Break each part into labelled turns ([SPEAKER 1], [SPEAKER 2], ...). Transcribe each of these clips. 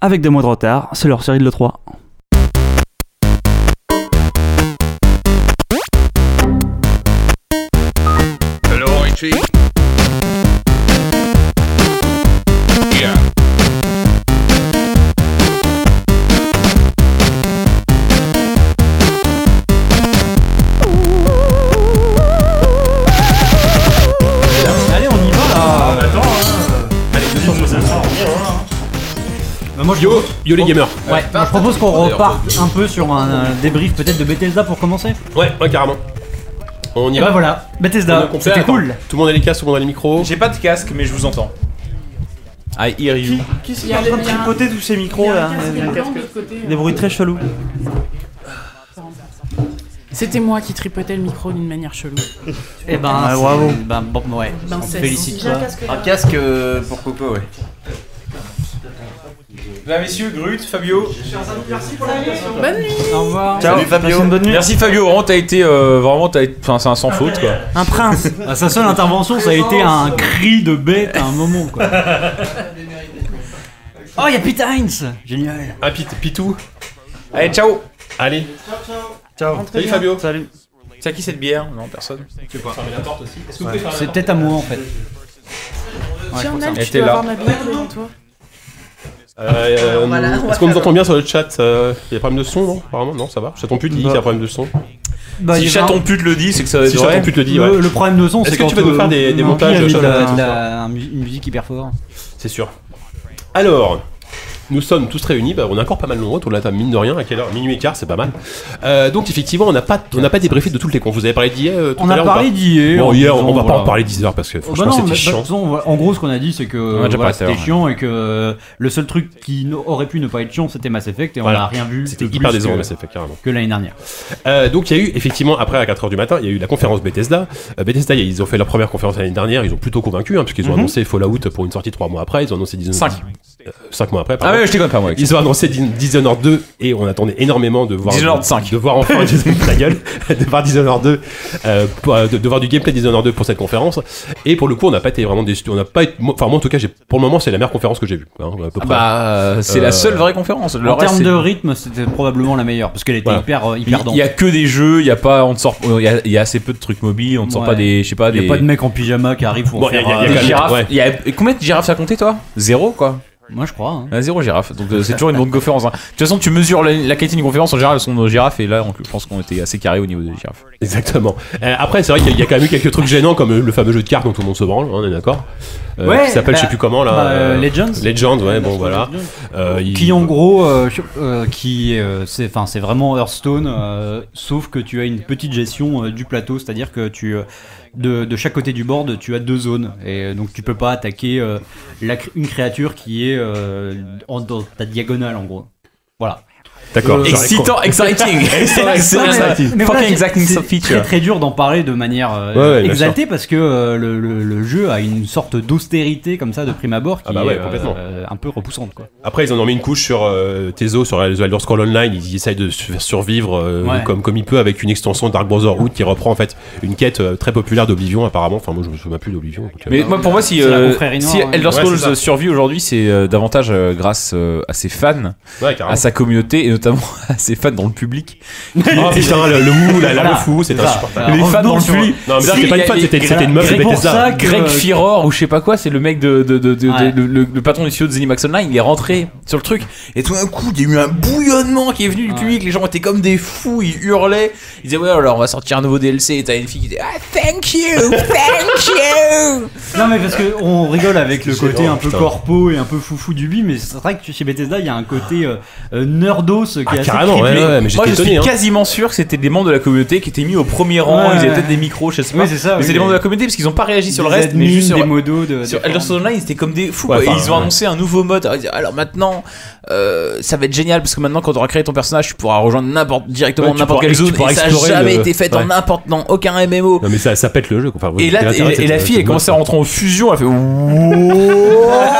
[SPEAKER 1] Avec deux mois de retard, c'est leur série de l'E3.
[SPEAKER 2] Hello, IT. Yeah.
[SPEAKER 3] Allez, on y va là Attends,
[SPEAKER 4] Moi, yo, Oh, yo
[SPEAKER 5] Oh.
[SPEAKER 4] les gamers.
[SPEAKER 3] Ouais,
[SPEAKER 4] putain,
[SPEAKER 3] moi, je propose qu'on
[SPEAKER 4] d'ailleurs,
[SPEAKER 3] reparte un peu sur un euh, débrief peut-être de Bethesda pour commencer.
[SPEAKER 4] Ouais, ouais, carrément. On y
[SPEAKER 3] Bah
[SPEAKER 4] va.
[SPEAKER 3] voilà,
[SPEAKER 4] On a
[SPEAKER 3] Bethesda,
[SPEAKER 4] compris.
[SPEAKER 3] c'était
[SPEAKER 4] Attends,
[SPEAKER 3] cool
[SPEAKER 4] Tout le monde a les casques, tout le monde a les micros.
[SPEAKER 5] bah, J'ai pas de casque, mais je vous entends.
[SPEAKER 4] I hear you.
[SPEAKER 1] Qui c'est
[SPEAKER 6] qui est en train de tripoter
[SPEAKER 1] tous ces
[SPEAKER 6] Il y
[SPEAKER 1] micros
[SPEAKER 6] a un casque blanc de l'autre côté,
[SPEAKER 1] Des
[SPEAKER 6] euh,
[SPEAKER 1] bruits très chelous.
[SPEAKER 6] C'était moi qui tripotais le micro d'une manière chelou.
[SPEAKER 3] Eh ben,
[SPEAKER 1] Ouais,
[SPEAKER 3] c'est-
[SPEAKER 1] bravo.
[SPEAKER 3] Ben, bon, ouais.
[SPEAKER 6] Ben,
[SPEAKER 3] on te
[SPEAKER 6] c'est-
[SPEAKER 3] félicite
[SPEAKER 6] j'ai un
[SPEAKER 3] toi.
[SPEAKER 6] casque
[SPEAKER 7] Un casque euh, pour Coco, ouais.
[SPEAKER 5] Là, messieurs, Grut, Fabio.
[SPEAKER 6] Bonne nuit
[SPEAKER 3] Au revoir.
[SPEAKER 1] Ciao,
[SPEAKER 7] Salut, Fabio.
[SPEAKER 1] passez une bonne nuit.
[SPEAKER 5] Merci Fabio, vraiment t'as été euh, vraiment t'as été- enfin c'est un sans faute quoi.
[SPEAKER 3] Un prince Bah, Sa seule intervention, ça a été un cri de bête à un moment, quoi. Oh, y'a Pete Hines Génial
[SPEAKER 4] Ah, Pit- Pitou.
[SPEAKER 5] Allez ciao.
[SPEAKER 4] Allez.
[SPEAKER 1] Ciao.
[SPEAKER 4] Salut Fabio.
[SPEAKER 1] Salut.
[SPEAKER 5] C'est à qui cette bière Non personne.
[SPEAKER 3] C'est peut-être à moi, en fait.
[SPEAKER 6] Tiens, Nel,
[SPEAKER 5] Elle
[SPEAKER 6] tu
[SPEAKER 5] était
[SPEAKER 6] dois
[SPEAKER 5] là.
[SPEAKER 6] avoir ma bière devant toi.
[SPEAKER 4] Euh, euh,
[SPEAKER 6] Voilà, on va
[SPEAKER 4] Est-ce qu'on nous
[SPEAKER 6] faire-
[SPEAKER 4] entend bien sur le chat euh, Il y a problème de son, non Apparemment, non, ça va. Chaton pute, il dit qu'il y a problème de son.
[SPEAKER 3] Bah,
[SPEAKER 5] Si
[SPEAKER 3] il y avait
[SPEAKER 5] chaton pute le dit, c'est que ça va
[SPEAKER 4] Si
[SPEAKER 5] être
[SPEAKER 4] chaton
[SPEAKER 5] vrai.
[SPEAKER 4] pute le dit,
[SPEAKER 3] un-
[SPEAKER 4] ouais.
[SPEAKER 3] le, le problème de son,
[SPEAKER 4] Est-ce
[SPEAKER 3] c'est
[SPEAKER 4] que
[SPEAKER 3] quand
[SPEAKER 4] tu vas nous
[SPEAKER 3] euh,
[SPEAKER 4] faire des- des
[SPEAKER 3] un
[SPEAKER 4] montages,
[SPEAKER 3] ampli
[SPEAKER 4] Charles
[SPEAKER 3] avec de la-
[SPEAKER 4] Martin,
[SPEAKER 3] de
[SPEAKER 4] ce
[SPEAKER 3] la- un mu- une musique hyper forte
[SPEAKER 4] C'est sûr. Alors, nous sommes tous réunis. Bah, on est encore pas mal nombreux autour de la table, mine de rien. À quelle heure Minuit et quart, c'est pas mal. Euh, donc, effectivement, on n'a pas, on n'a pas débriefé de toutes les cons. Vous avez parlé d'hier euh, tout
[SPEAKER 3] On
[SPEAKER 4] à
[SPEAKER 3] a
[SPEAKER 4] l'heure ou pas
[SPEAKER 3] parlé d'hier.
[SPEAKER 4] Bon,
[SPEAKER 3] en
[SPEAKER 4] hier,
[SPEAKER 3] disant,
[SPEAKER 4] on va pas
[SPEAKER 3] voilà.
[SPEAKER 4] en parler 10 heures parce que
[SPEAKER 3] Oh, bah
[SPEAKER 4] franchement,
[SPEAKER 3] non, mais
[SPEAKER 4] c'était
[SPEAKER 3] de toute
[SPEAKER 4] chiant.
[SPEAKER 3] façon, voilà, en gros, ce qu'on a dit, c'est que
[SPEAKER 4] a déjà
[SPEAKER 3] voilà,
[SPEAKER 4] parlé tout à
[SPEAKER 3] c'était
[SPEAKER 4] l'heure,
[SPEAKER 3] chiant et que euh, le seul truc qui n- aurait pu ne pas être chiant, c'était Mass Effect et on
[SPEAKER 4] Voilà.
[SPEAKER 3] n'a rien vu.
[SPEAKER 4] C'était
[SPEAKER 3] de
[SPEAKER 4] hyper
[SPEAKER 3] plus
[SPEAKER 4] décevant,
[SPEAKER 3] que-
[SPEAKER 4] mais c'est fait carrément.
[SPEAKER 3] que l'année dernière.
[SPEAKER 4] Euh, donc il y a eu effectivement après à 4h du matin, il y a eu la conférence Bethesda. Euh, Bethesda, ils ont fait leur première conférence l'année dernière, ils ont plutôt convaincu hein, puisqu'ils ont
[SPEAKER 1] Mhm.
[SPEAKER 4] annoncé Fallout pour une sortie 3 mois après, ils ont annoncé Dishonored
[SPEAKER 5] Cinq.
[SPEAKER 4] 5 mois après.
[SPEAKER 5] Ah
[SPEAKER 4] Pardon.
[SPEAKER 5] ouais, je t'ai pas moi. avec ça.
[SPEAKER 4] Ils ont annoncé Dis- Dishonored 2 et on attendait énormément de voir
[SPEAKER 5] Dishonored
[SPEAKER 4] de,
[SPEAKER 5] 5.
[SPEAKER 4] de voir enfin Dishonored- ta gueule, de voir Dishonored 2, euh, pour- euh, de, de voir du gameplay Dishonored 2 pour cette conférence. Et pour le coup, on n'a pas été vraiment déçus. On n'a pas été, moi- enfin moi en tout cas, j'ai- pour le moment, c'est la meilleure conférence que j'ai vue. hein, à peu près.
[SPEAKER 5] Bah c'est
[SPEAKER 4] Euh,
[SPEAKER 5] la seule vraie conférence. Le
[SPEAKER 3] en
[SPEAKER 5] reste,
[SPEAKER 3] termes
[SPEAKER 5] c'est-
[SPEAKER 3] de rythme, c'était probablement la meilleure parce qu'elle était
[SPEAKER 4] Voilà.
[SPEAKER 3] hyper euh,
[SPEAKER 5] il
[SPEAKER 3] hyper dense.
[SPEAKER 5] il y a que des jeux, il y a pas on te sort euh, il y a, il y a assez peu de trucs mobiles, on te sort
[SPEAKER 3] Ouais.
[SPEAKER 5] pas des je sais pas
[SPEAKER 3] Il y a
[SPEAKER 5] des
[SPEAKER 3] pas de mec en pyjama qui arrive pour
[SPEAKER 4] Bon,
[SPEAKER 3] faire.
[SPEAKER 4] il y a-
[SPEAKER 3] euh,
[SPEAKER 4] il y a
[SPEAKER 5] des
[SPEAKER 4] quand même-
[SPEAKER 5] girafes.
[SPEAKER 4] ouais.
[SPEAKER 5] Il y a- et combien de girafes t'as compté toi Zéro quoi.
[SPEAKER 3] Moi, je crois. hein.
[SPEAKER 5] Ah, zéro girafe, donc euh, c'est toujours une bonne conférence. hein. De toute façon, tu mesures la, la qualité d'une conférence en général, elles sont nos girafes, et là, on, je pense qu'on était assez carré au niveau des girafes.
[SPEAKER 4] Exactement. Euh, après, c'est vrai qu'il y a- il y a quand même eu quelques trucs gênants, comme euh, le fameux jeu de cartes dont tout le monde se branle, hein, on est d'accord Euh,
[SPEAKER 3] Ouais,
[SPEAKER 4] Qui s'appelle,
[SPEAKER 3] bah,
[SPEAKER 4] je sais plus comment, là.
[SPEAKER 3] Bah, euh,
[SPEAKER 4] euh,
[SPEAKER 3] Legends.
[SPEAKER 4] Legends, ouais, bon, voilà. Euh, il-
[SPEAKER 3] Qui en gros, euh, je- euh, qui euh, c'est, enfin, c'est vraiment Hearthstone, euh, sauf que tu as une petite gestion euh, du plateau, c'est-à-dire que tu, euh, de, de chaque côté du board, tu as deux zones, et euh, donc tu peux pas attaquer euh, la cr- une créature qui est euh, en, dans ta diagonale en gros. Voilà.
[SPEAKER 4] D'accord.
[SPEAKER 3] Euh,
[SPEAKER 4] J'aurais con-
[SPEAKER 5] Excitant, exciting
[SPEAKER 3] Non,
[SPEAKER 5] Excellent,
[SPEAKER 3] mais-
[SPEAKER 5] exciting.
[SPEAKER 3] mais voilà,
[SPEAKER 5] Fucking
[SPEAKER 3] c'est-
[SPEAKER 5] exacting
[SPEAKER 3] c'est
[SPEAKER 5] feature.
[SPEAKER 3] Très très dur d'en parler de manière euh,
[SPEAKER 4] Ouais, ouais, bien
[SPEAKER 3] exaltée parce que euh, le, le- le jeu a une sorte d'austérité comme ça de prime abord qui
[SPEAKER 4] Ah bah ouais,
[SPEAKER 3] est euh,
[SPEAKER 4] complètement.
[SPEAKER 3] euh, un peu repoussante quoi.
[SPEAKER 4] Après, ils en ont mis une couche sur euh, Tezo, sur The Elder Scrolls Online. Ils essayent de su- faire survivre euh,
[SPEAKER 3] Ouais.
[SPEAKER 4] comme, comme il peut avec une extension Dark Brotherhood
[SPEAKER 5] Ah.
[SPEAKER 4] qui reprend en fait une quête euh, très populaire d'Oblivion, apparemment. Enfin, moi, je me souviens plus d'Oblivion. donc, euh,
[SPEAKER 5] Mais moi, pour moi, si,
[SPEAKER 3] C'est la
[SPEAKER 5] euh,
[SPEAKER 3] confrérie noire,
[SPEAKER 5] si
[SPEAKER 3] hein.
[SPEAKER 5] Elder
[SPEAKER 4] Ouais,
[SPEAKER 5] Scrolls
[SPEAKER 4] c'est ça.
[SPEAKER 5] survit aujourd'hui, c'est euh, davantage euh, grâce euh, à ses fans,
[SPEAKER 4] Ah ouais, carrément.
[SPEAKER 5] à sa communauté, et notamment à ses fans dans le public.
[SPEAKER 4] Oh putain, le, le mou, la, la
[SPEAKER 3] Voilà.
[SPEAKER 4] meuf mou, c'est
[SPEAKER 3] Ça.
[SPEAKER 4] insupportable.
[SPEAKER 3] Alors,
[SPEAKER 5] Les fans
[SPEAKER 3] revenons
[SPEAKER 5] dans le
[SPEAKER 3] sur-
[SPEAKER 5] public
[SPEAKER 4] Non, mais
[SPEAKER 5] Ah. Si,
[SPEAKER 4] c'était pas
[SPEAKER 5] il
[SPEAKER 4] une
[SPEAKER 5] y a-
[SPEAKER 4] fan,
[SPEAKER 5] il y a-
[SPEAKER 4] c'était c'était une meuf de
[SPEAKER 3] C'est pour
[SPEAKER 4] Bethesda.
[SPEAKER 3] ça que-
[SPEAKER 5] Greg Firor ou je sais pas quoi, c'est le mec de, de- de- de-
[SPEAKER 3] Ouais.
[SPEAKER 5] de- le, le patron du studio de Zenimax Online, il est rentré sur le truc et tout d'un coup il y a eu un bouillonnement qui est venu du
[SPEAKER 3] Ouais.
[SPEAKER 5] public, les gens étaient comme des fous, ils hurlaient, ils disaient ouais alors on va sortir un nouveau DLC et t'as une fille qui dit ah thank you, thank you
[SPEAKER 3] Non mais parce que on rigole avec le
[SPEAKER 4] C'est
[SPEAKER 3] côté
[SPEAKER 4] gênant,
[SPEAKER 3] un peu
[SPEAKER 4] putain.
[SPEAKER 3] corpo et un peu foufou du bi, mais c'est vrai que chez Bethesda il y a un côté euh, euh, nerdos qui
[SPEAKER 4] Ah,
[SPEAKER 3] est assez
[SPEAKER 4] carrément, ouais,
[SPEAKER 3] criblé.
[SPEAKER 4] ouais, mais
[SPEAKER 5] Moi
[SPEAKER 4] j'étais
[SPEAKER 5] je suis
[SPEAKER 4] étonné. hein.
[SPEAKER 5] quasiment sûr que c'était des membres de la communauté qui étaient mis au premier rang,
[SPEAKER 3] Ouais.
[SPEAKER 5] ils avaient peut-être des micros, je sais pas,
[SPEAKER 3] Oui, c'est ça,
[SPEAKER 5] mais
[SPEAKER 3] oui,
[SPEAKER 5] c'est des
[SPEAKER 3] mais-
[SPEAKER 5] membres de la communauté parce qu'ils ont pas réagi sur le
[SPEAKER 3] Des
[SPEAKER 5] reste, mais
[SPEAKER 3] admins,
[SPEAKER 5] juste sur
[SPEAKER 3] des modos de
[SPEAKER 5] Sur
[SPEAKER 3] des forums.
[SPEAKER 5] Elder Scrolls Online, ils étaient comme des fous.
[SPEAKER 4] Ouais,
[SPEAKER 5] quoi.
[SPEAKER 4] enfin,
[SPEAKER 5] et ils ont
[SPEAKER 4] ouais.
[SPEAKER 5] annoncé un nouveau mode. Ils disaient, Alors maintenant, euh, ça va être génial parce que maintenant, quand tu auras créé ton personnage, tu pourras rejoindre n'importe directement
[SPEAKER 4] Ouais, tu
[SPEAKER 5] n'importe
[SPEAKER 4] pourras-
[SPEAKER 5] quelle
[SPEAKER 4] tu
[SPEAKER 5] zone.
[SPEAKER 4] pourras
[SPEAKER 5] Et ça a
[SPEAKER 4] explorer
[SPEAKER 5] jamais
[SPEAKER 4] le-
[SPEAKER 5] été fait
[SPEAKER 4] ouais.
[SPEAKER 5] en n'importe dans aucun MMO.
[SPEAKER 4] Non, mais ça, ça pète le jeu. quoi. Enfin,
[SPEAKER 5] Et là,
[SPEAKER 4] l'intérêt, euh,
[SPEAKER 5] et, et
[SPEAKER 4] c'est-
[SPEAKER 5] la
[SPEAKER 4] c'est
[SPEAKER 5] fille,
[SPEAKER 4] de
[SPEAKER 5] elle commençait à
[SPEAKER 4] meuf.
[SPEAKER 5] rentrer en fusion. Elle fait. Wouah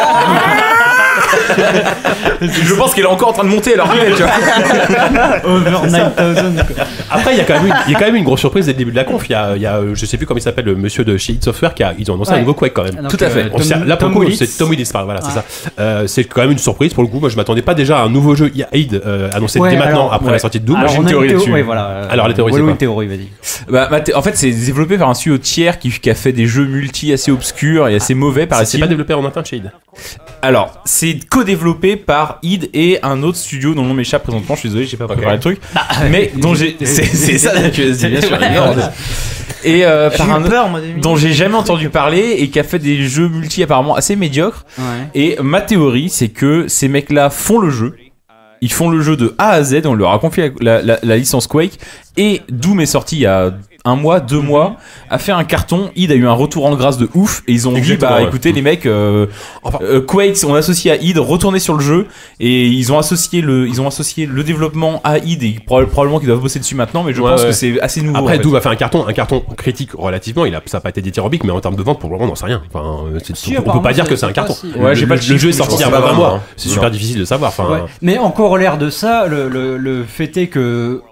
[SPEAKER 5] Je pense qu'elle est encore en train de monter à leur niveau, tu vois.
[SPEAKER 3] Over 9000. quoi.
[SPEAKER 4] Après, il y, a quand même une- il y a quand même une grosse surprise dès le début de la conf. Il y a, il y a, euh, je sais plus comment il s'appelle, le monsieur de chez id Software, qui a, ils ont annoncé
[SPEAKER 3] Ouais.
[SPEAKER 4] un nouveau Quake quand même.
[SPEAKER 3] Donc,
[SPEAKER 5] Tout à
[SPEAKER 3] euh,
[SPEAKER 5] fait.
[SPEAKER 4] On sait- là,
[SPEAKER 3] Tom
[SPEAKER 4] pour le coup,
[SPEAKER 3] Willits.
[SPEAKER 4] c'est Tom Willis, pardon, voilà, c'est
[SPEAKER 3] Ouais.
[SPEAKER 4] ça. Euh, c'est quand même une surprise pour le coup. Moi, je m'attendais pas déjà à un nouveau jeu Aid euh, annoncé
[SPEAKER 3] Ouais,
[SPEAKER 4] dès maintenant
[SPEAKER 3] alors,
[SPEAKER 4] après
[SPEAKER 3] ouais.
[SPEAKER 4] la sortie de Doom.
[SPEAKER 3] Alors,
[SPEAKER 4] J'ai
[SPEAKER 3] on
[SPEAKER 4] une
[SPEAKER 3] a
[SPEAKER 4] théorie
[SPEAKER 3] théo-
[SPEAKER 4] là-dessus.
[SPEAKER 3] ouais, voilà.
[SPEAKER 4] Alors, la théorie, c'est
[SPEAKER 3] Walou,
[SPEAKER 4] quoi
[SPEAKER 3] une théorie, vas-y.
[SPEAKER 5] Bah, ma thé- en fait, c'est développé par un studio tiers qui, qui a fait des jeux multi assez obscurs et assez mauvais,
[SPEAKER 4] C'est- C'est
[SPEAKER 5] paraît-il.
[SPEAKER 4] pas développé en interne chez id.
[SPEAKER 5] Alors, c'est co-développé par id et un autre studio dont le nom m'échappe présentement. Je suis désolé, j'ai pas préparé
[SPEAKER 4] Ok.
[SPEAKER 5] le truc. mais dont j'ai. C'est c'est ça la curiosité, bien sûr. évidemment. Et euh, par un autre dont j'ai jamais entendu parler et qui a fait des jeux multi apparemment assez médiocres.
[SPEAKER 3] Ouais.
[SPEAKER 5] Et ma théorie, c'est que ces mecs-là font le jeu. Ils font le jeu de A à Z, on leur a confié la, la- la licence Quake. Et Doom est sorti il y a un mois, deux
[SPEAKER 4] Mhm.
[SPEAKER 5] mois, a fait un carton. id a eu un retour en grâce de ouf. Et ils ont
[SPEAKER 4] Exactement,
[SPEAKER 5] dit, bah
[SPEAKER 4] ouais. Oh,
[SPEAKER 5] écoutez, les mecs, euh,
[SPEAKER 4] Enfin-
[SPEAKER 5] euh, Quake, on associe à id retournez sur le jeu. Et ils ont associé le, ils ont associé le développement à id Et proba- probablement qu'ils doivent bosser dessus maintenant, mais je
[SPEAKER 4] Ouais,
[SPEAKER 5] pense
[SPEAKER 4] ouais.
[SPEAKER 5] que c'est assez nouveau.
[SPEAKER 4] Après,
[SPEAKER 5] en fait.
[SPEAKER 4] Doom a fait un carton, un carton critique relativement. Il a, ça n'a pas été dithyrambique, mais en termes de vente, pour le moment, on n'en sait rien. Enfin, euh, c'est-
[SPEAKER 3] Si,
[SPEAKER 4] on peut
[SPEAKER 3] apparemment,
[SPEAKER 4] pas dire
[SPEAKER 3] c'est-
[SPEAKER 4] que c'est un
[SPEAKER 3] c'est
[SPEAKER 4] carton.
[SPEAKER 3] pas si-
[SPEAKER 5] Ouais, j'ai
[SPEAKER 4] le,
[SPEAKER 5] pas
[SPEAKER 4] le
[SPEAKER 5] le chiffre,
[SPEAKER 4] jeu est
[SPEAKER 5] mais je
[SPEAKER 4] sorti
[SPEAKER 5] pense
[SPEAKER 4] il y a
[SPEAKER 5] que c'est
[SPEAKER 4] 20
[SPEAKER 5] pas
[SPEAKER 4] mois.
[SPEAKER 5] vraiment,
[SPEAKER 4] C'est
[SPEAKER 5] hein.
[SPEAKER 4] super difficile de savoir. Enfin,
[SPEAKER 3] Ouais. Mais en corollaire de ça, le, le, le fait est que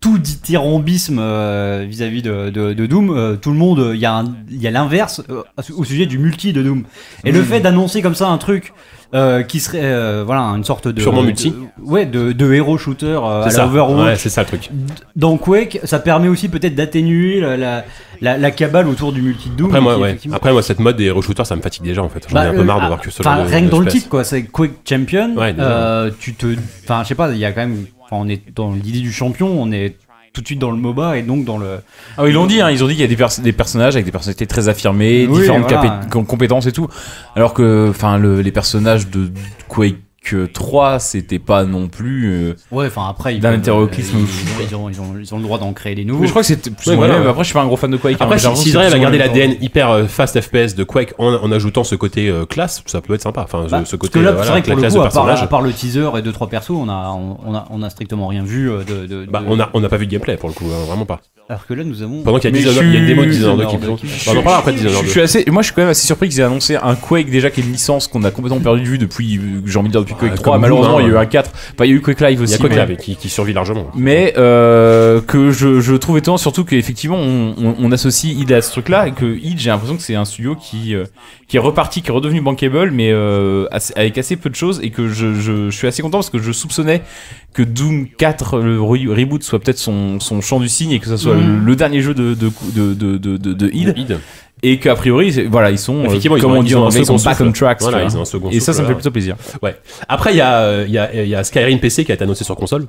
[SPEAKER 3] tout dithyrombisme euh, vis-à-vis de, de- de Doom, euh, tout le monde, euh, il y a un- il y a l'inverse euh, au sujet du multi de Doom. Et
[SPEAKER 4] Mmh.
[SPEAKER 3] le fait d'annoncer comme ça un truc euh, qui serait euh, voilà une sorte de
[SPEAKER 4] Purement multi.
[SPEAKER 3] de- ouais de, de héros shooter euh, à
[SPEAKER 4] c'est
[SPEAKER 3] la
[SPEAKER 4] ça.
[SPEAKER 3] Overwatch
[SPEAKER 4] Ouais, c'est ça le truc.
[SPEAKER 3] dans Quake, ça permet aussi peut-être d'atténuer la, la, la- la cabale autour du multi de Doom.
[SPEAKER 4] Après, moi,
[SPEAKER 3] qui,
[SPEAKER 4] ouais.
[SPEAKER 3] effectivement-
[SPEAKER 4] Après, moi, cette mode des hero shooters, ça me fatigue déjà, en fait. J'en ai
[SPEAKER 3] Bah,
[SPEAKER 4] un peu
[SPEAKER 3] euh,
[SPEAKER 4] marre de
[SPEAKER 3] ah,
[SPEAKER 4] voir que ce
[SPEAKER 3] Enfin,
[SPEAKER 4] genre de-
[SPEAKER 3] rien que dans
[SPEAKER 4] de
[SPEAKER 3] le
[SPEAKER 4] space.
[SPEAKER 3] titre, quoi. C'est Quake Champion.
[SPEAKER 4] Ouais, déjà.
[SPEAKER 3] euh, tu te. Enfin, je sais pas, il y a quand même. Enfin, on est dans l'idée du champion, on est tout de suite dans le MOBA et donc dans le.
[SPEAKER 5] Ah oui, ils l'ont dit, hein, ils ont dit qu'il y a des, pers- des personnages avec des personnalités très affirmées,
[SPEAKER 3] Oui,
[SPEAKER 5] différentes
[SPEAKER 3] voilà.
[SPEAKER 5] capé- com- compétences et tout. Alors que, enfin, le- les personnages de Quake 3, c'était pas non plus. euh,
[SPEAKER 3] Ouais, enfin, après. ils
[SPEAKER 5] D'un
[SPEAKER 3] peuvent- euh,
[SPEAKER 5] hétéroclisme
[SPEAKER 3] ils-
[SPEAKER 5] fou,
[SPEAKER 3] ils, ont, ils, ont, ils ont le droit d'en créer des nouveaux.
[SPEAKER 5] Mais je crois que c'était plus
[SPEAKER 4] Ouais,
[SPEAKER 5] ou moins
[SPEAKER 4] voilà.
[SPEAKER 5] le même. Après, je suis pas un gros fan de Quake. hein,
[SPEAKER 4] Après,
[SPEAKER 5] mais j'ai
[SPEAKER 4] si-
[SPEAKER 5] l'impression
[SPEAKER 4] s'ils
[SPEAKER 5] que
[SPEAKER 4] arrivent
[SPEAKER 5] c'est
[SPEAKER 4] à garder
[SPEAKER 5] plus ou moins
[SPEAKER 4] l'ADN hyper euh, fast FPS de Quake en, en ajoutant ce côté euh, classe, ça peut être sympa. Enfin, ce-
[SPEAKER 3] Bah,
[SPEAKER 4] ce
[SPEAKER 3] parce que
[SPEAKER 4] côté
[SPEAKER 3] là,
[SPEAKER 4] euh,
[SPEAKER 3] c'est
[SPEAKER 4] voilà,
[SPEAKER 3] vrai que
[SPEAKER 4] la
[SPEAKER 3] pour le
[SPEAKER 4] classe
[SPEAKER 3] coup,
[SPEAKER 4] de
[SPEAKER 3] à part, à
[SPEAKER 4] personnage.
[SPEAKER 3] part le teaser et deux trois persos, on a, on, on a, on a strictement rien vu euh, de. de-
[SPEAKER 4] Bah,
[SPEAKER 3] de-
[SPEAKER 4] on a, on a pas vu de gameplay pour le coup, hein, vraiment pas.
[SPEAKER 3] Alors que là, nous avons.
[SPEAKER 4] Pendant qu'il y a
[SPEAKER 5] Mais
[SPEAKER 4] 10
[SPEAKER 5] je
[SPEAKER 4] il y a une démo de
[SPEAKER 5] suis-
[SPEAKER 4] 10 heures de qui
[SPEAKER 3] je
[SPEAKER 4] font.
[SPEAKER 3] suis-
[SPEAKER 4] Bah, On en parlera après de 10
[SPEAKER 5] Je,
[SPEAKER 4] heures
[SPEAKER 5] je suis assez, moi je suis quand même assez surpris qu'ils aient annoncé un Quake déjà qui est une licence qu'on a complètement perdu de vue depuis, euh, j'ai envie de dire depuis Quake
[SPEAKER 4] comme
[SPEAKER 5] 3.
[SPEAKER 4] nous,
[SPEAKER 5] Malheureusement,
[SPEAKER 4] hein.
[SPEAKER 5] il y a eu un 4. Enfin, il y a eu Quake
[SPEAKER 4] Il
[SPEAKER 5] Live
[SPEAKER 4] y
[SPEAKER 5] aussi.
[SPEAKER 4] a Quake
[SPEAKER 5] mais-
[SPEAKER 4] là mais qui, qui survit largement.
[SPEAKER 5] Hein. mais euh, que je, je trouve étonnant surtout qu'effectivement on, on, on associe id à ce truc là et que id j'ai l'impression que c'est un studio qui euh, qui est reparti qui est redevenu bankable mais euh, assez- avec assez peu de choses et que je, je, je suis assez content parce que je soupçonnais que Doom 4 le re- reboot soit peut-être son, son champ du signe et que ça soit
[SPEAKER 6] Mhm.
[SPEAKER 5] le dernier jeu de de de de, de, de- de id
[SPEAKER 4] Mm. Id.
[SPEAKER 5] et qu'a priori c'est- voilà ils sont euh,
[SPEAKER 4] Effectivement, ils
[SPEAKER 5] comme
[SPEAKER 4] ont-
[SPEAKER 5] on
[SPEAKER 4] ils
[SPEAKER 5] dit
[SPEAKER 4] ont
[SPEAKER 5] en
[SPEAKER 4] un
[SPEAKER 5] anglais, ils sont
[SPEAKER 4] second
[SPEAKER 5] back on
[SPEAKER 4] souffle.
[SPEAKER 5] tracks
[SPEAKER 4] Voilà,
[SPEAKER 5] tu vois.
[SPEAKER 4] ils ont un second
[SPEAKER 5] et ça ça me
[SPEAKER 4] souffle,
[SPEAKER 5] fait plutôt plaisir
[SPEAKER 4] Après, il y a, euh, il y, a, il y a Skyrim PC qui a été annoncé sur console.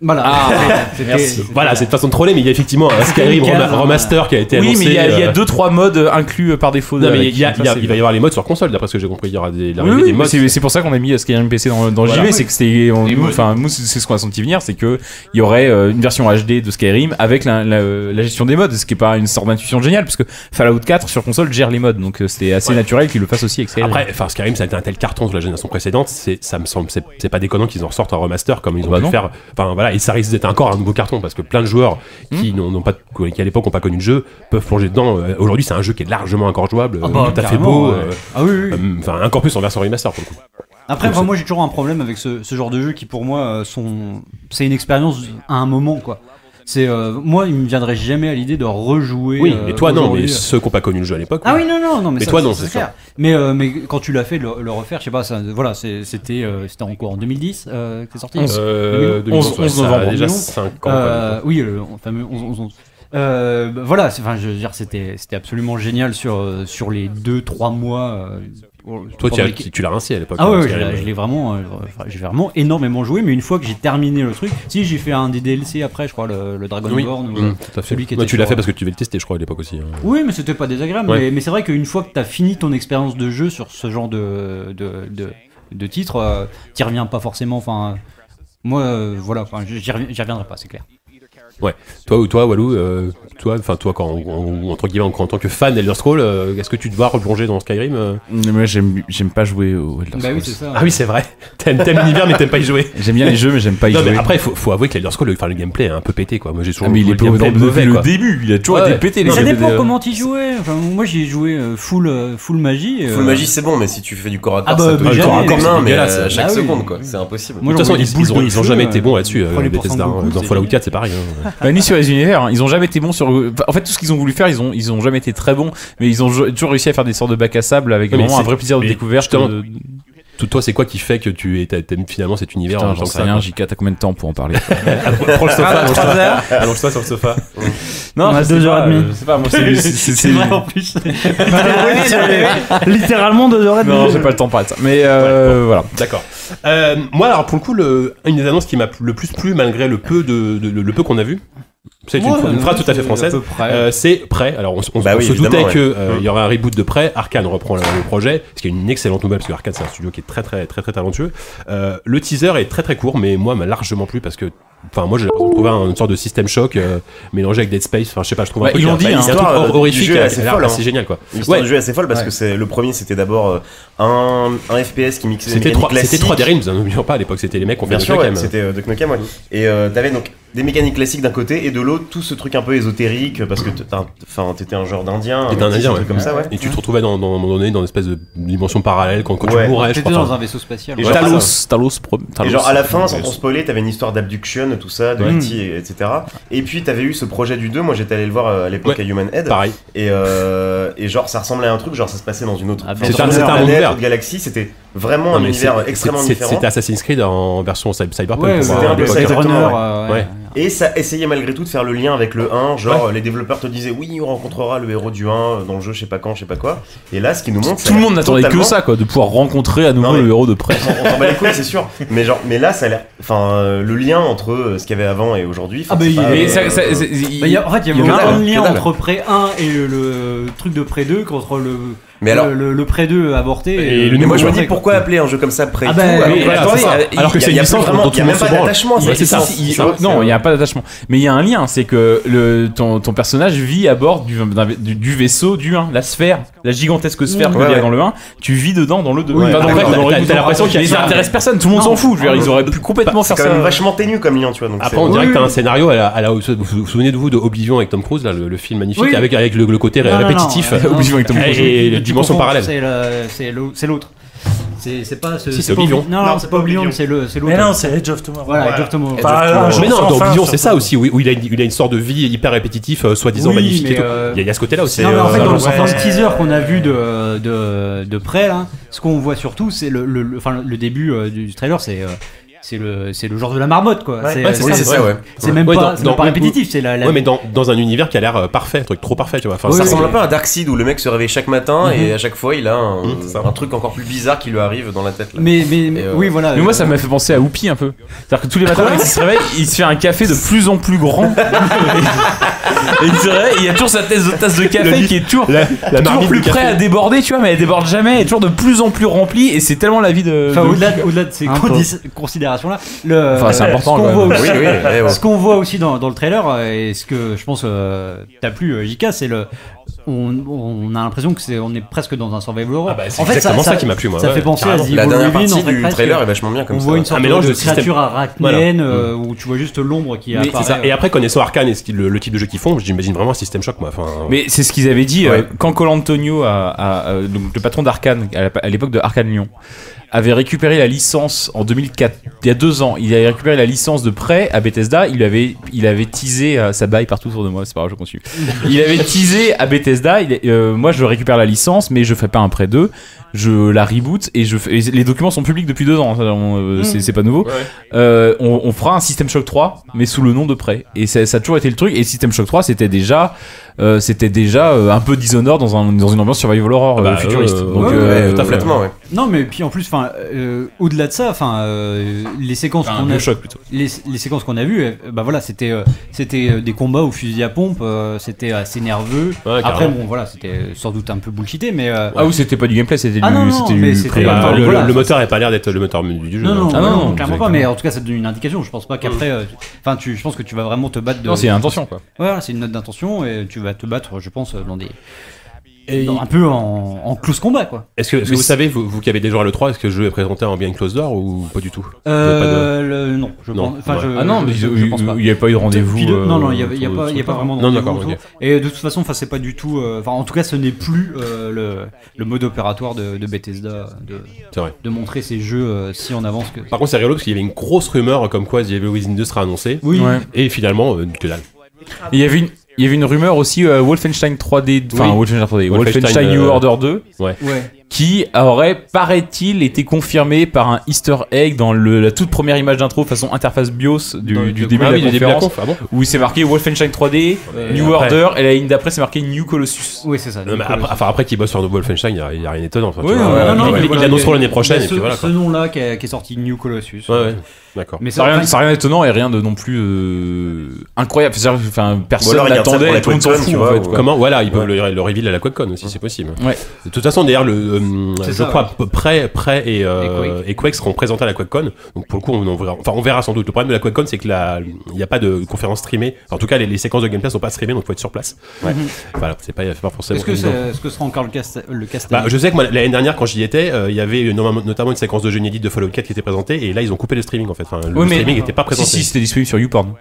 [SPEAKER 3] Voilà. Ah, C'était-
[SPEAKER 5] merci.
[SPEAKER 3] c'était-
[SPEAKER 4] Voilà, c'est de façon de troller, mais il y a effectivement un Skyrim
[SPEAKER 3] case,
[SPEAKER 4] rema-
[SPEAKER 3] hein.
[SPEAKER 4] remaster qui a été
[SPEAKER 5] oui
[SPEAKER 4] annoncé.
[SPEAKER 5] mais il y a, il y a
[SPEAKER 4] euh,
[SPEAKER 5] deux trois modes euh, inclus euh, par défaut
[SPEAKER 4] Non,
[SPEAKER 5] de-
[SPEAKER 4] mais il, y a-
[SPEAKER 5] qui- ça,
[SPEAKER 4] il y a-
[SPEAKER 5] c'est-
[SPEAKER 4] il va y avoir les modes sur console, d'après ce que j'ai compris. Il y aura des,
[SPEAKER 5] Oui,
[SPEAKER 4] l'arrivée
[SPEAKER 5] oui,
[SPEAKER 4] des
[SPEAKER 5] mais
[SPEAKER 4] mods.
[SPEAKER 5] c'est, c'est pour ça qu'on a mis euh, Skyrim PC dans, dans
[SPEAKER 4] Voilà.
[SPEAKER 5] JV, c'est que c'était, on, nous, enfin, nous, c'est, c'est ce qu'on a senti venir, c'est que il y aurait euh, une version HD de Skyrim avec la, la, la gestion des modes, ce qui est pas une sorte d'intuition géniale, parce que Fallout 4 sur console gère les modes, donc euh, c'était assez naturel qu'ils le fassent aussi avec Skyrim.
[SPEAKER 4] Après, enfin, Skyrim, ça a été un tel carton de la génération précédente, c'est, ça me semble, c'est, c'est pas déconnant qu'ils en ressortent un remaster comme ils
[SPEAKER 3] Ah
[SPEAKER 4] ont
[SPEAKER 5] Bah
[SPEAKER 4] pu
[SPEAKER 5] non.
[SPEAKER 4] faire. Enfin voilà, et ça risque d'être encore un nouveau carton parce que plein de joueurs
[SPEAKER 3] Hmm.
[SPEAKER 4] qui n'ont, n'ont pas, qui à l'époque n'ont pas connu le jeu, peuvent plonger dedans. Euh, aujourd'hui, c'est un jeu qui est largement encore jouable,
[SPEAKER 3] bah,
[SPEAKER 4] euh, tout à fait
[SPEAKER 3] carrément,
[SPEAKER 4] beau.
[SPEAKER 3] ouais.
[SPEAKER 4] euh,
[SPEAKER 3] Ah oui, oui, oui.
[SPEAKER 4] euh, Enfin, encore plus en version remaster pour le coup.
[SPEAKER 3] Après,
[SPEAKER 4] Donc,
[SPEAKER 3] enfin,
[SPEAKER 4] c'est-
[SPEAKER 3] moi j'ai toujours un problème avec ce, ce genre de jeu qui pour moi euh, sont c'est une expérience à un moment quoi. C'est euh, moi il me viendrait jamais à l'idée de rejouer.
[SPEAKER 4] Oui,
[SPEAKER 3] euh,
[SPEAKER 4] mais toi non, mais
[SPEAKER 3] aujourd'hui.
[SPEAKER 4] ceux qui n'ont pas connu le jeu à l'époque.
[SPEAKER 3] ah
[SPEAKER 4] oui.
[SPEAKER 3] oui non non non mais,
[SPEAKER 4] Mais
[SPEAKER 3] ça,
[SPEAKER 4] toi,
[SPEAKER 3] ça,
[SPEAKER 4] non,
[SPEAKER 3] ça,
[SPEAKER 4] c'est
[SPEAKER 3] clair. Mais euh, mais quand tu l'as fait le, le refaire je sais pas ça, voilà c'est- c'était euh, c'était en quoi en 2010 euh, que c'est sorti.
[SPEAKER 4] Euh,
[SPEAKER 5] 2011,
[SPEAKER 4] 2011, ça a
[SPEAKER 5] novembre.
[SPEAKER 4] Déjà
[SPEAKER 3] Novembre.
[SPEAKER 4] 5 ans.
[SPEAKER 3] Euh, oui, le fameux 11 11 11. Euh, bah, voilà, c'est- enfin, je veux dire, c'était, c'était absolument génial sur, euh, sur les 2-3 mois. euh,
[SPEAKER 4] Toi, tu, as-
[SPEAKER 3] pendant
[SPEAKER 4] tu- tu l'as rincé à l'époque.
[SPEAKER 3] Ah
[SPEAKER 4] hein,
[SPEAKER 3] ouais, ouais, je
[SPEAKER 4] Skyrim.
[SPEAKER 3] l'ai- je l'ai vraiment, euh, enfin, j'ai vraiment énormément joué, mais une fois que j'ai terminé le truc, si j'ai fait un des DLC après, je crois le, le
[SPEAKER 4] Oui.
[SPEAKER 3] Dragonborn. ou-
[SPEAKER 4] Mmh, tout à fait.
[SPEAKER 3] celui qui
[SPEAKER 4] Moi,
[SPEAKER 3] était
[SPEAKER 4] tu l'as
[SPEAKER 3] sur-
[SPEAKER 4] fait parce que tu devais le tester, je crois, à l'époque aussi. hein.
[SPEAKER 3] Oui, mais c'était pas désagréable.
[SPEAKER 4] Ouais.
[SPEAKER 3] Mais, mais c'est vrai qu'une fois que t'as fini ton expérience de jeu sur ce genre de de, de, de titre, euh, t'y reviens pas forcément. Enfin, euh, moi, euh, voilà, enfin, j'y reviens- j'y reviendrai pas, c'est clair.
[SPEAKER 4] Ouais. Toi ou toi, Walou, euh, toi, enfin toi, quand, en- en- entre guillemets, en, en tant que fan d'Elder Scrolls, euh, est-ce que tu te vas replonger dans Skyrim euh
[SPEAKER 5] Mais Moi, j'aime j'aime pas jouer au Elder
[SPEAKER 3] Bah oui,
[SPEAKER 5] Scrolls.
[SPEAKER 3] c'est ça.
[SPEAKER 4] Ah oui, c'est vrai. T'aimes t'aimes l'univers, mais t'aimes pas y jouer.
[SPEAKER 5] J'aime bien les jeux, mais j'aime pas y
[SPEAKER 4] Non,
[SPEAKER 5] jouer.
[SPEAKER 4] mais après, faut, faut avouer que l'Elder Scrolls, le, enfin, le gameplay est un peu pété, quoi. Moi, j'ai toujours
[SPEAKER 5] Ah, mais il
[SPEAKER 4] trouvé
[SPEAKER 5] est
[SPEAKER 4] le gameplay
[SPEAKER 5] mauvais depuis le
[SPEAKER 4] quoi.
[SPEAKER 5] début. Il a toujours
[SPEAKER 4] Ouais.
[SPEAKER 5] été pété. les
[SPEAKER 3] ça
[SPEAKER 5] gameplays.
[SPEAKER 4] euh,
[SPEAKER 3] dépend comment tu jouais. Enfin, moi, j'y ai joué euh, full, euh, full magie. euh,
[SPEAKER 7] Full magie, c'est bon, mais si tu fais du corps à corps,
[SPEAKER 3] Ah bah,
[SPEAKER 7] ça te
[SPEAKER 3] mais
[SPEAKER 7] le corps à
[SPEAKER 3] jamais,
[SPEAKER 7] corps,
[SPEAKER 3] mais
[SPEAKER 7] main,
[SPEAKER 3] c'est
[SPEAKER 7] mais
[SPEAKER 3] dégueulasse.
[SPEAKER 7] à chaque
[SPEAKER 3] Bah oui.
[SPEAKER 7] seconde, quoi. C'est impossible.
[SPEAKER 4] De
[SPEAKER 3] moi,
[SPEAKER 4] toute
[SPEAKER 3] j'en
[SPEAKER 4] façon,
[SPEAKER 3] voyais
[SPEAKER 4] ils,
[SPEAKER 3] des
[SPEAKER 4] ils ont,
[SPEAKER 3] boules de
[SPEAKER 4] ils ont
[SPEAKER 3] feu,
[SPEAKER 4] jamais
[SPEAKER 3] euh,
[SPEAKER 4] été bons là-dessus.
[SPEAKER 3] pour
[SPEAKER 4] Euh,
[SPEAKER 3] les
[SPEAKER 4] Bethesda,
[SPEAKER 3] pourcents de
[SPEAKER 4] hein.
[SPEAKER 3] coups,
[SPEAKER 4] dans
[SPEAKER 3] c'est-
[SPEAKER 4] Fallout 4, c'est pareil. hein.
[SPEAKER 5] Bah, ni sur les univers, hein. ils ont jamais été bons sur. enfin, En fait, tout ce qu'ils ont voulu faire, ils ont, ils ont jamais été très bons, mais ils ont jo- toujours réussi à faire des sortes de bac à sable avec
[SPEAKER 4] Oui, mais
[SPEAKER 5] vraiment un
[SPEAKER 4] c'est-
[SPEAKER 5] vrai plaisir de
[SPEAKER 4] mais
[SPEAKER 5] découverte. euh,
[SPEAKER 4] justement,
[SPEAKER 5] de-
[SPEAKER 4] Tout toi, c'est quoi qui fait que tu es- t'a- t'aimes finalement cet univers hein,
[SPEAKER 5] Putain,
[SPEAKER 4] en
[SPEAKER 5] j'en
[SPEAKER 4] tant que
[SPEAKER 5] sais
[SPEAKER 4] ça,
[SPEAKER 5] rien,
[SPEAKER 4] quoi.
[SPEAKER 5] JK, t'as combien de temps pour en parler
[SPEAKER 4] Prends le sofa, allonge-toi.
[SPEAKER 3] trois heures.
[SPEAKER 4] allonge-toi sur le sofa.
[SPEAKER 5] Non,
[SPEAKER 1] On a
[SPEAKER 5] je sais
[SPEAKER 1] deux heures
[SPEAKER 5] pas,
[SPEAKER 1] et demie.
[SPEAKER 5] euh, Je sais pas, moi, c'est. c'est- c'est-
[SPEAKER 3] C'est vrai en plus.
[SPEAKER 1] Littéralement deux heures et
[SPEAKER 5] Non,
[SPEAKER 1] demie.
[SPEAKER 5] j'ai pas le temps de parler de ça. Mais euh, voilà.
[SPEAKER 4] D'accord. Euh, moi, alors pour le coup, le, une des annonces qui m'a le plus plu, malgré le peu de, de- le, le peu qu'on a vu, c'est une,
[SPEAKER 3] Moi,
[SPEAKER 4] une phrase tout à fait
[SPEAKER 3] c'est
[SPEAKER 4] française.
[SPEAKER 3] peu près.
[SPEAKER 4] euh, c'est Prêt. Alors on, s- on s-
[SPEAKER 7] Bah
[SPEAKER 4] on
[SPEAKER 7] oui,
[SPEAKER 4] se doutait
[SPEAKER 7] évidemment, ouais. Mm.
[SPEAKER 4] qu'il y aurait un reboot de Prêt. Arkane reprend le, le projet, ce qui est une excellente nouvelle parce que Arkane c'est un studio qui est très très très très talentueux. Euh, le teaser est très très court, mais moi m'a largement plu parce que, enfin moi j'ai l'impression de trouver un- une sorte de système choc euh, mélangé avec Dead Space. Enfin je sais pas, je trouve. un
[SPEAKER 5] Bah,
[SPEAKER 4] truc
[SPEAKER 5] ils l'ont
[SPEAKER 4] qui a- il y
[SPEAKER 5] dit,
[SPEAKER 4] a
[SPEAKER 5] hein.
[SPEAKER 4] un truc
[SPEAKER 7] L'histoire, euh, du
[SPEAKER 4] horrifique,
[SPEAKER 7] jeu est
[SPEAKER 4] et
[SPEAKER 7] assez
[SPEAKER 4] c'est
[SPEAKER 7] folle, hein.
[SPEAKER 4] c'est génial quoi.
[SPEAKER 7] L'histoire
[SPEAKER 4] Ouais.
[SPEAKER 7] du jeu est assez folle parce que c'est le premier c'était d'abord euh, un, un FPS qui mixait
[SPEAKER 4] C'était
[SPEAKER 7] mécaniques
[SPEAKER 4] trois, c'était
[SPEAKER 7] classiques.
[SPEAKER 4] trois des rims, hein, n'oublions pas à l'époque, c'était les mecs qui ont fait
[SPEAKER 7] Bien
[SPEAKER 4] le
[SPEAKER 7] sûr,
[SPEAKER 4] truc,
[SPEAKER 7] ouais,
[SPEAKER 4] quand même.
[SPEAKER 7] c'était euh, Duck Nukem, ouais. Et euh, t'avais donc des mécaniques classiques d'un côté et de l'autre tout ce truc un peu ésotérique parce que t'es- t'as- enfin, t'étais un genre d'indien,
[SPEAKER 4] T'étais un
[SPEAKER 7] métis,
[SPEAKER 4] Indien,
[SPEAKER 7] truc
[SPEAKER 4] ouais.
[SPEAKER 7] comme ça, ouais.
[SPEAKER 4] Et tu te retrouvais dans, dans, à un moment donné dans une espèce de dimension parallèle quand, quand
[SPEAKER 7] Ouais.
[SPEAKER 4] tu mourais, je hein.
[SPEAKER 3] J'étais
[SPEAKER 4] crois.
[SPEAKER 3] dans
[SPEAKER 4] enfin,
[SPEAKER 3] un vaisseau spatial.
[SPEAKER 7] Et
[SPEAKER 3] ouais.
[SPEAKER 7] genre-
[SPEAKER 5] Talos, Talos, pro- Talos.
[SPEAKER 7] Et genre à la fin, sans trop spoiler, t'avais une histoire d'abduction, tout ça, de E.T., etc. Et puis t'avais eu ce projet du 2, moi j'étais allé le voir euh, à l'époque
[SPEAKER 4] Ouais.
[SPEAKER 7] à Human Head,
[SPEAKER 4] Pareil.
[SPEAKER 7] et, euh, et genre ça ressemblait à un truc, genre ça se passait dans une autre,
[SPEAKER 3] Ah, mais
[SPEAKER 7] dans
[SPEAKER 4] c'était un-
[SPEAKER 7] une
[SPEAKER 4] c'était un
[SPEAKER 7] autre
[SPEAKER 4] monde
[SPEAKER 7] planète,
[SPEAKER 4] ouvert.
[SPEAKER 7] autre galaxie, c'était vraiment un
[SPEAKER 4] Non, mais c'est-
[SPEAKER 7] univers
[SPEAKER 4] c'est-
[SPEAKER 7] extrêmement
[SPEAKER 4] c'est-
[SPEAKER 7] différent.
[SPEAKER 4] C'était Assassin's Creed en version cy- Cyberpunk.
[SPEAKER 3] Ouais,
[SPEAKER 4] pour
[SPEAKER 3] c'était
[SPEAKER 4] moi, à
[SPEAKER 3] un peu
[SPEAKER 4] l'époque.
[SPEAKER 7] Blade
[SPEAKER 3] Blade Runner.
[SPEAKER 7] Runner,
[SPEAKER 3] euh,
[SPEAKER 4] Ouais.
[SPEAKER 3] ouais.
[SPEAKER 7] Et ça essayait malgré tout de faire le lien avec le 1, genre euh, les développeurs te disaient oui, on rencontrera le héros du 1 euh, dans le jeu, je sais pas quand, je sais pas quoi. Et là, ce qui nous montre,
[SPEAKER 5] Tout le monde n'attendait que
[SPEAKER 7] totalement-
[SPEAKER 5] ça, quoi, de pouvoir rencontrer à nouveau
[SPEAKER 7] Non, mais-
[SPEAKER 5] le héros de près.
[SPEAKER 7] On s'en bat les couilles, c'est sûr. Mais genre, mais là, ça a l'air. Enfin, euh, le lien entre euh, ce qu'il y avait avant et aujourd'hui.
[SPEAKER 3] Ah
[SPEAKER 7] enfin,
[SPEAKER 3] bah,
[SPEAKER 7] c'est
[SPEAKER 3] il
[SPEAKER 7] pas,
[SPEAKER 3] est-
[SPEAKER 5] Mais
[SPEAKER 7] euh,
[SPEAKER 5] ça- ça- c'est-
[SPEAKER 3] Bah, y a- en fait, il y
[SPEAKER 7] Il y
[SPEAKER 3] avait
[SPEAKER 7] a
[SPEAKER 3] aucun
[SPEAKER 7] dalle,
[SPEAKER 3] lien
[SPEAKER 7] que dalle.
[SPEAKER 3] entre prêt 1 et le, le truc de prêt 2 contre le,
[SPEAKER 7] Mais alors.
[SPEAKER 3] le, le- le prêt 2 avorté.
[SPEAKER 4] Et le
[SPEAKER 7] Mais moi, je me
[SPEAKER 4] Ouais,
[SPEAKER 7] dis pourquoi appeler un jeu comme ça après
[SPEAKER 3] Ah
[SPEAKER 7] tout,
[SPEAKER 3] bah,
[SPEAKER 7] alors
[SPEAKER 3] oui,
[SPEAKER 7] que-
[SPEAKER 4] voilà,
[SPEAKER 7] attendez,
[SPEAKER 4] c'est ça.
[SPEAKER 7] euh, il-
[SPEAKER 4] Alors que
[SPEAKER 7] il y a-
[SPEAKER 4] c'est
[SPEAKER 7] il y
[SPEAKER 4] une
[SPEAKER 7] a
[SPEAKER 4] licence
[SPEAKER 7] plus vraiment-
[SPEAKER 4] dont tout
[SPEAKER 7] il y a
[SPEAKER 4] le
[SPEAKER 7] même
[SPEAKER 4] monde
[SPEAKER 7] pas
[SPEAKER 4] se branle.
[SPEAKER 7] d'attachement. à
[SPEAKER 5] Il y a-
[SPEAKER 7] cette
[SPEAKER 5] si,
[SPEAKER 7] licence.
[SPEAKER 5] si, il-
[SPEAKER 7] C'est vrai,
[SPEAKER 5] non,
[SPEAKER 7] c'est-
[SPEAKER 5] il n'y a pas d'attachement. Mais il y a un lien, c'est que le, ton, ton personnage vit à bord du, d'un- du, du vaisseau du 1, la sphère, la gigantesque sphère
[SPEAKER 7] Mmh.
[SPEAKER 5] qu'il
[SPEAKER 7] Ouais,
[SPEAKER 5] y a
[SPEAKER 7] ouais.
[SPEAKER 5] dans le 1, tu vis dedans dans le 2.
[SPEAKER 3] Oui,
[SPEAKER 5] Enfin, dans le
[SPEAKER 4] d'accord.
[SPEAKER 5] fait,
[SPEAKER 4] T'as-
[SPEAKER 5] dans le
[SPEAKER 4] t'as-
[SPEAKER 5] reboot,
[SPEAKER 4] t'as l'impression qu'il y a-
[SPEAKER 5] les intéresse personne, tout le monde
[SPEAKER 3] Non.
[SPEAKER 5] s'en fout. Je veux dire, ils auraient pu complètement
[SPEAKER 7] C'est
[SPEAKER 5] faire
[SPEAKER 7] quand
[SPEAKER 5] ça.
[SPEAKER 7] même vachement ténu comme lien, tu vois. Donc
[SPEAKER 4] Après,
[SPEAKER 7] c'est-
[SPEAKER 4] on dirait
[SPEAKER 3] Oui,
[SPEAKER 4] que t'as
[SPEAKER 3] oui.
[SPEAKER 4] un scénario à la, à la- vous vous souvenez de vous de Oblivion avec Tom Cruise, là, le, le film magnifique,
[SPEAKER 3] Oui.
[SPEAKER 4] avec, avec le, le côté
[SPEAKER 3] Non, non, non,
[SPEAKER 4] répétitif.
[SPEAKER 3] euh, non,
[SPEAKER 5] Oblivion avec Tom
[SPEAKER 4] Cruise.
[SPEAKER 3] tu-
[SPEAKER 4] Et
[SPEAKER 3] tu-
[SPEAKER 4] les
[SPEAKER 3] tu
[SPEAKER 4] dimensions
[SPEAKER 3] confonds,
[SPEAKER 4] parallèles.
[SPEAKER 3] c'est le- C'est l'au- c'est l'autre. C'est c'est pas.
[SPEAKER 4] Si, c'est
[SPEAKER 3] pas
[SPEAKER 4] Oblivion.
[SPEAKER 3] Obli- Non, non, c'est pas Oblivion, c'est le- c'est l'autre.
[SPEAKER 8] Mais non, c'est Edge of Tomorrow.
[SPEAKER 3] Voilà, exactement.
[SPEAKER 8] Enfin, un jour
[SPEAKER 4] mais non,
[SPEAKER 8] sans
[SPEAKER 4] dans
[SPEAKER 8] fin,
[SPEAKER 4] Oblivion,
[SPEAKER 8] surtout.
[SPEAKER 4] c'est ça aussi, où, où il, a une, il a une sorte de vie hyper répétitif, euh, soi-disant
[SPEAKER 3] Oui,
[SPEAKER 4] magnifique
[SPEAKER 3] mais,
[SPEAKER 4] et tout.
[SPEAKER 3] euh,
[SPEAKER 4] Il y a- il y a ce côté-là aussi.
[SPEAKER 3] Non, mais en
[SPEAKER 4] euh,
[SPEAKER 3] fait, dans le,
[SPEAKER 8] ouais.
[SPEAKER 3] dans le teaser qu'on a vu de, de, de près, là, ce qu'on voit surtout, c'est le, le, le- enfin, le début euh, du trailer, c'est. euh, c'est le, c'est le genre de la marmotte, quoi.
[SPEAKER 8] Ouais.
[SPEAKER 3] c'est euh,
[SPEAKER 4] Ouais, c'est
[SPEAKER 7] Oui,
[SPEAKER 3] c'est-
[SPEAKER 7] c'est ça, ouais.
[SPEAKER 3] c'est même
[SPEAKER 4] Ouais,
[SPEAKER 3] pas,
[SPEAKER 4] dans-
[SPEAKER 3] c'est même
[SPEAKER 4] dans-
[SPEAKER 3] pas répétitif, c'est la. la-
[SPEAKER 4] Ouais, mais dans, dans un univers qui a l'air euh, parfait, un truc trop parfait, tu vois. Enfin,
[SPEAKER 3] Ouais,
[SPEAKER 4] ça
[SPEAKER 3] ouais.
[SPEAKER 7] Ça
[SPEAKER 4] ressemble-
[SPEAKER 7] ressemble un peu à Darkseid où le mec se réveille chaque matin et à chaque fois il a un,
[SPEAKER 4] Mhm, c'est ça.
[SPEAKER 7] un truc encore plus bizarre qui lui arrive dans la tête. là.
[SPEAKER 3] mais, mais-
[SPEAKER 7] Et, euh,
[SPEAKER 3] oui, voilà.
[SPEAKER 5] Mais moi,
[SPEAKER 3] euh,
[SPEAKER 5] ça m'a fait penser à Whoopi un peu. C'est-à-dire que tous les
[SPEAKER 4] Ah,
[SPEAKER 5] matins, quand il se réveille, il se fait un café de plus en plus grand. Et il se réveille, il y a toujours sa tasse, tasse de café qui est toujours,
[SPEAKER 4] La, la
[SPEAKER 5] toujours
[SPEAKER 4] marmite
[SPEAKER 5] plus
[SPEAKER 4] du café.
[SPEAKER 5] près à déborder, tu vois, mais elle déborde jamais, elle est toujours de plus en plus remplie, et c'est tellement la vie de.
[SPEAKER 3] Enfin,
[SPEAKER 5] Euh, de-
[SPEAKER 3] au-delà de, au-delà de ces
[SPEAKER 1] Un peu.
[SPEAKER 3] condis- considérations-là, le-
[SPEAKER 5] Enfin, c'est
[SPEAKER 3] euh,
[SPEAKER 5] important,
[SPEAKER 3] Ce qu'on
[SPEAKER 5] quand
[SPEAKER 3] voit,
[SPEAKER 5] même.
[SPEAKER 7] Oui,
[SPEAKER 3] aussi-
[SPEAKER 7] oui, ouais, ouais.
[SPEAKER 3] ce qu'on voit aussi dans, dans le trailer, euh, et ce que je pense euh, t'as plu, euh, Jika, c'est le. On, on a l'impression que c'est, on est presque dans un survival horror.
[SPEAKER 4] Ah bah, c'est exactement ça qui m'a plu, moi,
[SPEAKER 3] Ça
[SPEAKER 4] ouais,
[SPEAKER 3] fait penser
[SPEAKER 4] carrément.
[SPEAKER 3] à The
[SPEAKER 7] La
[SPEAKER 3] Evil
[SPEAKER 7] dernière
[SPEAKER 3] Within, en
[SPEAKER 7] partie
[SPEAKER 3] fait,
[SPEAKER 7] du
[SPEAKER 3] presque.
[SPEAKER 7] trailer est vachement bien
[SPEAKER 3] On
[SPEAKER 7] comme ça.
[SPEAKER 3] voit une sorte
[SPEAKER 4] Un mélange
[SPEAKER 3] de,
[SPEAKER 4] de système.
[SPEAKER 3] créature arachnéenne euh, où tu vois juste l'ombre qui
[SPEAKER 4] Mais c'est
[SPEAKER 3] apparaît.
[SPEAKER 4] ça.
[SPEAKER 5] euh,
[SPEAKER 4] Et après, connaissant Arkane et ce qui- le, le type de jeu qu'ils font, j'imagine vraiment un système choc, moi. Enfin,
[SPEAKER 5] Mais c'est ce qu'ils avaient dit
[SPEAKER 7] Ouais.
[SPEAKER 5] euh, quand Colantonio, a, a- a- donc le patron d'Arkane, à la- à l'époque de Arkane Lyon, avait récupéré la licence en 2004, il y a deux ans, il avait récupéré la licence de prêt à Bethesda, il avait, il avait teasé, euh, ça baille partout autour de moi, c'est pas grave, je continue. Il avait teasé à Bethesda, il est- euh, moi je récupère la licence, mais je fais pas un prêt 2, je la reboot, et je fais- et les documents sont publics depuis deux ans, ça, on,
[SPEAKER 3] Mm.
[SPEAKER 5] euh, c'est c'est pas nouveau. Euh, on, on fera un System Shock 3, mais sous le nom de prêt. Et ça, ça a toujours été le truc, et System Shock 3 c'était déjà... euh, c'était déjà euh, un peu Dishonored dans, un- dans une ambiance survival horror euh,
[SPEAKER 4] Bah,
[SPEAKER 5] futuriste.
[SPEAKER 4] euh,
[SPEAKER 5] Donc,
[SPEAKER 7] Ouais,
[SPEAKER 5] euh,
[SPEAKER 7] ouais, complètement, ouais.
[SPEAKER 3] Non, mais puis en plus, enfin, euh, au-delà de ça, enfin, euh, les séquences
[SPEAKER 5] Enfin,
[SPEAKER 3] qu'on
[SPEAKER 5] le
[SPEAKER 3] a,
[SPEAKER 5] choc plutôt.
[SPEAKER 3] les, les séquences qu'on a vues, euh, bah voilà, c'était, euh, c'était euh, des combats au fusil à pompe, euh, c'était assez nerveux.
[SPEAKER 4] Ouais, avec
[SPEAKER 3] Après,
[SPEAKER 4] carrément.
[SPEAKER 3] bon, voilà, c'était euh, sans doute un peu bullshité, mais. euh,
[SPEAKER 5] Ah oui, c'était pas du gameplay, c'était
[SPEAKER 3] Ah
[SPEAKER 5] du.
[SPEAKER 3] non, non,
[SPEAKER 5] c'était
[SPEAKER 3] mais
[SPEAKER 5] du
[SPEAKER 3] c'était
[SPEAKER 5] pré- euh,
[SPEAKER 3] pas-
[SPEAKER 4] Bah, le,
[SPEAKER 3] voilà.
[SPEAKER 4] le moteur n'a pas l'air d'être le moteur menu du jeu.
[SPEAKER 3] Non,
[SPEAKER 4] hein.
[SPEAKER 3] non,
[SPEAKER 5] Ah
[SPEAKER 3] non,
[SPEAKER 5] non,
[SPEAKER 3] non,
[SPEAKER 5] vous
[SPEAKER 3] clairement
[SPEAKER 5] avez
[SPEAKER 3] pas,
[SPEAKER 5] quand
[SPEAKER 3] mais
[SPEAKER 5] même-
[SPEAKER 3] en tout cas ça te donne une indication. Je pense pas qu'après. euh, tu- Enfin, tu, je pense que tu vas vraiment te battre de.
[SPEAKER 5] Non, c'est intention quoi.
[SPEAKER 3] Ouais, voilà, c'est une note d'intention et tu vas te battre, je pense, dans des. dans un peu en, en close combat quoi.
[SPEAKER 4] Est-ce que, est-ce que
[SPEAKER 5] Mais
[SPEAKER 4] vous
[SPEAKER 5] c'est-
[SPEAKER 4] savez, vous, vous qui avez déjà joué à l'E3, est-ce que le jeu est présenté en bien close d'or ou pas du tout Vous avez pas de-
[SPEAKER 3] Euh, le- non, je
[SPEAKER 4] Non,
[SPEAKER 3] pense. Enfin,
[SPEAKER 4] ouais.
[SPEAKER 3] je,
[SPEAKER 5] Ah non, mais
[SPEAKER 3] Euh, je,
[SPEAKER 5] il
[SPEAKER 3] je pense pas.
[SPEAKER 5] n'y avait pas eu de rendez-vous.
[SPEAKER 3] Puis le-
[SPEAKER 5] euh,
[SPEAKER 3] non, non, il n'y a, il y a
[SPEAKER 5] autour
[SPEAKER 3] pas,
[SPEAKER 5] de
[SPEAKER 3] il y a
[SPEAKER 5] ce
[SPEAKER 3] pas
[SPEAKER 5] truc.
[SPEAKER 3] vraiment de
[SPEAKER 4] Non,
[SPEAKER 3] rendez-vous
[SPEAKER 4] d'accord,
[SPEAKER 3] autour. Et de toute façon, enfin, c'est pas du tout. euh, Enfin, en tout cas, ce n'est plus euh, le, le mode opératoire de, de Bethesda de,
[SPEAKER 4] C'est vrai.
[SPEAKER 3] de montrer ces jeux euh, si en avance que.
[SPEAKER 4] Par contre, c'est rigolo parce qu'il y avait une grosse rumeur comme quoi The Evil Within 2 sera annoncé.
[SPEAKER 3] Oui.
[SPEAKER 5] Ouais.
[SPEAKER 4] Et finalement, euh, que dalle.
[SPEAKER 5] Il y avait une. Il y avait une rumeur aussi euh, Wolfenstein 3D, enfin
[SPEAKER 4] Oui.
[SPEAKER 5] Wolfenstein 3D,
[SPEAKER 4] Wolfenstein,
[SPEAKER 5] Wolfenstein, New
[SPEAKER 4] euh,
[SPEAKER 5] Order 2,
[SPEAKER 3] Ouais.
[SPEAKER 5] qui aurait, paraît-il, été confirmé par un Easter egg dans le- la toute première image d'intro façon interface BIOS du,
[SPEAKER 3] Dans le-
[SPEAKER 5] du
[SPEAKER 3] de-
[SPEAKER 5] début
[SPEAKER 4] Ah
[SPEAKER 5] de
[SPEAKER 4] oui,
[SPEAKER 5] la
[SPEAKER 4] du début de la
[SPEAKER 5] conférence,
[SPEAKER 4] conf, ah bon
[SPEAKER 5] où c'est marqué Wolfenstein 3D, New
[SPEAKER 4] après-
[SPEAKER 5] Order, et la ligne d'après c'est marqué New Colossus.
[SPEAKER 3] Oui, c'est ça. euh,
[SPEAKER 4] Non, mais Euh, bah, après, enfin, après qu'il bosse sur Wolfenstein, il n'y a, rien d'étonnant. Enfin, tu
[SPEAKER 5] Oui,
[SPEAKER 4] vois,
[SPEAKER 5] non,
[SPEAKER 4] euh,
[SPEAKER 5] non, non,
[SPEAKER 4] ils-
[SPEAKER 5] mais
[SPEAKER 4] ils
[SPEAKER 5] voilà,
[SPEAKER 4] l'annonceront l'année
[SPEAKER 3] Il y a
[SPEAKER 4] prochaine,
[SPEAKER 3] ce,
[SPEAKER 4] et puis voilà.
[SPEAKER 3] ce
[SPEAKER 4] Quoi.
[SPEAKER 3] nom-là qui, est- qui est sorti New Colossus.
[SPEAKER 4] Ouais, ouais, d'accord.
[SPEAKER 3] Mais
[SPEAKER 5] C'est
[SPEAKER 3] ça,
[SPEAKER 5] rien,
[SPEAKER 3] enfin,
[SPEAKER 5] c'est rien d'étonnant et rien de non plus euh, incroyable. C'est-à-dire, Enfin,
[SPEAKER 7] Ou
[SPEAKER 5] personne
[SPEAKER 7] alors, il regarde ça
[SPEAKER 5] l'attendait
[SPEAKER 7] pour
[SPEAKER 5] et tout le monde s'en
[SPEAKER 7] la Quake,
[SPEAKER 5] fout
[SPEAKER 7] tu
[SPEAKER 5] en
[SPEAKER 7] vois,
[SPEAKER 5] fait.
[SPEAKER 7] ou-
[SPEAKER 5] quoi.
[SPEAKER 4] Comment Voilà, ils peuvent le, le reveal à la QuakeCon aussi, c'est possible.
[SPEAKER 5] Ouais.
[SPEAKER 4] De toute façon, d'ailleurs, le, euh, je
[SPEAKER 3] C'est ça,
[SPEAKER 4] crois prêt, prêt et,
[SPEAKER 3] Et
[SPEAKER 4] euh, et Quake. seront présentés à la QuakeCon. Donc pour le coup, on, en verra, enfin, on verra sans doute. Le problème de la QuakeCon, c'est que la- il n'y a pas de conférence streamée. En tout cas, les, les séquences de gameplay sont pas streamées, donc faut être sur place. Mm-hmm. Voilà, c'est pas, c'est pas forcément.
[SPEAKER 3] Est-ce que,
[SPEAKER 4] évident.
[SPEAKER 3] c'est- est-ce que ce sera encore le, cast, le casting
[SPEAKER 4] Bah, je sais que moi, l'année dernière, quand j'y étais, euh, il y avait no- notamment une séquence de jeu inédite de Fallout 4 qui était présentée, et là, ils ont coupé le streaming en fait. Enfin, le
[SPEAKER 5] Oui, mais-
[SPEAKER 4] streaming n'était pas présenté.
[SPEAKER 5] Si, si, c'était disponible sur YouPorn.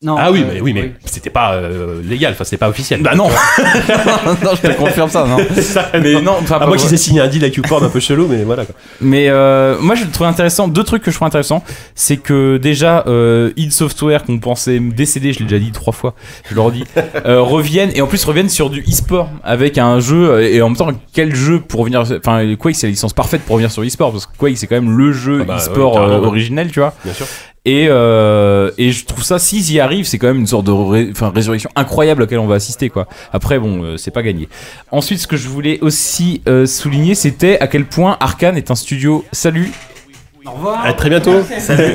[SPEAKER 3] Non,
[SPEAKER 4] Ah oui,
[SPEAKER 3] euh,
[SPEAKER 4] mais, oui, mais c'était pas euh, légal, enfin, c'était pas officiel.
[SPEAKER 5] Bah non Non, je te confirme ça, non. Ah,
[SPEAKER 4] C'est ça,
[SPEAKER 5] Mais
[SPEAKER 4] non.
[SPEAKER 5] non, enfin,
[SPEAKER 4] À
[SPEAKER 5] pas
[SPEAKER 4] moins
[SPEAKER 5] vrai.
[SPEAKER 4] qu'ils aient signé un deal avec YouPorn un peu chelou, mais voilà. quoi.
[SPEAKER 5] Mais euh, moi, je le trouve intéressant. Deux trucs que je trouve intéressant, c'est que déjà, euh, id Software, qu'on pensait décéder, je l'ai déjà dit trois fois, je le redis, euh, reviennent et en plus reviennent sur du e-sport avec un jeu euh, et en même temps quel jeu pour revenir. Enfin, Quake, c'est la licence parfaite pour revenir sur e-sport parce que Quake, c'est quand même le jeu
[SPEAKER 4] Ah bah,
[SPEAKER 5] e-sport
[SPEAKER 4] ouais, carrément,
[SPEAKER 5] euh,
[SPEAKER 4] ouais.
[SPEAKER 5] originel, tu vois.
[SPEAKER 4] Bien sûr.
[SPEAKER 5] Et, euh, et je trouve ça, s'ils y arrivent, c'est quand même une sorte de ré- enfin, résurrection incroyable à laquelle on va assister. quoi. Après, bon, euh, c'est pas gagné. Ensuite, ce que je voulais aussi euh, souligner, c'était à quel point Arkane est un studio. Salut,
[SPEAKER 3] Au revoir.
[SPEAKER 4] À très bientôt.
[SPEAKER 5] salut.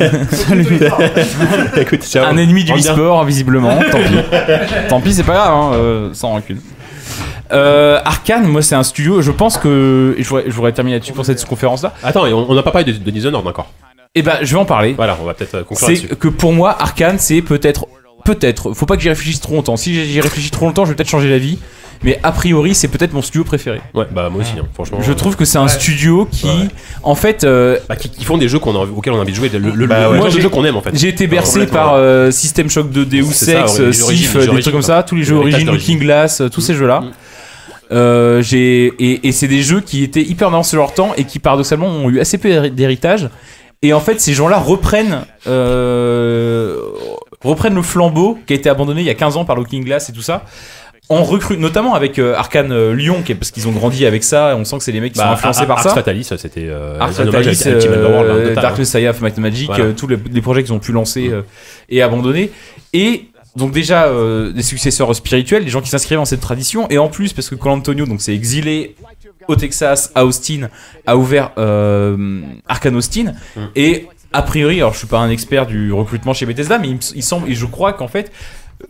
[SPEAKER 4] Écoute, ciao.
[SPEAKER 5] un ennemi du
[SPEAKER 4] Rends bien.
[SPEAKER 5] e-sport, visiblement. Tant pis. Tant pis, c'est pas grave, hein, euh, sans rancune. Euh, Arkane, moi, c'est un studio. Je pense que. et Je voudrais, je voudrais terminer là-dessus pour cette conférence-là.
[SPEAKER 4] Attends, et on on n'a pas parlé de, de Dishonored encore.
[SPEAKER 5] Et ben, je vais en parler.
[SPEAKER 4] Voilà, on va peut-être euh, conclure là-dessus.
[SPEAKER 5] c'est que pour moi, Arkane, c'est peut-être, peut-être, faut pas que j'y réfléchisse trop longtemps. Si j'y réfléchis trop longtemps, je vais peut-être changer d'avis. Mais a priori, c'est peut-être mon studio préféré.
[SPEAKER 4] Ouais, bah moi aussi, hein, franchement.
[SPEAKER 5] Je trouve que c'est un studio qui,
[SPEAKER 4] Ouais.
[SPEAKER 5] en fait, euh,
[SPEAKER 4] Bah, qui, qui font des jeux qu'on a envie- auxquels on a envie de jouer. Le, le, le-
[SPEAKER 7] Bah
[SPEAKER 4] le
[SPEAKER 7] ouais.
[SPEAKER 4] genre
[SPEAKER 5] Moi,
[SPEAKER 4] de
[SPEAKER 5] j'ai-
[SPEAKER 4] jeu qu'on aime en fait.
[SPEAKER 5] j'ai été
[SPEAKER 4] Ah,
[SPEAKER 5] bercé
[SPEAKER 4] complètement,
[SPEAKER 5] par
[SPEAKER 4] ouais.
[SPEAKER 5] euh, System Shock 2, Deus
[SPEAKER 4] C'est ça,
[SPEAKER 5] Ex,
[SPEAKER 4] ouais, les origines,
[SPEAKER 5] Sif,
[SPEAKER 4] les
[SPEAKER 5] euh, des
[SPEAKER 4] origines,
[SPEAKER 5] trucs comme
[SPEAKER 4] quoi.
[SPEAKER 5] ça, tous les jeux
[SPEAKER 4] Les
[SPEAKER 5] Origin,
[SPEAKER 4] tâches d'origine. Mm.
[SPEAKER 5] Looking Glass, euh, tous ces jeux-là. Euh, j'ai et, et c'est des jeux qui étaient hyper dans sur leur temps et qui paradoxalement ont eu assez peu d'héri- d'héritage. Et en fait, ces gens-là reprennent euh, reprennent le flambeau qui a été abandonné il y a 15 ans par Looking Glass et tout ça. On recrute notamment avec euh, Arkane euh, Lyon, qui est- parce qu'ils ont grandi avec ça. et On sent que c'est les mecs qui
[SPEAKER 4] Bah,
[SPEAKER 5] sont influencés
[SPEAKER 4] Ar-
[SPEAKER 5] par
[SPEAKER 4] Ars
[SPEAKER 5] ça.
[SPEAKER 4] Fatalis, c'était euh,
[SPEAKER 5] Ars
[SPEAKER 4] un hommage à
[SPEAKER 5] Fatalis,
[SPEAKER 4] Ultimate Underworld, hein,
[SPEAKER 5] euh,
[SPEAKER 4] total,
[SPEAKER 5] Dark
[SPEAKER 4] hein.
[SPEAKER 5] Messiah, of Might and Magic,
[SPEAKER 4] Voilà.
[SPEAKER 5] euh, tous les, les projets qu'ils ont pu lancer euh, et abandonner. Et donc déjà euh, des successeurs spirituels, des gens qui s'inscrivent dans cette tradition. Et en plus, parce que Colantonio, donc c'est exilé au Texas, à Austin, a ouvert euh, Arkane Austin.
[SPEAKER 4] Hmm.
[SPEAKER 5] Et a priori, alors je suis pas un expert du recrutement chez Bethesda, mais il, me- il semble et je crois qu'en fait.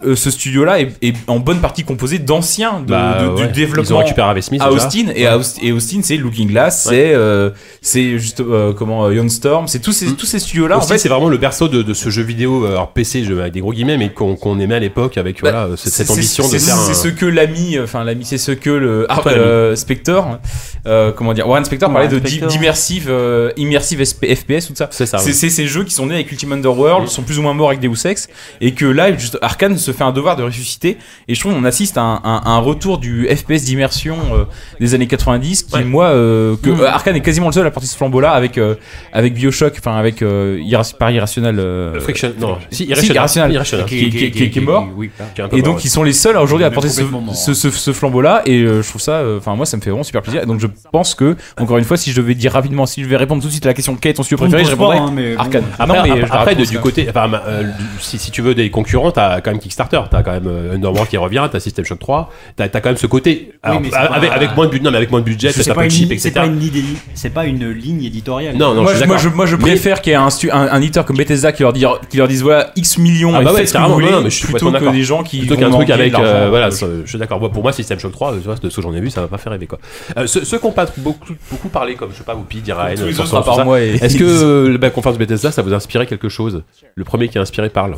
[SPEAKER 5] euh, ce studio-là est, est en bonne partie composé d'anciens de-
[SPEAKER 4] Bah,
[SPEAKER 5] de-
[SPEAKER 4] ouais.
[SPEAKER 5] du développement
[SPEAKER 4] Ils ont récupéré Harvey Smith.
[SPEAKER 5] à
[SPEAKER 4] déjà.
[SPEAKER 5] Austin et, à Aust- et Austin c'est Looking Glass c'est euh, c'est juste euh, comment euh, Young Storm c'est tous ces tous ces studios là en
[SPEAKER 4] Mm. Austin,
[SPEAKER 5] fait
[SPEAKER 4] c'est vraiment le berceau de, de ce jeu vidéo, euh, alors PC, jeu avec des gros guillemets, mais qu'on qu'on aimait à l'époque avec
[SPEAKER 5] Bah,
[SPEAKER 4] voilà, euh, cette, cette
[SPEAKER 5] c'est-
[SPEAKER 4] ambition
[SPEAKER 5] c'est-
[SPEAKER 4] de
[SPEAKER 5] c'est-
[SPEAKER 4] faire. un-
[SPEAKER 5] c'est ce que l'ami euh, enfin l'ami c'est ce que le ah,
[SPEAKER 4] Toi,
[SPEAKER 5] euh, Spector euh, comment dire Warren Spector parlait
[SPEAKER 1] Warren
[SPEAKER 5] de
[SPEAKER 1] Spector.
[SPEAKER 5] di- d'immersive euh, immersive SP FPS tout ça
[SPEAKER 4] C'est ça.
[SPEAKER 5] C'est
[SPEAKER 4] ouais.
[SPEAKER 5] c'est ces jeux qui sont nés avec Ultimate Underworld, sont plus ou moins morts avec Deus Ex, et que là, juste, Arkane se fait un devoir de ressusciter. Et je trouve qu'on assiste à un, un- un retour du FPS d'immersion euh, des années 90, qui,
[SPEAKER 4] Ouais. Mm.
[SPEAKER 5] moi, euh, que euh, Arkane est quasiment le seul à porter ce flambeau-là avec, euh, avec Bioshock, enfin avec euh, Irra- par Irrational. euh,
[SPEAKER 4] Euh, Friction, non, si,
[SPEAKER 5] Irrational.
[SPEAKER 4] Irrational.
[SPEAKER 5] qui- qui- qui- qui est mort.
[SPEAKER 3] Oui, voilà.
[SPEAKER 4] Qui est un peu
[SPEAKER 5] Et
[SPEAKER 4] mort,
[SPEAKER 5] donc ils sont les seuls à aujourd'hui à porter ce,
[SPEAKER 3] Complètement mort.
[SPEAKER 5] ce, ce- ce flambeau-là et euh, je trouve ça, euh, enfin moi ça me fait vraiment super plaisir. Et donc je pense que encore une fois, si je devais dire rapidement, si je devais répondre tout de suite à la question quel est ton studio
[SPEAKER 3] On ne
[SPEAKER 5] préféré, je
[SPEAKER 3] pose pas,
[SPEAKER 5] répondrais
[SPEAKER 3] hein, mais bon.
[SPEAKER 5] Arkane.
[SPEAKER 4] Après,
[SPEAKER 5] Non, mais
[SPEAKER 4] ap-
[SPEAKER 5] je la
[SPEAKER 4] après, de-
[SPEAKER 5] réponds,
[SPEAKER 4] du
[SPEAKER 5] ça.
[SPEAKER 4] côté, enfin, ma- euh, du- si, si tu veux des concurrents, t'as quand même Kick- Kickstarter. T'as quand même euh, Underworld qui revient, t'as System Shock 3, t'as t'as quand même ce côté. alors,
[SPEAKER 3] mais c'est
[SPEAKER 4] avec,
[SPEAKER 3] pas-
[SPEAKER 4] avec moins de budget, non, mais avec moins de budget,
[SPEAKER 3] C'est
[SPEAKER 4] c'est un
[SPEAKER 3] pas,
[SPEAKER 4] peu
[SPEAKER 3] une-
[SPEAKER 4] cheap,
[SPEAKER 3] c'est
[SPEAKER 4] etc.
[SPEAKER 3] pas une idée- c'est pas une ligne éditoriale.
[SPEAKER 4] Non, non,
[SPEAKER 5] moi,
[SPEAKER 4] je
[SPEAKER 5] je,
[SPEAKER 4] suis
[SPEAKER 5] moi,
[SPEAKER 4] d'accord.
[SPEAKER 5] je, moi, je
[SPEAKER 4] Mais-
[SPEAKER 5] préfère qu'il y ait un, stu- un, un éditeur comme Bethesda qui leur, dire, qui leur dise voilà X millions
[SPEAKER 4] Ah bah
[SPEAKER 5] et
[SPEAKER 4] ouais,
[SPEAKER 5] faites ce que vous
[SPEAKER 4] carrément,
[SPEAKER 5] voulez,
[SPEAKER 4] non, non, mais je suis
[SPEAKER 5] plutôt
[SPEAKER 4] complètement
[SPEAKER 5] que des gens qui
[SPEAKER 4] plutôt
[SPEAKER 5] vont
[SPEAKER 4] qu'un truc
[SPEAKER 5] manquer de
[SPEAKER 4] avec
[SPEAKER 5] l'argent.
[SPEAKER 4] euh, voilà je, je suis d'accord Moi, pour moi System Shock 3 euh, tu vois, de ce que j'en ai vu ça m'a pas fait rêver quoi euh, ceux, ceux qui ont pas beaucoup beaucoup parlé comme je sais pas Whoopi Diraen
[SPEAKER 5] Tous les
[SPEAKER 4] Samson,
[SPEAKER 5] autres,
[SPEAKER 4] tout
[SPEAKER 5] à
[SPEAKER 4] ça.
[SPEAKER 5] part moi et-
[SPEAKER 4] est-ce que euh, la conférence Bethesda ça vous a inspiré quelque chose le premier qui a inspiré parle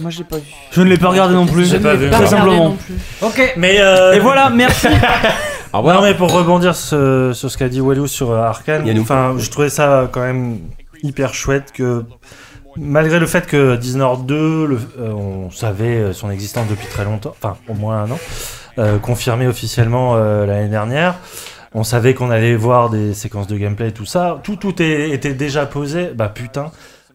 [SPEAKER 6] Moi, j'ai pas vu.
[SPEAKER 3] Je ne l'ai pas regardé non plus.
[SPEAKER 6] Je ne l'ai pas
[SPEAKER 3] Très
[SPEAKER 6] regardé
[SPEAKER 3] simplement.
[SPEAKER 6] non plus.
[SPEAKER 3] Ok.
[SPEAKER 8] Mais euh,
[SPEAKER 3] Et voilà, merci.
[SPEAKER 4] au revoir
[SPEAKER 8] Non mais pour rebondir ce- sur ce qu'a dit Walou sur euh, Arkane,
[SPEAKER 4] Yannou.
[SPEAKER 8] enfin je trouvais ça euh, quand même hyper chouette que malgré le fait que Dishonored 2, le- euh, on savait euh, son existence depuis très longtemps, enfin au moins un an, euh, confirmé officiellement euh, l'année dernière, on savait qu'on allait voir des séquences de gameplay et tout ça, tout tout est- était déjà posé, bah putain.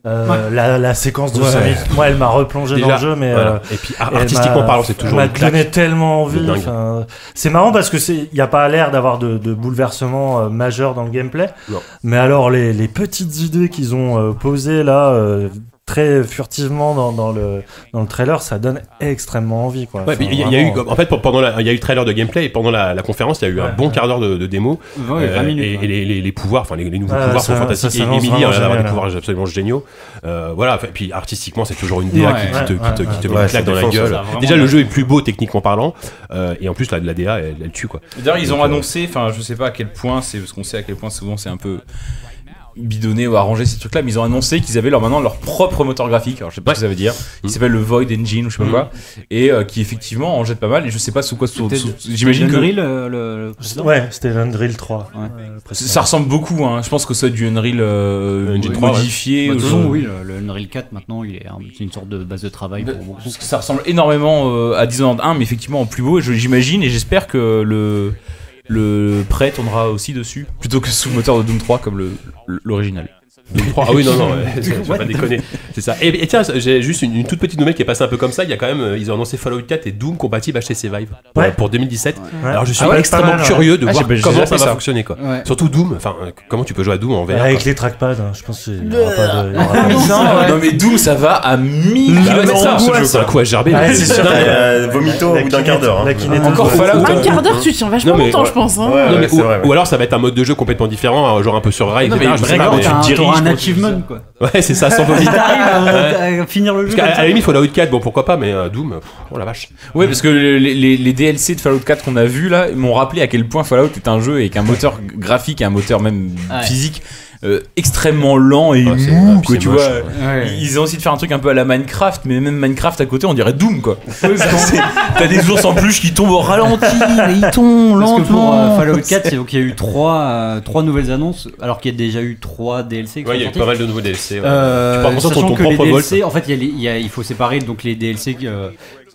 [SPEAKER 8] euh, la, la séquence de
[SPEAKER 4] Ouais.
[SPEAKER 8] 5 minutes, moi elle m'a replongé dans
[SPEAKER 4] Déjà,
[SPEAKER 8] le jeu, mais
[SPEAKER 4] voilà.
[SPEAKER 8] euh,
[SPEAKER 4] et puis
[SPEAKER 8] et elle
[SPEAKER 4] Ah, artistiquement
[SPEAKER 8] m'a-
[SPEAKER 4] parlant c'est toujours
[SPEAKER 8] elle
[SPEAKER 4] une
[SPEAKER 8] m'a
[SPEAKER 4] claque
[SPEAKER 8] donné tellement envie.
[SPEAKER 4] dingue.
[SPEAKER 8] enfin, C'est marrant parce que c'est, y a pas l'air d'avoir de, de bouleversement euh, majeur dans le gameplay.
[SPEAKER 4] Non.
[SPEAKER 8] Mais alors les, les petites idées qu'ils ont euh, posées là. euh, très furtivement dans, dans le dans le trailer ça donne extrêmement envie quoi
[SPEAKER 4] Ouais,
[SPEAKER 8] Enfin,
[SPEAKER 4] mais il y a- il y a eu,
[SPEAKER 8] vraiment,
[SPEAKER 4] en fait, pendant la- il y a eu le trailer de gameplay et pendant la, la conférence, il y a eu un
[SPEAKER 8] Ouais.
[SPEAKER 4] bon quart d'heure de, de démo.
[SPEAKER 3] Ah Ouais,
[SPEAKER 4] Euh,
[SPEAKER 3] 20 minutes,
[SPEAKER 4] et et
[SPEAKER 3] ouais.
[SPEAKER 4] les, les- les pouvoirs, enfin, les, les nouveaux
[SPEAKER 8] Ouais,
[SPEAKER 4] pouvoirs
[SPEAKER 8] ça-
[SPEAKER 4] sont
[SPEAKER 8] ça
[SPEAKER 4] fantastiques. et
[SPEAKER 8] s'annonce
[SPEAKER 4] Emily, elle a
[SPEAKER 8] vraiment
[SPEAKER 4] des
[SPEAKER 8] génial,
[SPEAKER 4] pouvoirs absolument géniaux. Euh, voilà. enfin, Et puis, artistiquement, c'est toujours une
[SPEAKER 3] Ouais,
[SPEAKER 4] DA qui, qui te,
[SPEAKER 8] ouais,
[SPEAKER 4] qui te- qui te
[SPEAKER 7] ouais,
[SPEAKER 4] met une
[SPEAKER 7] ça
[SPEAKER 4] claque dans la
[SPEAKER 7] défonce,
[SPEAKER 4] gueule.
[SPEAKER 3] ça, vraiment,
[SPEAKER 4] Déjà, le
[SPEAKER 3] ouais.
[SPEAKER 4] jeu est plus beau techniquement parlant. euh, et en plus, la, la DA, elle, elle tue, quoi.
[SPEAKER 5] D'ailleurs, ils
[SPEAKER 4] Donc,
[SPEAKER 5] ont
[SPEAKER 4] euh,
[SPEAKER 5] annoncé, enfin, je sais pas à quel point, c'est parce qu'on sait à quel point souvent c'est un peu bidonné ou arrangé ces trucs-là, mais ils ont annoncé qu'ils avaient leur, maintenant leur propre moteur graphique. Alors, je sais pas ce que ça veut dire. Il s'appelle le Void Engine ou je sais pas quoi, et euh, qui effectivement en jette pas mal. Et je sais pas sous quoi. sous-
[SPEAKER 3] C'était-
[SPEAKER 5] sous- J'imagine que
[SPEAKER 3] Unreal, euh, le, le
[SPEAKER 8] euh,
[SPEAKER 3] précédent.
[SPEAKER 8] ouais c'était l'Unreal 3
[SPEAKER 3] Ouais.
[SPEAKER 8] euh, le précédent.
[SPEAKER 5] ça ressemble beaucoup. Hein. Je pense que ça soit du Unreal euh,
[SPEAKER 4] Engine trois, ouais.
[SPEAKER 5] modifié.
[SPEAKER 3] Bah, de
[SPEAKER 5] ou
[SPEAKER 3] toute
[SPEAKER 5] je-
[SPEAKER 3] façon, oui, le, le Unreal 4 maintenant, il est un- c'est une sorte de base de travail pour beaucoup.
[SPEAKER 5] Parce que ça ressemble énormément euh, à Dishonored 1, mais effectivement en plus beau. et je- J'imagine et j'espère que le le prêt tournera aussi dessus plutôt que sous le moteur de Doom 3 comme le- le- l'original.
[SPEAKER 4] Doom 3. Ah oui, non, non, ouais, ça, tu vas pas déconner. C'est ça. Et, et tiens, j'ai juste une, une toute petite nouvelle qui est passée un peu comme ça. Il y a quand même, euh, ils ont annoncé Fallout 4 et Doom compatible HTC Vive pour,
[SPEAKER 8] Ouais.
[SPEAKER 4] pour 2017.
[SPEAKER 8] Ouais.
[SPEAKER 4] Alors, je suis
[SPEAKER 8] Ah ouais,
[SPEAKER 4] pas
[SPEAKER 8] pas
[SPEAKER 4] extrêmement
[SPEAKER 8] mal, ouais.
[SPEAKER 4] curieux de
[SPEAKER 5] Ah,
[SPEAKER 4] voir
[SPEAKER 5] j'ai- j'ai
[SPEAKER 4] comment
[SPEAKER 5] zappé
[SPEAKER 4] ça va
[SPEAKER 5] ça.
[SPEAKER 4] fonctionner, quoi.
[SPEAKER 3] Ouais.
[SPEAKER 4] Surtout Doom, enfin, euh, comment tu peux jouer à Doom en VR
[SPEAKER 8] avec
[SPEAKER 4] quoi.
[SPEAKER 8] les trackpads hein, je pense qu'il y aura pas de- il y aura
[SPEAKER 4] Ah
[SPEAKER 8] pas de-
[SPEAKER 5] Non mais Doom ça va à 1000
[SPEAKER 4] Bah ouais, c'est ça,
[SPEAKER 8] on
[SPEAKER 4] ce
[SPEAKER 8] voit
[SPEAKER 4] jeu,
[SPEAKER 8] ça.
[SPEAKER 4] c'est un coup à gerber.
[SPEAKER 8] Ouais,
[SPEAKER 4] mais
[SPEAKER 8] c'est sûr.
[SPEAKER 4] dingue.
[SPEAKER 7] Putain, il y a euh, vomito au bout d'un quart
[SPEAKER 6] Ah,
[SPEAKER 7] d'heure. hein.
[SPEAKER 8] la kinéto-
[SPEAKER 5] Encore
[SPEAKER 8] ouais.
[SPEAKER 5] Fallout.
[SPEAKER 6] Un quart d'heure, tu tiens vachement
[SPEAKER 4] Non, mais
[SPEAKER 6] longtemps,
[SPEAKER 4] ouais.
[SPEAKER 6] je pense. Hein.
[SPEAKER 7] Ouais,
[SPEAKER 4] Non,
[SPEAKER 7] ouais,
[SPEAKER 4] mais
[SPEAKER 7] c'est
[SPEAKER 4] ou,
[SPEAKER 7] vrai, ouais.
[SPEAKER 4] ou alors ça va être un mode de jeu complètement différent, hein, genre un peu sur rail,
[SPEAKER 3] Non, mais
[SPEAKER 4] etc. Je sais pas,
[SPEAKER 3] vraiment,
[SPEAKER 4] mais-
[SPEAKER 3] t'as un-
[SPEAKER 4] tu
[SPEAKER 3] t'auras
[SPEAKER 4] diriges,
[SPEAKER 3] un
[SPEAKER 4] quoi.
[SPEAKER 3] achievement, quoi.
[SPEAKER 4] Ouais, c'est ça, sans vomir.
[SPEAKER 3] T'arrives à, à finir le jeu.
[SPEAKER 4] Parce
[SPEAKER 3] comme
[SPEAKER 4] qu'à à
[SPEAKER 3] ça.
[SPEAKER 4] la limite, Fallout 4, bon pourquoi pas, mais euh, Doom, pff, oh la vache.
[SPEAKER 5] Ouais parce que les, les- les DLC de Fallout 4 qu'on a vu là m'ont rappelé à quel point Fallout est un jeu et qu'un moteur graphique et un moteur même
[SPEAKER 3] Ouais.
[SPEAKER 5] physique euh, extrêmement lent et
[SPEAKER 4] Ouais, Ah, c'est- ouais,
[SPEAKER 5] mou
[SPEAKER 4] puis
[SPEAKER 5] quoi,
[SPEAKER 4] c'est
[SPEAKER 5] tu
[SPEAKER 4] moche,
[SPEAKER 5] vois.
[SPEAKER 4] ah, ouais.
[SPEAKER 3] Ouais.
[SPEAKER 5] Ils ont essayé de faire un truc un peu à la Minecraft, mais même Minecraft à côté, on dirait Doom quoi. C'est- T'as des ours en peluche qui tombent au ralenti, mais ils tombent
[SPEAKER 3] Parce que pour
[SPEAKER 5] lentement.
[SPEAKER 3] euh, Fallout 4, c'est- donc, il y a eu 3 nouvelles annonces, alors qu'il y a déjà eu 3 DLC. qui
[SPEAKER 4] Ouais, il
[SPEAKER 3] sont
[SPEAKER 4] y a eu
[SPEAKER 3] sortis.
[SPEAKER 4] pas mal de nouveaux DLC. ouais.
[SPEAKER 3] Euh,
[SPEAKER 4] Tu parles conscience de
[SPEAKER 3] sachant
[SPEAKER 4] ton
[SPEAKER 3] que les
[SPEAKER 4] propre vol,
[SPEAKER 3] DLC, en fait, il y a les- il y a- il faut séparer donc les DLC qui euh,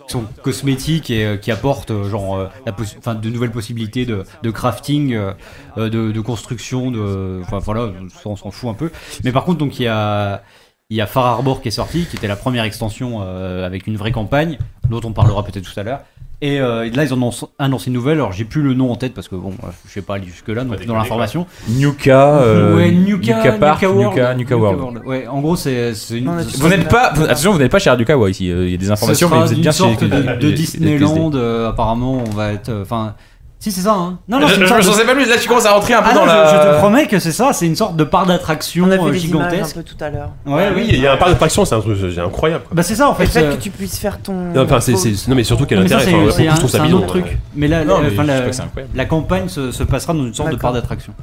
[SPEAKER 3] qui sont cosmétiques et euh, qui apportent euh, genre euh, la possi- enfin, de nouvelles possibilités de, de crafting, euh, euh, de, de construction, de enfin voilà, ça, on s'en fout un peu. Mais par contre, donc il y a il y a Far Harbor qui est sorti, qui était la première extension euh, avec une vraie campagne, dont on parlera peut-être tout à l'heure. Et euh, là, ils en ont annoncé une nouvelle. Alors, j'ai plus le nom en tête parce que bon, euh, je sais pas aller jusque là, donc dans l'information.
[SPEAKER 5] Nuka, euh,
[SPEAKER 3] ouais, Nuka,
[SPEAKER 5] Park,
[SPEAKER 3] Nuka World.
[SPEAKER 5] Nuka- Nuka World.
[SPEAKER 3] Ouais, en gros, c'est c'est une.
[SPEAKER 6] Non, là,
[SPEAKER 3] ce
[SPEAKER 6] tu-
[SPEAKER 5] Vous n'êtes pas, vous- attention, vous n'êtes pas chez Radukawa ici. euh, Il y a des informations,
[SPEAKER 3] sera
[SPEAKER 5] mais vous êtes
[SPEAKER 3] une
[SPEAKER 5] bien chez
[SPEAKER 3] sorte de, de
[SPEAKER 5] les- les-
[SPEAKER 3] Disneyland. euh, apparemment, on va être. Enfin, si c'est ça. Hein. Non, non,
[SPEAKER 5] Je
[SPEAKER 3] c'est une
[SPEAKER 5] je-
[SPEAKER 3] sorte
[SPEAKER 5] je
[SPEAKER 3] de-
[SPEAKER 5] sais pas plus. Là, tu commences à rentrer un peu
[SPEAKER 3] Ah non,
[SPEAKER 5] dans
[SPEAKER 3] je,
[SPEAKER 5] la.
[SPEAKER 3] je te promets que c'est ça. C'est une sorte de part d'attraction
[SPEAKER 9] On a
[SPEAKER 3] euh,
[SPEAKER 9] vu des images hein. un
[SPEAKER 3] gigantesque.
[SPEAKER 9] peu tout à l'heure.
[SPEAKER 3] Ouais,
[SPEAKER 4] Oui,
[SPEAKER 3] oui.
[SPEAKER 4] il y a un parc d'attraction, c'est un truc c'est incroyable. quoi.
[SPEAKER 3] Bah c'est ça en
[SPEAKER 9] Le
[SPEAKER 3] fait.
[SPEAKER 9] fait
[SPEAKER 3] euh,
[SPEAKER 9] que tu puisses faire ton.
[SPEAKER 4] Non, enfin, c'est- c'est- non, mais surtout quel
[SPEAKER 3] mais ça,
[SPEAKER 4] intérêt.
[SPEAKER 3] c'est
[SPEAKER 4] enfin, ouais,
[SPEAKER 3] c'est
[SPEAKER 4] beaucoup
[SPEAKER 3] un,
[SPEAKER 4] trouvent ça
[SPEAKER 3] c'est un
[SPEAKER 4] bidon,
[SPEAKER 3] autre
[SPEAKER 4] ouais.
[SPEAKER 3] truc. Mais là, la-
[SPEAKER 5] Non, mais
[SPEAKER 3] enfin,
[SPEAKER 5] je sais
[SPEAKER 3] la,
[SPEAKER 5] pas que c'est incroyable.
[SPEAKER 3] la campagne se, se passera dans une sorte de part
[SPEAKER 9] D'accord.
[SPEAKER 3] d'attraction.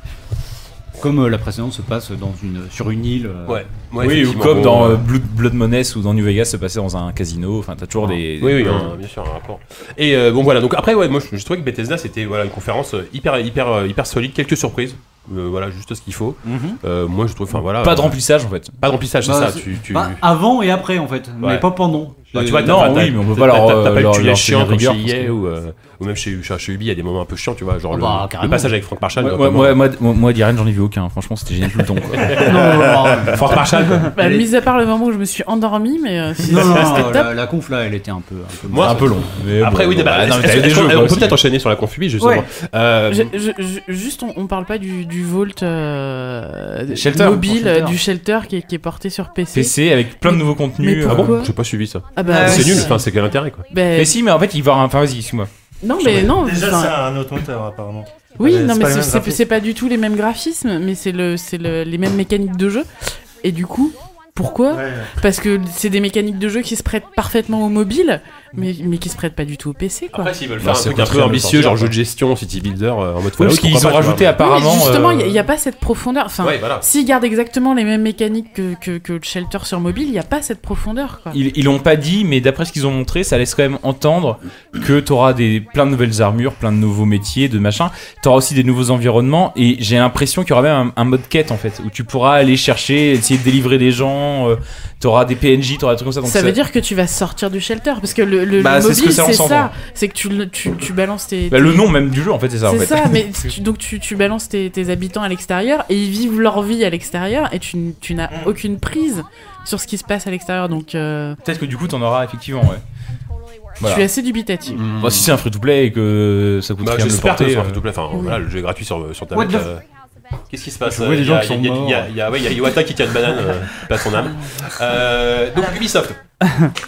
[SPEAKER 3] Comme euh, la précédente se passe dans une, sur une île. euh,
[SPEAKER 4] Ouais. Ouais,
[SPEAKER 5] Oui, ou
[SPEAKER 4] effectivement,
[SPEAKER 5] comme
[SPEAKER 4] bon,
[SPEAKER 5] dans
[SPEAKER 4] ouais.
[SPEAKER 5] euh, Blood, Blood Money ou dans New Vegas, se passer dans un casino. Enfin, t'as toujours des.
[SPEAKER 4] Ah. Oui, hein. oui,
[SPEAKER 5] des-
[SPEAKER 4] un- bien sûr, un rapport. Et euh, bon, voilà. Donc après, ouais, moi, je, je trouvais que Bethesda, c'était voilà une conférence euh, hyper, hyper, euh, hyper solide. Quelques surprises. Euh, voilà, juste ce qu'il faut.
[SPEAKER 3] Mhm.
[SPEAKER 4] Euh, moi, je trouve, enfin voilà.
[SPEAKER 5] Pas de
[SPEAKER 4] euh,
[SPEAKER 5] remplissage en fait.
[SPEAKER 4] Pas de remplissage, c'est
[SPEAKER 3] Bah,
[SPEAKER 4] ça.
[SPEAKER 3] c'est-
[SPEAKER 4] Tu, tu...
[SPEAKER 3] bah, avant et après en fait,
[SPEAKER 4] Ouais.
[SPEAKER 3] mais pas pendant.
[SPEAKER 4] Bah,
[SPEAKER 3] Euh,
[SPEAKER 4] tu vois,
[SPEAKER 5] non,
[SPEAKER 4] t'as- t'as-
[SPEAKER 5] oui, mais on peut
[SPEAKER 4] t'as-
[SPEAKER 5] pas leur- euh,
[SPEAKER 4] T'as t'as pas
[SPEAKER 5] leur-
[SPEAKER 4] le
[SPEAKER 5] leur
[SPEAKER 4] chiant
[SPEAKER 5] tenir
[SPEAKER 4] quand
[SPEAKER 5] rigueur,
[SPEAKER 4] tu y
[SPEAKER 5] parce
[SPEAKER 4] es
[SPEAKER 5] que-
[SPEAKER 4] ou. euh, ou même chez, chez, chez Ubi, il y a des moments un peu chiants, tu vois, genre
[SPEAKER 3] Ah
[SPEAKER 4] le-
[SPEAKER 3] bah,
[SPEAKER 4] le,
[SPEAKER 3] carrément.
[SPEAKER 4] passage avec Frank Marshall.
[SPEAKER 5] Ouais, ouais,
[SPEAKER 4] notamment.
[SPEAKER 5] moi, moi, moi, moi, d'Irene, j'en ai vu aucun. Franchement, c'était génial tout le temps. quoi.
[SPEAKER 4] Frank Marshall. quoi.
[SPEAKER 6] Bah, mis à part le moment où je me suis endormie, mais euh, si-
[SPEAKER 3] Non, non,
[SPEAKER 6] c'était
[SPEAKER 3] non,
[SPEAKER 6] top.
[SPEAKER 3] la, la conf là, elle était un peu. Un peu
[SPEAKER 4] Moi,
[SPEAKER 5] un peu long. Mais
[SPEAKER 4] Après,
[SPEAKER 5] bon,
[SPEAKER 4] oui, bah,
[SPEAKER 5] bah, non, mais
[SPEAKER 4] est-ce
[SPEAKER 5] t'as
[SPEAKER 4] que-
[SPEAKER 5] des
[SPEAKER 4] est-ce
[SPEAKER 5] jeux,
[SPEAKER 4] qu'on-
[SPEAKER 5] quoi,
[SPEAKER 4] on peut
[SPEAKER 5] aussi.
[SPEAKER 4] peut-être enchaîner sur la conf Ubi, justement.
[SPEAKER 6] Ouais.
[SPEAKER 4] Euh,
[SPEAKER 6] Je- je- je- juste, on, on parle pas du, du Volt euh,
[SPEAKER 5] Shelter,
[SPEAKER 6] mobile,
[SPEAKER 3] Shelter.
[SPEAKER 6] euh, du Shelter qui est, qui est porté sur PC.
[SPEAKER 5] PC avec plein de
[SPEAKER 6] mais
[SPEAKER 5] nouveaux contenus.
[SPEAKER 4] Ah
[SPEAKER 5] euh,
[SPEAKER 4] bon
[SPEAKER 6] Pourquoi
[SPEAKER 4] J'ai pas suivi ça.
[SPEAKER 6] Ah bah,
[SPEAKER 4] Euh, c'est
[SPEAKER 6] ouais.
[SPEAKER 4] nul, enfin, c'est quel intérêt quoi
[SPEAKER 6] Ben,
[SPEAKER 5] Mais si, mais en fait, il va. Enfin, vas-y, excuse-moi.
[SPEAKER 6] Non, mais non.
[SPEAKER 8] Déjà,
[SPEAKER 6] enfin,
[SPEAKER 8] c'est un autre moteur, apparemment.
[SPEAKER 6] Oui,
[SPEAKER 8] Euh,
[SPEAKER 6] non, mais
[SPEAKER 8] c'est pas les
[SPEAKER 6] c'est-
[SPEAKER 8] mêmes
[SPEAKER 6] c'est
[SPEAKER 8] graphismes.
[SPEAKER 6] c'est pas du tout les mêmes graphismes, mais c'est le, c'est le- les mêmes mécaniques de jeu. Et du coup, pourquoi Parce que c'est des mécaniques de jeu qui se prêtent parfaitement au mobile, mais, mais qui se prêtent pas du tout au PC, quoi.
[SPEAKER 4] Après, s'ils veulent faire un
[SPEAKER 5] c'est
[SPEAKER 4] truc un peu
[SPEAKER 5] contraire,
[SPEAKER 4] ambitieux,
[SPEAKER 5] le
[SPEAKER 4] genre
[SPEAKER 5] sortir,
[SPEAKER 4] jeu de gestion, city builder euh, en mode
[SPEAKER 5] Oui,
[SPEAKER 4] Fallout,
[SPEAKER 5] parce qu'ils
[SPEAKER 4] pourquoi
[SPEAKER 5] ont
[SPEAKER 4] pas, tu
[SPEAKER 5] rajouté
[SPEAKER 4] vois.
[SPEAKER 6] Oui, mais
[SPEAKER 5] apparemment.
[SPEAKER 6] justement,
[SPEAKER 5] euh,
[SPEAKER 6] il n'y a, pas cette profondeur. Enfin,
[SPEAKER 4] Ouais, voilà.
[SPEAKER 6] s'ils gardent exactement les mêmes mécaniques que, que, que le Shelter sur mobile, il n'y a pas cette profondeur, quoi.
[SPEAKER 5] Ils, ils l'ont pas dit, mais d'après ce qu'ils ont montré, ça laisse quand même entendre que t'auras des plein de nouvelles armures, plein de nouveaux métiers, de machins. T'auras aussi des nouveaux environnements et j'ai l'impression qu'il y aura même un, un mode quête en fait où tu pourras aller chercher, essayer de délivrer des gens. euh, t'auras des PNJ, t'auras des trucs comme ça. Donc
[SPEAKER 6] ça veut dire que tu vas sortir du Shelter, parce que le, le-
[SPEAKER 5] Bah,
[SPEAKER 6] le
[SPEAKER 5] c'est ce que
[SPEAKER 6] mobile,
[SPEAKER 5] ça
[SPEAKER 6] c'est
[SPEAKER 5] ressemble.
[SPEAKER 6] ça. C'est que tu, le- tu, tu balances tes.
[SPEAKER 5] Bah, le nom même du jeu en fait, c'est ça. en
[SPEAKER 6] C'est
[SPEAKER 5] fait.
[SPEAKER 6] ça, mais tu- donc tu, tu balances tes, tes habitants à l'extérieur et ils vivent leur vie à l'extérieur et tu, n- tu n'as
[SPEAKER 5] Mm.
[SPEAKER 6] aucune prise sur ce qui se passe à l'extérieur, donc euh,
[SPEAKER 5] Peut-être que du coup, t'en auras effectivement. Ouais. Voilà.
[SPEAKER 6] je suis assez dubitative.
[SPEAKER 5] Bah, si c'est un free to play et que ça coûte
[SPEAKER 4] Bah,
[SPEAKER 5] rien de le
[SPEAKER 4] J'espère que
[SPEAKER 5] porter.
[SPEAKER 4] ça sera
[SPEAKER 5] euh,
[SPEAKER 4] free
[SPEAKER 7] hein.
[SPEAKER 4] to play. Enfin, voilà, le jeu est gratuit sur, sur tablette. euh, Qu'est-ce qui se passe
[SPEAKER 3] Je vois des
[SPEAKER 4] Il y
[SPEAKER 3] gens
[SPEAKER 4] a-
[SPEAKER 3] qui sont
[SPEAKER 4] il y a-
[SPEAKER 3] morts.
[SPEAKER 4] Il y a- il y a ouais, il y a Iwata qui tient une banane, euh, pas son âme. Euh, donc Ubisoft.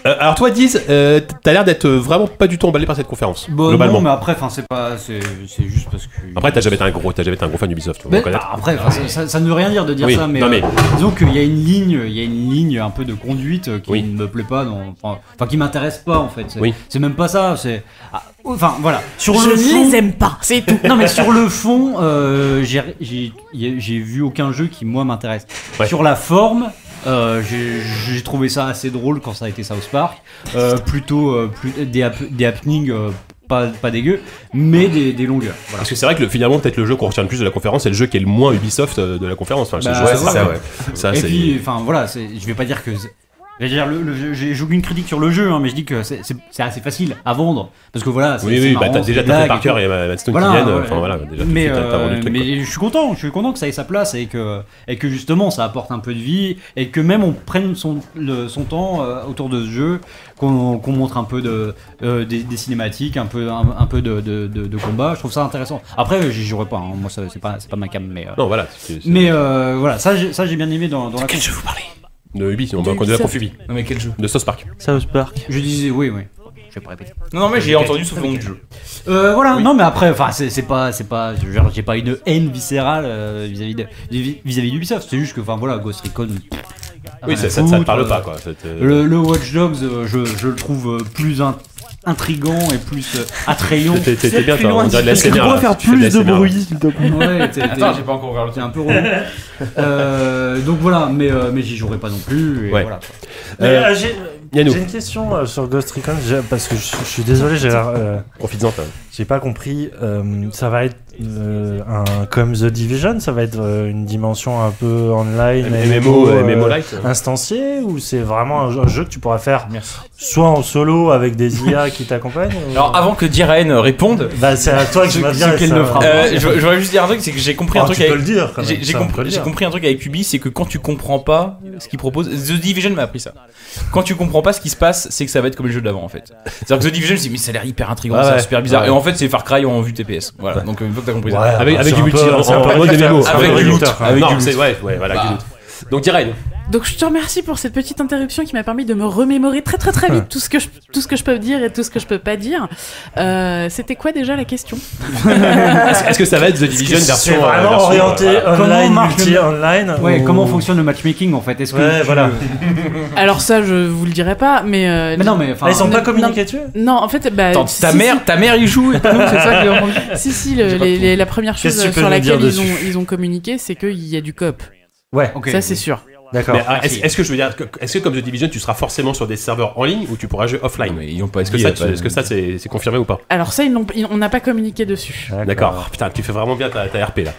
[SPEAKER 4] Euh, alors toi, Diz, euh, t'as l'air d'être vraiment pas du tout emballé par cette conférence,
[SPEAKER 3] Bon,
[SPEAKER 4] globalement.
[SPEAKER 3] Bah, non, mais après, enfin, c'est pas, c'est c'est juste parce que.
[SPEAKER 4] Après, t'as jamais été un gros, t'as jamais été un gros fan d'Ubisoft. faut
[SPEAKER 3] Ben,
[SPEAKER 4] reconnaître.
[SPEAKER 3] bah, après, enfin, ça- ça, ça ne veut rien dire de dire
[SPEAKER 4] Oui,
[SPEAKER 3] ça, mais,
[SPEAKER 4] non, mais-
[SPEAKER 3] euh, disons qu'il y a une ligne, il y a une ligne un peu de conduite euh, qui
[SPEAKER 4] Oui.
[SPEAKER 3] ne me plaît pas, dans- enfin enfin, qui m'intéresse pas en fait. C'est
[SPEAKER 4] Oui.
[SPEAKER 3] c'est même pas ça. C'est ah, enfin voilà. Sur
[SPEAKER 6] Je
[SPEAKER 3] le fond-
[SPEAKER 6] les aime pas, c'est tout.
[SPEAKER 3] non mais sur le fond, euh, j'ai- j'ai j'ai- j'ai vu aucun jeu qui moi m'intéresse.
[SPEAKER 4] Ouais.
[SPEAKER 3] Sur la forme, euh, j'ai j'ai trouvé ça assez drôle quand ça a été South Park. Euh, plutôt euh, plus, des, hap- des happenings euh, pas, pas dégueu, mais des, des longueurs. Voilà.
[SPEAKER 4] Parce que c'est vrai que le- finalement, peut-être le jeu qu'on retient le plus de la conférence, c'est le jeu qui est le moins Ubisoft euh, de la conférence. Enfin,
[SPEAKER 3] Bah,
[SPEAKER 4] jeu,
[SPEAKER 3] ouais,
[SPEAKER 4] c'est
[SPEAKER 3] c'est
[SPEAKER 4] ça,
[SPEAKER 3] ça,
[SPEAKER 4] ouais. Ça,
[SPEAKER 3] Et
[SPEAKER 4] c'est.
[SPEAKER 3] puis, enfin voilà, c'est- je vais pas dire que. c'est- Je veux dire, le, le jeu- j'ai j'ai aucune critique sur le jeu, hein, mais je dis que c'est c'est- c'est assez facile à vendre. Parce que voilà, c'est.
[SPEAKER 4] Oui,
[SPEAKER 3] c'est
[SPEAKER 4] oui, bah
[SPEAKER 3] marrant,
[SPEAKER 4] t'as
[SPEAKER 3] c'est
[SPEAKER 4] déjà
[SPEAKER 3] des
[SPEAKER 4] tapé
[SPEAKER 3] blagues
[SPEAKER 4] par
[SPEAKER 3] et tout.
[SPEAKER 4] cœur et euh, Madstone
[SPEAKER 3] Voilà,
[SPEAKER 4] qui viennent. euh,
[SPEAKER 3] ouais.
[SPEAKER 4] Enfin voilà, déjà tout de
[SPEAKER 3] mais,
[SPEAKER 4] suite, t'as t'as vendu
[SPEAKER 3] euh,
[SPEAKER 4] le truc.
[SPEAKER 3] mais
[SPEAKER 4] quoi.
[SPEAKER 3] je suis content, je suis content que ça ait sa place et que, et que justement ça apporte un peu de vie et que même on prenne son, le- son temps euh, autour de ce jeu, qu'on qu'on montre un peu de, euh, des, des cinématiques, un peu, un, un peu de, de, de- de combat. Je trouve ça intéressant. Après, j'y jouerai pas, hein. moi ça- c'est pas, c'est pas ma cam, mais. euh,
[SPEAKER 4] Non, voilà. c'est- c'est-
[SPEAKER 3] mais euh, voilà, ça j'ai ça, j'ai bien aimé dans, dans la.
[SPEAKER 4] De Ubi, on va continuer la conf Ubi.
[SPEAKER 5] Non mais quel jeu
[SPEAKER 4] De South Park.
[SPEAKER 1] South Park.
[SPEAKER 3] Je disais, oui, oui. Je vais pas répéter.
[SPEAKER 5] Non non mais j'ai entendu sous le nom du jeu.
[SPEAKER 3] Euh, voilà, non mais après, enfin, c'est c'est pas, c'est pas, je veux dire, j'ai pas une haine viscérale euh, vis-à-vis de- du- vis-à-vis d'Ubisoft. C'est juste que, enfin, voilà, Ghost Recon. pff, rien
[SPEAKER 4] Oui,
[SPEAKER 3] à
[SPEAKER 4] ça ça- ça te
[SPEAKER 3] foutre,
[SPEAKER 4] parle
[SPEAKER 3] euh,
[SPEAKER 4] pas quoi. c'est, euh,
[SPEAKER 3] Le, le Watch Dogs, euh, je, je le trouve euh, plus in- intriguant et plus euh, attrayant.
[SPEAKER 4] T'es- t'es- t'es bien,
[SPEAKER 3] plus
[SPEAKER 4] toi,
[SPEAKER 3] loin
[SPEAKER 4] on dirait de la
[SPEAKER 3] d'ici.
[SPEAKER 4] SMR, là, tu fais de la SMR, là.
[SPEAKER 3] Ouais, t'es- t'es-
[SPEAKER 5] Attends, j'ai pas encore ouvert le
[SPEAKER 3] t'es un peu relou. Euh, donc voilà, mais, euh, mais j'y jouerai pas non plus. et
[SPEAKER 4] Ouais.
[SPEAKER 3] voilà.
[SPEAKER 8] Mais,
[SPEAKER 4] Euh,
[SPEAKER 8] euh, j'ai
[SPEAKER 4] Yannou,
[SPEAKER 8] j'ai une question euh, sur Ghost Recon, j'ai- parce que je je suis désolé, j'ai l'air, euh,
[SPEAKER 4] profites-en. toi.
[SPEAKER 8] j'ai pas compris. euh, ça va être euh, un comme The Division, ça va être euh, une dimension un peu online,
[SPEAKER 4] MMO,
[SPEAKER 8] euh,
[SPEAKER 4] MMO Light.
[SPEAKER 8] instancié, ou c'est vraiment un jeu, un jeu que tu pourras faire soit en solo avec des IA qui t'accompagnent. ou-
[SPEAKER 5] Alors ah, avant que Diraen euh, réponde,
[SPEAKER 8] bah, c'est à toi que
[SPEAKER 3] Ce-
[SPEAKER 8] je m'adresse.
[SPEAKER 3] ce qu'elle
[SPEAKER 8] ça.
[SPEAKER 3] ne fera pas.
[SPEAKER 5] euh, je je voudrais juste dire un truc, c'est que j'ai compris un
[SPEAKER 8] Ah,
[SPEAKER 5] truc
[SPEAKER 8] tu peux
[SPEAKER 5] avec
[SPEAKER 8] le dire. quand même,
[SPEAKER 5] J'ai j'ai
[SPEAKER 8] ça, on
[SPEAKER 5] compris-
[SPEAKER 8] peut le
[SPEAKER 5] j'ai
[SPEAKER 8] dire.
[SPEAKER 5] compris un truc avec Ubi, c'est que quand tu comprends pas ce qu'ils proposent, The Division m'a appris ça. Quand tu comprends pas ce qui se passe, c'est que ça va être comme les jeux d'avant en fait. C'est-à-dire que The Division, je me dis, mais ça a l'air hyper intriguant,
[SPEAKER 4] Ouais,
[SPEAKER 5] ça a l'air
[SPEAKER 4] ouais.
[SPEAKER 5] super bizarre.
[SPEAKER 4] Ouais.
[SPEAKER 5] Et en fait, c'est Far Cry en vue TPS. Voilà, donc une fois que t'as compris ça.
[SPEAKER 4] Avec, avec
[SPEAKER 8] c'est
[SPEAKER 4] du
[SPEAKER 8] un
[SPEAKER 4] multi
[SPEAKER 8] peu-
[SPEAKER 4] en,
[SPEAKER 8] c'est un
[SPEAKER 4] en
[SPEAKER 8] peu
[SPEAKER 4] mode
[SPEAKER 8] réducteur,
[SPEAKER 4] MMO.
[SPEAKER 8] c'est un
[SPEAKER 5] peu réducteur,
[SPEAKER 4] Avec
[SPEAKER 5] quand
[SPEAKER 4] non,
[SPEAKER 5] même.
[SPEAKER 4] c'est ouais, ouais, voilà,
[SPEAKER 5] Bah.
[SPEAKER 4] du loot. Donc Diraen,
[SPEAKER 6] Donc je te remercie pour cette petite interruption qui m'a permis de me remémorer très très très vite tout ce que je, tout ce que je peux dire et tout ce que je peux pas dire. Euh, C'était quoi déjà la question
[SPEAKER 4] est-ce est-ce que ça va être The Division
[SPEAKER 8] C'est
[SPEAKER 4] version euh,
[SPEAKER 8] vraiment
[SPEAKER 4] version,
[SPEAKER 8] orienté
[SPEAKER 4] euh,
[SPEAKER 3] Comment
[SPEAKER 8] online,
[SPEAKER 3] marche le-
[SPEAKER 8] multi online.
[SPEAKER 3] Ouais,
[SPEAKER 8] ou-
[SPEAKER 3] comment fonctionne le matchmaking en fait Est-ce que
[SPEAKER 8] Ouais,
[SPEAKER 3] tu-
[SPEAKER 8] voilà.
[SPEAKER 6] Alors ça je vous le dirai pas, mais, euh,
[SPEAKER 3] Mais non, mais enfin.
[SPEAKER 8] Ah, ils sont
[SPEAKER 6] Non,
[SPEAKER 8] pas
[SPEAKER 6] non.
[SPEAKER 8] communiqués dessus
[SPEAKER 6] non en fait bah,
[SPEAKER 5] Attends,
[SPEAKER 6] si-
[SPEAKER 5] ta
[SPEAKER 6] si-
[SPEAKER 5] mère, ta mère y joue et pas nous, c'est ça que j'ai entendu.
[SPEAKER 6] Si, si, le-
[SPEAKER 5] J'ai pas
[SPEAKER 6] les-
[SPEAKER 5] tout.
[SPEAKER 6] les- la première chose
[SPEAKER 8] Qu'est-ce que tu peux
[SPEAKER 6] sur
[SPEAKER 8] nous dire
[SPEAKER 6] laquelle ils
[SPEAKER 8] dessus
[SPEAKER 6] ont, ils ont communiqué, c'est qu'il y a du coop.
[SPEAKER 3] Ouais, ok.
[SPEAKER 6] Ça, c'est sûr.
[SPEAKER 8] D'accord.
[SPEAKER 4] Mais euh, est-ce est-ce que je veux dire, que- est-ce que comme The Division, tu seras forcément sur des serveurs en ligne ou tu pourras jouer offline
[SPEAKER 5] mais ils ont pas
[SPEAKER 4] Est-ce que ça, tu- est-ce que ça, c'est c'est confirmé ou pas
[SPEAKER 6] Alors ça, ils n'ont- ils- on n'a pas communiqué dessus.
[SPEAKER 4] D'accord. Putain, tu fais vraiment bien ta, ta RP là.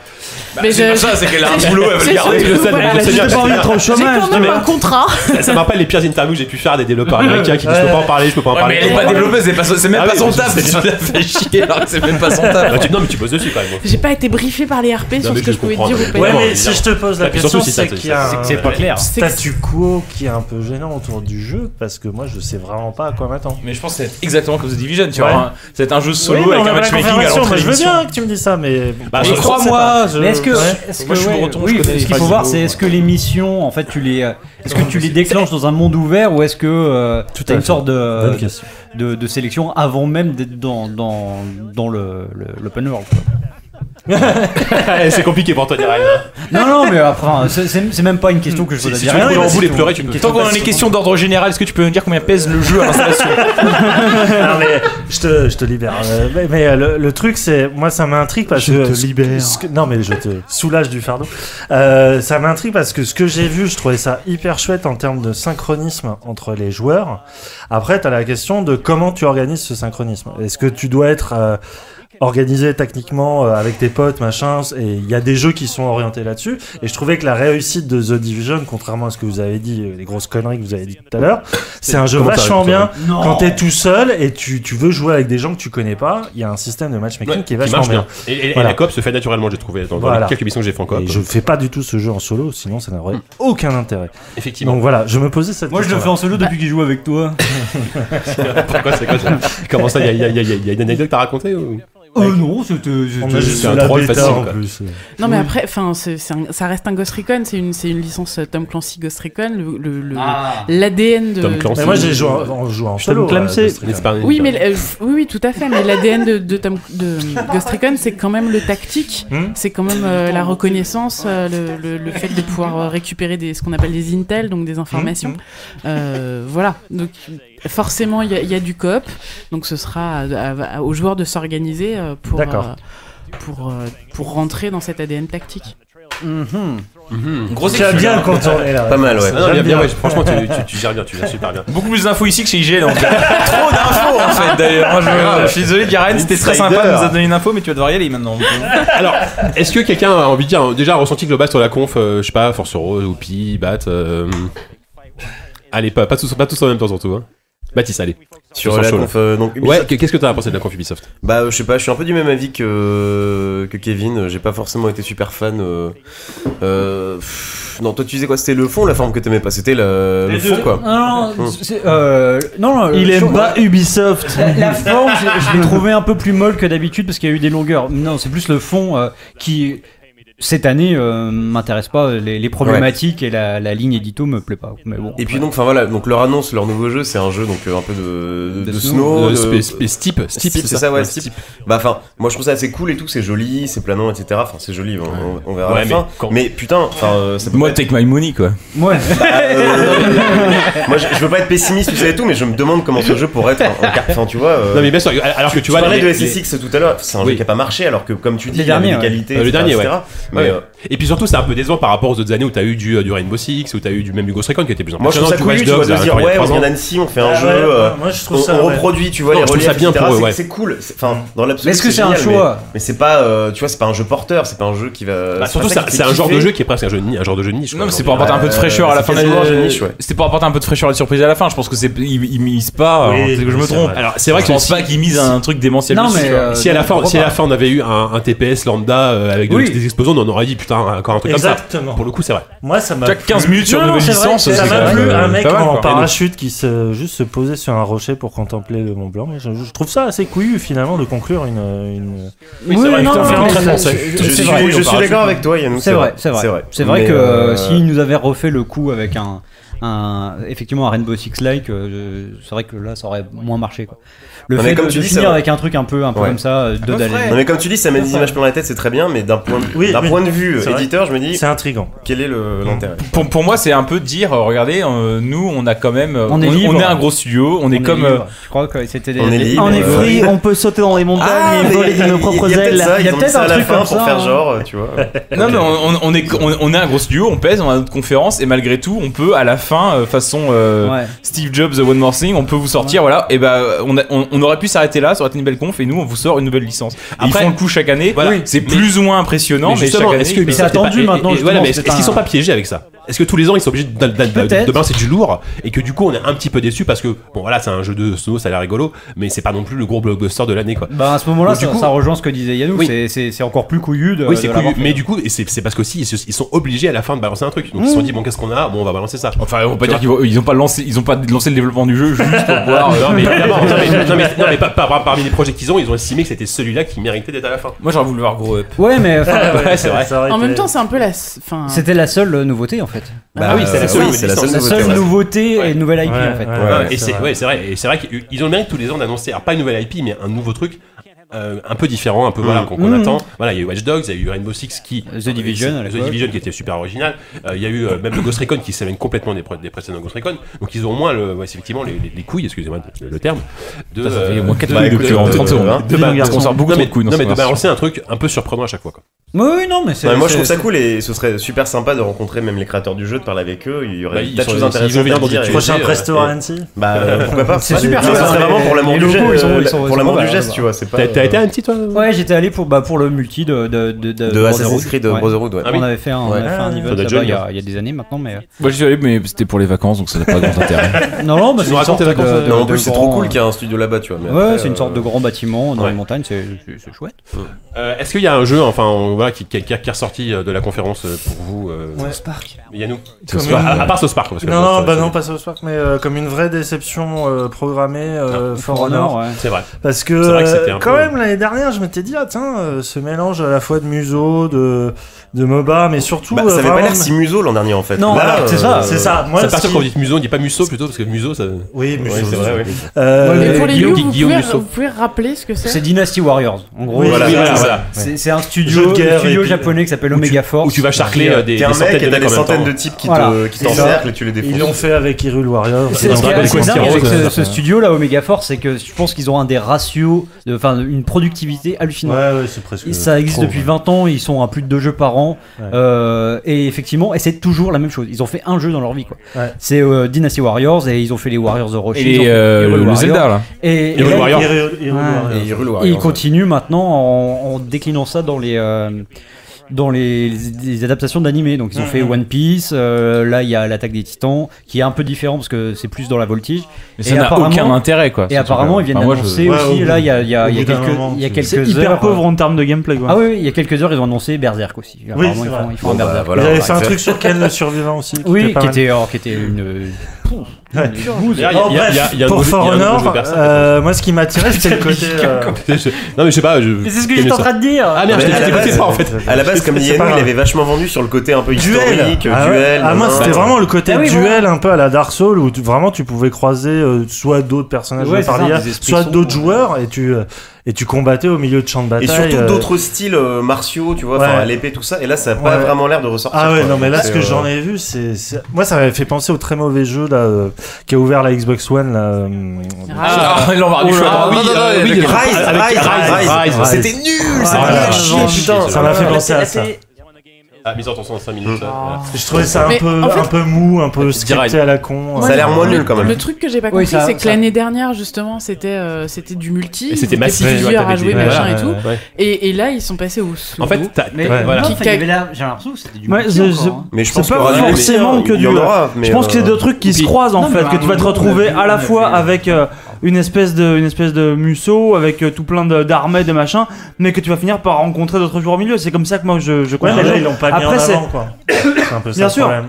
[SPEAKER 6] Mais
[SPEAKER 4] c'est
[SPEAKER 6] je-
[SPEAKER 4] pas ça, c'est qu'elle a un
[SPEAKER 6] c'est-
[SPEAKER 4] boulot, elle veut
[SPEAKER 6] c'est
[SPEAKER 4] le garder.
[SPEAKER 6] surtout-
[SPEAKER 4] je sais,
[SPEAKER 6] voilà,
[SPEAKER 4] mais
[SPEAKER 6] elle a
[SPEAKER 4] je sais
[SPEAKER 6] juste
[SPEAKER 4] bien.
[SPEAKER 8] pas envie d'être au
[SPEAKER 6] J'ai
[SPEAKER 8] chômage.
[SPEAKER 6] quand même un contrat.
[SPEAKER 4] Ça- Ça me rappelle les pires interviews que j'ai pu faire des développeurs américains qui disent je peux pas en parler, je peux pas en
[SPEAKER 5] Ouais,
[SPEAKER 4] parler.
[SPEAKER 5] mais elle est pas développeuse, c'est pas son- c'est même
[SPEAKER 4] Ah
[SPEAKER 5] pas
[SPEAKER 4] oui,
[SPEAKER 5] son
[SPEAKER 4] je
[SPEAKER 5] taf.
[SPEAKER 4] sais.
[SPEAKER 5] Tu l'as fait chier alors que c'est même pas son
[SPEAKER 4] Ah,
[SPEAKER 5] taf.
[SPEAKER 4] tu- non, mais tu bosses dessus quand même.
[SPEAKER 6] J'ai pas été briefé par les RP sur
[SPEAKER 4] mais
[SPEAKER 6] ce que
[SPEAKER 4] je
[SPEAKER 6] je pouvais
[SPEAKER 4] comprends,
[SPEAKER 6] dire
[SPEAKER 4] mais-
[SPEAKER 6] ou pas.
[SPEAKER 8] Ouais,
[SPEAKER 6] dire.
[SPEAKER 4] Évidemment,
[SPEAKER 8] mais si
[SPEAKER 4] évidemment.
[SPEAKER 8] je te pose
[SPEAKER 4] Et
[SPEAKER 8] la
[SPEAKER 4] puis
[SPEAKER 8] question,
[SPEAKER 4] surtout si ça-
[SPEAKER 8] c'est qu'il y a
[SPEAKER 4] c'est-
[SPEAKER 8] un
[SPEAKER 4] c'est pas clair.
[SPEAKER 6] C'est que-
[SPEAKER 8] statu quo qui est un peu gênant autour du jeu parce que moi je sais vraiment pas à quoi m'attendre.
[SPEAKER 5] Mais je pense que c'est exactement comme The Division, tu vois.
[SPEAKER 8] Ouais.
[SPEAKER 5] hein. C'est un jeu solo
[SPEAKER 8] Oui, mais on
[SPEAKER 5] avec un
[SPEAKER 8] avait la
[SPEAKER 5] matchmaking à
[SPEAKER 8] confirmation,
[SPEAKER 5] l'entrée
[SPEAKER 8] mais Je veux
[SPEAKER 5] d'émission.
[SPEAKER 8] bien que tu me dis ça, mais.
[SPEAKER 4] Bah,
[SPEAKER 8] Je
[SPEAKER 4] mais
[SPEAKER 8] sais
[SPEAKER 3] crois-moi,
[SPEAKER 8] pas, je-
[SPEAKER 3] Mais est-ce que,
[SPEAKER 8] Ouais.
[SPEAKER 3] est-ce que
[SPEAKER 5] Moi, je suis de
[SPEAKER 3] ouais,
[SPEAKER 5] retour,
[SPEAKER 3] oui,
[SPEAKER 5] je connais
[SPEAKER 3] ce qu'il faut
[SPEAKER 5] les phrases
[SPEAKER 3] voir,
[SPEAKER 5] de
[SPEAKER 3] c'est
[SPEAKER 5] mots,
[SPEAKER 3] est-ce que les missions, en fait, tu les, euh, est-ce que tu les déclenches dans un monde ouvert ou est-ce que euh,
[SPEAKER 8] Tout
[SPEAKER 3] t'as
[SPEAKER 8] à
[SPEAKER 3] une
[SPEAKER 8] fait.
[SPEAKER 3] sorte de,
[SPEAKER 8] Bonne question.
[SPEAKER 3] de, de sélection avant même d'être dans, dans, dans le, le- l'open world quoi.
[SPEAKER 4] c'est compliqué pour toi, dire rien.
[SPEAKER 3] Non, non, mais après, hein, c'est, c'est- c'est même pas une question que je voudrais
[SPEAKER 4] Si tu
[SPEAKER 3] dire.
[SPEAKER 4] veux
[SPEAKER 3] Rien,
[SPEAKER 4] rouler en
[SPEAKER 3] mais
[SPEAKER 4] boule et
[SPEAKER 3] c'est-
[SPEAKER 4] pleurer, tu peux.
[SPEAKER 5] Tant qu'on en est question d'ordre général, est-ce que tu peux nous dire combien pèse le jeu à l'installation
[SPEAKER 8] Non, mais je te, je te libère. Euh, Mais, mais, euh, le, le truc, c'est. Moi, ça m'intrigue parce
[SPEAKER 1] Je
[SPEAKER 8] que.
[SPEAKER 1] te
[SPEAKER 8] ce-
[SPEAKER 1] libère.
[SPEAKER 8] ce que- non, mais je te soulage du fardeau. Euh, ça m'intrigue parce que ce que j'ai vu, je trouvais ça hyper chouette en termes de synchronisme entre les joueurs. Après, t'as la question de comment tu organises ce synchronisme. Est-ce que tu dois être. euh, organisé techniquement euh, avec tes potes machin et il y a des jeux qui sont orientés là-dessus et je trouvais que la réussite de The Division contrairement à ce que vous avez dit euh, les grosses conneries que vous avez dit tout à l'heure c'est un jeu
[SPEAKER 4] Comment ça,
[SPEAKER 8] vachement bien
[SPEAKER 3] Non.
[SPEAKER 8] quand t'es tout seul et tu, tu veux jouer avec des gens que tu connais pas, il y a un système de matchmaking qui est vachement
[SPEAKER 4] marche
[SPEAKER 8] bien.
[SPEAKER 4] bien. Et, et- et
[SPEAKER 8] Voilà.
[SPEAKER 4] la coop se fait naturellement, j'ai trouvé, dans, dans
[SPEAKER 8] Voilà.
[SPEAKER 4] les quelques missions que j'ai fait en coop.
[SPEAKER 8] Et je fais pas du tout ce jeu en solo, sinon ça n'aurait aucun intérêt.
[SPEAKER 4] Effectivement.
[SPEAKER 8] Donc voilà, je me posais cette
[SPEAKER 3] Moi, je le fais
[SPEAKER 8] question.
[SPEAKER 3] en solo depuis que je joue avec toi.
[SPEAKER 4] Pourquoi c'est quoi ça Comment ça Il y, a- il y a- il y a- il y a une anecdote à raconter ou...
[SPEAKER 3] Euh, non, c'était,
[SPEAKER 8] On a
[SPEAKER 3] c'était-
[SPEAKER 8] juste
[SPEAKER 4] c'est un
[SPEAKER 8] la
[SPEAKER 4] troll
[SPEAKER 8] bêta
[SPEAKER 4] facile,
[SPEAKER 8] en
[SPEAKER 4] quoi.
[SPEAKER 8] plus.
[SPEAKER 6] Non mais après, enfin, c'est- c'est un- ça reste un Ghost Recon, c'est une, c'est une licence euh, Tom Clancy Ghost Recon, le- le- le-
[SPEAKER 3] Ah.
[SPEAKER 6] l'ADN de.
[SPEAKER 4] Tom Clancy.
[SPEAKER 8] Mais moi j'ai joué en, en jouant en
[SPEAKER 3] Je te
[SPEAKER 8] solo.
[SPEAKER 3] me clamser.
[SPEAKER 8] euh, Ghost Recon.
[SPEAKER 4] Mais c'est pas-
[SPEAKER 6] Oui, mais euh, f- oui, oui, tout à fait. Mais l'ADN de, de Tom- de euh, Ghost Recon, c'est quand même le tactique,
[SPEAKER 8] Hmm.
[SPEAKER 6] c'est quand même euh, la reconnaissance, euh, le, le- le fait de pouvoir euh, récupérer des, ce qu'on appelle des intel, donc des informations.
[SPEAKER 8] Hmm.
[SPEAKER 6] Euh, voilà. Donc forcément, il y, a- il y a du coop, donc ce sera à- à- à- aux joueurs de s'organiser euh, pour
[SPEAKER 8] D'accord.
[SPEAKER 6] euh, pour euh, pour rentrer dans cette ADN tactique.
[SPEAKER 3] Mhm.
[SPEAKER 4] Mhm.
[SPEAKER 5] Grosse
[SPEAKER 8] Tu as bien
[SPEAKER 5] excuse. hein.
[SPEAKER 8] contourné là.
[SPEAKER 7] Pas mal, ouais.
[SPEAKER 4] Ah non,
[SPEAKER 8] J'aime
[SPEAKER 4] bien, bien,
[SPEAKER 8] bien.
[SPEAKER 4] ouais, franchement, tu, tu- tu gères bien, tu gères super bien.
[SPEAKER 5] Beaucoup plus d'infos ici que chez IGN. en fait. Trop d'infos en fait d'ailleurs. Moi, Ah, je, je suis désolé, Garen, c'était très
[SPEAKER 4] Insider.
[SPEAKER 5] sympa de nous avoir donné une info, mais tu vas devoir y aller maintenant.
[SPEAKER 4] Alors, est-ce que quelqu'un a envie de dire euh, déjà un ressenti global sur la conf euh, Je sais pas, Force Rose, Oupi, Bat. euh, Allez, pas, pas, tous, pas tous en même temps surtout. Hein. Baptiste, allez.
[SPEAKER 7] Sur
[SPEAKER 4] Sur
[SPEAKER 7] la
[SPEAKER 4] chaud, là.
[SPEAKER 7] conf, euh, donc Ubisoft.
[SPEAKER 4] Ouais, que- qu'est-ce que t'as pensé de la conf Ubisoft
[SPEAKER 7] Bah, euh, je sais pas, je suis un peu du même avis que, que Kevin. J'ai pas forcément été super fan. euh, euh, pff, non, toi, tu disais quoi C'était le fond, la forme que t'aimais pas C'était le, le fond,
[SPEAKER 4] Ah.
[SPEAKER 7] quoi.
[SPEAKER 3] Non,
[SPEAKER 7] Oh.
[SPEAKER 3] non, c'est- euh, non, non,
[SPEAKER 8] Il
[SPEAKER 3] euh,
[SPEAKER 8] aime
[SPEAKER 3] sur-
[SPEAKER 8] pas Ubisoft.
[SPEAKER 3] La, la forme, je, je l'ai trouvé un peu plus molle que d'habitude parce qu'il y a eu des longueurs. Non, c'est plus le fond euh, qui, cette année, euh, m'intéresse pas. Les, les problématiques et la, la ligne édito me plaît pas. Mais bon.
[SPEAKER 7] Et puis donc, enfin voilà, donc leur annonce, leur nouveau jeu, c'est un jeu donc euh, un peu de, de, de
[SPEAKER 4] Euh,
[SPEAKER 7] snow, de-
[SPEAKER 4] Sp- Sp- Steep, Steep,
[SPEAKER 7] Steep, c'est ça, ouais,
[SPEAKER 4] Ouais,
[SPEAKER 7] Steep. Bah enfin, moi je trouve ça assez cool et tout, c'est joli, c'est planant, etc. Enfin, c'est joli, on, on- on verra à
[SPEAKER 4] Ouais,
[SPEAKER 7] la
[SPEAKER 4] mais
[SPEAKER 7] fin.
[SPEAKER 4] quand-
[SPEAKER 7] Mais putain, enfin, euh, ça peut
[SPEAKER 5] Moi,
[SPEAKER 7] pas être-
[SPEAKER 5] take my money quoi.
[SPEAKER 3] Ouais.
[SPEAKER 7] Euh, moi, je, je veux pas être pessimiste, tu sais tout, mais je me demande comment ce jeu pourrait être en, en car- Enfin, tu vois. euh,
[SPEAKER 4] Non, mais bien sûr, alors que tu,
[SPEAKER 7] tu
[SPEAKER 4] vois.
[SPEAKER 7] parlais
[SPEAKER 4] les-
[SPEAKER 7] de
[SPEAKER 4] les-
[SPEAKER 7] SSX tout à l'heure, c'est un
[SPEAKER 4] Oui.
[SPEAKER 7] jeu qui a pas marché, alors que comme tu dis,
[SPEAKER 3] Les
[SPEAKER 7] il y avait
[SPEAKER 3] derniers,
[SPEAKER 7] des
[SPEAKER 3] ouais.
[SPEAKER 7] qualités,
[SPEAKER 4] Euh, le
[SPEAKER 7] etc.,
[SPEAKER 4] dernier,
[SPEAKER 7] etc. Mais,
[SPEAKER 4] Ouais.
[SPEAKER 7] euh,
[SPEAKER 4] Et puis surtout, c'est un peu décevant par rapport aux autres années où t'as eu du, euh, du Rainbow Six, où t'as eu du même du Ghost Recon qui était plus
[SPEAKER 7] Moi je trouve ça
[SPEAKER 4] impressionnant,
[SPEAKER 7] cool,
[SPEAKER 4] du
[SPEAKER 7] tu vois,
[SPEAKER 4] Watch Dogs,
[SPEAKER 7] de se dire
[SPEAKER 4] alors, il y a
[SPEAKER 7] ouais, on
[SPEAKER 4] trois
[SPEAKER 7] vient
[SPEAKER 4] ans.
[SPEAKER 7] d'Annecy, on fait un
[SPEAKER 8] Ah
[SPEAKER 7] jeu,
[SPEAKER 8] ouais,
[SPEAKER 7] euh,
[SPEAKER 8] ouais, moi, je trouve
[SPEAKER 7] on,
[SPEAKER 8] ça,
[SPEAKER 7] on
[SPEAKER 8] ouais. Mm.
[SPEAKER 7] reproduit, tu vois,
[SPEAKER 4] Non,
[SPEAKER 7] les
[SPEAKER 4] je trouve
[SPEAKER 7] reliefs,
[SPEAKER 4] ça bien
[SPEAKER 7] etc.
[SPEAKER 4] pour eux,
[SPEAKER 7] C'est-
[SPEAKER 4] ouais.
[SPEAKER 7] C'est cool, C'est- enfin, dans l'absolu.
[SPEAKER 3] Mais est-ce que c'est un
[SPEAKER 7] génial, mais-
[SPEAKER 3] choix
[SPEAKER 7] Mais c'est pas, euh, tu vois, c'est pas un jeu porteur, c'est pas un jeu qui va.
[SPEAKER 4] Bah,
[SPEAKER 7] c'est
[SPEAKER 4] surtout,
[SPEAKER 7] pas
[SPEAKER 4] ça-
[SPEAKER 7] qui te
[SPEAKER 4] c'est un
[SPEAKER 7] fait
[SPEAKER 4] genre de
[SPEAKER 7] kiffer.
[SPEAKER 4] jeu qui est presque un jeu de ni- un genre de jeu de niche.
[SPEAKER 5] Non, mais
[SPEAKER 4] quoi,
[SPEAKER 5] c'est pour apporter un peu de
[SPEAKER 7] Euh,
[SPEAKER 5] fraîcheur à la
[SPEAKER 7] c'est
[SPEAKER 5] fin de
[SPEAKER 7] quasiment un jeu de
[SPEAKER 5] la
[SPEAKER 7] niche, ouais.
[SPEAKER 5] C'était pour apporter un peu de fraîcheur et de surprise à la fin. Je pense que c'est ils, ils misent pas.
[SPEAKER 8] Oui,
[SPEAKER 5] hein, Peut-être que je me
[SPEAKER 8] c'est
[SPEAKER 5] trompe.
[SPEAKER 8] vrai.
[SPEAKER 4] Alors, c'est vrai
[SPEAKER 5] je
[SPEAKER 4] que
[SPEAKER 5] pense pas qu'ils misent un truc démentiel.
[SPEAKER 3] Non,
[SPEAKER 5] dessus,
[SPEAKER 3] mais,
[SPEAKER 5] tu vois.
[SPEAKER 3] euh,
[SPEAKER 4] si à la fin,
[SPEAKER 3] pourquoi
[SPEAKER 4] si à la
[SPEAKER 3] pas.
[SPEAKER 4] fin on avait eu un, un TPS lambda euh, avec de-
[SPEAKER 3] Oui.
[SPEAKER 4] des explosions, on aurait dit putain encore un truc comme ça.
[SPEAKER 8] Exactement.
[SPEAKER 4] Pour le coup, c'est vrai.
[SPEAKER 8] Moi ça m'a.
[SPEAKER 5] Tu as 15 minutes sur
[SPEAKER 8] Non,
[SPEAKER 5] une
[SPEAKER 8] non,
[SPEAKER 5] nouvelle
[SPEAKER 8] c'est vrai,
[SPEAKER 5] licence,
[SPEAKER 8] Ça
[SPEAKER 5] c'est
[SPEAKER 8] m'a
[SPEAKER 5] quand
[SPEAKER 8] plu
[SPEAKER 5] même,
[SPEAKER 8] un
[SPEAKER 5] euh,
[SPEAKER 8] mec
[SPEAKER 5] pas mal,
[SPEAKER 8] en
[SPEAKER 5] quoi.
[SPEAKER 8] parachute qui se juste se posait sur un rocher pour contempler le Mont Blanc. Mais je, je trouve ça assez couillu finalement de conclure une. une...
[SPEAKER 5] Oui, c'est vrai,
[SPEAKER 8] non,
[SPEAKER 5] putain,
[SPEAKER 8] non,
[SPEAKER 5] on fait
[SPEAKER 8] mais
[SPEAKER 5] un très
[SPEAKER 8] je-
[SPEAKER 5] français.
[SPEAKER 8] je-
[SPEAKER 5] Tout
[SPEAKER 7] Je
[SPEAKER 5] de
[SPEAKER 7] suis,
[SPEAKER 5] suite, on
[SPEAKER 7] je suis
[SPEAKER 5] parle.
[SPEAKER 7] d'accord avec toi, Yannou.
[SPEAKER 3] C'est vrai, c'est vrai. C'est vrai
[SPEAKER 7] Mais,
[SPEAKER 3] que
[SPEAKER 7] euh,
[SPEAKER 3] s'ils nous avaient refait le coup avec un, un effectivement un Rainbow Six like, euh, c'est vrai que là ça aurait moins marché. Quoi. Le
[SPEAKER 7] Non, mais
[SPEAKER 3] fait
[SPEAKER 7] comme
[SPEAKER 3] de,
[SPEAKER 7] tu
[SPEAKER 3] de
[SPEAKER 7] dis, ça
[SPEAKER 3] finir
[SPEAKER 7] va.
[SPEAKER 3] avec un truc un peu un peu
[SPEAKER 7] Ouais.
[SPEAKER 3] comme ça, euh, de d'aller.
[SPEAKER 7] Non mais comme tu dis, ça met des images plein la tête, c'est très bien, mais d'un point,
[SPEAKER 8] Oui,
[SPEAKER 7] d'un
[SPEAKER 8] oui.
[SPEAKER 7] point de vue
[SPEAKER 8] C'est vrai.
[SPEAKER 7] éditeur, je me dis,
[SPEAKER 8] C'est intriguant.
[SPEAKER 7] quel est le- l'intérêt
[SPEAKER 5] Pour, pour moi, c'est un peu dire, euh, regardez, euh, nous, on a quand même, euh,
[SPEAKER 3] On est libre.
[SPEAKER 5] un gros studio, on,
[SPEAKER 3] On
[SPEAKER 5] est comme, euh,
[SPEAKER 3] libre. je crois que c'était des-
[SPEAKER 7] on est
[SPEAKER 3] des-
[SPEAKER 7] libre.
[SPEAKER 3] on est
[SPEAKER 7] euh,
[SPEAKER 3] free.
[SPEAKER 7] oui.
[SPEAKER 1] on peut sauter dans les montagnes et voler de nos propres
[SPEAKER 7] Ah, il y a peut-être
[SPEAKER 1] ailes.
[SPEAKER 7] ça,
[SPEAKER 3] Il y a
[SPEAKER 7] ils ont mis
[SPEAKER 3] peut-être
[SPEAKER 7] ça à
[SPEAKER 3] un
[SPEAKER 7] la
[SPEAKER 3] truc
[SPEAKER 7] fin
[SPEAKER 3] comme
[SPEAKER 7] pour
[SPEAKER 3] ça,
[SPEAKER 7] faire
[SPEAKER 3] hein.
[SPEAKER 7] genre, tu vois.
[SPEAKER 5] euh, Non, mais on, on- on est, on, on est un gros studio, on pèse, on a notre conférence, et malgré tout, on peut, à la fin, euh, façon euh,
[SPEAKER 3] Ouais.
[SPEAKER 5] Steve Jobs, The One More Thing, on peut vous sortir, voilà, et ben on, a- on, on aurait pu s'arrêter là, ça aurait été une belle conf, et nous, on vous sort une nouvelle licence. Et ils
[SPEAKER 4] Après-
[SPEAKER 5] font le coup chaque année,
[SPEAKER 4] Voilà.
[SPEAKER 5] c'est plus ou moins impressionnant, mais,
[SPEAKER 4] justement,
[SPEAKER 5] chaque année,
[SPEAKER 4] est-ce que
[SPEAKER 5] ils
[SPEAKER 3] mais
[SPEAKER 5] font
[SPEAKER 3] c'est
[SPEAKER 5] ça.
[SPEAKER 4] Ubisoft est pas-
[SPEAKER 3] attendu
[SPEAKER 4] et- et-
[SPEAKER 3] maintenant,
[SPEAKER 4] et
[SPEAKER 3] justement,
[SPEAKER 4] voilà, mais est-ce
[SPEAKER 3] c'est
[SPEAKER 4] est-ce qu'ils
[SPEAKER 3] un-
[SPEAKER 4] sont pas piégés avec ça Est-ce que tous les ans ils sont obligés de, de- de-
[SPEAKER 3] Peut-être.
[SPEAKER 4] de balancer du lourd et que du coup on est un petit peu déçu parce que bon voilà c'est un jeu de snow ça a l'air rigolo mais c'est pas non plus le gros blockbuster de l'année quoi.
[SPEAKER 3] Bah à ce moment-là,
[SPEAKER 4] Donc, du
[SPEAKER 3] ça,
[SPEAKER 4] coup-
[SPEAKER 3] ça rejoint ce que disait Yannou,
[SPEAKER 4] Oui.
[SPEAKER 3] c'est- c'est c'est encore plus couillu de.
[SPEAKER 4] Oui, c'est
[SPEAKER 3] de
[SPEAKER 4] cool,
[SPEAKER 3] l'avoir
[SPEAKER 4] mais
[SPEAKER 3] fait.
[SPEAKER 4] du coup, et c'est c'est parce qu'aussi, ils, se- ils sont obligés à la fin de balancer un truc. Donc ils
[SPEAKER 3] Mmh.
[SPEAKER 4] se sont dit, bon, qu'est-ce qu'on a Bon, on va balancer ça.
[SPEAKER 5] Enfin, on va pas dire qu'ils vont- ils ont pas lancé, ils ont pas lancé le développement du jeu juste pour pouvoir.
[SPEAKER 4] Non,
[SPEAKER 5] euh,
[SPEAKER 4] mais, évidemment, non, mais, non, mais- non, mais par- par- parmi les projets qu'ils ont, ils ont estimé que c'était celui-là qui méritait d'être à la fin.
[SPEAKER 5] Moi, j'aurais voulu voir gros up.
[SPEAKER 3] Ouais, mais enfin,
[SPEAKER 4] Ouais, c'est vrai.
[SPEAKER 8] Ça aurait
[SPEAKER 6] En
[SPEAKER 8] été-
[SPEAKER 6] même temps, c'est un peu la. s- Enfin,
[SPEAKER 3] c'était la seule euh, nouveauté en fait.
[SPEAKER 4] Bah oui, c'est la
[SPEAKER 7] Euh,
[SPEAKER 4] seule
[SPEAKER 7] oui,
[SPEAKER 4] nouvelle
[SPEAKER 7] c'est la
[SPEAKER 4] licence.
[SPEAKER 7] seule
[SPEAKER 3] La seule
[SPEAKER 7] nouveauté, ouais.
[SPEAKER 3] nouveauté et nouvelle IP
[SPEAKER 8] Ouais,
[SPEAKER 3] en fait.
[SPEAKER 8] ouais,
[SPEAKER 7] Ouais,
[SPEAKER 8] ouais,
[SPEAKER 4] et
[SPEAKER 8] c'est
[SPEAKER 4] c'est
[SPEAKER 8] vrai.
[SPEAKER 4] Ah bah ouais, c'est vrai. Et c'est vrai qu'ils ont le mérite tous les ans d'annoncer, alors pas une nouvelle IP, mais un nouveau truc. euh, un peu différent, un peu voilà qu'on qu'on
[SPEAKER 3] Mm.
[SPEAKER 4] attend. Voilà, il y a eu Watch Dogs, il y a eu Rainbow Six qui euh,
[SPEAKER 3] The Division, à
[SPEAKER 4] The
[SPEAKER 3] l'époque.
[SPEAKER 4] Division qui était super original. Euh, Il y a eu euh, même le Ghost Recon qui s'éloigne complètement des, pré- des précédents Ghost Recon. Donc ils ont au moins le, ouais, effectivement les, les- les couilles, excusez-moi le, le terme. De,
[SPEAKER 5] Ça, ça fait
[SPEAKER 4] euh,
[SPEAKER 5] au moins 4
[SPEAKER 4] de-
[SPEAKER 5] minutes
[SPEAKER 4] de-
[SPEAKER 5] depuis en
[SPEAKER 4] de-
[SPEAKER 5] 30
[SPEAKER 4] hein.
[SPEAKER 5] secondes.
[SPEAKER 8] Dis donc,
[SPEAKER 5] Parce qu'on sort beaucoup
[SPEAKER 4] non,
[SPEAKER 5] trop
[SPEAKER 4] mais,
[SPEAKER 5] de couilles dans
[SPEAKER 4] non, mais de
[SPEAKER 5] cette version.
[SPEAKER 4] balancer un truc un peu surprenant à chaque fois. Quoi.
[SPEAKER 3] Oui, oui, non, mais c'est.
[SPEAKER 7] Non, mais moi je trouve
[SPEAKER 3] c'est-
[SPEAKER 7] ça cool et ce serait super sympa de rencontrer même les créateurs du jeu, de parler avec eux. Il y
[SPEAKER 4] Bah,
[SPEAKER 7] aurait
[SPEAKER 4] ils
[SPEAKER 7] des tas de
[SPEAKER 4] sont-
[SPEAKER 7] choses
[SPEAKER 4] ils
[SPEAKER 7] intéressantes.
[SPEAKER 4] veulent venir
[SPEAKER 7] à
[SPEAKER 4] dans des
[SPEAKER 7] dire et-
[SPEAKER 4] projets,
[SPEAKER 8] Prochain
[SPEAKER 4] euh,
[SPEAKER 8] Presto
[SPEAKER 4] et-
[SPEAKER 8] à Annecy
[SPEAKER 7] Bah euh, pourquoi pas
[SPEAKER 3] C'est
[SPEAKER 7] Bah,
[SPEAKER 3] super
[SPEAKER 7] non,
[SPEAKER 3] cool,
[SPEAKER 7] Ça serait
[SPEAKER 3] hein,
[SPEAKER 7] vraiment
[SPEAKER 3] les-
[SPEAKER 7] pour l'amour
[SPEAKER 3] les
[SPEAKER 7] du
[SPEAKER 3] locaux,
[SPEAKER 7] geste,
[SPEAKER 3] ils sont-
[SPEAKER 7] euh,
[SPEAKER 3] ils sont-
[SPEAKER 7] pour
[SPEAKER 3] ils
[SPEAKER 7] l'amour
[SPEAKER 3] sont
[SPEAKER 7] du
[SPEAKER 3] pas
[SPEAKER 7] geste,
[SPEAKER 3] mal,
[SPEAKER 7] tu vois. C'est pas.
[SPEAKER 4] T'as t'as
[SPEAKER 7] euh,
[SPEAKER 4] été un petit toi
[SPEAKER 3] Ouais, j'étais allé pour, bah, pour le multi de, de, de, de
[SPEAKER 7] de Assassin's
[SPEAKER 3] Brotherhood.
[SPEAKER 7] Creed
[SPEAKER 3] euh, Ouais.
[SPEAKER 7] Brotherhood. ouais.
[SPEAKER 4] Ah oui.
[SPEAKER 3] On avait fait un, on
[SPEAKER 7] Ouais.
[SPEAKER 3] avait fait un
[SPEAKER 8] Ah,
[SPEAKER 3] event
[SPEAKER 4] ça date
[SPEAKER 3] là-bas
[SPEAKER 4] jeune,
[SPEAKER 3] il y,
[SPEAKER 4] bien.
[SPEAKER 3] a, il y a des années maintenant, mais.
[SPEAKER 5] Moi, j'y suis allé, mais c'était pour les vacances, donc ça n'a pas grand intérêt.
[SPEAKER 3] Non, non, bah,
[SPEAKER 4] Ils
[SPEAKER 3] c'est
[SPEAKER 4] nous
[SPEAKER 3] une
[SPEAKER 4] racontent
[SPEAKER 3] sorte de.
[SPEAKER 4] les vacances,
[SPEAKER 3] de-
[SPEAKER 7] Non, en
[SPEAKER 3] de
[SPEAKER 7] plus, c'est
[SPEAKER 3] grand-
[SPEAKER 7] trop cool qu'il y ait un studio là-bas, tu vois. mais
[SPEAKER 3] Ouais,
[SPEAKER 7] après,
[SPEAKER 3] c'est une sorte de grand bâtiment dans
[SPEAKER 7] ouais.
[SPEAKER 3] les montagnes, c'est c'est- c'est chouette.
[SPEAKER 4] Euh, Est-ce qu'il y a un jeu enfin, on- voilà, qui, qui, qui, qui est ressorti euh, de la conférence euh, pour vous euh,
[SPEAKER 8] Spark.
[SPEAKER 4] Yannou
[SPEAKER 8] Comme
[SPEAKER 4] Sauce Park.
[SPEAKER 8] une-
[SPEAKER 4] à, à part Sauce Park. Ah, Parce que
[SPEAKER 8] Non,
[SPEAKER 4] ça-
[SPEAKER 8] non,
[SPEAKER 4] ça-
[SPEAKER 8] bah
[SPEAKER 4] ça-
[SPEAKER 8] non, pas South Park, mais euh, comme une vraie déception euh, programmée euh, For Honor.
[SPEAKER 3] ouais.
[SPEAKER 4] C'est vrai.
[SPEAKER 8] Parce que,
[SPEAKER 4] C'est vrai que c'était un
[SPEAKER 8] euh, quand
[SPEAKER 4] peu-
[SPEAKER 8] même, l'année dernière, je m'étais dit, ah tiens, euh, ce mélange à la fois de museau, de, de MOBA, mais surtout.
[SPEAKER 7] Bah,
[SPEAKER 8] euh,
[SPEAKER 7] ça avait pas
[SPEAKER 8] vraiment-
[SPEAKER 7] l'air si museau l'an dernier en fait.
[SPEAKER 3] Non,
[SPEAKER 7] Là,
[SPEAKER 3] voilà, c'est
[SPEAKER 7] euh,
[SPEAKER 3] ça,
[SPEAKER 8] C'est ça, moi,
[SPEAKER 4] Ça
[SPEAKER 8] ce
[SPEAKER 4] part
[SPEAKER 8] qui-
[SPEAKER 4] quand on dit Muso, on dit pas Musso plutôt, parce que Muso, ça.
[SPEAKER 8] Oui,
[SPEAKER 4] Ouais,
[SPEAKER 8] mais
[SPEAKER 4] c'est vrai, oui.
[SPEAKER 8] Euh,
[SPEAKER 6] Mais pour les
[SPEAKER 4] Guillaume-
[SPEAKER 6] loups, vous,
[SPEAKER 4] Guillaume
[SPEAKER 6] pouvez,
[SPEAKER 4] Dussault.
[SPEAKER 6] vous pouvez rappeler ce que c'est
[SPEAKER 3] C'est Dynasty Warriors, en gros.
[SPEAKER 8] Oui,
[SPEAKER 4] Voilà,
[SPEAKER 8] oui,
[SPEAKER 4] voilà,
[SPEAKER 8] oui.
[SPEAKER 4] voilà.
[SPEAKER 3] C'est c'est un
[SPEAKER 8] Jeu
[SPEAKER 3] studio,
[SPEAKER 8] de guerre
[SPEAKER 3] un studio
[SPEAKER 8] et puis-
[SPEAKER 3] japonais qui s'appelle Omega Force.
[SPEAKER 4] Où tu vas charcler euh, des,
[SPEAKER 7] T'es un
[SPEAKER 4] des
[SPEAKER 7] mec
[SPEAKER 4] centaines
[SPEAKER 7] et
[SPEAKER 4] de
[SPEAKER 7] t'as
[SPEAKER 4] mecs
[SPEAKER 7] des
[SPEAKER 4] en même
[SPEAKER 7] centaines
[SPEAKER 4] temps.
[SPEAKER 7] de types qui
[SPEAKER 3] Voilà.
[SPEAKER 7] te- qui
[SPEAKER 8] Et ça-
[SPEAKER 7] t'encerclent et tu les
[SPEAKER 8] Ils l'ont
[SPEAKER 7] défonces.
[SPEAKER 8] fait avec Hyrule Warrior.
[SPEAKER 3] C'est
[SPEAKER 4] dans
[SPEAKER 3] ce qui
[SPEAKER 4] Dragon
[SPEAKER 3] est assez
[SPEAKER 4] Quest
[SPEAKER 3] dingue avec
[SPEAKER 4] Heroes,
[SPEAKER 3] ce,
[SPEAKER 4] euh,
[SPEAKER 3] ce studio là, Omega Force, c'est que je pense qu'ils ont un des ratios, de- enfin une productivité hallucinante.
[SPEAKER 8] Ouais, ouais, c'est presque.
[SPEAKER 3] Et ça existe
[SPEAKER 8] trop,
[SPEAKER 3] depuis
[SPEAKER 8] ouais.
[SPEAKER 3] 20 ans, ils sont à plus de deux jeux par an.
[SPEAKER 8] Ouais.
[SPEAKER 3] Euh, et effectivement, et c'est toujours la même chose. Ils ont fait un jeu dans leur vie. quoi.
[SPEAKER 8] Ouais.
[SPEAKER 3] C'est euh, Dynasty Warriors et ils ont fait les Warriors of Roshi.
[SPEAKER 5] Et
[SPEAKER 3] ils ont
[SPEAKER 5] les,
[SPEAKER 3] fait
[SPEAKER 5] euh,
[SPEAKER 3] Hero
[SPEAKER 5] le,
[SPEAKER 3] Warriors.
[SPEAKER 5] Zelda, là.
[SPEAKER 3] Et, et
[SPEAKER 4] Hero
[SPEAKER 3] là,
[SPEAKER 4] Warriors.
[SPEAKER 8] Hyrule- Hyrule
[SPEAKER 3] Ouais.
[SPEAKER 8] Warriors.
[SPEAKER 7] Et Hyrule
[SPEAKER 3] et
[SPEAKER 7] Warriors,
[SPEAKER 3] ils
[SPEAKER 7] ouais.
[SPEAKER 3] continuent maintenant en, en déclinant ça dans les. euh, dans les, les adaptations d'animés, donc ils ont
[SPEAKER 8] Mhm.
[SPEAKER 3] fait One Piece, euh, là il y a l'attaque des Titans, qui est un peu différent parce que c'est plus dans la voltige.
[SPEAKER 5] Mais
[SPEAKER 3] Et
[SPEAKER 5] ça n'a
[SPEAKER 3] apparemment-
[SPEAKER 5] aucun intérêt, quoi.
[SPEAKER 3] Et apparemment, ils viennent
[SPEAKER 5] Enfin, Bah, moi, je-
[SPEAKER 3] d'annoncer
[SPEAKER 8] Ouais,
[SPEAKER 3] aussi.
[SPEAKER 8] au
[SPEAKER 3] là,
[SPEAKER 8] bout-
[SPEAKER 3] il y a, il y a-
[SPEAKER 8] au
[SPEAKER 3] il y a
[SPEAKER 8] bout d'un
[SPEAKER 3] quelques,
[SPEAKER 8] moment,
[SPEAKER 3] il y a
[SPEAKER 8] c'est-
[SPEAKER 3] quelques
[SPEAKER 1] C'est
[SPEAKER 3] heures.
[SPEAKER 1] hyper pauvre en termes de gameplay. Quoi.
[SPEAKER 3] Ah oui, oui, il y a quelques heures, ils ont annoncé Berserk aussi. Apparemment,
[SPEAKER 8] c'est
[SPEAKER 3] ils
[SPEAKER 8] vrai.
[SPEAKER 3] font, ils font
[SPEAKER 7] Bon,
[SPEAKER 3] un
[SPEAKER 7] bah,
[SPEAKER 3] Berserk.
[SPEAKER 7] voilà,
[SPEAKER 8] Ils avaient
[SPEAKER 7] on va
[SPEAKER 8] fait un
[SPEAKER 7] faire.
[SPEAKER 8] truc sur Ken le survivant aussi. qui
[SPEAKER 3] Oui,
[SPEAKER 8] pas
[SPEAKER 3] qui
[SPEAKER 8] mal.
[SPEAKER 3] était, alors, qui était une.
[SPEAKER 4] Il y a- il y a-
[SPEAKER 8] Non,
[SPEAKER 4] il y a- il y a-
[SPEAKER 8] Oh, bref,
[SPEAKER 4] il y a un
[SPEAKER 8] pour
[SPEAKER 4] nouveau-
[SPEAKER 8] For
[SPEAKER 4] il y a un nouveau jeu
[SPEAKER 8] Honor,
[SPEAKER 4] Berserk.
[SPEAKER 8] euh, moi ce qui m'attirait c'était le côté. euh,
[SPEAKER 4] Je- Non, mais je sais pas. Mais
[SPEAKER 3] c'est ce que j'étais en train de dire
[SPEAKER 4] Ah merde,
[SPEAKER 7] Mais à
[SPEAKER 4] je
[SPEAKER 7] la
[SPEAKER 4] t'écoutais
[SPEAKER 7] base-
[SPEAKER 4] pas en fait.
[SPEAKER 7] À la base, comme
[SPEAKER 8] C'est
[SPEAKER 7] Yannou,
[SPEAKER 8] pas
[SPEAKER 7] il
[SPEAKER 8] grave.
[SPEAKER 7] avait vachement vendu sur le côté un peu
[SPEAKER 8] Duel
[SPEAKER 7] historique,
[SPEAKER 8] ah, ouais.
[SPEAKER 7] duel.
[SPEAKER 8] Ah, moi
[SPEAKER 7] nanana.
[SPEAKER 8] c'était vraiment le côté
[SPEAKER 3] Ah oui,
[SPEAKER 8] duel
[SPEAKER 3] voilà.
[SPEAKER 8] un peu à la Dark Souls où tu- vraiment tu pouvais croiser euh, soit d'autres personnages
[SPEAKER 3] Ouais,
[SPEAKER 8] joués par
[SPEAKER 3] c'est ça,
[SPEAKER 8] l'IA,
[SPEAKER 3] des esprits
[SPEAKER 8] soit
[SPEAKER 3] sombres,
[SPEAKER 8] d'autres
[SPEAKER 3] ouais.
[SPEAKER 8] joueurs et tu euh, et tu combattais au milieu de champs de
[SPEAKER 7] Et
[SPEAKER 8] bataille.
[SPEAKER 7] surtout
[SPEAKER 8] euh,
[SPEAKER 7] d'autres styles euh, martiaux, tu vois, enfin
[SPEAKER 8] Ouais.
[SPEAKER 7] à l'épée, tout ça. Et là, ça a pas
[SPEAKER 8] Ouais.
[SPEAKER 7] vraiment l'air de ressortir.
[SPEAKER 8] Ah ouais,
[SPEAKER 7] quoi.
[SPEAKER 8] non mais là
[SPEAKER 7] Donc,
[SPEAKER 8] ce
[SPEAKER 7] c'est,
[SPEAKER 8] que
[SPEAKER 7] euh,
[SPEAKER 8] j'en ai vu c'est c'est- moi ça m'avait fait penser au très mauvais jeu là euh, qui a ouvert la Xbox One là. euh,
[SPEAKER 5] Ah, l'embarras du
[SPEAKER 8] Oh là
[SPEAKER 5] choix.
[SPEAKER 8] là,
[SPEAKER 5] Ah oui,
[SPEAKER 7] non, non,
[SPEAKER 5] euh,
[SPEAKER 7] non,
[SPEAKER 5] oui,
[SPEAKER 7] avec
[SPEAKER 5] euh,
[SPEAKER 7] Rise,
[SPEAKER 5] avec
[SPEAKER 7] Rise, Rise,
[SPEAKER 8] Rise,
[SPEAKER 7] Rise.
[SPEAKER 8] Rise.
[SPEAKER 7] C'était nul, ça
[SPEAKER 8] Ah,
[SPEAKER 7] valait à
[SPEAKER 8] la
[SPEAKER 7] chier,
[SPEAKER 8] vache,
[SPEAKER 7] putain.
[SPEAKER 8] ça m'a fait penser à ça.
[SPEAKER 4] Ah, mise en tension en 5 minutes. là, voilà.
[SPEAKER 8] Je trouvais ça un
[SPEAKER 6] Mais
[SPEAKER 8] peu
[SPEAKER 6] en fait-
[SPEAKER 8] un peu mou, un
[SPEAKER 4] Ah,
[SPEAKER 8] peu scripté
[SPEAKER 4] Direct.
[SPEAKER 8] à la con.
[SPEAKER 7] Ça
[SPEAKER 8] euh,
[SPEAKER 7] a l'air moins
[SPEAKER 6] le-
[SPEAKER 7] nul quand même.
[SPEAKER 6] Le truc que j'ai pas
[SPEAKER 3] Oui,
[SPEAKER 6] compris,
[SPEAKER 3] ça-
[SPEAKER 6] c'est que
[SPEAKER 3] ça-
[SPEAKER 6] l'année dernière, justement, c'était euh, c'était du multi.
[SPEAKER 4] Et
[SPEAKER 6] vous
[SPEAKER 4] c'était
[SPEAKER 6] étiez
[SPEAKER 4] massif, tu vois,
[SPEAKER 6] plusieurs à
[SPEAKER 4] t'avais
[SPEAKER 6] jouer,
[SPEAKER 4] des-
[SPEAKER 6] machin
[SPEAKER 8] ouais,
[SPEAKER 6] et tout. Et, et là, ils sont passés au solo.
[SPEAKER 4] En fait, t'as.
[SPEAKER 3] Mais
[SPEAKER 8] Ouais.
[SPEAKER 4] Voilà.
[SPEAKER 3] non,
[SPEAKER 6] Qui
[SPEAKER 3] enfin, il y
[SPEAKER 6] ca-
[SPEAKER 3] avait l'air- j'ai l'impression que c'était du
[SPEAKER 1] Ouais,
[SPEAKER 3] multi
[SPEAKER 1] je-
[SPEAKER 3] encore,
[SPEAKER 1] je-
[SPEAKER 3] hein.
[SPEAKER 7] Mais je
[SPEAKER 1] C'est
[SPEAKER 7] pense
[SPEAKER 1] pas
[SPEAKER 7] qu'il y aura-
[SPEAKER 1] forcément
[SPEAKER 7] il y
[SPEAKER 1] que
[SPEAKER 7] en
[SPEAKER 1] du-
[SPEAKER 7] aura, mais,
[SPEAKER 1] Je pense que c'est
[SPEAKER 7] euh,
[SPEAKER 1] deux trucs qui se croisent en
[SPEAKER 3] Non, mais
[SPEAKER 1] fait,
[SPEAKER 3] à
[SPEAKER 1] que
[SPEAKER 3] un
[SPEAKER 1] tu vas te
[SPEAKER 3] moment,
[SPEAKER 1] retrouver
[SPEAKER 3] on a
[SPEAKER 1] à la
[SPEAKER 3] vu,
[SPEAKER 1] fois
[SPEAKER 3] on a vu.
[SPEAKER 1] avec euh, une espèce de une espèce de musso, avec euh, tout plein de- d'armées, de machins, mais que tu vas finir par rencontrer d'autres joueurs au milieu. C'est comme ça que moi je, je
[SPEAKER 8] Ouais,
[SPEAKER 1] connais.
[SPEAKER 8] mais
[SPEAKER 1] le
[SPEAKER 8] là
[SPEAKER 1] jeu.
[SPEAKER 8] ils l'ont pas mis en
[SPEAKER 1] Après, c'est-
[SPEAKER 8] avant quoi. C'est un peu ça
[SPEAKER 1] Bien
[SPEAKER 8] le
[SPEAKER 1] sûr.
[SPEAKER 8] problème.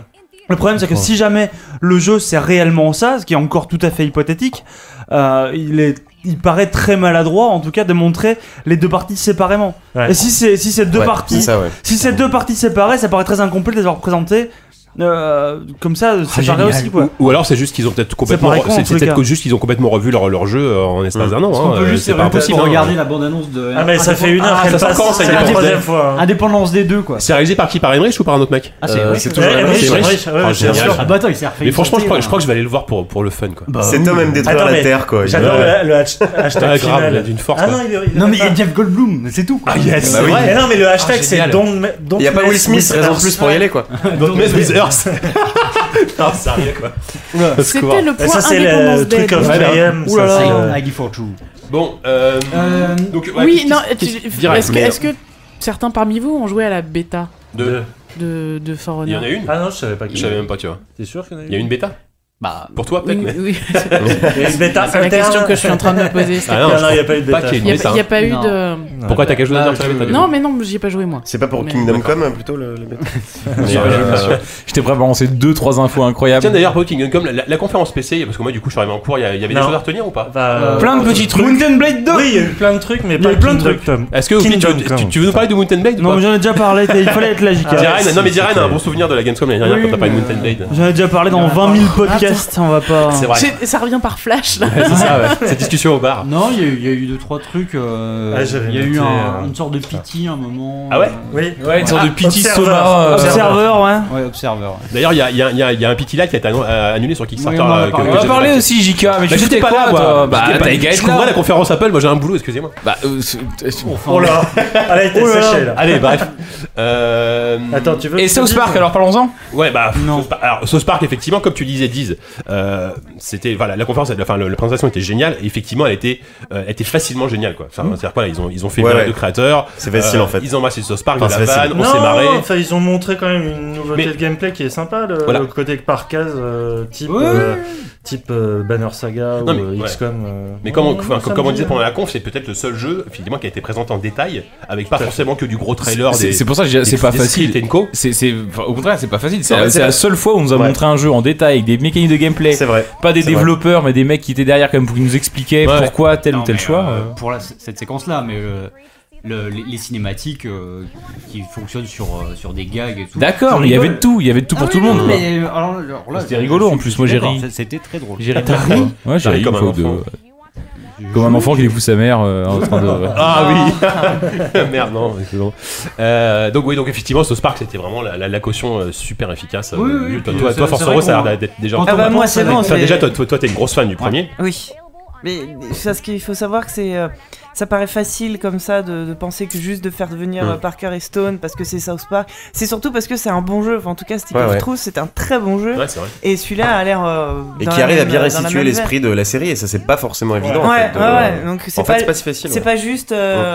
[SPEAKER 1] Le problème,
[SPEAKER 8] Oh.
[SPEAKER 1] c'est que si jamais le jeu c'est réellement ça, ce qui est encore tout à fait hypothétique, euh, il est, il paraît très maladroit, en tout cas, de montrer les deux parties séparément.
[SPEAKER 8] Ouais.
[SPEAKER 1] Et si c'est si ces deux
[SPEAKER 7] ouais,
[SPEAKER 1] parties,
[SPEAKER 7] c'est ça, ouais.
[SPEAKER 1] si ces deux parties séparées, ça paraît très incomplet de les avoir présentées euh, comme
[SPEAKER 8] Ah,
[SPEAKER 1] ça, ça paraît aussi quoi.
[SPEAKER 4] Ou alors c'est juste qu'ils ont peut-être complètement,
[SPEAKER 1] paraît con, en
[SPEAKER 4] c'est
[SPEAKER 1] tous
[SPEAKER 4] c'est
[SPEAKER 1] les
[SPEAKER 4] peut-être
[SPEAKER 1] cas.
[SPEAKER 4] juste qu'ils ont complètement revu leur, leur jeu euh, en l'espace
[SPEAKER 7] Mm.
[SPEAKER 4] d'un an.
[SPEAKER 1] Parce qu'on
[SPEAKER 4] hein,
[SPEAKER 1] peut
[SPEAKER 4] euh,
[SPEAKER 1] juste
[SPEAKER 4] c'est pas impossible. hein.
[SPEAKER 3] Regardez la bande-annonce de.
[SPEAKER 8] Ah, mais ça fait une heure
[SPEAKER 4] ça
[SPEAKER 8] qu'elle
[SPEAKER 4] sort
[SPEAKER 8] passe,
[SPEAKER 4] quand, ça,
[SPEAKER 8] c'est
[SPEAKER 4] il est
[SPEAKER 8] la
[SPEAKER 4] en
[SPEAKER 8] troisième fois. hein.
[SPEAKER 3] Indépendance des deux, quoi.
[SPEAKER 4] C'est réalisé par qui Par Emmerich ou par un autre mec
[SPEAKER 3] Ah, c'est
[SPEAKER 7] Euh,
[SPEAKER 3] vrai.
[SPEAKER 7] c'est
[SPEAKER 3] que-
[SPEAKER 7] toujours
[SPEAKER 8] Ouais,
[SPEAKER 7] la même
[SPEAKER 8] Emmerich,
[SPEAKER 7] chose.
[SPEAKER 8] Emmerich, ouais,
[SPEAKER 4] Ah,
[SPEAKER 8] bien
[SPEAKER 4] génial.
[SPEAKER 8] sûr.
[SPEAKER 3] Ah, bah attends, il hein. s'est refait.
[SPEAKER 4] Mais
[SPEAKER 3] une
[SPEAKER 4] franchement, je
[SPEAKER 3] santé,
[SPEAKER 4] crois, je
[SPEAKER 3] là.
[SPEAKER 4] crois que je vais aller le voir pour, pour le fun. Quoi.
[SPEAKER 7] Cet homme aime détruire
[SPEAKER 8] Attends,
[SPEAKER 7] la
[SPEAKER 8] mais-
[SPEAKER 7] Terre, quoi. Il-
[SPEAKER 8] J'adore
[SPEAKER 4] Ouais.
[SPEAKER 8] le, le hatch- hashtag
[SPEAKER 4] Ah, grave,
[SPEAKER 8] final.
[SPEAKER 4] il a d'une force,
[SPEAKER 8] Ah
[SPEAKER 4] quoi.
[SPEAKER 8] non, il est- il est
[SPEAKER 3] hein. Non, mais il y
[SPEAKER 8] pas-
[SPEAKER 3] a Jeff Goldblum, c'est tout. quoi.
[SPEAKER 4] Ah yes
[SPEAKER 7] Bah oui.
[SPEAKER 8] Ouais, mais non, mais le hashtag
[SPEAKER 4] Ah,
[SPEAKER 8] c'est
[SPEAKER 4] génial.
[SPEAKER 8] Don't me- don't
[SPEAKER 7] Il n'y a pas
[SPEAKER 8] mess
[SPEAKER 7] Will Smith,
[SPEAKER 8] with
[SPEAKER 7] raison de
[SPEAKER 8] us.
[SPEAKER 7] plus pour y aller, quoi.
[SPEAKER 4] Don't mess with Earth Non, sérieux quoi. Parce
[SPEAKER 6] C'était
[SPEAKER 4] que, voilà.
[SPEAKER 6] le
[SPEAKER 8] Et
[SPEAKER 6] point
[SPEAKER 8] Ça, c'est le
[SPEAKER 6] Independence Day.
[SPEAKER 8] truc of
[SPEAKER 4] Ouais,
[SPEAKER 8] I
[SPEAKER 4] là.
[SPEAKER 8] am.
[SPEAKER 1] Ouh là là.
[SPEAKER 8] ça, c'est le-
[SPEAKER 3] I give for true.
[SPEAKER 4] Bon, euh.
[SPEAKER 3] Euh,
[SPEAKER 4] donc, ouais,
[SPEAKER 6] Oui,
[SPEAKER 4] qu'est-ce-
[SPEAKER 6] non,
[SPEAKER 4] qu'est-ce-
[SPEAKER 6] tu-
[SPEAKER 4] qu'est-ce- direct,
[SPEAKER 6] est-ce que,
[SPEAKER 4] mais-
[SPEAKER 6] est-ce que certains parmi vous ont joué à la bêta
[SPEAKER 4] de-
[SPEAKER 6] de, de For
[SPEAKER 4] Il y en
[SPEAKER 6] Honor
[SPEAKER 4] a une
[SPEAKER 8] Ah non, je savais pas
[SPEAKER 4] Je
[SPEAKER 8] qu'il y
[SPEAKER 4] savais
[SPEAKER 8] avait.
[SPEAKER 4] même pas, tu vois.
[SPEAKER 8] T'es sûr qu'il y en a
[SPEAKER 4] Il y a une bêta
[SPEAKER 3] Bah,
[SPEAKER 4] Pour toi, peut-être,
[SPEAKER 6] Oui,
[SPEAKER 4] mais.
[SPEAKER 6] oui,
[SPEAKER 8] Il y a une bêta
[SPEAKER 6] c'est la question que je suis en train de me poser.
[SPEAKER 4] Ah
[SPEAKER 8] Non,
[SPEAKER 4] je
[SPEAKER 8] non, il
[SPEAKER 4] crois
[SPEAKER 8] n'y a pas eu de
[SPEAKER 4] pas
[SPEAKER 8] bêta.
[SPEAKER 4] qu'il y
[SPEAKER 6] Il n'y
[SPEAKER 4] Mais
[SPEAKER 6] a,
[SPEAKER 4] ça-
[SPEAKER 6] il y a pas eu
[SPEAKER 3] Non.
[SPEAKER 6] de.
[SPEAKER 4] Pourquoi t'as quelque chose à
[SPEAKER 3] Ah,
[SPEAKER 4] dire sur la bêta du
[SPEAKER 6] Non,
[SPEAKER 4] coup
[SPEAKER 6] mais non, j'y ai pas joué moi.
[SPEAKER 7] C'est pas pour
[SPEAKER 6] Mais-
[SPEAKER 7] Kingdom Come, hein, plutôt, le, le bête
[SPEAKER 4] Mais, euh,
[SPEAKER 5] Je t'ai prêt à balancer 2-3 infos incroyables.
[SPEAKER 4] Tiens d'ailleurs, pour Kingdom Come, la- la la conférence PC, parce que moi du coup je suis arrivé en cours, il y a- il y avait des
[SPEAKER 8] Non.
[SPEAKER 4] choses à retenir ou pas
[SPEAKER 8] Bah,
[SPEAKER 5] Plein de petits trucs. Mountain Blade 2
[SPEAKER 8] Oui, il y a eu plein de trucs, mais
[SPEAKER 1] y a
[SPEAKER 8] pas
[SPEAKER 1] eu plein de
[SPEAKER 8] Kingdom Come.
[SPEAKER 4] Est-ce que
[SPEAKER 8] Kingdom
[SPEAKER 4] tu- tu,
[SPEAKER 8] Come.
[SPEAKER 4] tu veux nous parler de Mountain Blade ou
[SPEAKER 1] Non,
[SPEAKER 4] pas
[SPEAKER 1] mais j'en ai déjà parlé, t'as- il fallait être logique. hein.
[SPEAKER 8] Ah,
[SPEAKER 4] Jiren- non mais Jiren a un
[SPEAKER 8] c'est-
[SPEAKER 4] bon souvenir de la Gamescom l'année dernière
[SPEAKER 3] Oui,
[SPEAKER 4] quand t'as pas une
[SPEAKER 3] mais-
[SPEAKER 4] Mountain Blade.
[SPEAKER 1] J'en ai déjà parlé dans 20
[SPEAKER 3] Ah,
[SPEAKER 1] 000 podcasts, on va pas.
[SPEAKER 4] C'est vrai.
[SPEAKER 6] C'est- Ça revient par flash là.
[SPEAKER 4] Ouais, c'est ça, ouais. Cette discussion au bar.
[SPEAKER 3] Non, il y, a eu- il y a eu deux trois trucs. euh,
[SPEAKER 8] Ah,
[SPEAKER 3] Il
[SPEAKER 8] j'avais
[SPEAKER 3] y a eu
[SPEAKER 8] noté,
[SPEAKER 3] un-
[SPEAKER 8] euh,
[SPEAKER 3] une sorte de pity à un moment.
[SPEAKER 4] Ah ouais
[SPEAKER 3] euh,
[SPEAKER 8] Oui.
[SPEAKER 5] Ouais, une sorte
[SPEAKER 8] Ah,
[SPEAKER 5] de pity
[SPEAKER 8] Observer.
[SPEAKER 5] soma. euh,
[SPEAKER 8] Observer.
[SPEAKER 1] Observeur, ouais.
[SPEAKER 3] Ouais, observeur.
[SPEAKER 4] D'ailleurs, il y a, il y a- il y a- il y a un Pity Light qui a été annon- euh, annulé sur Kickstarter.
[SPEAKER 3] Oui, on en a
[SPEAKER 4] là, que-
[SPEAKER 3] parlé.
[SPEAKER 5] On
[SPEAKER 4] que
[SPEAKER 5] va
[SPEAKER 4] j'ai
[SPEAKER 5] parler
[SPEAKER 4] fait.
[SPEAKER 5] aussi, Jika, mais
[SPEAKER 4] Bah,
[SPEAKER 5] tu
[SPEAKER 4] j'étais
[SPEAKER 5] étais
[SPEAKER 4] pas là,
[SPEAKER 5] toi
[SPEAKER 4] moi.
[SPEAKER 5] Bah,
[SPEAKER 4] J'étais pas-
[SPEAKER 5] t'as
[SPEAKER 4] Je
[SPEAKER 5] gagné
[SPEAKER 4] couvrais la conférence Apple, moi j'ai un boulot, excusez-moi.
[SPEAKER 5] Bah, euh, c'est-
[SPEAKER 3] Enfin,
[SPEAKER 8] Oh là Allez, t'es
[SPEAKER 1] Oh là là.
[SPEAKER 8] séché là.
[SPEAKER 4] Allez, Eh, bref. Euh...
[SPEAKER 8] Attends, tu veux.
[SPEAKER 5] Et
[SPEAKER 8] que je te
[SPEAKER 5] South
[SPEAKER 8] dise
[SPEAKER 5] Park, alors parlons-en.
[SPEAKER 4] Ouais, bah,
[SPEAKER 3] Non.
[SPEAKER 4] South Park- alors, South Park, effectivement, comme tu disais, disent, euh, c'était, voilà, la conférence, enfin, le- la présentation était géniale, et effectivement, elle était, euh, elle était facilement géniale, quoi. Enfin, C'est-à-dire, quoi, ils ont, ils ont fait
[SPEAKER 7] Ouais,
[SPEAKER 4] une
[SPEAKER 7] ouais.
[SPEAKER 4] de créateurs. Euh,
[SPEAKER 7] C'est facile, en fait.
[SPEAKER 4] Ils ont massé South Park,
[SPEAKER 7] Enfin,
[SPEAKER 4] de la
[SPEAKER 7] c'est facile.
[SPEAKER 4] vanne, on
[SPEAKER 8] Non,
[SPEAKER 4] s'est marré.
[SPEAKER 8] enfin, ils ont montré quand même une nouveauté
[SPEAKER 4] Mais-
[SPEAKER 8] de gameplay qui est sympa, le,
[SPEAKER 4] Voilà.
[SPEAKER 8] le côté par case, euh, type,
[SPEAKER 3] Ouais.
[SPEAKER 8] euh, type euh, Banner Saga
[SPEAKER 4] Non,
[SPEAKER 8] ou
[SPEAKER 4] mais-
[SPEAKER 8] euh,
[SPEAKER 4] ouais.
[SPEAKER 8] XCOM. euh.
[SPEAKER 4] Mais comme on,
[SPEAKER 8] Ouais,
[SPEAKER 4] enfin,
[SPEAKER 8] ça me
[SPEAKER 4] comme on
[SPEAKER 8] dit-
[SPEAKER 4] disait pendant la conf, c'est peut-être le seul jeu, finalement, qui a été présenté en détail, avec pas forcément que du gros trailer
[SPEAKER 5] C'est
[SPEAKER 4] des.
[SPEAKER 5] c'est pour ça que je
[SPEAKER 4] des-
[SPEAKER 5] dis- c'est pas
[SPEAKER 4] des
[SPEAKER 5] facile.
[SPEAKER 4] scripts and co.
[SPEAKER 5] C'est, c'est- enfin, au contraire, c'est pas facile. C'est,
[SPEAKER 7] Non,
[SPEAKER 5] la-
[SPEAKER 7] mais
[SPEAKER 5] Euh, c'est
[SPEAKER 7] c'est-
[SPEAKER 5] la seule fois où on nous a
[SPEAKER 7] Ouais.
[SPEAKER 5] montré un jeu en détail avec des mécaniques de gameplay.
[SPEAKER 7] C'est vrai.
[SPEAKER 5] Pas des
[SPEAKER 7] c'est vrai.
[SPEAKER 5] développeurs, mais des mecs qui étaient derrière comme pour qui nous expliquaient
[SPEAKER 4] Ouais.
[SPEAKER 5] pourquoi tel ou
[SPEAKER 3] non,
[SPEAKER 5] tel
[SPEAKER 3] mais,
[SPEAKER 5] choix.
[SPEAKER 3] euh,
[SPEAKER 5] euh.
[SPEAKER 3] Pour la- cette séquence-là, mais euh, le- les, les cinématiques euh, qui fonctionnent sur, euh, sur des gags et tout.
[SPEAKER 5] D'accord, mais il y avait de tout, il y avait de tout pour tout le monde.
[SPEAKER 3] Mais, euh, alors, alors là,
[SPEAKER 5] C'était
[SPEAKER 3] je-
[SPEAKER 5] rigolo,
[SPEAKER 3] je
[SPEAKER 5] en
[SPEAKER 3] suis-
[SPEAKER 5] plus, moi,
[SPEAKER 3] je suis
[SPEAKER 5] j'ai
[SPEAKER 3] d'accord,
[SPEAKER 5] ri.
[SPEAKER 3] ça- C'était très drôle.
[SPEAKER 5] J'ai ri. Ouais, j'ai
[SPEAKER 4] Ah,
[SPEAKER 5] ri
[SPEAKER 4] comme
[SPEAKER 5] une
[SPEAKER 4] un
[SPEAKER 5] fois ou deux.
[SPEAKER 4] enfant.
[SPEAKER 5] Comme un enfant qui épouse sa mère euh, en train de. ouais.
[SPEAKER 4] Ah oui Merde, non, c'est bon. Euh, donc oui, donc effectivement, ce Spark, c'était vraiment la, la- la caution euh, super efficace. euh,
[SPEAKER 3] Oui, oui,
[SPEAKER 4] nulle.
[SPEAKER 3] puis
[SPEAKER 4] toi,
[SPEAKER 3] c'est-
[SPEAKER 4] toi, Force
[SPEAKER 3] c'est vrai
[SPEAKER 4] Rose, ça a
[SPEAKER 3] qu'on-
[SPEAKER 4] l'air d'être déjà...
[SPEAKER 3] Ah bah, moi, c'est bon,
[SPEAKER 4] Enfin,
[SPEAKER 9] c'est-
[SPEAKER 4] déjà, toi, toi, toi, t'es une grosse fan du premier.
[SPEAKER 9] Oui. Mais ça, ce qu'il faut savoir, que c'est, euh, ça paraît facile comme ça de, de penser que juste de faire devenir
[SPEAKER 4] Mm.
[SPEAKER 9] euh, Parker et Stone parce que c'est South Park. C'est surtout parce que c'est un bon jeu. Enfin, en tout cas, Stick
[SPEAKER 7] Ouais,
[SPEAKER 9] of
[SPEAKER 7] ouais.
[SPEAKER 9] Truth, c'est un très bon jeu.
[SPEAKER 4] Ouais, c'est vrai.
[SPEAKER 9] Et celui-là a l'air. euh,
[SPEAKER 7] Et
[SPEAKER 9] dans
[SPEAKER 7] qui
[SPEAKER 9] la
[SPEAKER 7] arrive à
[SPEAKER 9] même-
[SPEAKER 7] bien
[SPEAKER 9] dans la
[SPEAKER 7] restituer
[SPEAKER 9] même
[SPEAKER 7] l'esprit de la série, et ça, c'est pas forcément
[SPEAKER 9] veine.
[SPEAKER 7] évident.
[SPEAKER 9] Ouais,
[SPEAKER 7] en fait, de-
[SPEAKER 9] ouais, ouais. Donc c'est
[SPEAKER 7] En
[SPEAKER 9] pas,
[SPEAKER 7] fait, c'est pas si facile. hein.
[SPEAKER 9] c'est
[SPEAKER 7] ouais.
[SPEAKER 9] pas juste,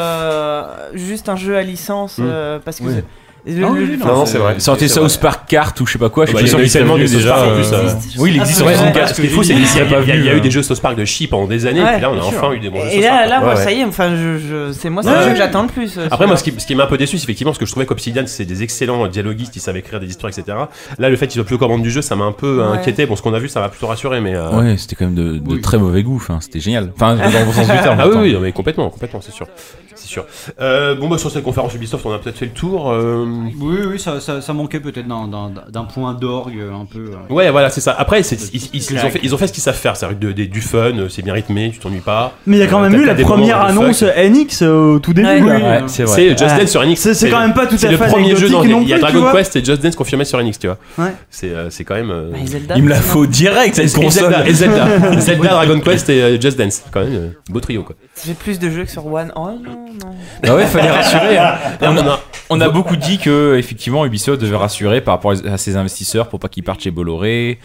[SPEAKER 9] euh, juste un jeu à licence
[SPEAKER 4] Mm.
[SPEAKER 9] euh, parce que.
[SPEAKER 4] Oui.
[SPEAKER 9] c'est- le-
[SPEAKER 3] Ah oui,
[SPEAKER 9] le-
[SPEAKER 3] non,
[SPEAKER 7] Non, non, c'est vrai.
[SPEAKER 5] Sortez
[SPEAKER 7] C'est vrai.
[SPEAKER 5] South Park Cart ou je sais pas quoi. Je
[SPEAKER 4] Bah,
[SPEAKER 5] suis
[SPEAKER 4] il y en a
[SPEAKER 5] sûr
[SPEAKER 4] eu
[SPEAKER 5] qu'ils
[SPEAKER 4] tellement
[SPEAKER 5] avaient
[SPEAKER 4] des
[SPEAKER 5] vu
[SPEAKER 4] South
[SPEAKER 5] déjà,
[SPEAKER 4] Park en
[SPEAKER 5] euh,
[SPEAKER 4] plus, euh,
[SPEAKER 5] Oui, il existe en
[SPEAKER 9] Ouais.
[SPEAKER 5] 64.
[SPEAKER 4] Ce qui est fou, c'est qu'il y, a- il y a- il y a
[SPEAKER 5] hein.
[SPEAKER 4] eu des jeux South Park de chip pendant des années,
[SPEAKER 9] Ouais,
[SPEAKER 4] et puis là, on a
[SPEAKER 9] bien
[SPEAKER 4] enfin eu des bons jeux
[SPEAKER 9] Et
[SPEAKER 4] South
[SPEAKER 9] là,
[SPEAKER 4] Park.
[SPEAKER 9] là, moi,
[SPEAKER 7] ouais.
[SPEAKER 9] ça y est, enfin, je, je- c'est moi, c'est
[SPEAKER 4] Ouais.
[SPEAKER 9] le jeu que j'attends le plus. euh,
[SPEAKER 4] Après, moi, ce
[SPEAKER 9] celui-là.
[SPEAKER 4] qui, ce qui m'a un peu déçu, c'est effectivement ce que je trouvais qu'Obsidian, c'est des excellents dialoguistes, ils savaient écrire des histoires, etc. Là, le fait qu'ils soient plus aux commandes du jeu, ça m'a un peu euh,
[SPEAKER 9] Ouais.
[SPEAKER 4] inquiété. Bon, ce qu'on a vu, ça m'a plutôt rassuré, mais. euh,
[SPEAKER 5] Ouais, c'était quand même de, de
[SPEAKER 3] Oui.
[SPEAKER 5] très mauvais goût. Enfin, c'était génial. Enfin, dans le bon sens du terme.
[SPEAKER 4] Ah oui,
[SPEAKER 5] j'entends.
[SPEAKER 4] oui, non, mais complètement, complètement, c'est sûr. C'est sûr. Euh, bon, bah, sur cette conférence Ubisoft, on a peut-être fait le tour. euh,
[SPEAKER 3] Oui, oui, ça, ça- ça manquait peut-être d'un- d'un d'un point d'orgue un peu. euh.
[SPEAKER 4] Ouais, voilà, c'est ça. Après, c'est- ils, ils- ils ont fait, ils ont fait ce qu'ils savent faire, c'est-à-dire que de- des- du fun, euh, c'est bien rythmé, tu t'ennuies pas.
[SPEAKER 1] Mais il y a quand
[SPEAKER 4] Euh,
[SPEAKER 1] même
[SPEAKER 4] t'as-
[SPEAKER 1] eu
[SPEAKER 4] t'as
[SPEAKER 1] la
[SPEAKER 4] des moments
[SPEAKER 1] première
[SPEAKER 4] de fuck.
[SPEAKER 1] annonce NX euh, au tout début.
[SPEAKER 9] Ouais.
[SPEAKER 1] là.
[SPEAKER 3] Oui.
[SPEAKER 5] Ouais, c'est vrai.
[SPEAKER 4] C'est Just
[SPEAKER 1] Ouais.
[SPEAKER 4] Dance sur Enix.
[SPEAKER 1] C'est c'est quand même pas tout à
[SPEAKER 4] C'est
[SPEAKER 1] fait
[SPEAKER 4] le premier jeu
[SPEAKER 1] anecdotique
[SPEAKER 4] dans
[SPEAKER 1] non
[SPEAKER 4] Il y a
[SPEAKER 1] plus, tu
[SPEAKER 4] Dragon
[SPEAKER 1] vois.
[SPEAKER 4] Quest et Just Dance confirmé sur Enix, tu vois.
[SPEAKER 1] Ouais. Bah,
[SPEAKER 4] C'est euh, c'est quand même. euh,
[SPEAKER 9] Mais Bah, Zelda,
[SPEAKER 5] Il me la faut direct cette
[SPEAKER 4] Et
[SPEAKER 5] console.
[SPEAKER 4] Zelda, et Zelda, Zelda, Dragon Quest et euh, Just Dance, quand même, euh, beau trio quoi.
[SPEAKER 9] J'ai plus de jeux que sur One. Oh non, non.
[SPEAKER 5] Ah ouais, fallait rassurer. hein.
[SPEAKER 4] Non, non, non.
[SPEAKER 5] On a beaucoup dit que effectivement Ubisoft devait rassurer par rapport à ses investisseurs pour pas qu'ils partent chez Bolloré,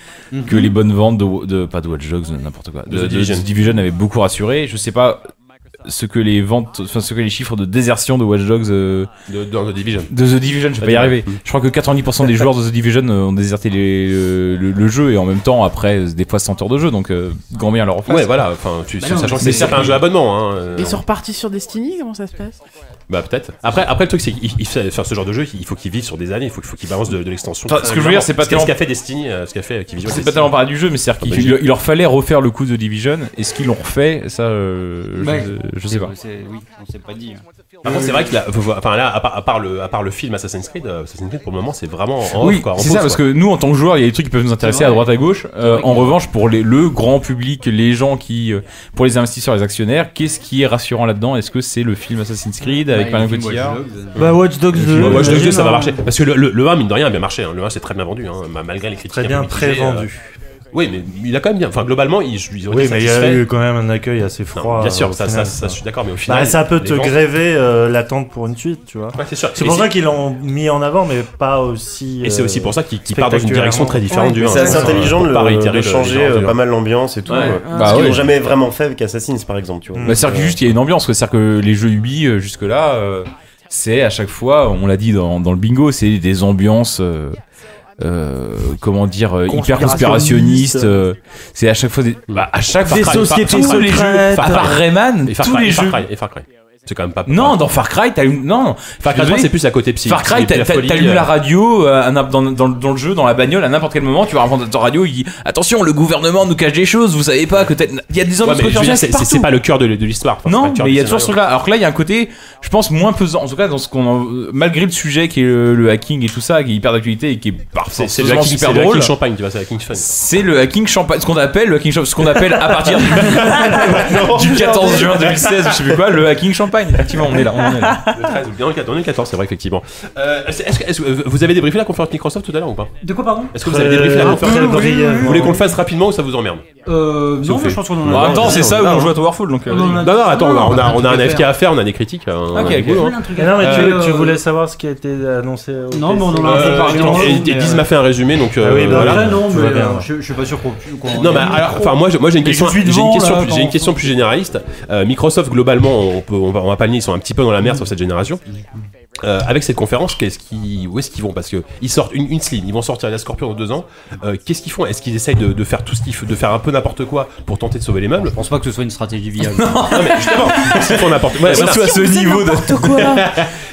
[SPEAKER 5] que les bonnes ventes de, de- pas de Watch Dogs, de n'importe quoi, de,
[SPEAKER 4] The
[SPEAKER 5] de-
[SPEAKER 4] Division.
[SPEAKER 5] de Mhm. Division avaient beaucoup rassuré. Je sais pas ce que les ventes, enfin ce que les chiffres de désertion de Watch Dogs euh,
[SPEAKER 4] De- Dans The Division.
[SPEAKER 5] de The Division, je vais pas y arriver. Je crois que 90% des joueurs de The Division euh, ont déserté les- euh, le, le jeu et en même temps après euh, des fois 100 heures de jeu, donc euh, grand bien leur offense.
[SPEAKER 4] Ouais, voilà, enfin, tu,
[SPEAKER 3] Bah non,
[SPEAKER 4] sachant
[SPEAKER 3] mais
[SPEAKER 4] que c'est
[SPEAKER 3] c'est-
[SPEAKER 4] pas un jeu abonnement. Hein, euh,
[SPEAKER 6] Ils sont repartis sur Destiny, comment ça se passe
[SPEAKER 4] Bah peut-être. Après, après le truc c'est qu'il il fait- faire ce genre de jeu, il faut qu'il vive sur des années, il faut, il faut qu'il balance de, de l'extension.
[SPEAKER 5] Enfin, ce que je veux dire, c'est pas
[SPEAKER 4] Ce qu'a- ce qu'a
[SPEAKER 5] tellement-
[SPEAKER 4] fait Destiny, euh, ce qu'a fait Activision.
[SPEAKER 5] C'est Ah, pas tellement parler du jeu, mais c'est-à-dire
[SPEAKER 4] bah,
[SPEAKER 5] qu'il
[SPEAKER 4] j'ai-
[SPEAKER 5] il leur fallait refaire le coup de Division. Est-ce qu'ils l'ont refait Ça, euh, je-
[SPEAKER 3] Ouais.
[SPEAKER 5] je, sais pas.
[SPEAKER 3] C'est- Oui, on s'est pas dit. hein.
[SPEAKER 4] Par contre, c'est vrai que là, faut- faut- enfin là, à part, à part le, à part le film Assassin's Creed, euh, Assassin's Creed pour le moment c'est vraiment en
[SPEAKER 5] oui,
[SPEAKER 4] off, quoi. en
[SPEAKER 5] c'est
[SPEAKER 4] pause,
[SPEAKER 5] ça, parce
[SPEAKER 4] quoi.
[SPEAKER 5] que nous, en tant que joueurs, il y a des trucs qui peuvent nous intéresser
[SPEAKER 3] C'est
[SPEAKER 5] à
[SPEAKER 3] vrai.
[SPEAKER 5] droite à gauche. Euh,
[SPEAKER 3] vrai que-
[SPEAKER 5] en revanche, pour les, le grand public, les gens qui, euh, pour les investisseurs, les actionnaires, qu'est-ce qui est rassurant là-dedans Est-ce que c'est le film Assassin's Creed avec Marion Cotillard
[SPEAKER 1] Bah, Watch Dogs 2.
[SPEAKER 4] Ouais, Watch Dogs 2
[SPEAKER 1] j'imagine,
[SPEAKER 4] ça
[SPEAKER 3] euh,
[SPEAKER 4] va
[SPEAKER 1] hein.
[SPEAKER 4] marcher. Parce que le, le, le 1, mine de rien, a bien marché. hein. Le 1, c'est très bien vendu, hein, ma- malgré les critiques. un
[SPEAKER 8] Très
[SPEAKER 4] peu
[SPEAKER 8] bien
[SPEAKER 4] mitigées, euh,
[SPEAKER 8] pré-vendu.
[SPEAKER 4] Oui, mais il a quand même bien. Enfin, globalement, ils, ils ont
[SPEAKER 8] oui,
[SPEAKER 4] été
[SPEAKER 8] mais il y
[SPEAKER 4] satisfaits.
[SPEAKER 8] a eu quand même un accueil assez
[SPEAKER 4] Non,
[SPEAKER 8] froid.
[SPEAKER 4] bien
[SPEAKER 8] euh, au
[SPEAKER 4] sûr, ça,
[SPEAKER 8] final,
[SPEAKER 4] ça, ça,
[SPEAKER 8] quoi.
[SPEAKER 4] je suis d'accord, mais au final.
[SPEAKER 8] Bah, ça peut
[SPEAKER 4] les
[SPEAKER 8] te
[SPEAKER 4] ventes-
[SPEAKER 8] gréver euh, l'attente pour une suite, tu vois.
[SPEAKER 4] Ouais, c'est sûr.
[SPEAKER 8] C'est
[SPEAKER 4] Et
[SPEAKER 8] pour ça qu'ils l'ont mis en avant, mais pas aussi. euh,
[SPEAKER 4] Et c'est aussi pour ça qu'il qu'il part dans une
[SPEAKER 8] spectaculairement.
[SPEAKER 4] direction très différente
[SPEAKER 9] Ouais,
[SPEAKER 4] du
[SPEAKER 9] mais
[SPEAKER 4] 1.
[SPEAKER 7] C'est assez
[SPEAKER 4] hein,
[SPEAKER 7] intelligent
[SPEAKER 4] pour
[SPEAKER 7] de,
[SPEAKER 4] pas
[SPEAKER 7] le-
[SPEAKER 4] réitérer
[SPEAKER 7] de
[SPEAKER 4] le-
[SPEAKER 7] changer
[SPEAKER 4] le-
[SPEAKER 7] euh,
[SPEAKER 4] le-
[SPEAKER 7] pas mal l'ambiance et tout.
[SPEAKER 4] Ouais.
[SPEAKER 7] euh,
[SPEAKER 9] Ah.
[SPEAKER 5] Bah
[SPEAKER 7] Ce qu'ils
[SPEAKER 5] ouais.
[SPEAKER 7] n'ont jamais vraiment fait avec Assassin's par exemple, tu vois.
[SPEAKER 8] Mm.
[SPEAKER 5] Bah, c'est-à-dire que juste, il y a une ambiance. quoi. C'est-à-dire que les jeux Ubi, euh, jusque-là, euh, c'est à chaque fois, on l'a dit dans, dans le bingo, c'est des ambiances. euh, euh, comment dire euh, hyper
[SPEAKER 1] Conspirationniste.
[SPEAKER 5] conspirationnistes euh, c'est à chaque fois des bah, à chaque
[SPEAKER 1] Des
[SPEAKER 5] Far Cry,
[SPEAKER 1] sociétés
[SPEAKER 5] Far Cry, tous les jeux
[SPEAKER 1] secrètes.
[SPEAKER 5] à part Rayman
[SPEAKER 4] Et Far
[SPEAKER 5] tous
[SPEAKER 4] Cry,
[SPEAKER 5] les
[SPEAKER 4] et Far
[SPEAKER 5] jeux
[SPEAKER 4] Cry, et Far Cry. C'est quand même pas.
[SPEAKER 5] non dans Far Cry t'as une non
[SPEAKER 4] Far Cry 3, c'est plus à côté psy.
[SPEAKER 5] Far Cry,
[SPEAKER 4] C'est
[SPEAKER 5] t'as-
[SPEAKER 4] la
[SPEAKER 5] t'as-
[SPEAKER 4] folie,
[SPEAKER 5] t'allumes
[SPEAKER 4] euh,
[SPEAKER 5] la radio euh, à n'importe- dans, dans- dans le jeu, dans la bagnole, à n'importe quel moment, tu vas entendre ta radio, il dit Attention, le gouvernement nous cache des choses, vous savez pas que t'as- Il y a des
[SPEAKER 4] Ouais, mais
[SPEAKER 5] ambiances
[SPEAKER 4] je veux dire,
[SPEAKER 5] conspirationnistes
[SPEAKER 4] c'est- c'est-
[SPEAKER 5] partout.
[SPEAKER 4] c'est pas le cœur de, de l'histoire. Enfin, c'est pas
[SPEAKER 5] Non,
[SPEAKER 4] le cœur
[SPEAKER 5] mais il y a
[SPEAKER 4] du
[SPEAKER 5] toujours ce
[SPEAKER 4] scénario.
[SPEAKER 5] truc-là. Alors que là, il y a un côté, je pense, moins pesant. En tout cas, dans ce qu'on, en- malgré le sujet qui est le, le hacking et tout ça, qui est hyper d'actualité et qui est
[SPEAKER 4] C'est
[SPEAKER 5] parfois
[SPEAKER 4] c'est le hacking c'est
[SPEAKER 5] super
[SPEAKER 4] le hacking
[SPEAKER 5] drôle.
[SPEAKER 4] champagne, tu vois, c'est le hacking fun.
[SPEAKER 5] C'est le hacking champagne, ce qu'on appelle le hacking champagne, ce qu'on appelle à partir du, du 14 juin 2016, je sais plus quoi, le hacking champagne. Effectivement, on est là, on en est là.
[SPEAKER 4] Le 13 ou bien le 14, on est le 14, c'est vrai, effectivement. Euh, est-ce- est-ce que- est-ce que vous avez débriefé la conférence Microsoft tout à l'heure ou pas
[SPEAKER 3] De quoi, pardon
[SPEAKER 4] Est-ce que vous avez débriefé la
[SPEAKER 8] Très-
[SPEAKER 4] conférence
[SPEAKER 8] très
[SPEAKER 4] Microsoft
[SPEAKER 8] brièvement.
[SPEAKER 4] Vous voulez qu'on le fasse rapidement ou ça vous emmerde
[SPEAKER 3] euh,
[SPEAKER 4] Sauf
[SPEAKER 3] Non, mais
[SPEAKER 4] fait.
[SPEAKER 3] je pense qu'on en a.
[SPEAKER 5] En même
[SPEAKER 3] parlé.
[SPEAKER 5] temps, c'est ça où on joue à Towerfall, donc. euh,
[SPEAKER 3] Non, non,
[SPEAKER 4] Non, non, attends, on a- on a, on a un
[SPEAKER 3] truc à
[SPEAKER 4] AFK à faire, on a des critiques. un-
[SPEAKER 5] Ok,
[SPEAKER 4] un
[SPEAKER 5] ok.
[SPEAKER 4] boulot, hein.
[SPEAKER 3] un truc
[SPEAKER 8] Mais
[SPEAKER 3] à
[SPEAKER 8] non, mais tu,
[SPEAKER 3] faire.
[SPEAKER 8] tu
[SPEAKER 3] Euh,
[SPEAKER 8] voulais savoir ce qui a été annoncé au
[SPEAKER 3] Non, mais on en a un
[SPEAKER 8] TSC.
[SPEAKER 3] peu parlé en
[SPEAKER 4] Euh,
[SPEAKER 3] off,
[SPEAKER 4] et-
[SPEAKER 3] mais,
[SPEAKER 4] et Diz
[SPEAKER 3] euh,
[SPEAKER 4] m'a fait un résumé, donc euh,
[SPEAKER 8] Ah oui, bah
[SPEAKER 4] voilà.
[SPEAKER 3] Après, non,
[SPEAKER 8] Tout
[SPEAKER 3] mais
[SPEAKER 8] va bien.
[SPEAKER 3] euh, je, je suis pas sûr qu'on. qu'on-
[SPEAKER 4] Non, mais alors, enfin, moi, je- moi j'ai une
[SPEAKER 3] Mais je
[SPEAKER 4] question, j'ai
[SPEAKER 3] suis
[SPEAKER 4] une
[SPEAKER 3] devant,
[SPEAKER 4] question,
[SPEAKER 3] là,
[SPEAKER 4] plus- j'ai une
[SPEAKER 3] attends.
[SPEAKER 4] question plus généraliste. Euh, Microsoft, globalement, on, peut, on, va, on va pas le nier, ils sont un petit peu dans la merde sur cette génération. Euh, avec cette conférence, qu'est-ce qui, où est-ce qu'ils vont Parce que ils sortent une, une slim, ils vont sortir la Scorpion dans deux ans. Euh, qu'est-ce qu'ils font Est-ce qu'ils essayent de, de faire tout ce qu'ils, f- de faire un peu n'importe quoi pour tenter de sauver les meubles
[SPEAKER 3] Je pense pas que ce soit une stratégie viable.
[SPEAKER 4] Non mais justement, ils font n'importe quoi.
[SPEAKER 5] Surtout à ce niveau de.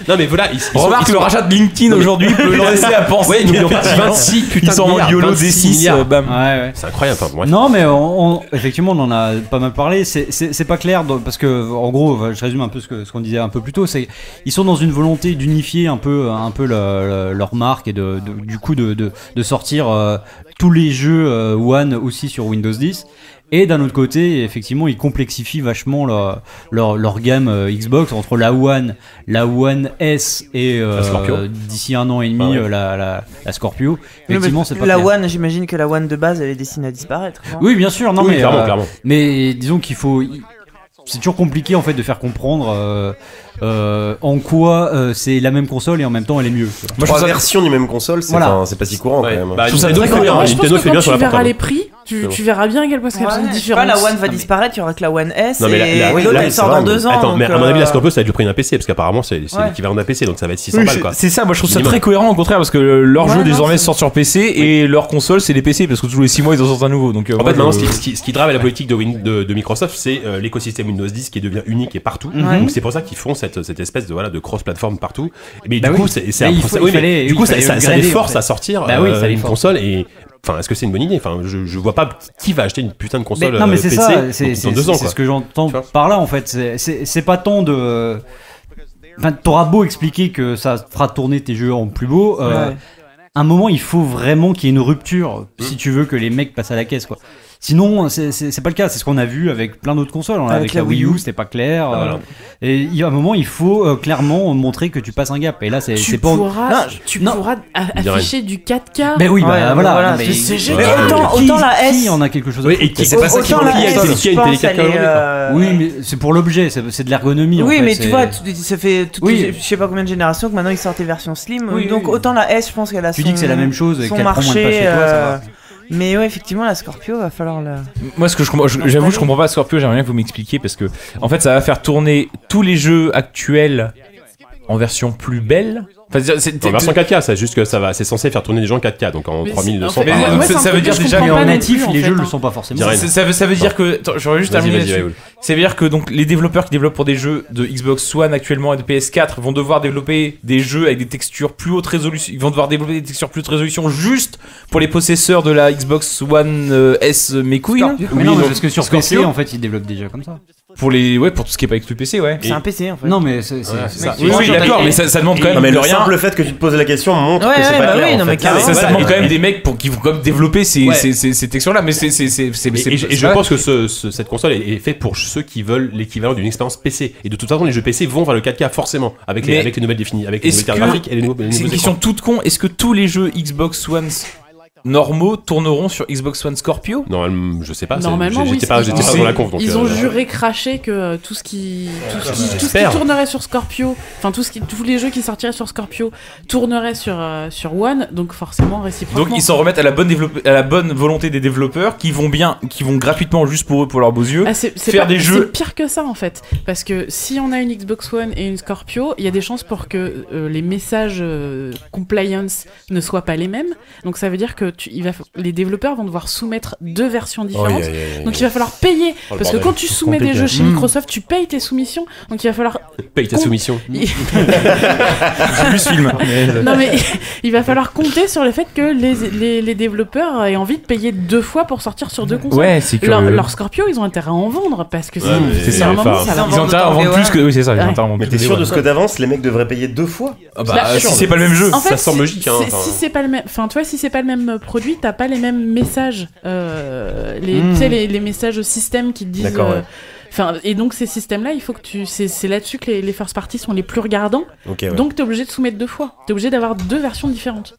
[SPEAKER 4] Non mais voilà, ils, ils sont-
[SPEAKER 5] Remarque
[SPEAKER 4] ils sont-
[SPEAKER 5] le rachat de LinkedIn
[SPEAKER 4] Non, mais-
[SPEAKER 5] aujourd'hui peut leur laisser à penser.
[SPEAKER 4] Ouais, n'oublions pas,
[SPEAKER 5] effectivement,
[SPEAKER 4] 26 putains
[SPEAKER 5] Ils sont
[SPEAKER 4] de
[SPEAKER 5] en
[SPEAKER 4] milliards,
[SPEAKER 5] YOLO
[SPEAKER 4] 26
[SPEAKER 5] D6, euh,
[SPEAKER 4] milliards.
[SPEAKER 5] bam.
[SPEAKER 3] ouais, ouais.
[SPEAKER 4] C'est incroyable. Enfin, bref.
[SPEAKER 3] Non, mais on, on- effectivement, on en a pas mal parlé. C'est- C'est c'est pas clair dans- parce que, en gros, je résume un peu ce que- ce qu'on disait un peu plus tôt. C'est ils sont dans une volonté d'unifier un peu, un peu le- le- leur marque et de, de- du coup de, de, de sortir euh, tous les jeux euh, One aussi sur Windows 10. Et d'un autre côté, effectivement, ils complexifient vachement leur, leur, leur gamme euh, Xbox entre la One, la One S et euh,
[SPEAKER 4] La Scorpio.
[SPEAKER 3] d'ici un an et demi
[SPEAKER 4] Ah ouais.
[SPEAKER 3] euh, la, la, la Scorpio.
[SPEAKER 9] Non, mais
[SPEAKER 3] Effectivement, c'est pas
[SPEAKER 9] La
[SPEAKER 3] clair.
[SPEAKER 9] One, j'imagine que la One de base, elle est destinée à disparaître. hein. non
[SPEAKER 3] Oui, bien sûr, non
[SPEAKER 4] Oui,
[SPEAKER 3] mais
[SPEAKER 4] clairement,
[SPEAKER 3] euh,
[SPEAKER 4] clairement.
[SPEAKER 3] mais disons qu'il faut. il- C'est toujours compliqué en fait de faire comprendre euh, euh, en quoi euh, c'est la même console et en même temps elle est mieux. tu vois.
[SPEAKER 5] Moi, je
[SPEAKER 7] Trois
[SPEAKER 5] trouve ça-
[SPEAKER 7] versions du même console, c'est
[SPEAKER 3] Voilà.
[SPEAKER 7] enfin, c'est pas si courant
[SPEAKER 4] Ouais.
[SPEAKER 7] quand même. hein.
[SPEAKER 4] Bah,
[SPEAKER 5] trouve ça
[SPEAKER 4] Nintendo
[SPEAKER 5] très
[SPEAKER 4] fait bien,
[SPEAKER 5] cool.
[SPEAKER 3] hein.
[SPEAKER 6] Moi, je pense
[SPEAKER 4] Nintendo
[SPEAKER 6] que
[SPEAKER 4] fait
[SPEAKER 6] quand
[SPEAKER 4] bien
[SPEAKER 6] tu
[SPEAKER 4] sur la
[SPEAKER 6] verras
[SPEAKER 4] portable.
[SPEAKER 6] les prix, tu,
[SPEAKER 4] C'est bon.
[SPEAKER 6] tu verras bien à quelle place qu'elles sont
[SPEAKER 9] Ouais, je sais
[SPEAKER 6] différentes.
[SPEAKER 9] pas, la One va disparaître, il y aura que la One S.
[SPEAKER 4] Non, mais la- la-
[SPEAKER 9] et l'autre,
[SPEAKER 4] la-
[SPEAKER 9] elle sort
[SPEAKER 4] c'est
[SPEAKER 9] dans
[SPEAKER 4] vrai,
[SPEAKER 9] deux
[SPEAKER 4] mais-
[SPEAKER 9] ans.
[SPEAKER 4] Attends,
[SPEAKER 9] donc,
[SPEAKER 4] mais à mon avis, la
[SPEAKER 9] euh,
[SPEAKER 4] Scorpio, ça va être le prix d'un PC, parce qu'apparemment, c'est c'est
[SPEAKER 9] Ouais.
[SPEAKER 4] l'équivalent d'un PC, donc ça va être 600
[SPEAKER 5] Oui,
[SPEAKER 4] balles,
[SPEAKER 5] je-
[SPEAKER 4] quoi.
[SPEAKER 5] c'est ça, moi je trouve ça
[SPEAKER 4] Minimum.
[SPEAKER 5] très cohérent au contraire parce que euh, leurs
[SPEAKER 9] Ouais,
[SPEAKER 5] jeux
[SPEAKER 9] non,
[SPEAKER 5] désormais
[SPEAKER 9] c'est-
[SPEAKER 5] sortent sur PC et leur console c'est les PC parce que tous les 6 mois ils en sortent un nouveau. Donc, euh,
[SPEAKER 4] En
[SPEAKER 5] moi,
[SPEAKER 4] fait, maintenant,
[SPEAKER 5] je-
[SPEAKER 4] ce qui, ce qui- ce qui drive la politique de, Win- de- de Microsoft, c'est euh, l'écosystème Windows 10 qui devient unique et partout.
[SPEAKER 3] Mhm.
[SPEAKER 4] Donc, c'est pour ça qu'ils font cette, cette espèce de, voilà, de cross-platform partout. Mais
[SPEAKER 3] Bah
[SPEAKER 4] du
[SPEAKER 3] oui.
[SPEAKER 4] coup, c'est c'est
[SPEAKER 3] Mais
[SPEAKER 4] un
[SPEAKER 3] il faut-
[SPEAKER 4] process-
[SPEAKER 3] il
[SPEAKER 4] oui, mais
[SPEAKER 3] fallait-
[SPEAKER 4] du
[SPEAKER 3] il
[SPEAKER 4] coup, ça,
[SPEAKER 3] fallait
[SPEAKER 4] ça- ça
[SPEAKER 3] upgrader,
[SPEAKER 4] les force
[SPEAKER 3] en fait.
[SPEAKER 4] à sortir
[SPEAKER 3] Bah oui,
[SPEAKER 4] euh,
[SPEAKER 3] ça les
[SPEAKER 4] une
[SPEAKER 3] force.
[SPEAKER 4] console et. Enfin, est-ce que c'est une bonne idée Enfin, je, je vois pas qui va acheter une putain de console
[SPEAKER 3] Mais- non mais
[SPEAKER 4] euh,
[SPEAKER 3] c'est
[SPEAKER 4] PC
[SPEAKER 3] ça, c'est
[SPEAKER 4] dans
[SPEAKER 3] c'est-
[SPEAKER 4] deux ans,
[SPEAKER 3] c'est
[SPEAKER 4] quoi.
[SPEAKER 3] ce que j'entends
[SPEAKER 4] Tu vois
[SPEAKER 3] par là en fait. C'est- C'est c'est pas tant de. Enfin, t'auras beau expliquer que ça fera tourner tes jeux en plus beau. euh,
[SPEAKER 9] Ouais.
[SPEAKER 3] un moment, il faut vraiment qu'il y ait une rupture
[SPEAKER 4] Mmh.
[SPEAKER 3] si tu veux que les mecs passent à la caisse, quoi. Sinon, c'est- c'est c'est pas le cas. C'est ce qu'on a vu avec plein d'autres consoles. On l'a Avec, la Wii U, c'était pas clair. euh,
[SPEAKER 4] Ah, voilà.
[SPEAKER 3] Et il y a un moment, il faut euh, clairement montrer que tu passes un gap. Et là, c'est
[SPEAKER 6] Tu
[SPEAKER 3] c'est pas. Non,
[SPEAKER 6] pourras, tu
[SPEAKER 3] non.
[SPEAKER 6] pourras a-
[SPEAKER 4] Dirais.
[SPEAKER 6] afficher du 4K.
[SPEAKER 3] Mais oui, bah,
[SPEAKER 9] Ouais,
[SPEAKER 3] voilà.
[SPEAKER 9] voilà,
[SPEAKER 3] non, mais-
[SPEAKER 9] c'est- c'est
[SPEAKER 4] génial.
[SPEAKER 3] Mais
[SPEAKER 9] Autant- autant la
[SPEAKER 3] qui
[SPEAKER 9] S.
[SPEAKER 3] en a quelque chose. à
[SPEAKER 4] Oui,
[SPEAKER 3] foutre,
[SPEAKER 4] et qui-
[SPEAKER 3] quoi.
[SPEAKER 4] c'est pas ça qui
[SPEAKER 9] Autant
[SPEAKER 4] manque.
[SPEAKER 9] la
[SPEAKER 4] Qui a
[SPEAKER 9] S,
[SPEAKER 4] une- qui a une
[SPEAKER 9] je pense,
[SPEAKER 4] télécarte
[SPEAKER 9] elle est,
[SPEAKER 4] aujourd'hui, quoi.
[SPEAKER 9] euh,
[SPEAKER 3] Oui, mais c'est pour l'objet. C'est c'est de l'ergonomie. en
[SPEAKER 9] Oui,
[SPEAKER 3] fait,
[SPEAKER 9] mais
[SPEAKER 3] c'est-
[SPEAKER 9] tu vois, tu- ça fait toutes
[SPEAKER 3] Oui.
[SPEAKER 9] les- je sais pas combien de générations que maintenant ils sortent les versions slim.
[SPEAKER 3] Oui,
[SPEAKER 9] donc
[SPEAKER 3] oui.
[SPEAKER 9] autant la S, je pense qu'elle a
[SPEAKER 3] Tu
[SPEAKER 9] son,
[SPEAKER 3] dis que c'est la même chose et
[SPEAKER 9] son
[SPEAKER 3] qu'elle prend moins de
[SPEAKER 9] marché.
[SPEAKER 3] place chez toi, ça
[SPEAKER 9] euh,
[SPEAKER 3] va.
[SPEAKER 9] Mais ouais, effectivement, la Scorpio va falloir la.
[SPEAKER 5] Moi, ce que je comprends, je- j'avoue, je comprends pas Scorpio. J'aimerais bien que vous m'expliquiez parce que, en fait, ça va faire tourner tous les jeux actuels en version plus belle. Enfin, c'est- c'est-
[SPEAKER 4] En version 4K, c'est juste que ça va, c'est censé faire tourner les gens en 4K, donc en
[SPEAKER 6] Mais
[SPEAKER 4] 3200.
[SPEAKER 6] en fait,
[SPEAKER 4] par-
[SPEAKER 5] mais
[SPEAKER 4] euh,
[SPEAKER 5] moi,
[SPEAKER 6] c'est un
[SPEAKER 5] ça
[SPEAKER 6] truc
[SPEAKER 5] veut dire
[SPEAKER 6] que je
[SPEAKER 5] déjà
[SPEAKER 6] comprends
[SPEAKER 5] mais
[SPEAKER 6] pas
[SPEAKER 5] en
[SPEAKER 6] non plus,
[SPEAKER 5] natif,
[SPEAKER 6] en
[SPEAKER 5] les
[SPEAKER 6] fait,
[SPEAKER 5] jeux ne
[SPEAKER 6] hein.
[SPEAKER 3] le sont pas forcément.
[SPEAKER 4] Direct.
[SPEAKER 5] Ça, ça veut, ça veut dire que. attends, J'aurais juste
[SPEAKER 4] Vas-y,
[SPEAKER 5] terminé
[SPEAKER 4] vas-y,
[SPEAKER 5] là-dessus.
[SPEAKER 4] Raoul.
[SPEAKER 5] Ça veut dire que donc, les développeurs qui développent pour des jeux de Xbox One actuellement et de PS4 vont devoir développer des jeux avec des textures plus haute résolution. Ils vont devoir développer des textures plus haute résolution juste pour les possesseurs de la Xbox One euh, S, euh, mes couilles.
[SPEAKER 3] Mais
[SPEAKER 5] Oui,
[SPEAKER 3] non,
[SPEAKER 5] donc,
[SPEAKER 3] parce que sur
[SPEAKER 5] Scorpio.
[SPEAKER 3] PC, en fait, ils développent déjà comme ça.
[SPEAKER 5] Pour, les, ouais, pour tout ce qui est pas avec le PC, ouais.
[SPEAKER 9] C'est un PC en fait.
[SPEAKER 3] Non, mais c'est c'est- c'est ça.
[SPEAKER 5] Oui, oui, d'accord, mais ça, ça demande quand même.
[SPEAKER 7] Non, mais
[SPEAKER 5] de
[SPEAKER 7] le
[SPEAKER 5] rien.
[SPEAKER 7] simple fait que tu te poses la question montre
[SPEAKER 9] Ouais,
[SPEAKER 7] que c'est
[SPEAKER 9] ouais,
[SPEAKER 7] pas
[SPEAKER 9] bah
[SPEAKER 7] clair.
[SPEAKER 9] oui,
[SPEAKER 7] en
[SPEAKER 9] non,
[SPEAKER 7] fait.
[SPEAKER 9] mais
[SPEAKER 5] Ah,
[SPEAKER 9] carrément.
[SPEAKER 5] ça, ça
[SPEAKER 7] Ouais,
[SPEAKER 5] demande
[SPEAKER 7] et-
[SPEAKER 5] quand même des mecs pour, qui vont quand même développer ces,
[SPEAKER 3] Ouais.
[SPEAKER 5] ces, ces, ces textures-là, mais c'est. c'est- c'est- c'est-
[SPEAKER 4] Et,
[SPEAKER 5] c'est-
[SPEAKER 4] et je- et je
[SPEAKER 5] ouais.
[SPEAKER 4] pense que ce- ce- cette console est, est faite pour ceux qui veulent l'équivalent d'une expérience PC. Et de toute façon, les jeux PC vont vers le 4K forcément, avec les,
[SPEAKER 5] Mais
[SPEAKER 4] avec les nouvelles définitions, avec les
[SPEAKER 5] est-ce
[SPEAKER 4] nouvelles cartes
[SPEAKER 5] que-
[SPEAKER 4] graphiques et les nouveaux. les
[SPEAKER 5] C'est une
[SPEAKER 4] nouveaux
[SPEAKER 5] question
[SPEAKER 4] écrans.
[SPEAKER 5] toute con. Est-ce que tous les jeux Xbox One normaux tourneront sur Xbox One Scorpio
[SPEAKER 4] Non, elle- je sais pas. c'est-
[SPEAKER 6] Normalement,
[SPEAKER 4] j'ai-
[SPEAKER 6] oui.
[SPEAKER 4] J'étais pas,
[SPEAKER 6] ils-
[SPEAKER 4] j'étais pas
[SPEAKER 6] ils-
[SPEAKER 4] dans la conf. donc,
[SPEAKER 6] ils
[SPEAKER 4] euh,
[SPEAKER 6] ont juré cracher que euh, tout ce qui, tout ce qui, tout ce qui
[SPEAKER 4] J'espère.
[SPEAKER 6] tournerait sur Scorpio, enfin tout ce qui, tous les jeux qui sortiraient sur Scorpio tourneraient sur euh, sur One, donc forcément réciproquement.
[SPEAKER 5] Donc ils s'en remettent à la bonne développe- à la bonne volonté des développeurs qui vont bien, qui vont gratuitement juste pour eux, pour leurs beaux yeux.
[SPEAKER 6] Ah, c'est, c'est
[SPEAKER 5] faire
[SPEAKER 6] pas-
[SPEAKER 5] des
[SPEAKER 6] c'est
[SPEAKER 5] jeux-
[SPEAKER 6] pire que ça en fait, parce que si on a une Xbox One et une Scorpio, il y a des chances pour que euh, les messages euh, compliance ne soient pas les mêmes. Donc ça veut dire que tu- il va, fa- les développeurs vont devoir soumettre deux versions différentes. Donc il va falloir payer
[SPEAKER 4] Oh, le
[SPEAKER 6] parce que
[SPEAKER 4] bordel.
[SPEAKER 6] quand tu soumets des
[SPEAKER 8] compliqué.
[SPEAKER 6] jeux chez
[SPEAKER 3] Mm.
[SPEAKER 6] Microsoft, tu payes tes soumissions. Donc il va falloir
[SPEAKER 4] Paye ta
[SPEAKER 6] con-
[SPEAKER 4] soumission.
[SPEAKER 5] plus film.
[SPEAKER 6] non mais il va falloir compter sur le fait que les, les, les développeurs aient envie de payer deux fois pour sortir sur deux consoles.
[SPEAKER 5] c'est
[SPEAKER 6] Leur, leur Scorpio, ils ont intérêt à en vendre parce que
[SPEAKER 4] Ouais,
[SPEAKER 6] sinon,
[SPEAKER 4] mais
[SPEAKER 6] c'est
[SPEAKER 4] c'est
[SPEAKER 6] ça, un moment,
[SPEAKER 4] enfin,
[SPEAKER 6] ça va.
[SPEAKER 5] Ils ont intérêt à en vendre plus que. Oui, c'est ça. Ils ont
[SPEAKER 6] Ouais.
[SPEAKER 5] intérêt à en vendre
[SPEAKER 7] Mais
[SPEAKER 5] plus
[SPEAKER 7] t'es
[SPEAKER 5] que
[SPEAKER 7] sûr
[SPEAKER 5] des-
[SPEAKER 7] de ce que t'avance Les mecs devraient payer deux fois
[SPEAKER 5] Ah bah,
[SPEAKER 6] Bah,
[SPEAKER 5] Si
[SPEAKER 6] sûr.
[SPEAKER 5] c'est pas le même jeu.
[SPEAKER 6] En fait,
[SPEAKER 4] Ça semble
[SPEAKER 6] si-
[SPEAKER 4] logique, hein,
[SPEAKER 6] si-
[SPEAKER 4] enfin.
[SPEAKER 6] Si c'est pas le même, enfin, tu vois, si c'est pas le même produit, t'as pas les mêmes messages, euh, les, tu sais, les, les messages au système qui te disent.
[SPEAKER 7] D'accord, ouais.
[SPEAKER 6] euh, Enfin, et donc ces systèmes-là, il faut que tu, c'est c'est là-dessus que les, les first parties sont les plus regardants.
[SPEAKER 7] Ok, ouais.
[SPEAKER 6] Donc t'es obligé de soumettre deux fois. T'es obligé d'avoir deux versions différentes.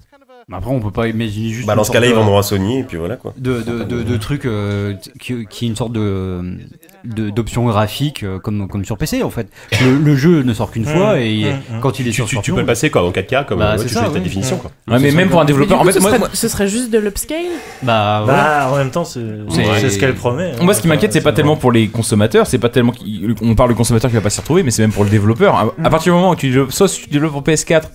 [SPEAKER 3] Mais Après, on peut pas imaginer juste.
[SPEAKER 7] Bah,
[SPEAKER 3] une
[SPEAKER 7] dans ce cas-là,
[SPEAKER 9] euh,
[SPEAKER 7] ils
[SPEAKER 3] sorte de-
[SPEAKER 7] vendront à Sony, et puis voilà quoi.
[SPEAKER 3] de, de, de, de trucs euh, qui, qui est une sorte de de- d'option graphique euh, comme comme sur PC en fait le, le jeu ne sort qu'une fois et
[SPEAKER 8] mmh, mmh.
[SPEAKER 3] quand il est
[SPEAKER 4] Tu,
[SPEAKER 3] sur
[SPEAKER 4] tu, tu
[SPEAKER 3] Scorpion,
[SPEAKER 4] peux le passer quoi en 4K comme
[SPEAKER 3] Bah,
[SPEAKER 4] ouais,
[SPEAKER 3] c'est
[SPEAKER 4] tu
[SPEAKER 3] ça,
[SPEAKER 4] choisis ta
[SPEAKER 3] oui.
[SPEAKER 4] définition quoi.
[SPEAKER 5] Ouais, mais même pour un
[SPEAKER 6] Mais du
[SPEAKER 5] développeur, en
[SPEAKER 6] coup,
[SPEAKER 5] fait,
[SPEAKER 6] ce,
[SPEAKER 5] moi,
[SPEAKER 6] serait,
[SPEAKER 5] moi-
[SPEAKER 6] ce serait juste de l'upscale.
[SPEAKER 3] bah, voilà.
[SPEAKER 8] Bah, en même temps, c'est
[SPEAKER 3] C'est-
[SPEAKER 8] c'est ce qu'elle promet. hein.
[SPEAKER 5] Moi, ce qui m'inquiète, c'est pas tellement pour les consommateurs, c'est pas tellement qu'il- on parle du consommateur qui va pas s'y retrouver, mais c'est même pour le développeur. À, à partir du moment où tu développes, soit tu développes pour PS4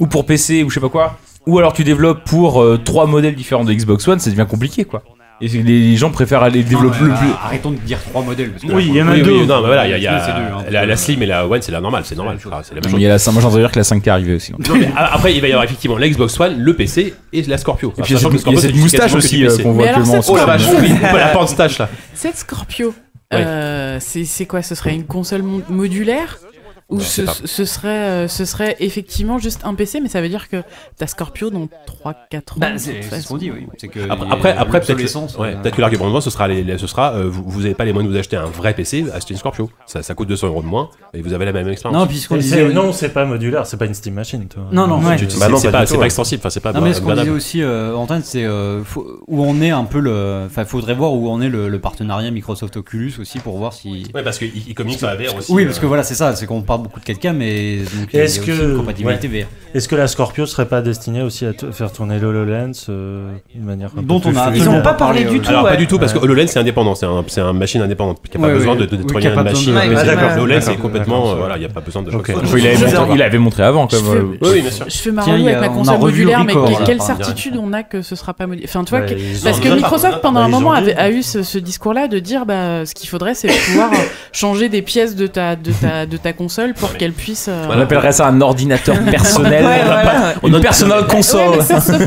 [SPEAKER 5] ou pour PC ou je sais pas quoi, ou alors tu développes pour euh, trois modèles différents de Xbox One, ça devient compliqué quoi. Et c'est- les, les gens préfèrent aller développer
[SPEAKER 3] Non, mais,
[SPEAKER 5] le plus.
[SPEAKER 3] bah, arrêtons de dire trois modèles parce que
[SPEAKER 1] Oui, il y en a
[SPEAKER 4] Oui,
[SPEAKER 1] deux.
[SPEAKER 4] oui, non, mais voilà, il y a, il y a-
[SPEAKER 3] Oui, c'est deux, hein.
[SPEAKER 4] la, la Slim et la One, c'est la normale, c'est normal. quoi, C'est la même
[SPEAKER 5] Mais
[SPEAKER 4] chose.
[SPEAKER 5] il y a la 5, moi j'ai entendu dire que la 5K arrivait aussi.
[SPEAKER 4] Non, mais a- après, il va y avoir effectivement la Xbox One, le PC et la Scorpio.
[SPEAKER 5] Et puis il y a cette- il y a cette moustache aussi euh, qu'on
[SPEAKER 6] Mais
[SPEAKER 5] voit
[SPEAKER 6] alors,
[SPEAKER 5] actuellement.
[SPEAKER 6] cette
[SPEAKER 4] Oh la
[SPEAKER 5] sur-
[SPEAKER 4] vache, oui, la porte stache là.
[SPEAKER 6] Cette Scorpio,
[SPEAKER 4] Ouais.
[SPEAKER 6] euh, c'est c'est quoi Ce serait une console mon- modulaire ou
[SPEAKER 4] Je sais
[SPEAKER 6] ce,
[SPEAKER 4] pas.
[SPEAKER 6] ce serait, euh, ce serait effectivement juste un PC, mais ça veut dire que ta Scorpio dans 3-4 ans.
[SPEAKER 3] Bah,
[SPEAKER 6] de
[SPEAKER 3] c'est
[SPEAKER 6] toute
[SPEAKER 3] c'est ce
[SPEAKER 6] façon.
[SPEAKER 3] qu'on dit oui c'est que
[SPEAKER 4] Après,
[SPEAKER 3] il y a
[SPEAKER 4] après, après peut-être
[SPEAKER 3] l'obsolescence,
[SPEAKER 4] que, ouais,
[SPEAKER 3] euh,
[SPEAKER 4] peut-être que l'argument de moi, ce sera, les, les- ce sera euh, vous vous avez pas les moyens de vous acheter un vrai PC, achetez une Scorpio. Ça, ça coûte 200 euros de moins et vous avez la même expérience.
[SPEAKER 3] non puisqu'on
[SPEAKER 8] C'est-
[SPEAKER 3] disait
[SPEAKER 8] Non, c'est pas modulaire, c'est pas une Steam Machine. toi.
[SPEAKER 3] non non ouais.
[SPEAKER 4] Tu- c'est
[SPEAKER 7] Bah non,
[SPEAKER 4] c'est
[SPEAKER 7] pas
[SPEAKER 4] pas,
[SPEAKER 7] du
[SPEAKER 4] c'est
[SPEAKER 7] tout,
[SPEAKER 4] pas
[SPEAKER 7] ouais.
[SPEAKER 4] extensible, enfin, c'est pas
[SPEAKER 3] Non Ah, mais ce qu'on disait
[SPEAKER 4] gardable.
[SPEAKER 3] aussi, euh, Antoine, c'est euh, faut- où on est un peu le. Enfin, faudrait voir où on est le, le partenariat Microsoft Oculus aussi pour voir si.
[SPEAKER 4] Ouais, parce qu'ils ils communiquent sur la VR aussi.
[SPEAKER 3] oui, parce que
[SPEAKER 4] euh,
[SPEAKER 3] voilà, c'est ça, c'est qu'on parle beaucoup de 4K, mais donc il y a
[SPEAKER 8] Est-ce
[SPEAKER 3] aussi
[SPEAKER 8] que-
[SPEAKER 3] une compatibilité VR
[SPEAKER 8] Est-ce que la Scorpio serait pas destinée aussi à t- faire tourner l'HoloLens euh, d'une manière un peu
[SPEAKER 3] dont on
[SPEAKER 8] plus
[SPEAKER 3] a.
[SPEAKER 8] fluide
[SPEAKER 9] Ils ont
[SPEAKER 3] absolument
[SPEAKER 9] pas parlé du
[SPEAKER 3] euh,
[SPEAKER 9] tout.
[SPEAKER 4] Alors,
[SPEAKER 9] ouais.
[SPEAKER 4] pas du tout, parce que HoloLens, c'est indépendant, c'est un, c'est un machine indépendante qui a pas
[SPEAKER 3] Ouais,
[SPEAKER 4] besoin
[SPEAKER 3] ouais.
[SPEAKER 4] de, de
[SPEAKER 3] Oui,
[SPEAKER 4] nettoyer
[SPEAKER 3] qui a
[SPEAKER 4] une
[SPEAKER 3] pas besoin
[SPEAKER 4] machine.
[SPEAKER 3] de-
[SPEAKER 9] Ouais,
[SPEAKER 4] Mais
[SPEAKER 9] ouais,
[SPEAKER 4] d'accord,
[SPEAKER 9] ouais.
[SPEAKER 4] HoloLens, c'est
[SPEAKER 3] D'accord,
[SPEAKER 4] complètement.
[SPEAKER 3] d'accord,
[SPEAKER 4] euh,
[SPEAKER 3] c'est-
[SPEAKER 4] Voilà, il n'y a pas besoin de.
[SPEAKER 8] Ok.
[SPEAKER 4] quoi que ce
[SPEAKER 5] Enfin, il, avait
[SPEAKER 4] soit.
[SPEAKER 5] montré, il avait montré avant
[SPEAKER 6] Je
[SPEAKER 5] quand
[SPEAKER 6] fais,
[SPEAKER 5] même.
[SPEAKER 4] Oui, oui, bien sûr.
[SPEAKER 6] je fais ma
[SPEAKER 3] Tiens,
[SPEAKER 6] roue
[SPEAKER 3] il y a-
[SPEAKER 6] avec ma
[SPEAKER 3] on a
[SPEAKER 6] console
[SPEAKER 3] revu le
[SPEAKER 6] modulaire, mais
[SPEAKER 3] record, hein.
[SPEAKER 6] quelle,
[SPEAKER 3] là,
[SPEAKER 6] quelle
[SPEAKER 3] par exemple.
[SPEAKER 6] certitude on a que ce sera pas modifié Enfin, tu vois,
[SPEAKER 8] Bah,
[SPEAKER 6] que-
[SPEAKER 8] ils
[SPEAKER 6] parce
[SPEAKER 8] ont-
[SPEAKER 6] que
[SPEAKER 8] ils ont-
[SPEAKER 6] Microsoft pendant
[SPEAKER 8] bah,
[SPEAKER 6] un
[SPEAKER 8] ils ont
[SPEAKER 6] moment
[SPEAKER 8] dit.
[SPEAKER 6] avait, a eu ce, ce discours-là de dire bah ce qu'il faudrait c'est pouvoir euh, changer des pièces de ta de ta de ta console pour qu'elle puisse. euh,
[SPEAKER 5] On appellerait ça un ordinateur personnel.
[SPEAKER 9] Ouais, voilà.
[SPEAKER 5] On a une personnel
[SPEAKER 6] Ouais,
[SPEAKER 5] console.
[SPEAKER 6] mais ça, ça-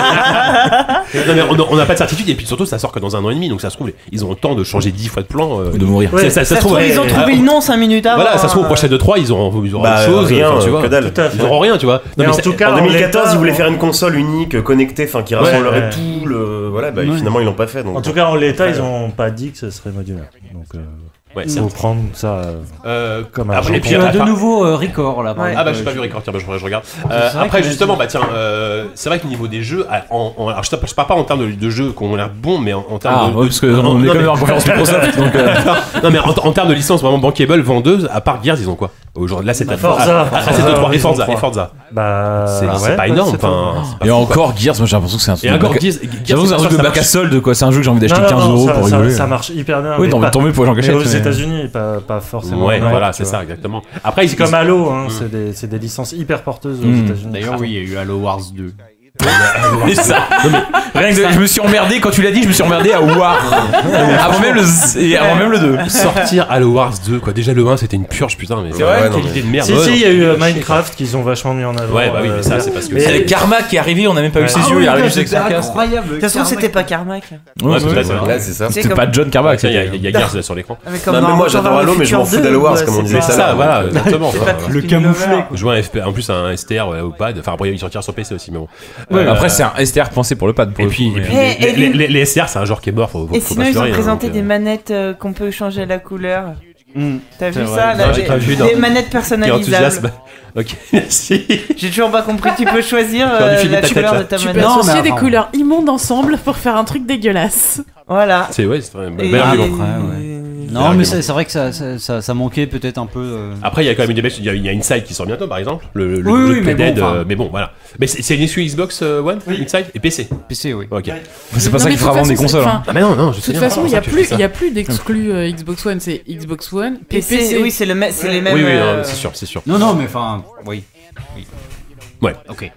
[SPEAKER 4] Non, mais on- on n'a pas de certitude, et puis surtout, ça sort que dans un an et demi, donc ça se trouve, ils ont le temps de changer 10 fois de plan. euh,
[SPEAKER 5] De mourir.
[SPEAKER 8] Ouais,
[SPEAKER 4] Ça- ça- ça se trouve,
[SPEAKER 9] Ils ont
[SPEAKER 4] euh,
[SPEAKER 9] trouvé le nom 5 minutes avant.
[SPEAKER 4] Voilà, ça se trouve, au
[SPEAKER 9] hein.
[SPEAKER 4] prochain de 3, ils auront, ils auront
[SPEAKER 7] Bah,
[SPEAKER 4] autre chose.
[SPEAKER 7] rien,
[SPEAKER 4] enfin, tu
[SPEAKER 7] euh,
[SPEAKER 4] vois.
[SPEAKER 7] que dalle.
[SPEAKER 8] Tout à fait.
[SPEAKER 4] Ils auront rien, tu vois.
[SPEAKER 8] Mais
[SPEAKER 4] Non,
[SPEAKER 8] en
[SPEAKER 4] c'est-
[SPEAKER 8] tout cas,
[SPEAKER 7] En
[SPEAKER 8] on l'est
[SPEAKER 7] 2014,
[SPEAKER 8] pas,
[SPEAKER 7] ils voulaient
[SPEAKER 8] on-
[SPEAKER 7] faire une console unique, connectée, enfin qui rassemblerait tout le. Voilà, bah
[SPEAKER 3] Ouais.
[SPEAKER 7] finalement ils l'ont pas fait. Donc
[SPEAKER 8] En tout cas, en l'état, ils ont pas dit que ce serait modulaire. Donc, euh,
[SPEAKER 4] Ouais, c'est-
[SPEAKER 8] faut prendre ça. euh,
[SPEAKER 4] euh,
[SPEAKER 8] Comme un
[SPEAKER 4] après,
[SPEAKER 8] genre.
[SPEAKER 4] et puis,
[SPEAKER 3] Tu as
[SPEAKER 4] après-
[SPEAKER 3] de nouveau euh, Record là. par
[SPEAKER 9] Ouais.
[SPEAKER 4] Ah bah
[SPEAKER 3] exemple,
[SPEAKER 4] j'ai pas
[SPEAKER 3] euh,
[SPEAKER 4] vu Record, tiens, bah, je, je regarde.
[SPEAKER 3] vrai
[SPEAKER 4] Euh,
[SPEAKER 3] que
[SPEAKER 4] après
[SPEAKER 3] là,
[SPEAKER 4] justement,
[SPEAKER 3] c'est-
[SPEAKER 4] bah tiens, euh, c'est vrai que niveau des jeux, à- en, en- alors je, te- je parle pas en termes de, de jeux qui ont l'air bons, mais en, en termes
[SPEAKER 5] Ah,
[SPEAKER 4] de...
[SPEAKER 5] ouais, parce que
[SPEAKER 4] non,
[SPEAKER 5] on
[SPEAKER 4] non,
[SPEAKER 5] est quand même
[SPEAKER 4] mais-
[SPEAKER 5] en conférence Microsoft, donc euh,
[SPEAKER 4] non mais en, en termes de licence vraiment bankable, vendeuse, à part Gears, ils ont quoi Aujourd'hui, là c'est
[SPEAKER 8] Bah, Forza.
[SPEAKER 4] Ah, ah, c'est deux, trois, et Forza, et Forza.
[SPEAKER 8] Bah,
[SPEAKER 4] C'est c'est
[SPEAKER 8] ouais,
[SPEAKER 4] pas énorme.
[SPEAKER 8] c'est pas-
[SPEAKER 4] enfin, c'est pas
[SPEAKER 5] Et
[SPEAKER 4] fou, quoi.
[SPEAKER 5] encore Gears, moi j'ai l'impression que c'est un truc.
[SPEAKER 4] Et
[SPEAKER 5] de
[SPEAKER 4] encore
[SPEAKER 5] bac-
[SPEAKER 4] Gears,
[SPEAKER 5] J'ai l'impression que c'est un
[SPEAKER 4] ça
[SPEAKER 5] truc de bac à
[SPEAKER 4] marche.
[SPEAKER 5] solde quoi. C'est un jeu que j'ai envie d'acheter
[SPEAKER 8] Non, non,
[SPEAKER 5] 15
[SPEAKER 8] non,
[SPEAKER 5] euros
[SPEAKER 8] ça,
[SPEAKER 5] pour
[SPEAKER 8] ça-
[SPEAKER 5] rigoler. hein.
[SPEAKER 8] ça marche hyper bien.
[SPEAKER 5] Oui,
[SPEAKER 8] mais
[SPEAKER 5] t'as envie de
[SPEAKER 8] pas-
[SPEAKER 5] tomber pour les gens
[SPEAKER 8] mais aux
[SPEAKER 5] cachés.
[SPEAKER 8] États-Unis, pas, pas forcément.
[SPEAKER 4] Ouais,
[SPEAKER 8] en Europe,
[SPEAKER 4] voilà,
[SPEAKER 8] tu
[SPEAKER 4] c'est
[SPEAKER 8] vois.
[SPEAKER 4] ça, exactement. Après, ils
[SPEAKER 8] C'est comme
[SPEAKER 4] ils-
[SPEAKER 8] Halo, hein,
[SPEAKER 4] Mm.
[SPEAKER 8] c'est des, c'est des licences hyper porteuses aux
[SPEAKER 5] Mm.
[SPEAKER 8] États-Unis.
[SPEAKER 3] D'ailleurs, oui, il y a eu Halo Wars 2.
[SPEAKER 5] Mais ça, rien que de- je me suis emmerdé quand tu l'as dit, je me suis emmerdé à War. avant même le et avant même le 2.
[SPEAKER 4] sortir Halo Wars 2, quoi. Déjà, le 1, c'était une purge, putain. Mais
[SPEAKER 7] C'est vrai,
[SPEAKER 4] Ouais,
[SPEAKER 7] non,
[SPEAKER 4] quelle
[SPEAKER 7] mais-
[SPEAKER 4] idée de merde.
[SPEAKER 8] Si,
[SPEAKER 4] Ouais,
[SPEAKER 8] si,
[SPEAKER 4] non,
[SPEAKER 8] il y a eu euh,
[SPEAKER 4] chier, quoi.
[SPEAKER 8] Minecraft qu'ils ont vachement mis en avant.
[SPEAKER 4] Ouais, bah oui, mais
[SPEAKER 8] euh,
[SPEAKER 4] ça, c'est parce que.
[SPEAKER 8] Mais-
[SPEAKER 5] C'est le Karma qui est arrivé, on n'a même pas eu ses yeux, il est arrivé juste avec son casque.
[SPEAKER 1] incroyable.
[SPEAKER 9] toute façon, c'était pas Carmack.
[SPEAKER 4] Ouais,
[SPEAKER 5] Ouais,
[SPEAKER 4] c'est
[SPEAKER 5] ouais,
[SPEAKER 4] ça,
[SPEAKER 5] ouais.
[SPEAKER 4] ouais.
[SPEAKER 7] Ouais, c'est
[SPEAKER 3] Ah,
[SPEAKER 7] ça.
[SPEAKER 9] C'est
[SPEAKER 5] C'était pas John Karma,
[SPEAKER 4] Tiens, il y a- il y a Gears là sur l'écran.
[SPEAKER 7] Non, mais moi j'adore Halo, mais je m'en fous d'Halo Wars, comme on disait.
[SPEAKER 4] C'est ça, voilà, exactement.
[SPEAKER 9] c'est
[SPEAKER 4] Enfin,
[SPEAKER 9] pas-
[SPEAKER 1] Le
[SPEAKER 9] Spin
[SPEAKER 1] camouflet.
[SPEAKER 9] Lover.
[SPEAKER 1] quoi.
[SPEAKER 4] Jouer un FP, en plus à un STR ouais, au pad. Enfin, bon, il sortira sur PC aussi, mais bon.
[SPEAKER 5] Ouais,
[SPEAKER 4] Euh,
[SPEAKER 5] Après, c'est un STR pensé pour le pad. Pour
[SPEAKER 4] Et
[SPEAKER 5] le
[SPEAKER 4] puis,
[SPEAKER 5] coup,
[SPEAKER 4] et
[SPEAKER 5] mais-
[SPEAKER 9] Eh,
[SPEAKER 4] puis les,
[SPEAKER 9] et
[SPEAKER 4] les-
[SPEAKER 9] lui-
[SPEAKER 4] les- les STR, c'est un genre qui est mort. Faut, faut,
[SPEAKER 9] Et
[SPEAKER 4] faut
[SPEAKER 9] sinon,
[SPEAKER 4] pas se
[SPEAKER 9] ils ont
[SPEAKER 4] leurrer, hein,
[SPEAKER 9] présenté
[SPEAKER 4] donc,
[SPEAKER 9] des
[SPEAKER 4] euh,
[SPEAKER 9] manettes euh, qu'on peut changer la couleur.
[SPEAKER 1] Mm.
[SPEAKER 9] T'as vu
[SPEAKER 1] vrai.
[SPEAKER 9] ça là,
[SPEAKER 4] Non, j'ai
[SPEAKER 9] des,
[SPEAKER 4] pas vu, non.
[SPEAKER 9] des manettes
[SPEAKER 4] Quel
[SPEAKER 9] personnalisables.
[SPEAKER 4] enthousiasme. Ok, merci.
[SPEAKER 9] J'ai toujours pas compris. Tu peux choisir
[SPEAKER 4] Faire du
[SPEAKER 9] euh,
[SPEAKER 4] film
[SPEAKER 9] la
[SPEAKER 4] de ta
[SPEAKER 9] couleur
[SPEAKER 4] tête,
[SPEAKER 9] de ta
[SPEAKER 6] Tu
[SPEAKER 9] manette.
[SPEAKER 6] peux
[SPEAKER 3] Non, Ah, mais
[SPEAKER 6] associer des
[SPEAKER 3] enfin-
[SPEAKER 6] couleurs immondes ensemble pour faire un truc dégueulasse.
[SPEAKER 9] Voilà.
[SPEAKER 4] C'est ouais, c'est un
[SPEAKER 9] Et-
[SPEAKER 4] bel
[SPEAKER 3] Ah,
[SPEAKER 4] argument.
[SPEAKER 3] Non, mais
[SPEAKER 4] argument.
[SPEAKER 3] c'est c'est vrai que ça, ça, ça- ça manquait peut-être un peu. euh,
[SPEAKER 4] Après, il y a quand même des mecs, il y a, il y a Inside qui sort bientôt, par exemple. Le, le
[SPEAKER 3] Oui,
[SPEAKER 4] jeu
[SPEAKER 3] oui,
[SPEAKER 4] de
[SPEAKER 3] mais
[SPEAKER 4] Playdead,
[SPEAKER 3] bon, enfin.
[SPEAKER 4] euh, mais bon, voilà. Mais c'est c'est une exclu Xbox euh, One, Inside et PC.
[SPEAKER 3] PC, oui.
[SPEAKER 4] Ok.
[SPEAKER 5] C'est pas
[SPEAKER 6] Non,
[SPEAKER 5] ça
[SPEAKER 6] mais
[SPEAKER 5] qu'il
[SPEAKER 6] de
[SPEAKER 5] faudra
[SPEAKER 6] toute
[SPEAKER 5] vendre
[SPEAKER 6] façon,
[SPEAKER 5] des
[SPEAKER 6] c'est-
[SPEAKER 5] consoles. hein.
[SPEAKER 6] enfin,
[SPEAKER 4] Ah, mais non, non, je
[SPEAKER 6] De
[SPEAKER 4] sais
[SPEAKER 6] toute
[SPEAKER 4] bien,
[SPEAKER 6] façon,
[SPEAKER 4] pour
[SPEAKER 6] il n'y a
[SPEAKER 4] ça que je
[SPEAKER 6] plus,
[SPEAKER 4] fais ça.
[SPEAKER 6] il y a plus d'exclus euh, Xbox One, c'est Xbox One,
[SPEAKER 9] PC,
[SPEAKER 6] PC.
[SPEAKER 9] oui, c'est le me- c'est les mêmes.
[SPEAKER 4] Oui, oui,
[SPEAKER 9] euh,
[SPEAKER 4] non, c'est sûr, c'est sûr.
[SPEAKER 3] Non, non, mais enfin, oui. Oui.
[SPEAKER 4] Ouais.
[SPEAKER 3] Ok.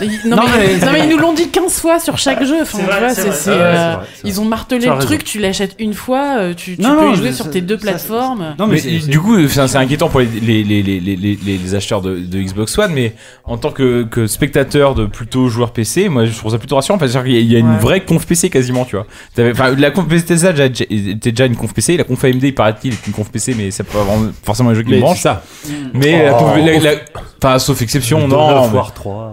[SPEAKER 6] Et ils- Non,
[SPEAKER 3] Non,
[SPEAKER 6] mais,
[SPEAKER 3] mais-
[SPEAKER 6] non, mais ils nous l'ont dit 15 fois sur chaque jeu. Enfin, tu
[SPEAKER 8] C'est vrai,
[SPEAKER 6] vois,
[SPEAKER 8] c'est
[SPEAKER 6] c'est-
[SPEAKER 8] vrai,
[SPEAKER 6] c'est,
[SPEAKER 8] c'est vrai,
[SPEAKER 6] euh,
[SPEAKER 8] c'est vrai, c'est vrai.
[SPEAKER 6] ils ont martelé
[SPEAKER 8] Tu as
[SPEAKER 6] le truc, tu l'achètes une fois, euh, tu, tu peux y jouer
[SPEAKER 3] je-
[SPEAKER 6] sur
[SPEAKER 3] ça-
[SPEAKER 6] tes deux
[SPEAKER 3] ça-
[SPEAKER 6] plateformes.
[SPEAKER 3] Non, mais,
[SPEAKER 5] Mais
[SPEAKER 3] c'est- c'est-
[SPEAKER 5] du coup, c'est c'est inquiétant pour les, les, les, les, les, les- les acheteurs de, de Xbox One, mais en tant que, que spectateur de plutôt joueur PC, moi je trouve ça plutôt rassurant. Parce qu'il y a- il y a une
[SPEAKER 9] Ouais.
[SPEAKER 5] vraie conf PC quasiment, tu vois. T'avais- enfin, la conf Bethesda déjà- était déjà une conf PC, la conf AMD, paraît-il, est une conf PC, mais c'est pas vraiment- forcément un jeu qui me
[SPEAKER 4] Mais
[SPEAKER 5] branche.
[SPEAKER 4] c'est ça.
[SPEAKER 5] Mais la conf- la- la- enfin, sauf exception,
[SPEAKER 8] Dawn
[SPEAKER 5] non.
[SPEAKER 8] of
[SPEAKER 5] mais-
[SPEAKER 8] War 3.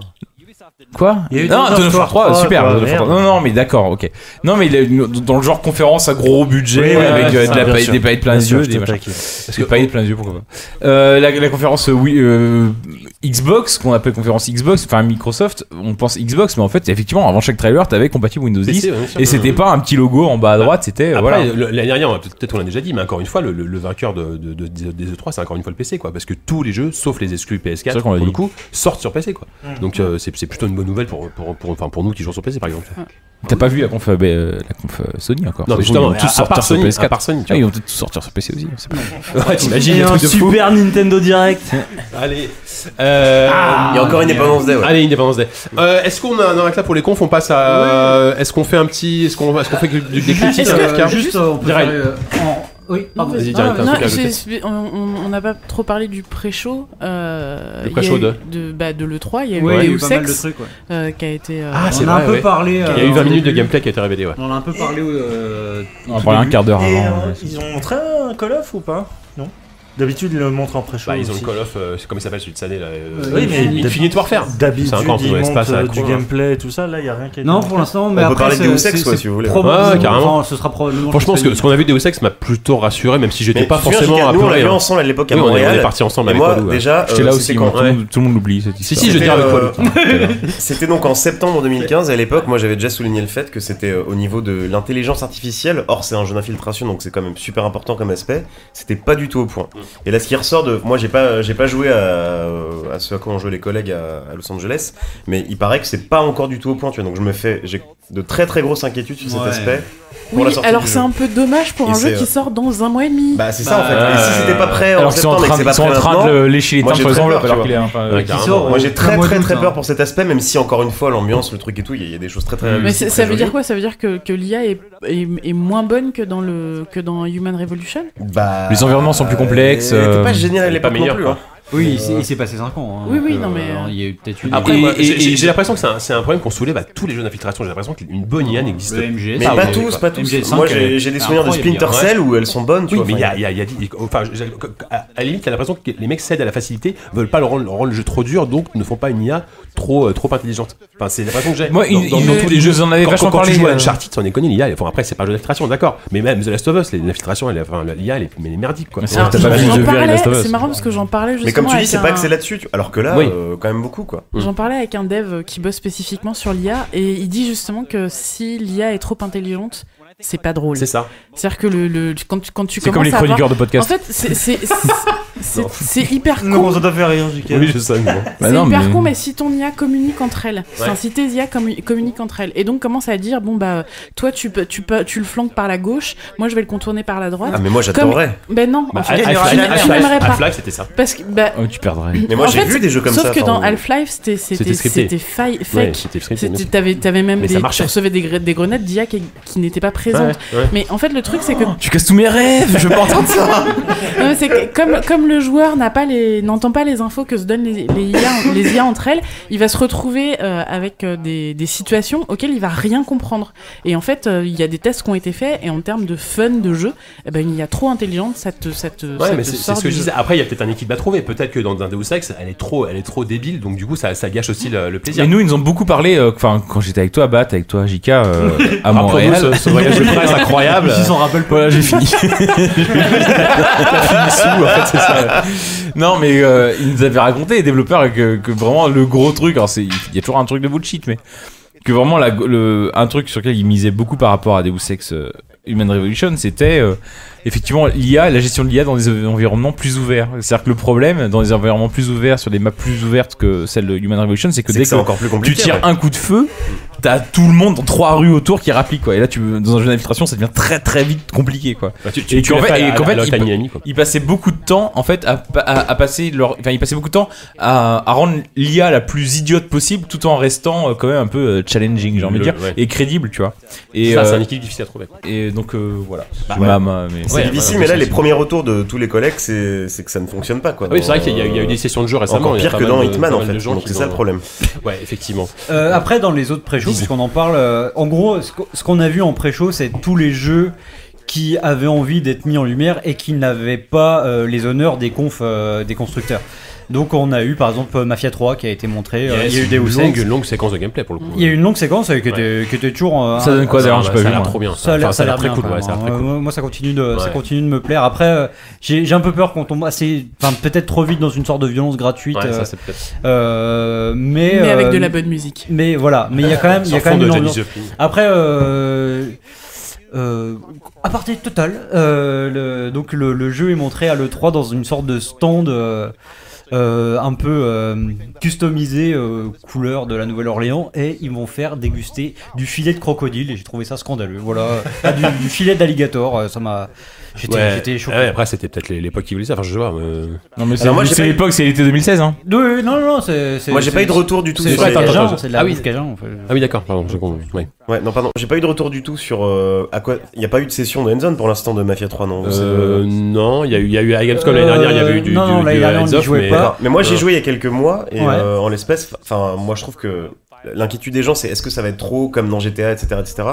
[SPEAKER 5] Quoi
[SPEAKER 8] Il y a eu
[SPEAKER 5] Non,
[SPEAKER 8] Dawn of
[SPEAKER 5] Dawn of War
[SPEAKER 8] War
[SPEAKER 5] 3,
[SPEAKER 8] 3,
[SPEAKER 5] super.
[SPEAKER 8] quoi,
[SPEAKER 5] Dawn of War 3.
[SPEAKER 8] merde.
[SPEAKER 5] Non, non, mais d'accord, ok. Non, mais il a une- dans le genre conférence à gros budget,
[SPEAKER 8] Oui, oui,
[SPEAKER 5] avec
[SPEAKER 8] oui,
[SPEAKER 5] euh,
[SPEAKER 8] ça,
[SPEAKER 5] de la
[SPEAKER 8] bien
[SPEAKER 5] paille-
[SPEAKER 8] sûr.
[SPEAKER 5] des paillettes plein
[SPEAKER 8] Bien
[SPEAKER 5] les
[SPEAKER 8] sûr,
[SPEAKER 5] yeux,
[SPEAKER 8] je
[SPEAKER 5] des
[SPEAKER 8] te
[SPEAKER 5] machins.
[SPEAKER 8] taquine.
[SPEAKER 5] Parce que
[SPEAKER 4] oh.
[SPEAKER 5] paillettes plein les yeux, pourquoi pas. Euh, la, la conférence euh, oui, euh, Xbox, qu'on appelle conférence Xbox, enfin Microsoft, on pense Xbox, mais en fait, effectivement, avant chaque trailer, t'avais compatible Windows 10.
[SPEAKER 4] PC, ouais, bien sûr.
[SPEAKER 5] Et c'était pas un petit logo en bas à droite, c'était. euh,
[SPEAKER 4] Après,
[SPEAKER 5] Voilà.
[SPEAKER 4] le- l'année dernière, on a peut- peut-être on l'a déjà dit, mais encore une fois, le, le- le vainqueur de, de- de- des- des E3, c'est encore une fois le PC, quoi. Parce que tous les jeux, sauf les exclus
[SPEAKER 5] C'est
[SPEAKER 4] PS4,
[SPEAKER 5] vrai qu'on l'a
[SPEAKER 4] pour le
[SPEAKER 5] dit.
[SPEAKER 4] coup, sortent sur PC, quoi. Donc euh, c'est c'est plutôt une bonne nouvelle pour, pour, pour- enfin, pour nous qui jouons sur PC, par exemple.
[SPEAKER 5] T'as pas vu la conf, euh, bah, euh, la conf euh, Sony encore
[SPEAKER 4] Non, mais
[SPEAKER 5] C'est fou,
[SPEAKER 4] justement,
[SPEAKER 5] ils vont tous
[SPEAKER 4] à, à
[SPEAKER 5] sortir
[SPEAKER 4] part
[SPEAKER 5] sur
[SPEAKER 4] Sony, à
[SPEAKER 5] PS4.
[SPEAKER 4] part Sony, tu
[SPEAKER 5] Ah,
[SPEAKER 4] vois.
[SPEAKER 5] ils vont peut-être tous sortir sur PC aussi. c'est pas grave.
[SPEAKER 4] Ouais, t'imagines
[SPEAKER 1] Et
[SPEAKER 4] les
[SPEAKER 1] un
[SPEAKER 4] trucs de fou.
[SPEAKER 1] super Nintendo Direct.
[SPEAKER 4] Allez. Euh,
[SPEAKER 7] Il y a encore une dépendance Day, ouais.
[SPEAKER 4] Allez, Independence Day. Euh, est-ce qu'on a un arrêt là pour les confs On passe à. Est-ce qu'on fait un petit. Est-ce qu'on est qu'on fait que- du- des critiques
[SPEAKER 6] Est-ce
[SPEAKER 4] à
[SPEAKER 6] que-
[SPEAKER 4] l'AFK
[SPEAKER 1] Juste, on peut
[SPEAKER 4] Direct.
[SPEAKER 1] faire, euh, en- Oui, pardon.
[SPEAKER 4] Vas-y,
[SPEAKER 6] Ah,
[SPEAKER 4] direct, t'as un
[SPEAKER 6] non,
[SPEAKER 4] truc à
[SPEAKER 6] j'ai-
[SPEAKER 4] ajouter.
[SPEAKER 6] on- on on n'a pas trop parlé du pré-show. euh,
[SPEAKER 4] Le
[SPEAKER 6] il y a
[SPEAKER 4] pré-show
[SPEAKER 6] eu
[SPEAKER 4] de
[SPEAKER 6] bah, de l'E3, il y a eu
[SPEAKER 4] Ouais,
[SPEAKER 1] il y a eu
[SPEAKER 6] Deus
[SPEAKER 1] pas mal de
[SPEAKER 6] Ex
[SPEAKER 1] trucs. ouais.
[SPEAKER 6] euh, qui a été. euh,
[SPEAKER 4] Ah, c'est
[SPEAKER 1] On a un
[SPEAKER 4] vrai.
[SPEAKER 1] peu
[SPEAKER 4] ouais.
[SPEAKER 1] parlé.
[SPEAKER 4] Il y a eu 20 minutes de gameplay qui a été révélé, ouais.
[SPEAKER 1] On en a un peu parlé. au, euh,
[SPEAKER 5] On en parlait un quart d'heure
[SPEAKER 8] Et,
[SPEAKER 5] avant.
[SPEAKER 8] euh, ils ont montré un Call of ou pas Non D'habitude, ils le montrent en pré-show.
[SPEAKER 4] Bah, ils ont
[SPEAKER 8] aussi.
[SPEAKER 4] le Call of, euh, c'est comment il s'appelle celui de cette année là euh,
[SPEAKER 1] Oui, mais
[SPEAKER 4] Infinite- Infinite Warfare.
[SPEAKER 8] D'habitude,
[SPEAKER 4] C'est encore un peu
[SPEAKER 8] ils
[SPEAKER 4] dans
[SPEAKER 8] montent
[SPEAKER 4] l'espace, à
[SPEAKER 8] euh,
[SPEAKER 4] la
[SPEAKER 8] du
[SPEAKER 4] con,
[SPEAKER 8] gameplay et tout ça. Là, il n'y a rien qui est.
[SPEAKER 1] Non, pour l'instant, mais
[SPEAKER 7] On peut
[SPEAKER 1] après,
[SPEAKER 7] parler de
[SPEAKER 1] c'est-
[SPEAKER 7] Deus Ex,
[SPEAKER 1] c'est-
[SPEAKER 7] quoi,
[SPEAKER 1] c'est
[SPEAKER 7] si vous voulez.
[SPEAKER 1] probablement-
[SPEAKER 4] Ouais, carrément.
[SPEAKER 1] enfin, ce sera probablement.
[SPEAKER 4] Franchement, ce que- ce qu'on a vu de Deus Ex m'a plutôt rassuré, même si j'étais pas forcément
[SPEAKER 7] Nous, on l'a
[SPEAKER 4] apeuré.
[SPEAKER 7] vu
[SPEAKER 4] hein.
[SPEAKER 7] ensemble à l'époque à
[SPEAKER 4] Oui, on est- on est
[SPEAKER 7] Montréal.
[SPEAKER 4] partis ensemble
[SPEAKER 7] Et
[SPEAKER 4] avec
[SPEAKER 7] moi,
[SPEAKER 4] Walou, ouais.
[SPEAKER 7] déjà,
[SPEAKER 5] J'étais
[SPEAKER 7] euh,
[SPEAKER 5] là
[SPEAKER 7] c'était
[SPEAKER 5] aussi, moi,
[SPEAKER 7] quand
[SPEAKER 5] tout le monde- tout le monde l'oublie cette
[SPEAKER 4] Si,
[SPEAKER 5] histoire.
[SPEAKER 4] si, je veux dire
[SPEAKER 7] C'était,
[SPEAKER 4] avec Walou.
[SPEAKER 7] euh, C'était donc en septembre 2015, et à l'époque, moi j'avais déjà souligné le fait que c'était euh, au niveau de l'intelligence artificielle, or c'est un jeu d'infiltration, donc c'est quand même super important comme aspect, c'était pas du tout au point. Et là, ce qui ressort de. Moi, j'ai pas, j'ai pas joué à, à ce à quoi ont joué les collègues à, à Los Angeles, mais il paraît que c'est pas encore du tout au point, tu vois, donc je me fais. J'ai de très très grosses inquiétudes sur cet
[SPEAKER 1] Ouais.
[SPEAKER 7] aspect. pour
[SPEAKER 6] Oui,
[SPEAKER 7] la sortie
[SPEAKER 6] alors
[SPEAKER 7] du
[SPEAKER 6] c'est
[SPEAKER 7] jeu.
[SPEAKER 6] un peu dommage pour
[SPEAKER 7] Et
[SPEAKER 6] un jeu
[SPEAKER 7] c'est,
[SPEAKER 6] qui
[SPEAKER 7] euh,
[SPEAKER 6] sort dans un mois et demi.
[SPEAKER 7] Bah, c'est ça en fait.
[SPEAKER 4] Bah,
[SPEAKER 7] et si c'était pas prêt en
[SPEAKER 5] alors qu'ils sont en
[SPEAKER 7] septembre et que
[SPEAKER 5] train,
[SPEAKER 7] c'est pas
[SPEAKER 5] ils sont
[SPEAKER 7] prêt
[SPEAKER 5] en train de
[SPEAKER 7] maintenant,
[SPEAKER 5] le lécher les
[SPEAKER 7] moi,
[SPEAKER 5] timbres
[SPEAKER 7] j'ai
[SPEAKER 5] sur les
[SPEAKER 7] très
[SPEAKER 5] ongles
[SPEAKER 7] peur,
[SPEAKER 5] alors
[SPEAKER 7] tu
[SPEAKER 5] qu'il est un peu-
[SPEAKER 4] Ouais,
[SPEAKER 1] qui
[SPEAKER 4] carrément.
[SPEAKER 1] sort,
[SPEAKER 7] moi j'ai très
[SPEAKER 1] mois
[SPEAKER 7] très
[SPEAKER 1] d'août,
[SPEAKER 7] très
[SPEAKER 1] hein.
[SPEAKER 7] peur pour cet aspect, même si encore une fois l'ambiance, le truc et tout, il y, a- il y a des choses très très.
[SPEAKER 6] Mais c'est-
[SPEAKER 7] très
[SPEAKER 6] ça veut
[SPEAKER 7] jolies.
[SPEAKER 6] dire quoi Ça veut dire que, que l'IA est, est, est moins bonne que dans, le, que dans Human Revolution
[SPEAKER 7] Bah,
[SPEAKER 5] Les environnements sont plus complexes,
[SPEAKER 7] euh, C'était
[SPEAKER 5] euh,
[SPEAKER 7] pas génial à
[SPEAKER 4] c'est pas
[SPEAKER 7] l'époque non
[SPEAKER 4] meilleur,
[SPEAKER 7] plus.
[SPEAKER 4] quoi.
[SPEAKER 7] hein.
[SPEAKER 3] Oui, il s'est- il s'est passé 5 ans. hein,
[SPEAKER 6] Oui, oui,
[SPEAKER 3] donc,
[SPEAKER 6] non,
[SPEAKER 3] euh,
[SPEAKER 6] mais, euh,
[SPEAKER 3] Il y a eu peut-être une.
[SPEAKER 4] Après,
[SPEAKER 3] Et-
[SPEAKER 4] moi,
[SPEAKER 3] et-
[SPEAKER 4] j'ai- j'ai
[SPEAKER 3] et-
[SPEAKER 4] j'ai l'impression que c'est un, c'est un problème qu'on soulève à tous les jeux d'infiltration. J'ai l'impression qu'une bonne IA n'existe
[SPEAKER 3] le MGS,
[SPEAKER 7] Mais
[SPEAKER 3] ah,
[SPEAKER 7] pas
[SPEAKER 3] oui,
[SPEAKER 7] tous,
[SPEAKER 3] quoi.
[SPEAKER 7] pas tous.
[SPEAKER 3] MGS5,
[SPEAKER 7] Moi,
[SPEAKER 3] elle est
[SPEAKER 7] j'ai j'ai des souvenirs de
[SPEAKER 3] incroyable,
[SPEAKER 7] Splinter
[SPEAKER 3] hein.
[SPEAKER 7] Cell où elles sont bonnes, tu
[SPEAKER 4] Oui,
[SPEAKER 7] vois.
[SPEAKER 4] mais il y
[SPEAKER 7] enfin,
[SPEAKER 4] a, il y a- il y a dit- enfin, j'ai- à, à la limite, t'as l'impression que les mecs cèdent à la facilité, veulent pas le rendre, rendre le jeu trop dur, donc ne font pas une IA trop, euh, trop intelligente. Enfin, c'est l'impression que j'ai.
[SPEAKER 5] Moi,
[SPEAKER 4] Dans-
[SPEAKER 5] ils-
[SPEAKER 4] dans-
[SPEAKER 5] ils-
[SPEAKER 4] dans tous les jeux.
[SPEAKER 5] vous en avez
[SPEAKER 4] Quand,
[SPEAKER 5] vachement
[SPEAKER 4] quand, quand
[SPEAKER 5] parlé.
[SPEAKER 4] tu joues à
[SPEAKER 5] euh,
[SPEAKER 4] Uncharted, on est connu, l'IA, elle- enfin, après, c'est pas un jeu d'infiltration, d'accord. Mais même The Last of Us, l'infiltration, elle est- enfin, l'IA, elle est, mais elle est merdique, quoi.
[SPEAKER 5] Mais c'est
[SPEAKER 6] Alors,
[SPEAKER 5] t'as pas vu
[SPEAKER 6] j'en
[SPEAKER 5] The Very
[SPEAKER 6] parlais-
[SPEAKER 5] Last of Us.
[SPEAKER 6] C'est marrant parce que j'en parlais justement.
[SPEAKER 7] Mais comme tu dis,
[SPEAKER 6] avec
[SPEAKER 7] c'est pas
[SPEAKER 6] un-
[SPEAKER 7] que c'est là-dessus. tu- Alors que là,
[SPEAKER 4] Oui.
[SPEAKER 7] euh, quand même beaucoup, quoi.
[SPEAKER 6] J'en parlais avec un dev qui bosse spécifiquement sur l'IA et il dit justement que si l'IA est trop intelligente, c'est pas drôle.
[SPEAKER 7] C'est ça.
[SPEAKER 6] C'est-à-dire que le, le- quand tu, quand tu
[SPEAKER 5] C'est comme les
[SPEAKER 6] commences à avoir-
[SPEAKER 5] chroniqueurs de
[SPEAKER 6] En
[SPEAKER 5] podcast.
[SPEAKER 6] fait, c'est- c'est- c'est
[SPEAKER 7] Non.
[SPEAKER 6] c'est hyper con.
[SPEAKER 8] Bah
[SPEAKER 10] Non, ça t'a fait rire, JK.
[SPEAKER 7] Oui, je sais. mais bon.
[SPEAKER 5] Bah
[SPEAKER 6] c'est
[SPEAKER 5] non,
[SPEAKER 6] hyper
[SPEAKER 5] mais-
[SPEAKER 6] con, mais si ton IA communique entre elles,
[SPEAKER 7] Ouais.
[SPEAKER 6] enfin, si tes IA commu- communiquent entre elles, et donc commence à dire, bon bah, toi tu peux, tu peux, tu le flanques par la gauche, moi je vais le contourner par la droite.
[SPEAKER 7] Ah, mais moi j'adorerais.
[SPEAKER 6] Ben non, en
[SPEAKER 5] Bah,
[SPEAKER 6] fait,
[SPEAKER 4] Ah,
[SPEAKER 5] Half-Life-
[SPEAKER 6] tu n'aimerais- tu
[SPEAKER 5] Half-Life-
[SPEAKER 6] n'aimerais pas,
[SPEAKER 7] Half-Life, c'était ça.
[SPEAKER 6] parce que bah,
[SPEAKER 5] Oh, tu perdrais.
[SPEAKER 7] Mais moi
[SPEAKER 6] en
[SPEAKER 7] j'ai
[SPEAKER 6] fait,
[SPEAKER 7] vu des jeux comme
[SPEAKER 6] sauf
[SPEAKER 7] ça.
[SPEAKER 6] que
[SPEAKER 7] enfin,
[SPEAKER 6] dans Half-Life, c'était c'était
[SPEAKER 4] C'était scripté.
[SPEAKER 6] c'était faille-
[SPEAKER 4] Ouais,
[SPEAKER 6] fake.
[SPEAKER 4] c'était scripté, bien
[SPEAKER 6] C'était-
[SPEAKER 4] sûr.
[SPEAKER 6] T'avais t'avais même
[SPEAKER 4] Mais ça
[SPEAKER 6] des, tu
[SPEAKER 4] marchait.
[SPEAKER 6] recevais des, gra- des grenades d'IA qui, qui n'étaient pas présentes.
[SPEAKER 7] Ouais, ouais.
[SPEAKER 6] Mais en fait, le truc, c'est que
[SPEAKER 5] Tu casses tous mes rêves, je veux pas entendre ça.
[SPEAKER 6] Non, mais c'est que comme, comme le joueur n'a pas les, n'entend pas les infos que se donnent les, les IA, les IA entre elles, il va se retrouver euh, avec euh, des, des situations auxquelles il va rien comprendre. Et en fait, euh, il y a des tests qui ont été faits, et en termes de fun de jeu, eh ben, une IA trop intelligente, ça te, ça te, ça
[SPEAKER 4] Ouais,
[SPEAKER 6] te
[SPEAKER 4] mais c'est c'est
[SPEAKER 6] sort
[SPEAKER 4] ce que
[SPEAKER 6] du
[SPEAKER 4] je
[SPEAKER 6] jeu.
[SPEAKER 4] disais. Après, il y a peut-être un équilibre à trouver. Peut-être que dans un Deus Ex, elle est trop, elle est trop débile, donc du coup, ça, ça gâche aussi le, le plaisir.
[SPEAKER 5] Et nous, ils nous ont beaucoup parlé, euh, enfin, quand j'étais avec toi, Bat, avec toi, JK, euh, à
[SPEAKER 4] Rappelons-nous
[SPEAKER 5] Montréal.
[SPEAKER 4] ce, ce voyage de presse incroyable.
[SPEAKER 5] Ils s'en rappellent pas. Voilà, j'ai fini. J'ai fini sous, en fait, c'est ça. Non, mais euh, ils nous avaient raconté, les développeurs, que, que vraiment le gros truc, alors c'est, il y a toujours un truc de bullshit, mais que vraiment la- le, un truc sur lequel ils misaient beaucoup par rapport à Deus Ex euh, Human Revolution, c'était euh, effectivement l'IA, la gestion de l'IA dans des env- environnements plus ouverts. C'est-à-dire que le problème, dans des environnements plus ouverts, sur des maps plus ouvertes que celle de Human Revolution, c'est que
[SPEAKER 7] C'est
[SPEAKER 5] dès
[SPEAKER 7] que c'est
[SPEAKER 5] que
[SPEAKER 7] encore plus
[SPEAKER 5] tu
[SPEAKER 7] compliqué.
[SPEAKER 5] tires
[SPEAKER 7] ouais.
[SPEAKER 5] un coup de feu, t'as tout le monde dans trois rues autour qui rapplique quoi. Et là, tu dans un jeu d'infiltration, ça devient très très vite compliqué quoi.
[SPEAKER 4] Bah, tu,
[SPEAKER 5] et qu'en
[SPEAKER 4] l'as
[SPEAKER 5] fait- et
[SPEAKER 4] à-
[SPEAKER 5] qu'en
[SPEAKER 4] à
[SPEAKER 5] fait,
[SPEAKER 4] la
[SPEAKER 5] il
[SPEAKER 4] Tiny
[SPEAKER 5] peut-
[SPEAKER 4] Amy, quoi.
[SPEAKER 5] Ils passaient beaucoup de temps en fait à, pa- à- à passer leur, enfin ils passaient beaucoup de temps à, à rendre l'IA la plus idiote possible, tout en restant euh, quand même un peu euh, challenging, j'ai envie de
[SPEAKER 4] Le-
[SPEAKER 5] dire,
[SPEAKER 4] ouais.
[SPEAKER 5] et crédible, tu vois. Et,
[SPEAKER 4] ça, c'est
[SPEAKER 5] euh,
[SPEAKER 4] un équilibre difficile à trouver.
[SPEAKER 5] et donc euh, voilà.
[SPEAKER 4] Bah,
[SPEAKER 5] C'est
[SPEAKER 4] ouais.
[SPEAKER 5] ma- ma- mais-
[SPEAKER 7] C'est
[SPEAKER 4] Ouais,
[SPEAKER 7] difficile,
[SPEAKER 4] voilà,
[SPEAKER 7] mais là,
[SPEAKER 4] c'est
[SPEAKER 7] les
[SPEAKER 4] ça.
[SPEAKER 7] premiers retours de tous les collègues, c'est c'est que ça ne fonctionne pas. Quoi,
[SPEAKER 4] Ah oui, c'est vrai
[SPEAKER 7] Dans,
[SPEAKER 4] qu'il y, a- il y a eu des sessions de jeu récemment.
[SPEAKER 7] Encore
[SPEAKER 4] il y a
[SPEAKER 7] pire
[SPEAKER 4] pas
[SPEAKER 7] que
[SPEAKER 4] mal
[SPEAKER 7] dans
[SPEAKER 4] de-
[SPEAKER 7] Hitman,
[SPEAKER 4] pas
[SPEAKER 7] en
[SPEAKER 4] mal de
[SPEAKER 7] fait.
[SPEAKER 4] gens
[SPEAKER 7] Donc
[SPEAKER 4] qui
[SPEAKER 7] c'est ça
[SPEAKER 4] l'ont-
[SPEAKER 7] le problème.
[SPEAKER 4] Ouais, effectivement.
[SPEAKER 3] Euh, après, dans les autres pré-shows,
[SPEAKER 7] Dis-y.
[SPEAKER 3] puisqu'on en parle, euh, en gros, ce qu'o- ce qu'on a vu en pré-show, c'est tous les jeux qui avaient envie d'être mis en lumière et qui n'avaient pas euh, les honneurs des confs euh, des constructeurs. Donc, on a eu par exemple euh, Mafia 3 qui a été montré, euh, il y a eu
[SPEAKER 4] des
[SPEAKER 3] Deus
[SPEAKER 4] longue,
[SPEAKER 3] Ex.
[SPEAKER 4] une longue séquence de gameplay pour le coup.
[SPEAKER 3] Il y a eu une longue séquence euh, qui était, qui était toujours. euh, un-
[SPEAKER 5] donne quoi, d'ailleurs, j'ai
[SPEAKER 4] Ça
[SPEAKER 5] pas
[SPEAKER 4] a
[SPEAKER 5] vu,
[SPEAKER 4] l'air
[SPEAKER 5] moi.
[SPEAKER 4] trop bien.
[SPEAKER 3] ça a l'air
[SPEAKER 4] Enfin,
[SPEAKER 3] ça a l'air
[SPEAKER 4] très
[SPEAKER 3] bien,
[SPEAKER 4] cool. ouais, ça a
[SPEAKER 3] apparemment.
[SPEAKER 4] l'air très
[SPEAKER 3] Euh,
[SPEAKER 4] cool.
[SPEAKER 3] moi- Moi, ça continue de, ça
[SPEAKER 4] Ouais.
[SPEAKER 3] continue de me plaire. Après, euh, j'ai j'ai un peu peur qu'on tombe assez. Enfin, peut-être trop vite dans une sorte de violence gratuite.
[SPEAKER 4] Ouais,
[SPEAKER 3] euh,
[SPEAKER 4] ça, c'est peut-être.
[SPEAKER 3] euh, mais,
[SPEAKER 6] Mais avec
[SPEAKER 3] euh,
[SPEAKER 6] de la bonne musique.
[SPEAKER 3] Mais voilà, mais il y a quand même, il y a
[SPEAKER 4] Sur
[SPEAKER 3] quand
[SPEAKER 4] fond
[SPEAKER 3] même
[SPEAKER 4] de
[SPEAKER 3] une
[SPEAKER 4] Janis
[SPEAKER 3] ambiance.
[SPEAKER 4] Joplin.
[SPEAKER 3] Après, euh, euh, aparté total. euh, le- donc le, le jeu est montré à l'E3 dans une sorte de stand euh, euh, un peu euh, customisé euh, couleur de la Nouvelle-Orléans et ils vont faire déguster du filet de crocodile et j'ai trouvé ça scandaleux. Voilà, Ah, du, du filet d'alligator, euh, ça m'a, j'étais
[SPEAKER 4] Ouais.
[SPEAKER 3] j'étais choqué.
[SPEAKER 4] Ah ouais, après, c'était peut-être les- l'époque qui voulait ça. Enfin, je sais pas. mais-
[SPEAKER 5] Non mais c'est
[SPEAKER 7] Alors, moi, j'ai
[SPEAKER 5] c'est
[SPEAKER 7] pas eu-
[SPEAKER 5] l'époque, c'est l'été 2016 hein.
[SPEAKER 3] Oui, oui, non, non, non, c'est. c'est-
[SPEAKER 7] Moi, j'ai
[SPEAKER 3] c'est-
[SPEAKER 7] pas eu de retour du tout
[SPEAKER 3] C'est
[SPEAKER 7] sur
[SPEAKER 3] c'est
[SPEAKER 7] les-
[SPEAKER 4] attends,
[SPEAKER 3] cajun,
[SPEAKER 4] attends.
[SPEAKER 3] c'est de la
[SPEAKER 4] Ah oui.
[SPEAKER 3] bouffe cajun, en fait.
[SPEAKER 4] Ah oui, d'accord, pardon, je comprends. Ouais.
[SPEAKER 7] Ouais, non, pardon, j'ai pas eu de retour du tout sur euh, à quoi. Il n'y a pas eu de session de Endzone pour l'instant de Mafia 3, non c'est-
[SPEAKER 4] Euh, non, il y a eu, il y a eu à Gamescom l'année
[SPEAKER 3] Euh,
[SPEAKER 4] dernière, il y avait eu du.
[SPEAKER 3] non, non,
[SPEAKER 4] du-
[SPEAKER 3] l'année
[SPEAKER 4] du
[SPEAKER 3] dernière, on
[SPEAKER 4] Heads
[SPEAKER 3] y
[SPEAKER 4] Up,
[SPEAKER 3] jouait
[SPEAKER 4] mais-
[SPEAKER 3] pas.
[SPEAKER 7] D'accord. Mais moi, j'ai
[SPEAKER 4] Euh.
[SPEAKER 7] joué il y a quelques mois, et
[SPEAKER 3] Bah, Ouais.
[SPEAKER 7] euh, en l'espèce, enfin, moi, je trouve que l'inquiétude des gens, c'est est-ce que ça va être trop comme dans GTA, etc., etc.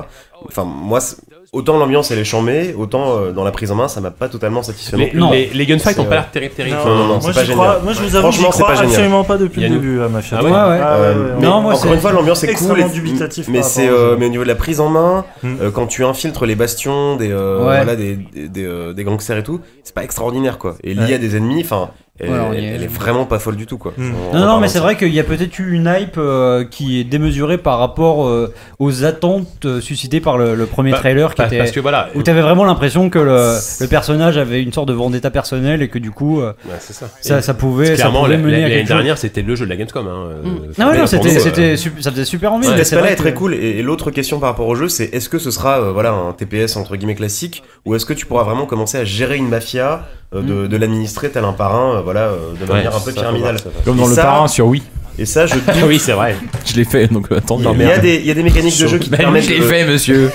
[SPEAKER 7] Enfin, moi, c'est- autant l'ambiance elle est chambée, autant euh, dans la prise en main, ça m'a pas totalement satisfait. non
[SPEAKER 4] Les,
[SPEAKER 7] plus.
[SPEAKER 3] Non.
[SPEAKER 4] les, les gunfights
[SPEAKER 7] C'est,
[SPEAKER 4] ont pas l'air terribles.
[SPEAKER 8] Non,
[SPEAKER 4] terribles.
[SPEAKER 7] Non, non, non,
[SPEAKER 8] moi,
[SPEAKER 7] c'est pas
[SPEAKER 8] j'y
[SPEAKER 7] génial.
[SPEAKER 8] crois- moi, je vous avoue, j'y
[SPEAKER 7] Franchement, c'est
[SPEAKER 8] crois
[SPEAKER 7] pas génial.
[SPEAKER 8] absolument pas depuis
[SPEAKER 4] Il y a
[SPEAKER 8] le
[SPEAKER 4] du-
[SPEAKER 8] début à Mafia.
[SPEAKER 4] Ah
[SPEAKER 3] Ouais,
[SPEAKER 4] ouais.
[SPEAKER 3] ouais.
[SPEAKER 7] Euh, mais
[SPEAKER 3] Non, moi,
[SPEAKER 7] encore
[SPEAKER 3] c'est
[SPEAKER 7] une fois, l'ambiance est cool.
[SPEAKER 8] extrêmement
[SPEAKER 7] et-
[SPEAKER 8] dubitatif
[SPEAKER 3] par
[SPEAKER 7] Mais c'est,
[SPEAKER 3] rapport au
[SPEAKER 7] euh,
[SPEAKER 3] jeu. Hmm.
[SPEAKER 7] mais au niveau de la prise en main,
[SPEAKER 8] Mm.
[SPEAKER 7] euh, quand tu infiltres les bastions des, euh,
[SPEAKER 3] Ouais.
[SPEAKER 7] voilà, des, des, des, euh, des gangsters et tout, c'est pas extraordinaire quoi. Et l'IA
[SPEAKER 3] Ouais.
[SPEAKER 7] des ennemis, enfin, elle,
[SPEAKER 3] Ouais, alors, il y a-
[SPEAKER 7] elle est vraiment pas folle du tout quoi.
[SPEAKER 8] Mm.
[SPEAKER 7] On- on
[SPEAKER 3] Non,
[SPEAKER 7] va
[SPEAKER 3] non,
[SPEAKER 7] pas
[SPEAKER 3] mais c'est
[SPEAKER 7] mentir.
[SPEAKER 3] vrai qu'il y a peut-être eu une hype euh, qui est démesurée par rapport euh, aux attentes euh, suscitées par le, le premier
[SPEAKER 4] Bah,
[SPEAKER 3] trailer qui
[SPEAKER 4] Parce
[SPEAKER 3] était.
[SPEAKER 4] parce que Ah, voilà.
[SPEAKER 3] Où t'avais vraiment l'impression que le, le personnage avait une sorte de vendetta personnelle et que du coup euh,
[SPEAKER 4] Ouais, c'est ça.
[SPEAKER 3] ça,
[SPEAKER 4] Et
[SPEAKER 3] ça pouvait, ça
[SPEAKER 4] Clairement,
[SPEAKER 3] pouvait
[SPEAKER 4] la-
[SPEAKER 3] mener
[SPEAKER 4] la-
[SPEAKER 3] à
[SPEAKER 4] l'année
[SPEAKER 3] quelque chose.
[SPEAKER 4] dernière, c'était le jeu de la Gamescom. hein,
[SPEAKER 6] Mm.
[SPEAKER 4] euh, faut
[SPEAKER 3] Ah Non,
[SPEAKER 4] bien
[SPEAKER 3] non,
[SPEAKER 4] le
[SPEAKER 3] c'était,
[SPEAKER 4] prendre,
[SPEAKER 3] c'était
[SPEAKER 4] euh,
[SPEAKER 3] sup- ça faisait super envie.
[SPEAKER 7] Cet
[SPEAKER 3] mais c'est
[SPEAKER 7] aspect-là
[SPEAKER 3] vrai
[SPEAKER 7] est
[SPEAKER 3] que-
[SPEAKER 7] très cool. Et, et l'autre question par rapport au jeu, c'est est-ce que ce sera euh, voilà un TPS entre guillemets classique ou est-ce que tu pourras vraiment commencer à gérer une mafia, euh,
[SPEAKER 3] Mm.
[SPEAKER 7] de, de l'administrer tel un par un, euh, voilà, euh, de
[SPEAKER 4] ouais,
[SPEAKER 7] manière un peu
[SPEAKER 4] ça,
[SPEAKER 7] pyramidale.
[SPEAKER 4] ça va.
[SPEAKER 5] Comme
[SPEAKER 7] Et
[SPEAKER 5] dans le
[SPEAKER 7] ça-
[SPEAKER 5] parrain sur Wii.
[SPEAKER 7] Et ça, je doute.
[SPEAKER 4] Oui, c'est vrai.
[SPEAKER 5] Je l'ai fait donc attends.
[SPEAKER 7] Il y, a des, il y a des mécaniques de jeu qui te permettent
[SPEAKER 5] Je l'ai
[SPEAKER 7] de,
[SPEAKER 5] fait monsieur.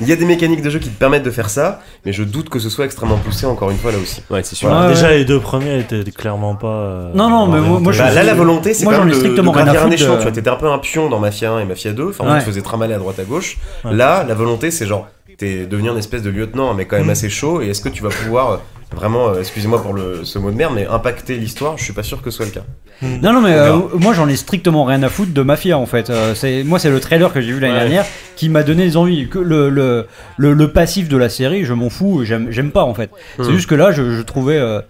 [SPEAKER 7] il y a des mécaniques de jeu qui te permettent de faire ça, mais je doute que ce soit extrêmement poussé encore une fois là aussi.
[SPEAKER 4] Ouais, c'est sûr.
[SPEAKER 3] Ouais,
[SPEAKER 8] Déjà, les deux premiers étaient clairement pas. euh,
[SPEAKER 3] Non, non, mais moi, moi, je
[SPEAKER 7] Bah,
[SPEAKER 3] suis-
[SPEAKER 7] là, la volonté, c'est
[SPEAKER 3] moi,
[SPEAKER 7] quand
[SPEAKER 3] j'en
[SPEAKER 7] même
[SPEAKER 3] ai
[SPEAKER 7] de, de
[SPEAKER 3] strictement rien à
[SPEAKER 7] gravir un
[SPEAKER 3] foutre
[SPEAKER 7] échelon.
[SPEAKER 3] de-
[SPEAKER 7] Tu vois, t'étais un peu un pion dans Mafia 1 et Mafia 2. Enfin, on
[SPEAKER 3] Ouais.
[SPEAKER 7] te faisait tramaler à droite à gauche.
[SPEAKER 8] Ouais.
[SPEAKER 7] Là, la volonté, c'est genre, t'es devenu un espèce de lieutenant, mais quand
[SPEAKER 3] Mm.
[SPEAKER 7] même assez chaud. Et est-ce que tu vas pouvoir euh, vraiment, euh, excusez-moi pour le, ce mot de merde, mais impacter l'histoire Je suis pas sûr que ce soit le cas.
[SPEAKER 3] Non, non, mais
[SPEAKER 7] On verra.
[SPEAKER 3] euh, moi j'en ai strictement rien à foutre de Mafia en fait. Euh, c'est- moi c'est le trailer que j'ai vu l'année
[SPEAKER 4] Ouais.
[SPEAKER 3] dernière qui m'a donné des envies. Que le, le, le, le passif de la série, je m'en fous, j'aime j'aime pas en fait. C'est
[SPEAKER 7] Hmm.
[SPEAKER 3] juste que là je, je trouvais. euh,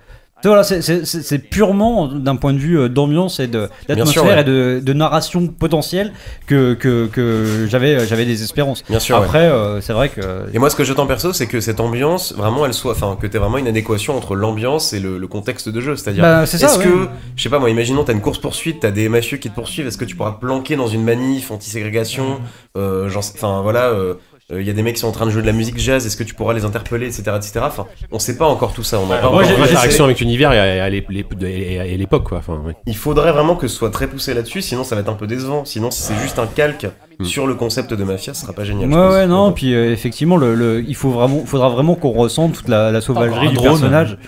[SPEAKER 3] Donc voilà, c'est- c'est c'est- c'est purement d'un point de vue euh, d'ambiance et de-
[SPEAKER 7] Bien sûr,
[SPEAKER 3] d'atmosphère
[SPEAKER 7] ouais.
[SPEAKER 3] et de, de narration potentielle que, que, que j'avais j'avais des espérances.
[SPEAKER 7] Bien sûr, ouais.
[SPEAKER 3] Après, euh, c'est vrai que
[SPEAKER 7] Et moi, ce que j'attends perso, c'est que cette ambiance, vraiment, elle soit, enfin, que t'aies vraiment une adéquation entre l'ambiance et le, le contexte de jeu. C'est-à-dire,
[SPEAKER 3] Bah, c'est ça,
[SPEAKER 7] est-ce
[SPEAKER 3] ouais.
[SPEAKER 7] que, je sais pas, moi, imaginons, t'as une course poursuite, t'as des mafieux qui te poursuivent, est-ce que tu pourras te planquer dans une manif anti-ségrégation, euh, j'en sais- enfin, voilà, euh, euh, il y a des mecs qui sont en train de jouer de la musique jazz, est-ce que tu pourras les interpeller, etc., etc. Enfin, on sait pas encore tout ça. On n'a
[SPEAKER 4] Moi,
[SPEAKER 7] pas encore
[SPEAKER 4] j'ai
[SPEAKER 7] vu.
[SPEAKER 4] l'interaction avec l'univers et à- à l'ép- l'ép- et à- et à l'époque, quoi. Enfin, ouais.
[SPEAKER 7] Il faudrait vraiment que ce soit très poussé là-dessus, sinon ça va être un peu décevant. Sinon, si c'est juste un calque
[SPEAKER 4] Mm.
[SPEAKER 7] sur le concept de mafia, ce sera pas génial. je
[SPEAKER 3] Ouais,
[SPEAKER 7] pense.
[SPEAKER 3] ouais, non, puis euh, effectivement, le, le- il faut vraiment, faudra vraiment qu'on ressente toute la, la
[SPEAKER 4] Encore
[SPEAKER 3] sauvagerie
[SPEAKER 4] un
[SPEAKER 3] du
[SPEAKER 4] drone.
[SPEAKER 3] personnage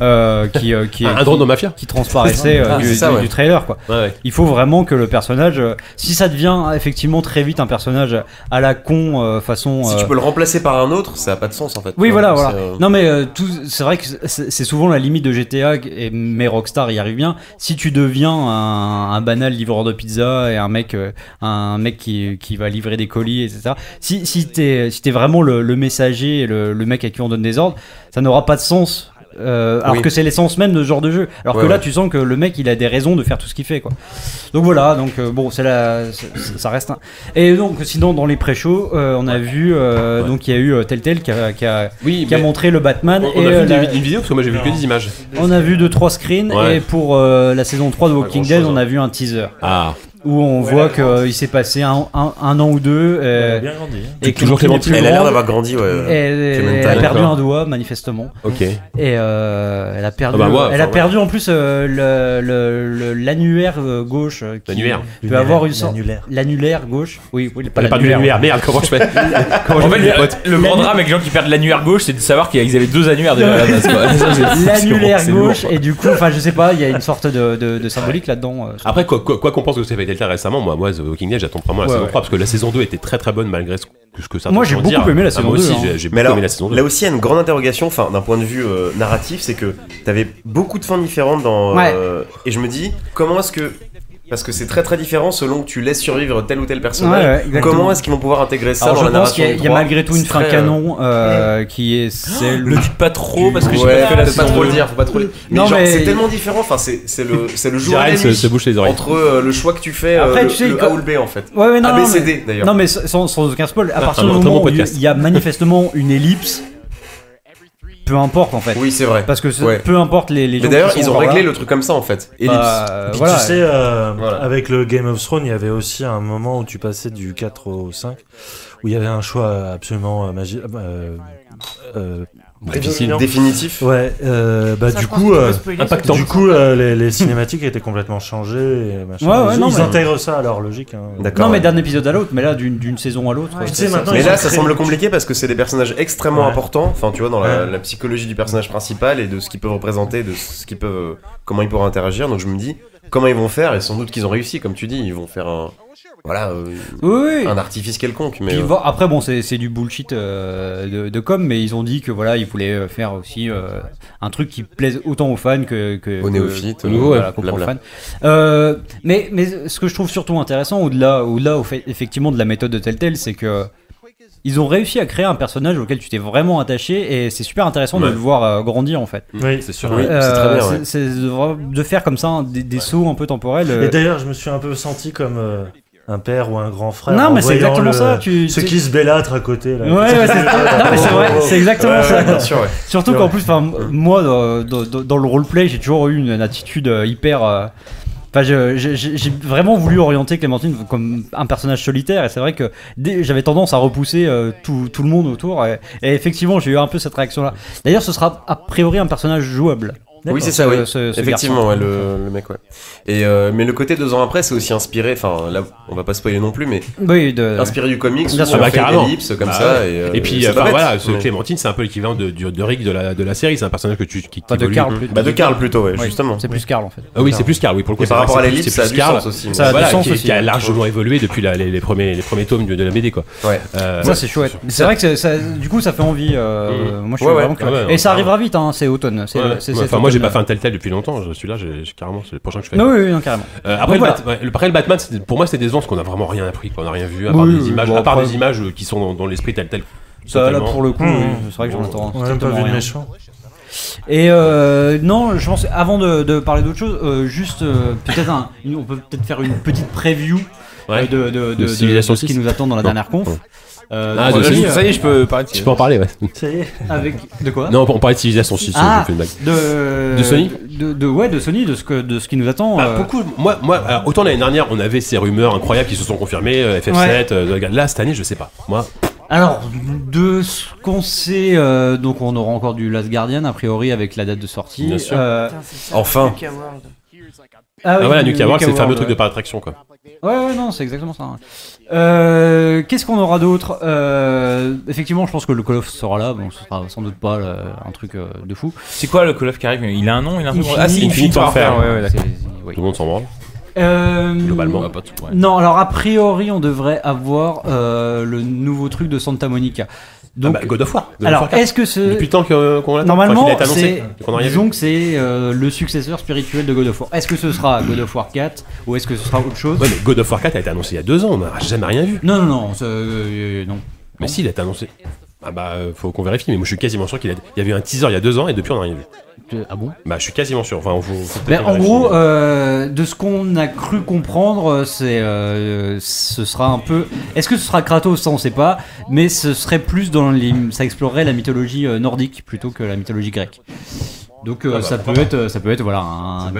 [SPEAKER 3] euh, qui, euh, qui,
[SPEAKER 4] Ah, Un un drone de mafia.
[SPEAKER 3] qui transparaissait euh,
[SPEAKER 7] Ah,
[SPEAKER 3] du,
[SPEAKER 7] c'est ça,
[SPEAKER 3] du-
[SPEAKER 7] ouais.
[SPEAKER 3] du trailer, quoi.
[SPEAKER 4] Ouais, ouais.
[SPEAKER 3] Il faut vraiment que le personnage, euh, si ça devient euh, effectivement très vite un personnage à la con euh, façon.
[SPEAKER 7] Si tu
[SPEAKER 3] euh,
[SPEAKER 7] peux le remplacer par un autre, ça a pas de sens en fait.
[SPEAKER 3] Oui, voilà,
[SPEAKER 7] C'est,
[SPEAKER 3] voilà.
[SPEAKER 7] euh,
[SPEAKER 3] Non, mais euh, tout, c'est vrai que c'est c'est souvent la limite de GTA, et, mais Rockstar y arrive bien. Si tu deviens un, un banal livreur de pizza et un mec, euh, un mec qui, qui va livrer des colis, etc. Si, si t'es si t'es vraiment le, le messager, et le, le mec à qui on donne des ordres, ça n'aura pas de sens. euh, alors
[SPEAKER 7] Oui.
[SPEAKER 3] que c'est l'essence même de ce genre de jeu. Alors que
[SPEAKER 7] Ouais,
[SPEAKER 3] là,
[SPEAKER 7] ouais.
[SPEAKER 3] tu sens que le mec, il a des raisons de faire tout ce qu'il fait, quoi. Donc voilà, donc euh, bon, c'est la, c'est- ça reste. Un... Et donc, sinon, dans les pré-shows, euh, on a vu, euh, donc il y a eu euh, Telltale qui a- qui a
[SPEAKER 4] Oui,
[SPEAKER 3] qui a
[SPEAKER 4] mais
[SPEAKER 3] montré le Batman
[SPEAKER 4] on,
[SPEAKER 3] et
[SPEAKER 4] on a vu
[SPEAKER 3] euh,
[SPEAKER 4] une,
[SPEAKER 3] la-
[SPEAKER 4] une vidéo parce que moi j'ai vu que des images.
[SPEAKER 3] on a vu deux trois screens
[SPEAKER 4] Ouais.
[SPEAKER 3] et pour euh, la saison 3 de Walking
[SPEAKER 4] grand-chose,
[SPEAKER 3] Dead on
[SPEAKER 4] hein.
[SPEAKER 3] a vu un teaser
[SPEAKER 4] Ah,
[SPEAKER 3] où on voit qu'il s'est passé un, un- un an ou deux
[SPEAKER 7] Bah,
[SPEAKER 3] euh,
[SPEAKER 8] bien grandi. hein.
[SPEAKER 3] et que
[SPEAKER 4] Toujours
[SPEAKER 3] Clémentine
[SPEAKER 4] Clémentine.
[SPEAKER 3] est
[SPEAKER 7] Elle a l'air
[SPEAKER 3] grande,
[SPEAKER 7] d'avoir grandi, ouais.
[SPEAKER 3] et- et-
[SPEAKER 7] Clémentine,
[SPEAKER 3] elle a perdu
[SPEAKER 4] euh, d'accord.
[SPEAKER 3] un doigt manifestement
[SPEAKER 4] ok.
[SPEAKER 3] et euh, elle a perdu
[SPEAKER 4] Ah bah ouais,
[SPEAKER 3] elle a
[SPEAKER 4] enfin,
[SPEAKER 3] perdu en plus euh, le- le- le- l'annuaire euh, gauche euh, qui
[SPEAKER 4] L'annuaire.
[SPEAKER 3] peut avoir une
[SPEAKER 8] L'annulaire.
[SPEAKER 3] sorte l'annulaire gauche oui, oui pas
[SPEAKER 4] Elle a perdu l'annuaire, merde, comment je fais Comment je
[SPEAKER 5] En
[SPEAKER 4] fais,
[SPEAKER 5] fait,
[SPEAKER 4] mes
[SPEAKER 5] le-
[SPEAKER 4] potes
[SPEAKER 5] le grand drame avec les gens qui perdent l'annuaire gauche, c'est de savoir qu'ils avaient deux annuaires déjà à la base. quoi. Ça, c'est-
[SPEAKER 3] l'annulaire
[SPEAKER 5] c'est lourd,
[SPEAKER 3] gauche
[SPEAKER 5] quoi.
[SPEAKER 3] et du coup enfin je sais pas il y a une sorte de, de- de symbolique là-dedans euh,
[SPEAKER 4] Après, quoi quoi- quoi qu'on pense de ce qui a été fait récemment, moi, moi, The Walking Dead, j'attends vraiment la
[SPEAKER 3] Ouais,
[SPEAKER 4] saison
[SPEAKER 3] ouais.
[SPEAKER 4] 3 parce que la saison 2 était très très bonne malgré ce que, ce que ça
[SPEAKER 3] Moi, j'ai beaucoup aimé la saison
[SPEAKER 4] Moi
[SPEAKER 3] 2,
[SPEAKER 4] aussi,
[SPEAKER 3] hein.
[SPEAKER 4] j'ai- j'ai
[SPEAKER 7] Mais
[SPEAKER 4] beaucoup
[SPEAKER 7] alors,
[SPEAKER 4] aimé la saison 2.
[SPEAKER 7] là aussi, il y a une grande interrogation, enfin, d'un point de vue euh, narratif, c'est que t'avais beaucoup de fins différentes dans. euh, et je me dis, comment est-ce que. Parce que c'est très très différent selon que tu laisses survivre tel ou tel personnage.
[SPEAKER 3] Ouais, ouais, exactement.
[SPEAKER 7] comment est-ce qu'ils vont pouvoir intégrer ça
[SPEAKER 3] Alors
[SPEAKER 7] dans
[SPEAKER 3] je
[SPEAKER 7] la
[SPEAKER 3] pense
[SPEAKER 7] narration
[SPEAKER 3] qu'il y a-
[SPEAKER 7] du
[SPEAKER 3] il y a
[SPEAKER 7] trois
[SPEAKER 3] malgré tout une
[SPEAKER 7] C'est
[SPEAKER 3] fin
[SPEAKER 7] très, euh,
[SPEAKER 3] canon euh, qui est
[SPEAKER 8] Ah,
[SPEAKER 3] celle.
[SPEAKER 5] Le dites pas trop parce que j'ai
[SPEAKER 7] ouais,
[SPEAKER 5] pas fait la
[SPEAKER 7] faut pas
[SPEAKER 5] saison
[SPEAKER 7] trop le
[SPEAKER 5] deux.
[SPEAKER 7] dire, faut pas trop le Mais
[SPEAKER 3] Non,
[SPEAKER 7] genre,
[SPEAKER 3] mais-
[SPEAKER 7] c'est tellement différent, enfin, c'est c'est le, c'est le jour et
[SPEAKER 4] Jirel
[SPEAKER 7] la
[SPEAKER 4] se,
[SPEAKER 7] nuit
[SPEAKER 4] se bouche les oreilles.
[SPEAKER 7] entre euh, le choix que tu fais, euh,
[SPEAKER 3] Après,
[SPEAKER 7] le,
[SPEAKER 3] tu sais,
[SPEAKER 7] le
[SPEAKER 3] quand-
[SPEAKER 7] A ou le B en fait.
[SPEAKER 3] Ouais, ouais, non, non, mais,
[SPEAKER 7] ABCD d'ailleurs.
[SPEAKER 3] non, mais sans, sans aucun spoil,
[SPEAKER 7] Ah,
[SPEAKER 3] à partir
[SPEAKER 4] un
[SPEAKER 3] du
[SPEAKER 4] bon- très
[SPEAKER 3] moment
[SPEAKER 4] bon
[SPEAKER 3] où il y a-
[SPEAKER 4] podcast.
[SPEAKER 3] il y a manifestement une ellipse, peu importe en fait.
[SPEAKER 7] Oui, c'est vrai.
[SPEAKER 3] Parce que ce-
[SPEAKER 7] Ouais.
[SPEAKER 3] peu importe les, les gens.
[SPEAKER 7] Mais d'ailleurs, ils ont réglé le truc comme ça en fait.
[SPEAKER 3] Bah,
[SPEAKER 7] Ellipse.
[SPEAKER 8] Puis
[SPEAKER 3] voilà.
[SPEAKER 8] tu sais, euh,
[SPEAKER 7] Voilà.
[SPEAKER 8] avec le Game of Thrones, il y avait aussi un moment où tu passais du 4 au 5, où il y avait un choix absolument euh, magique.
[SPEAKER 4] Difficile.
[SPEAKER 7] Définitif.
[SPEAKER 8] euh, ouais, euh, bah
[SPEAKER 9] Ça, je
[SPEAKER 8] du
[SPEAKER 9] pense
[SPEAKER 8] coup,
[SPEAKER 9] qu'on peut
[SPEAKER 8] euh,
[SPEAKER 9] spoiler
[SPEAKER 4] impactant.
[SPEAKER 8] du coup, euh, les, les cinématiques étaient complètement changées. et machin.
[SPEAKER 3] Ouais, ouais,
[SPEAKER 8] ils
[SPEAKER 3] non,
[SPEAKER 8] ils
[SPEAKER 3] mais-
[SPEAKER 8] intègrent ça à leur logique. hein.
[SPEAKER 7] D'accord.
[SPEAKER 3] Non, mais
[SPEAKER 7] ouais.
[SPEAKER 3] d'un épisode à l'autre, mais là d'une d'une saison à l'autre. euh,
[SPEAKER 9] Ouais.
[SPEAKER 3] quoi.
[SPEAKER 8] Tu sais, maintenant,
[SPEAKER 7] Mais
[SPEAKER 8] ils
[SPEAKER 7] là,
[SPEAKER 8] ont
[SPEAKER 7] ça
[SPEAKER 8] créé-
[SPEAKER 7] semble compliqué parce que c'est des personnages extrêmement
[SPEAKER 8] Ouais.
[SPEAKER 7] importants. Enfin, tu vois, dans la,
[SPEAKER 8] Ouais.
[SPEAKER 7] la psychologie du personnage principal et de ce qu'ils peuvent représenter, de ce qu'ils peuvent, comment ils pourront interagir. Donc, je me dis, comment ils vont faire Et sans doute qu'ils ont réussi, comme tu dis, ils vont faire un, voilà, euh,
[SPEAKER 3] Oui, oui.
[SPEAKER 7] un artifice quelconque. Mais
[SPEAKER 3] Puis
[SPEAKER 7] euh,
[SPEAKER 3] va- après bon c'est c'est du bullshit euh, de, de com mais ils ont dit que voilà ils voulaient euh, faire aussi euh, un truc qui plaise autant aux fans que, que
[SPEAKER 7] Aux
[SPEAKER 3] que-
[SPEAKER 7] néophytes,
[SPEAKER 3] que-
[SPEAKER 7] euh,
[SPEAKER 3] voilà,
[SPEAKER 7] blabla.
[SPEAKER 3] qu'aux profs fans. Euh, mais mais ce que je trouve surtout intéressant au-delà au-delà au fait effectivement de la méthode de Telltale c'est que ils ont réussi à créer un personnage auquel tu t'es vraiment attaché et c'est super intéressant de
[SPEAKER 4] Ouais.
[SPEAKER 3] le voir euh, grandir en fait. Euh,
[SPEAKER 8] Oui.
[SPEAKER 4] C'est sûr.
[SPEAKER 7] Oui.
[SPEAKER 4] ouais.
[SPEAKER 7] c'est très bien,
[SPEAKER 3] c'est-
[SPEAKER 7] ouais.
[SPEAKER 3] c'est de, vra- de faire comme ça hein, des, des sauts un peu temporels. euh.
[SPEAKER 8] Et d'ailleurs, je me suis un peu senti comme euh, un père ou un grand frère.
[SPEAKER 3] non
[SPEAKER 8] en
[SPEAKER 3] mais c'est
[SPEAKER 8] voyant
[SPEAKER 3] exactement
[SPEAKER 8] le-
[SPEAKER 3] ça. Tu,
[SPEAKER 8] Ceux
[SPEAKER 3] tu-
[SPEAKER 8] qui Oh. se bellâtrent à côté. Là.
[SPEAKER 3] Ouais, ouais, c'est- non, mais c'est vrai, c'est exactement
[SPEAKER 7] ouais,
[SPEAKER 3] ça.
[SPEAKER 7] ouais, bien sûr, ouais.
[SPEAKER 3] Surtout qu'en plus, enfin, m- moi, dans, dans- dans le roleplay, j'ai toujours eu une, une attitude euh, hyper. euh, Enfin, je- je- j'ai j'ai vraiment voulu orienter Clémentine comme un personnage solitaire, et c'est vrai que dès- j'avais tendance à repousser euh, tout, tout le monde autour, et, et effectivement, j'ai eu un peu cette réaction-là. D'ailleurs, ce sera a priori un personnage jouable.
[SPEAKER 7] Oui, c'est ça,
[SPEAKER 3] Ce-
[SPEAKER 7] oui.
[SPEAKER 3] ce- ce
[SPEAKER 7] Effectivement,
[SPEAKER 3] garçon.
[SPEAKER 7] ouais, le, le mec, ouais. Et, euh, mais le côté deux ans après, c'est aussi inspiré. Enfin, là, on va pas spoiler non plus, mais
[SPEAKER 3] Oui, de-
[SPEAKER 7] inspiré du comics.
[SPEAKER 3] Euh, Bien
[SPEAKER 7] où
[SPEAKER 3] sûr.
[SPEAKER 7] on
[SPEAKER 4] Ah bah,
[SPEAKER 7] fait une
[SPEAKER 4] carrément.
[SPEAKER 7] ellipse comme
[SPEAKER 4] Bah,
[SPEAKER 7] ça.
[SPEAKER 4] ouais.
[SPEAKER 7] Et, euh,
[SPEAKER 4] Et puis,
[SPEAKER 7] c'est pas
[SPEAKER 4] enfin
[SPEAKER 7] bête,
[SPEAKER 4] voilà, ce
[SPEAKER 7] mais-
[SPEAKER 4] Clémentine, c'est un peu l'équivalent de, du- de Rick de la, de la série. C'est un personnage que tu qui, qui
[SPEAKER 3] enfin, de
[SPEAKER 4] évolue.
[SPEAKER 3] Carl plus.
[SPEAKER 7] Bah, de Carl plutôt, ouais,
[SPEAKER 3] Oui,
[SPEAKER 7] justement.
[SPEAKER 3] C'est plus Carl en fait.
[SPEAKER 4] Ah oui, c'est plus Carl. Oui, pour le coup,
[SPEAKER 7] Et
[SPEAKER 4] c'est
[SPEAKER 7] par
[SPEAKER 4] vrai que
[SPEAKER 7] rapport à
[SPEAKER 4] c'est-
[SPEAKER 7] l'ellipse,
[SPEAKER 4] c'est
[SPEAKER 7] ça a
[SPEAKER 4] plus
[SPEAKER 7] du
[SPEAKER 4] Carl.
[SPEAKER 7] sens aussi.
[SPEAKER 3] Ça a
[SPEAKER 7] mais-
[SPEAKER 4] Voilà,
[SPEAKER 3] du sens
[SPEAKER 4] qui,
[SPEAKER 3] aussi, hein.
[SPEAKER 4] qui a
[SPEAKER 3] ouais.
[SPEAKER 4] largement évolué depuis la- les, les premiers, les premiers tomes de, de la BD quoi.
[SPEAKER 7] Ouais.
[SPEAKER 4] Euh,
[SPEAKER 3] Ça c'est chouette. C'est vrai que c'est- ça- du coup ça fait envie. euh, Moi je suis
[SPEAKER 7] Ouais, ouais.
[SPEAKER 3] vraiment curieux.
[SPEAKER 4] Ah ouais,
[SPEAKER 3] Et ça
[SPEAKER 4] ouais.
[SPEAKER 3] arrivera vite, hein, c'est automne. c'est-
[SPEAKER 4] ouais, ouais.
[SPEAKER 3] c'est-
[SPEAKER 4] Ouais,
[SPEAKER 3] c'est
[SPEAKER 4] enfin, moi j'ai
[SPEAKER 3] automne.
[SPEAKER 4] pas fait un tel tel depuis longtemps. Je suis là, j'ai j'ai carrément c'est le prochain que je fais.
[SPEAKER 3] Non, oui, oui, non, carrément.
[SPEAKER 4] Euh, après,
[SPEAKER 3] Donc
[SPEAKER 4] le
[SPEAKER 3] voilà.
[SPEAKER 4] Bat- ouais, le, pareil, le Batman, c'était- pour moi, c'était décevant parce qu'on a vraiment rien appris, quoi. on a rien vu, à part,
[SPEAKER 3] Oui,
[SPEAKER 4] des,
[SPEAKER 3] oui,
[SPEAKER 4] images,
[SPEAKER 3] bon,
[SPEAKER 4] à part
[SPEAKER 3] après-
[SPEAKER 4] des images euh, qui sont dans, dans l'esprit tel tel.
[SPEAKER 3] Ça, là,
[SPEAKER 4] totalement.
[SPEAKER 3] pour le coup,
[SPEAKER 8] Mmh.
[SPEAKER 3] oui, c'est vrai que j'en attends.
[SPEAKER 8] On a même pas
[SPEAKER 3] strictement
[SPEAKER 8] vu de
[SPEAKER 3] rien.
[SPEAKER 8] méchant.
[SPEAKER 3] Et euh, non, je pense avant de, de parler d'autre chose, euh, juste euh, peut-être un- une- on peut peut-être faire une petite preview euh,
[SPEAKER 4] Ouais.
[SPEAKER 3] de, de- de- de-
[SPEAKER 4] Civilization
[SPEAKER 3] de ce qui
[SPEAKER 4] 6.
[SPEAKER 3] nous attend dans la
[SPEAKER 4] Non.
[SPEAKER 3] dernière conf.
[SPEAKER 4] Non.
[SPEAKER 3] Euh,
[SPEAKER 4] Ah,
[SPEAKER 3] donc,
[SPEAKER 4] de
[SPEAKER 3] oui,
[SPEAKER 4] Sony.
[SPEAKER 3] euh,
[SPEAKER 5] Ça y est, je peux parler de
[SPEAKER 4] Tu peux en parler, ouais.
[SPEAKER 8] Ça y est.
[SPEAKER 3] avec de quoi
[SPEAKER 4] Non, on parlait de Civilization 6,
[SPEAKER 3] Hein Ah.
[SPEAKER 4] je fais une blague.
[SPEAKER 3] de,
[SPEAKER 4] De Sony
[SPEAKER 3] de, de- ouais de Sony de ce que de ce qui nous attend
[SPEAKER 4] Bah,
[SPEAKER 3] euh,
[SPEAKER 4] beaucoup, moi, moi alors, autant l'année dernière, on avait ces rumeurs incroyables qui se sont confirmées, euh, FF7, euh, regarde, là, cette année, je sais pas. Moi,
[SPEAKER 3] Ah alors de ce qu'on sait euh, donc on aura encore du Last Guardian a priori avec la date de sortie
[SPEAKER 4] Bien sûr.
[SPEAKER 3] Euh,
[SPEAKER 7] Enfin.
[SPEAKER 3] ah,
[SPEAKER 4] ah,
[SPEAKER 3] oui,
[SPEAKER 4] voilà,
[SPEAKER 3] du-
[SPEAKER 4] Nuke Award,
[SPEAKER 3] Nuke
[SPEAKER 4] c'est le fameux
[SPEAKER 3] Award,
[SPEAKER 4] truc de
[SPEAKER 3] euh,
[SPEAKER 4] par attraction, quoi.
[SPEAKER 3] Ouais, ouais, non, c'est exactement ça. Euh, Qu'est-ce qu'on aura d'autre Euh, Effectivement, je pense que le Call of sera là. Bon, ce sera sans doute pas euh, un truc euh, de fou.
[SPEAKER 5] C'est quoi le Call of qui arrive Il a un nom, il a un truc.
[SPEAKER 3] Infinite.
[SPEAKER 5] Ah, c'est Infinite
[SPEAKER 4] Infinite
[SPEAKER 5] Warfare.
[SPEAKER 4] Warfare.
[SPEAKER 5] Ouais, ouais, d'accord.
[SPEAKER 3] C'est- oui.
[SPEAKER 4] Tout le monde s'en branle, Ah
[SPEAKER 3] Euh,
[SPEAKER 4] globalement.
[SPEAKER 5] Bah, pas tout, ouais.
[SPEAKER 3] Non, alors a priori, on devrait avoir euh, le nouveau truc de Santa Monica. Donc,
[SPEAKER 4] Ah bah, God of War. God of War
[SPEAKER 3] alors,
[SPEAKER 4] quatre.
[SPEAKER 3] est-ce que ce
[SPEAKER 4] Depuis le temps que- euh, qu'on l'a
[SPEAKER 3] Normalement,
[SPEAKER 4] enfin, qu'il a été annoncé,
[SPEAKER 3] c'est-
[SPEAKER 4] qu'on en arrive.
[SPEAKER 3] disons que c'est euh, le successeur spirituel de God of War. Est-ce que ce sera God of War 4 ou est-ce que ce sera autre chose
[SPEAKER 4] Ouais, mais God of War 4 a été annoncé il y a deux ans, on n'a jamais rien vu.
[SPEAKER 3] Non, non, non, ça, euh, non.
[SPEAKER 4] Mais si, il a été annoncé. Ah bah, euh, faut qu'on vérifie, mais moi je suis quasiment sûr qu'il a... il y avait un teaser il y a deux ans et depuis on n'a rien vu.
[SPEAKER 3] Euh, Ah bon
[SPEAKER 4] Bah, je suis quasiment sûr. Enfin, on vous. faut peut-être
[SPEAKER 3] Ben, en
[SPEAKER 4] vérifier.
[SPEAKER 3] gros, euh, de ce qu'on a cru comprendre, euh, c'est, euh, ce sera un peu. Est-ce que ce sera Kratos Ça, on sait pas. Mais ce serait plus dans les. Ça explorerait la mythologie euh, nordique plutôt que la mythologie grecque. Donc euh,
[SPEAKER 4] Ah bah,
[SPEAKER 3] ça peut être, euh, ça peut être voilà un,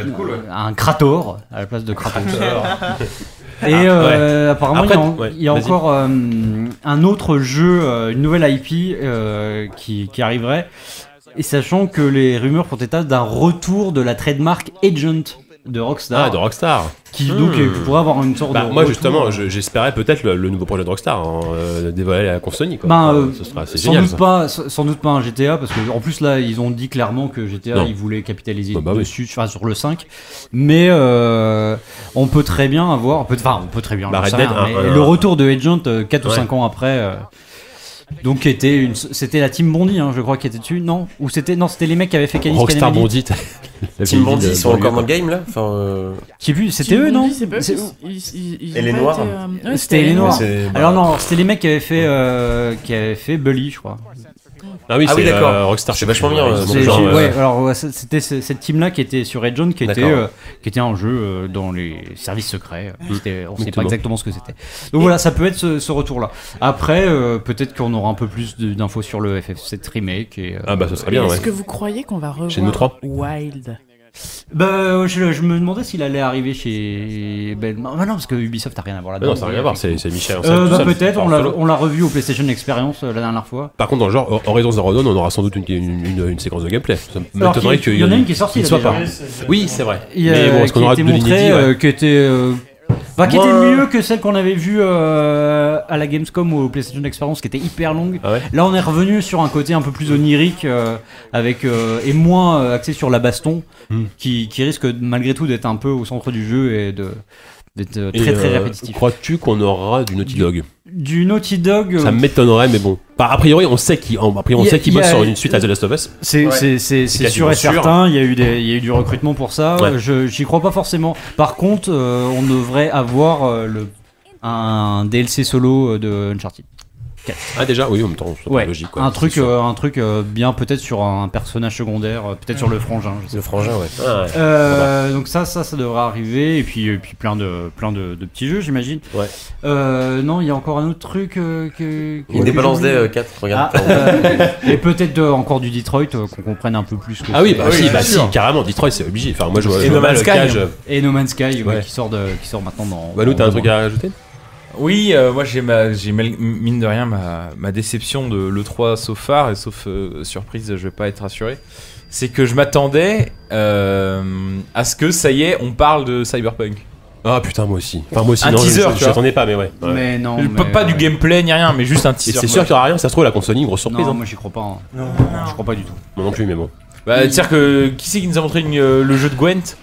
[SPEAKER 3] un Krator à la place de Kratos. Et euh, apparemment, il
[SPEAKER 4] Après,
[SPEAKER 3] y a, en-
[SPEAKER 4] Ah, ouais,
[SPEAKER 3] il y a
[SPEAKER 4] vas-y.
[SPEAKER 3] encore euh, un autre jeu, euh, une nouvelle IP euh, qui, qui arriverait. Et sachant que les rumeurs font état d'un retour de la trademark Agent de Rockstar,
[SPEAKER 4] Ah, de Rockstar.
[SPEAKER 3] qui donc
[SPEAKER 4] Hmm.
[SPEAKER 3] euh, pourrait avoir une sorte
[SPEAKER 4] Bah,
[SPEAKER 3] de.
[SPEAKER 4] moi
[SPEAKER 3] retour.
[SPEAKER 4] justement, je- j'espérais peut-être le, le nouveau projet de Rockstar hein, euh, dévoilé à la conf Sony. Quoi.
[SPEAKER 3] Ben,
[SPEAKER 4] Enfin,
[SPEAKER 3] euh,
[SPEAKER 4] ce sera assez
[SPEAKER 3] sans
[SPEAKER 4] génial.
[SPEAKER 3] doute
[SPEAKER 4] ça.
[SPEAKER 3] pas, sans sans doute pas un GTA parce que en plus là ils ont dit clairement que GTA
[SPEAKER 4] Non.
[SPEAKER 3] ils voulaient capitaliser
[SPEAKER 4] Bah, bah oui.
[SPEAKER 3] dessus, enfin, sur le 5. Mais euh, on peut très bien avoir, on peut- enfin on peut très bien.
[SPEAKER 4] Bah,
[SPEAKER 3] j'en sais
[SPEAKER 4] Red Dead,
[SPEAKER 3] rien,
[SPEAKER 4] un-
[SPEAKER 3] mais
[SPEAKER 4] un-
[SPEAKER 3] le retour de Agent 4 ou
[SPEAKER 4] Ouais.
[SPEAKER 3] 5 ans après. euh, donc était une, c'était la team Bondi, hein, je crois, qui était dessus, non Ou c'était non, c'était les mecs qui avaient fait Canis
[SPEAKER 4] Rockstar
[SPEAKER 3] Canemani.
[SPEAKER 4] Bandit. La
[SPEAKER 7] Team
[SPEAKER 4] vieille
[SPEAKER 7] Bandit,
[SPEAKER 4] ville
[SPEAKER 7] ils
[SPEAKER 4] de-
[SPEAKER 7] sont
[SPEAKER 4] banlieue,
[SPEAKER 7] encore dans
[SPEAKER 4] quoi.
[SPEAKER 7] le game là Enfin, euh,
[SPEAKER 3] Qui plus C'était eux, non
[SPEAKER 6] C'est pas eux
[SPEAKER 3] C'est-
[SPEAKER 6] qui- ils- ils- ils-
[SPEAKER 7] Et
[SPEAKER 6] ils
[SPEAKER 7] les
[SPEAKER 6] ont pas
[SPEAKER 7] noirs.
[SPEAKER 6] été, euh, ouais,
[SPEAKER 3] Ah, C'était les
[SPEAKER 7] mais
[SPEAKER 3] Noirs.
[SPEAKER 7] c'est- bah,
[SPEAKER 3] Alors non, c'était les mecs qui avaient fait euh, qui avaient fait Bully, je crois.
[SPEAKER 4] Ah oui,
[SPEAKER 7] Ah oui,
[SPEAKER 4] c'est,
[SPEAKER 7] d'accord.
[SPEAKER 4] euh, Rockstar,
[SPEAKER 7] C'est vachement bien,
[SPEAKER 4] ils
[SPEAKER 7] euh,
[SPEAKER 4] ont
[SPEAKER 7] Donc,
[SPEAKER 3] C'est-
[SPEAKER 4] genre,
[SPEAKER 3] j'ai-
[SPEAKER 4] euh,
[SPEAKER 3] ouais, alors ouais, ça- c'était ce- cette team là qui était sur Red Zone, qui était
[SPEAKER 7] D'accord.
[SPEAKER 3] euh, qui était un jeu euh, dans les services secrets. C'était- on ne sait pas
[SPEAKER 4] Mm. Exactement.
[SPEAKER 3] exactement ce que c'était. Donc voilà, ça peut être ce, retour là. Après, euh, peut-être qu'on aura un peu plus de- d'infos sur le FF7 remake. Et, euh,
[SPEAKER 4] Ah bah, ce serait
[SPEAKER 6] Et
[SPEAKER 4] bien,
[SPEAKER 6] Est-ce
[SPEAKER 4] ouais.
[SPEAKER 6] que vous croyez qu'on va revoir
[SPEAKER 4] Chez nous trois.
[SPEAKER 6] Wild
[SPEAKER 3] bah, je, je me demandais s'il allait arriver chez. Ben, bah non, parce que Ubisoft a rien à voir
[SPEAKER 4] Mais
[SPEAKER 3] là-dedans.
[SPEAKER 4] non, ça n'a rien à voir, c'est, c'est Michel.
[SPEAKER 3] Euh,
[SPEAKER 4] ça,
[SPEAKER 3] bah,
[SPEAKER 4] ça,
[SPEAKER 3] peut-être,
[SPEAKER 4] c'est-
[SPEAKER 3] on l'a-
[SPEAKER 4] Barcelone.
[SPEAKER 3] on l'a revu au PlayStation Experience euh, la dernière fois.
[SPEAKER 4] Par contre, dans le genre Horizon Zero Dawn, on aura sans doute une, une, une- une séquence de gameplay. Ça
[SPEAKER 3] Alors
[SPEAKER 4] m'étonnerait
[SPEAKER 3] qu'il-
[SPEAKER 4] qu'il
[SPEAKER 3] il y en a une qui est sortie,
[SPEAKER 4] qu'il soit
[SPEAKER 3] là,
[SPEAKER 4] pas. Oui, c'est vrai.
[SPEAKER 3] Il y a-
[SPEAKER 4] Mais bon, est-ce qu'on
[SPEAKER 3] qui a
[SPEAKER 4] aura
[SPEAKER 3] été
[SPEAKER 4] de l'inédit
[SPEAKER 3] montrée,
[SPEAKER 4] ouais.
[SPEAKER 3] euh, qui était, euh, enfin, qui était
[SPEAKER 7] Moi-
[SPEAKER 3] mieux que celle qu'on avait vue euh, à la Gamescom ou au PlayStation Experience, qui était hyper longue.
[SPEAKER 4] Ah ouais
[SPEAKER 3] Là, on est revenu sur un côté un peu plus onirique, euh, avec euh, et moins euh, axé sur la baston,
[SPEAKER 4] Hmm.
[SPEAKER 3] qui, qui risque malgré tout d'être un peu au centre du jeu et de d'être euh, très
[SPEAKER 4] Et,
[SPEAKER 3] très
[SPEAKER 4] euh,
[SPEAKER 3] répétitif.
[SPEAKER 4] Crois-tu qu'on aura du Naughty Dog
[SPEAKER 3] Du Naughty Dog,
[SPEAKER 4] Ça
[SPEAKER 3] euh,
[SPEAKER 4] m'étonnerait, mais bon. Bah, a priori, on sait qu'il en- a priori, on
[SPEAKER 3] Il y a-
[SPEAKER 4] sait qu'il
[SPEAKER 3] il y
[SPEAKER 4] bosse
[SPEAKER 3] a-
[SPEAKER 4] sur une suite à The Last of Us.
[SPEAKER 3] C'est c'est- c'est- c'est sûr
[SPEAKER 4] quasiment
[SPEAKER 3] et
[SPEAKER 4] sûr.
[SPEAKER 3] certain, il y, a eu des, il y a eu du recrutement pour ça,
[SPEAKER 4] Ouais.
[SPEAKER 3] je j'y crois pas forcément. Par contre, euh, on devrait avoir euh, le, un DLC solo euh, de Uncharted.
[SPEAKER 4] Ah, déjà, oui, en même temps, c'est
[SPEAKER 3] Ouais,
[SPEAKER 4] logique. Quoi,
[SPEAKER 3] un,
[SPEAKER 4] C'est
[SPEAKER 3] truc,
[SPEAKER 4] sûr.
[SPEAKER 3] euh, un truc euh, bien peut-être sur un personnage secondaire, euh, peut-être sur le frangin. je sais
[SPEAKER 7] Le frangin, ouais.
[SPEAKER 4] Ah, ouais.
[SPEAKER 3] pas. Euh, donc ça, ça, ça devrait arriver, et puis, et puis plein, de, plein de, de petits jeux, j'imagine.
[SPEAKER 4] Ouais.
[SPEAKER 3] Euh, non, il y a encore un autre truc euh, que... que- que
[SPEAKER 7] Independence
[SPEAKER 3] j'ai oublié.
[SPEAKER 7] Day euh, 4,
[SPEAKER 3] Ah,
[SPEAKER 7] regarde.
[SPEAKER 3] euh, et peut-être euh, encore du Detroit, euh, qu'on comprenne un peu plus. que
[SPEAKER 4] Ah oui,
[SPEAKER 3] c'est.
[SPEAKER 4] bah, si, bah si, carrément, Detroit, c'est obligé. Enfin, moi, je vois
[SPEAKER 5] Et No Man's Sky,
[SPEAKER 4] Cage.
[SPEAKER 5] hein.
[SPEAKER 3] Et No Man's Sky, ouais,
[SPEAKER 4] Ouais.
[SPEAKER 3] qui, sort de, qui sort maintenant dans.
[SPEAKER 4] Valou, t'as
[SPEAKER 3] dans-
[SPEAKER 4] un truc à rajouter
[SPEAKER 5] Oui, euh, moi j'ai ma, j'ai mal- mine de rien ma, ma déception de l'E3 sauf phare et sauf euh, surprise, je vais pas être rassuré. C'est que je m'attendais euh, à ce que ça y est, on parle de Cyberpunk.
[SPEAKER 4] Ah putain, moi aussi. Enfin, moi aussi,
[SPEAKER 5] Un
[SPEAKER 4] non, je-
[SPEAKER 5] teaser,
[SPEAKER 4] je-
[SPEAKER 5] tu
[SPEAKER 4] je
[SPEAKER 5] vois.
[SPEAKER 4] t'attendais pas, mais ouais. ouais.
[SPEAKER 3] Mais non.
[SPEAKER 5] Je-
[SPEAKER 3] mais,
[SPEAKER 5] pas pas du
[SPEAKER 3] euh,
[SPEAKER 5] gameplay ni rien, mais juste un
[SPEAKER 4] Et
[SPEAKER 5] teaser.
[SPEAKER 4] c'est sûr qu'il y aura rien, ça se trouve, la console, une grosse surprise.
[SPEAKER 3] Non,
[SPEAKER 4] hein.
[SPEAKER 3] moi j'y crois pas. hein.
[SPEAKER 8] Non.
[SPEAKER 3] Je crois pas du tout.
[SPEAKER 4] Moi non plus, mais bon.
[SPEAKER 5] Bah, c'est-à-dire que qui c'est qui nous a montré une, euh, le jeu de Gwent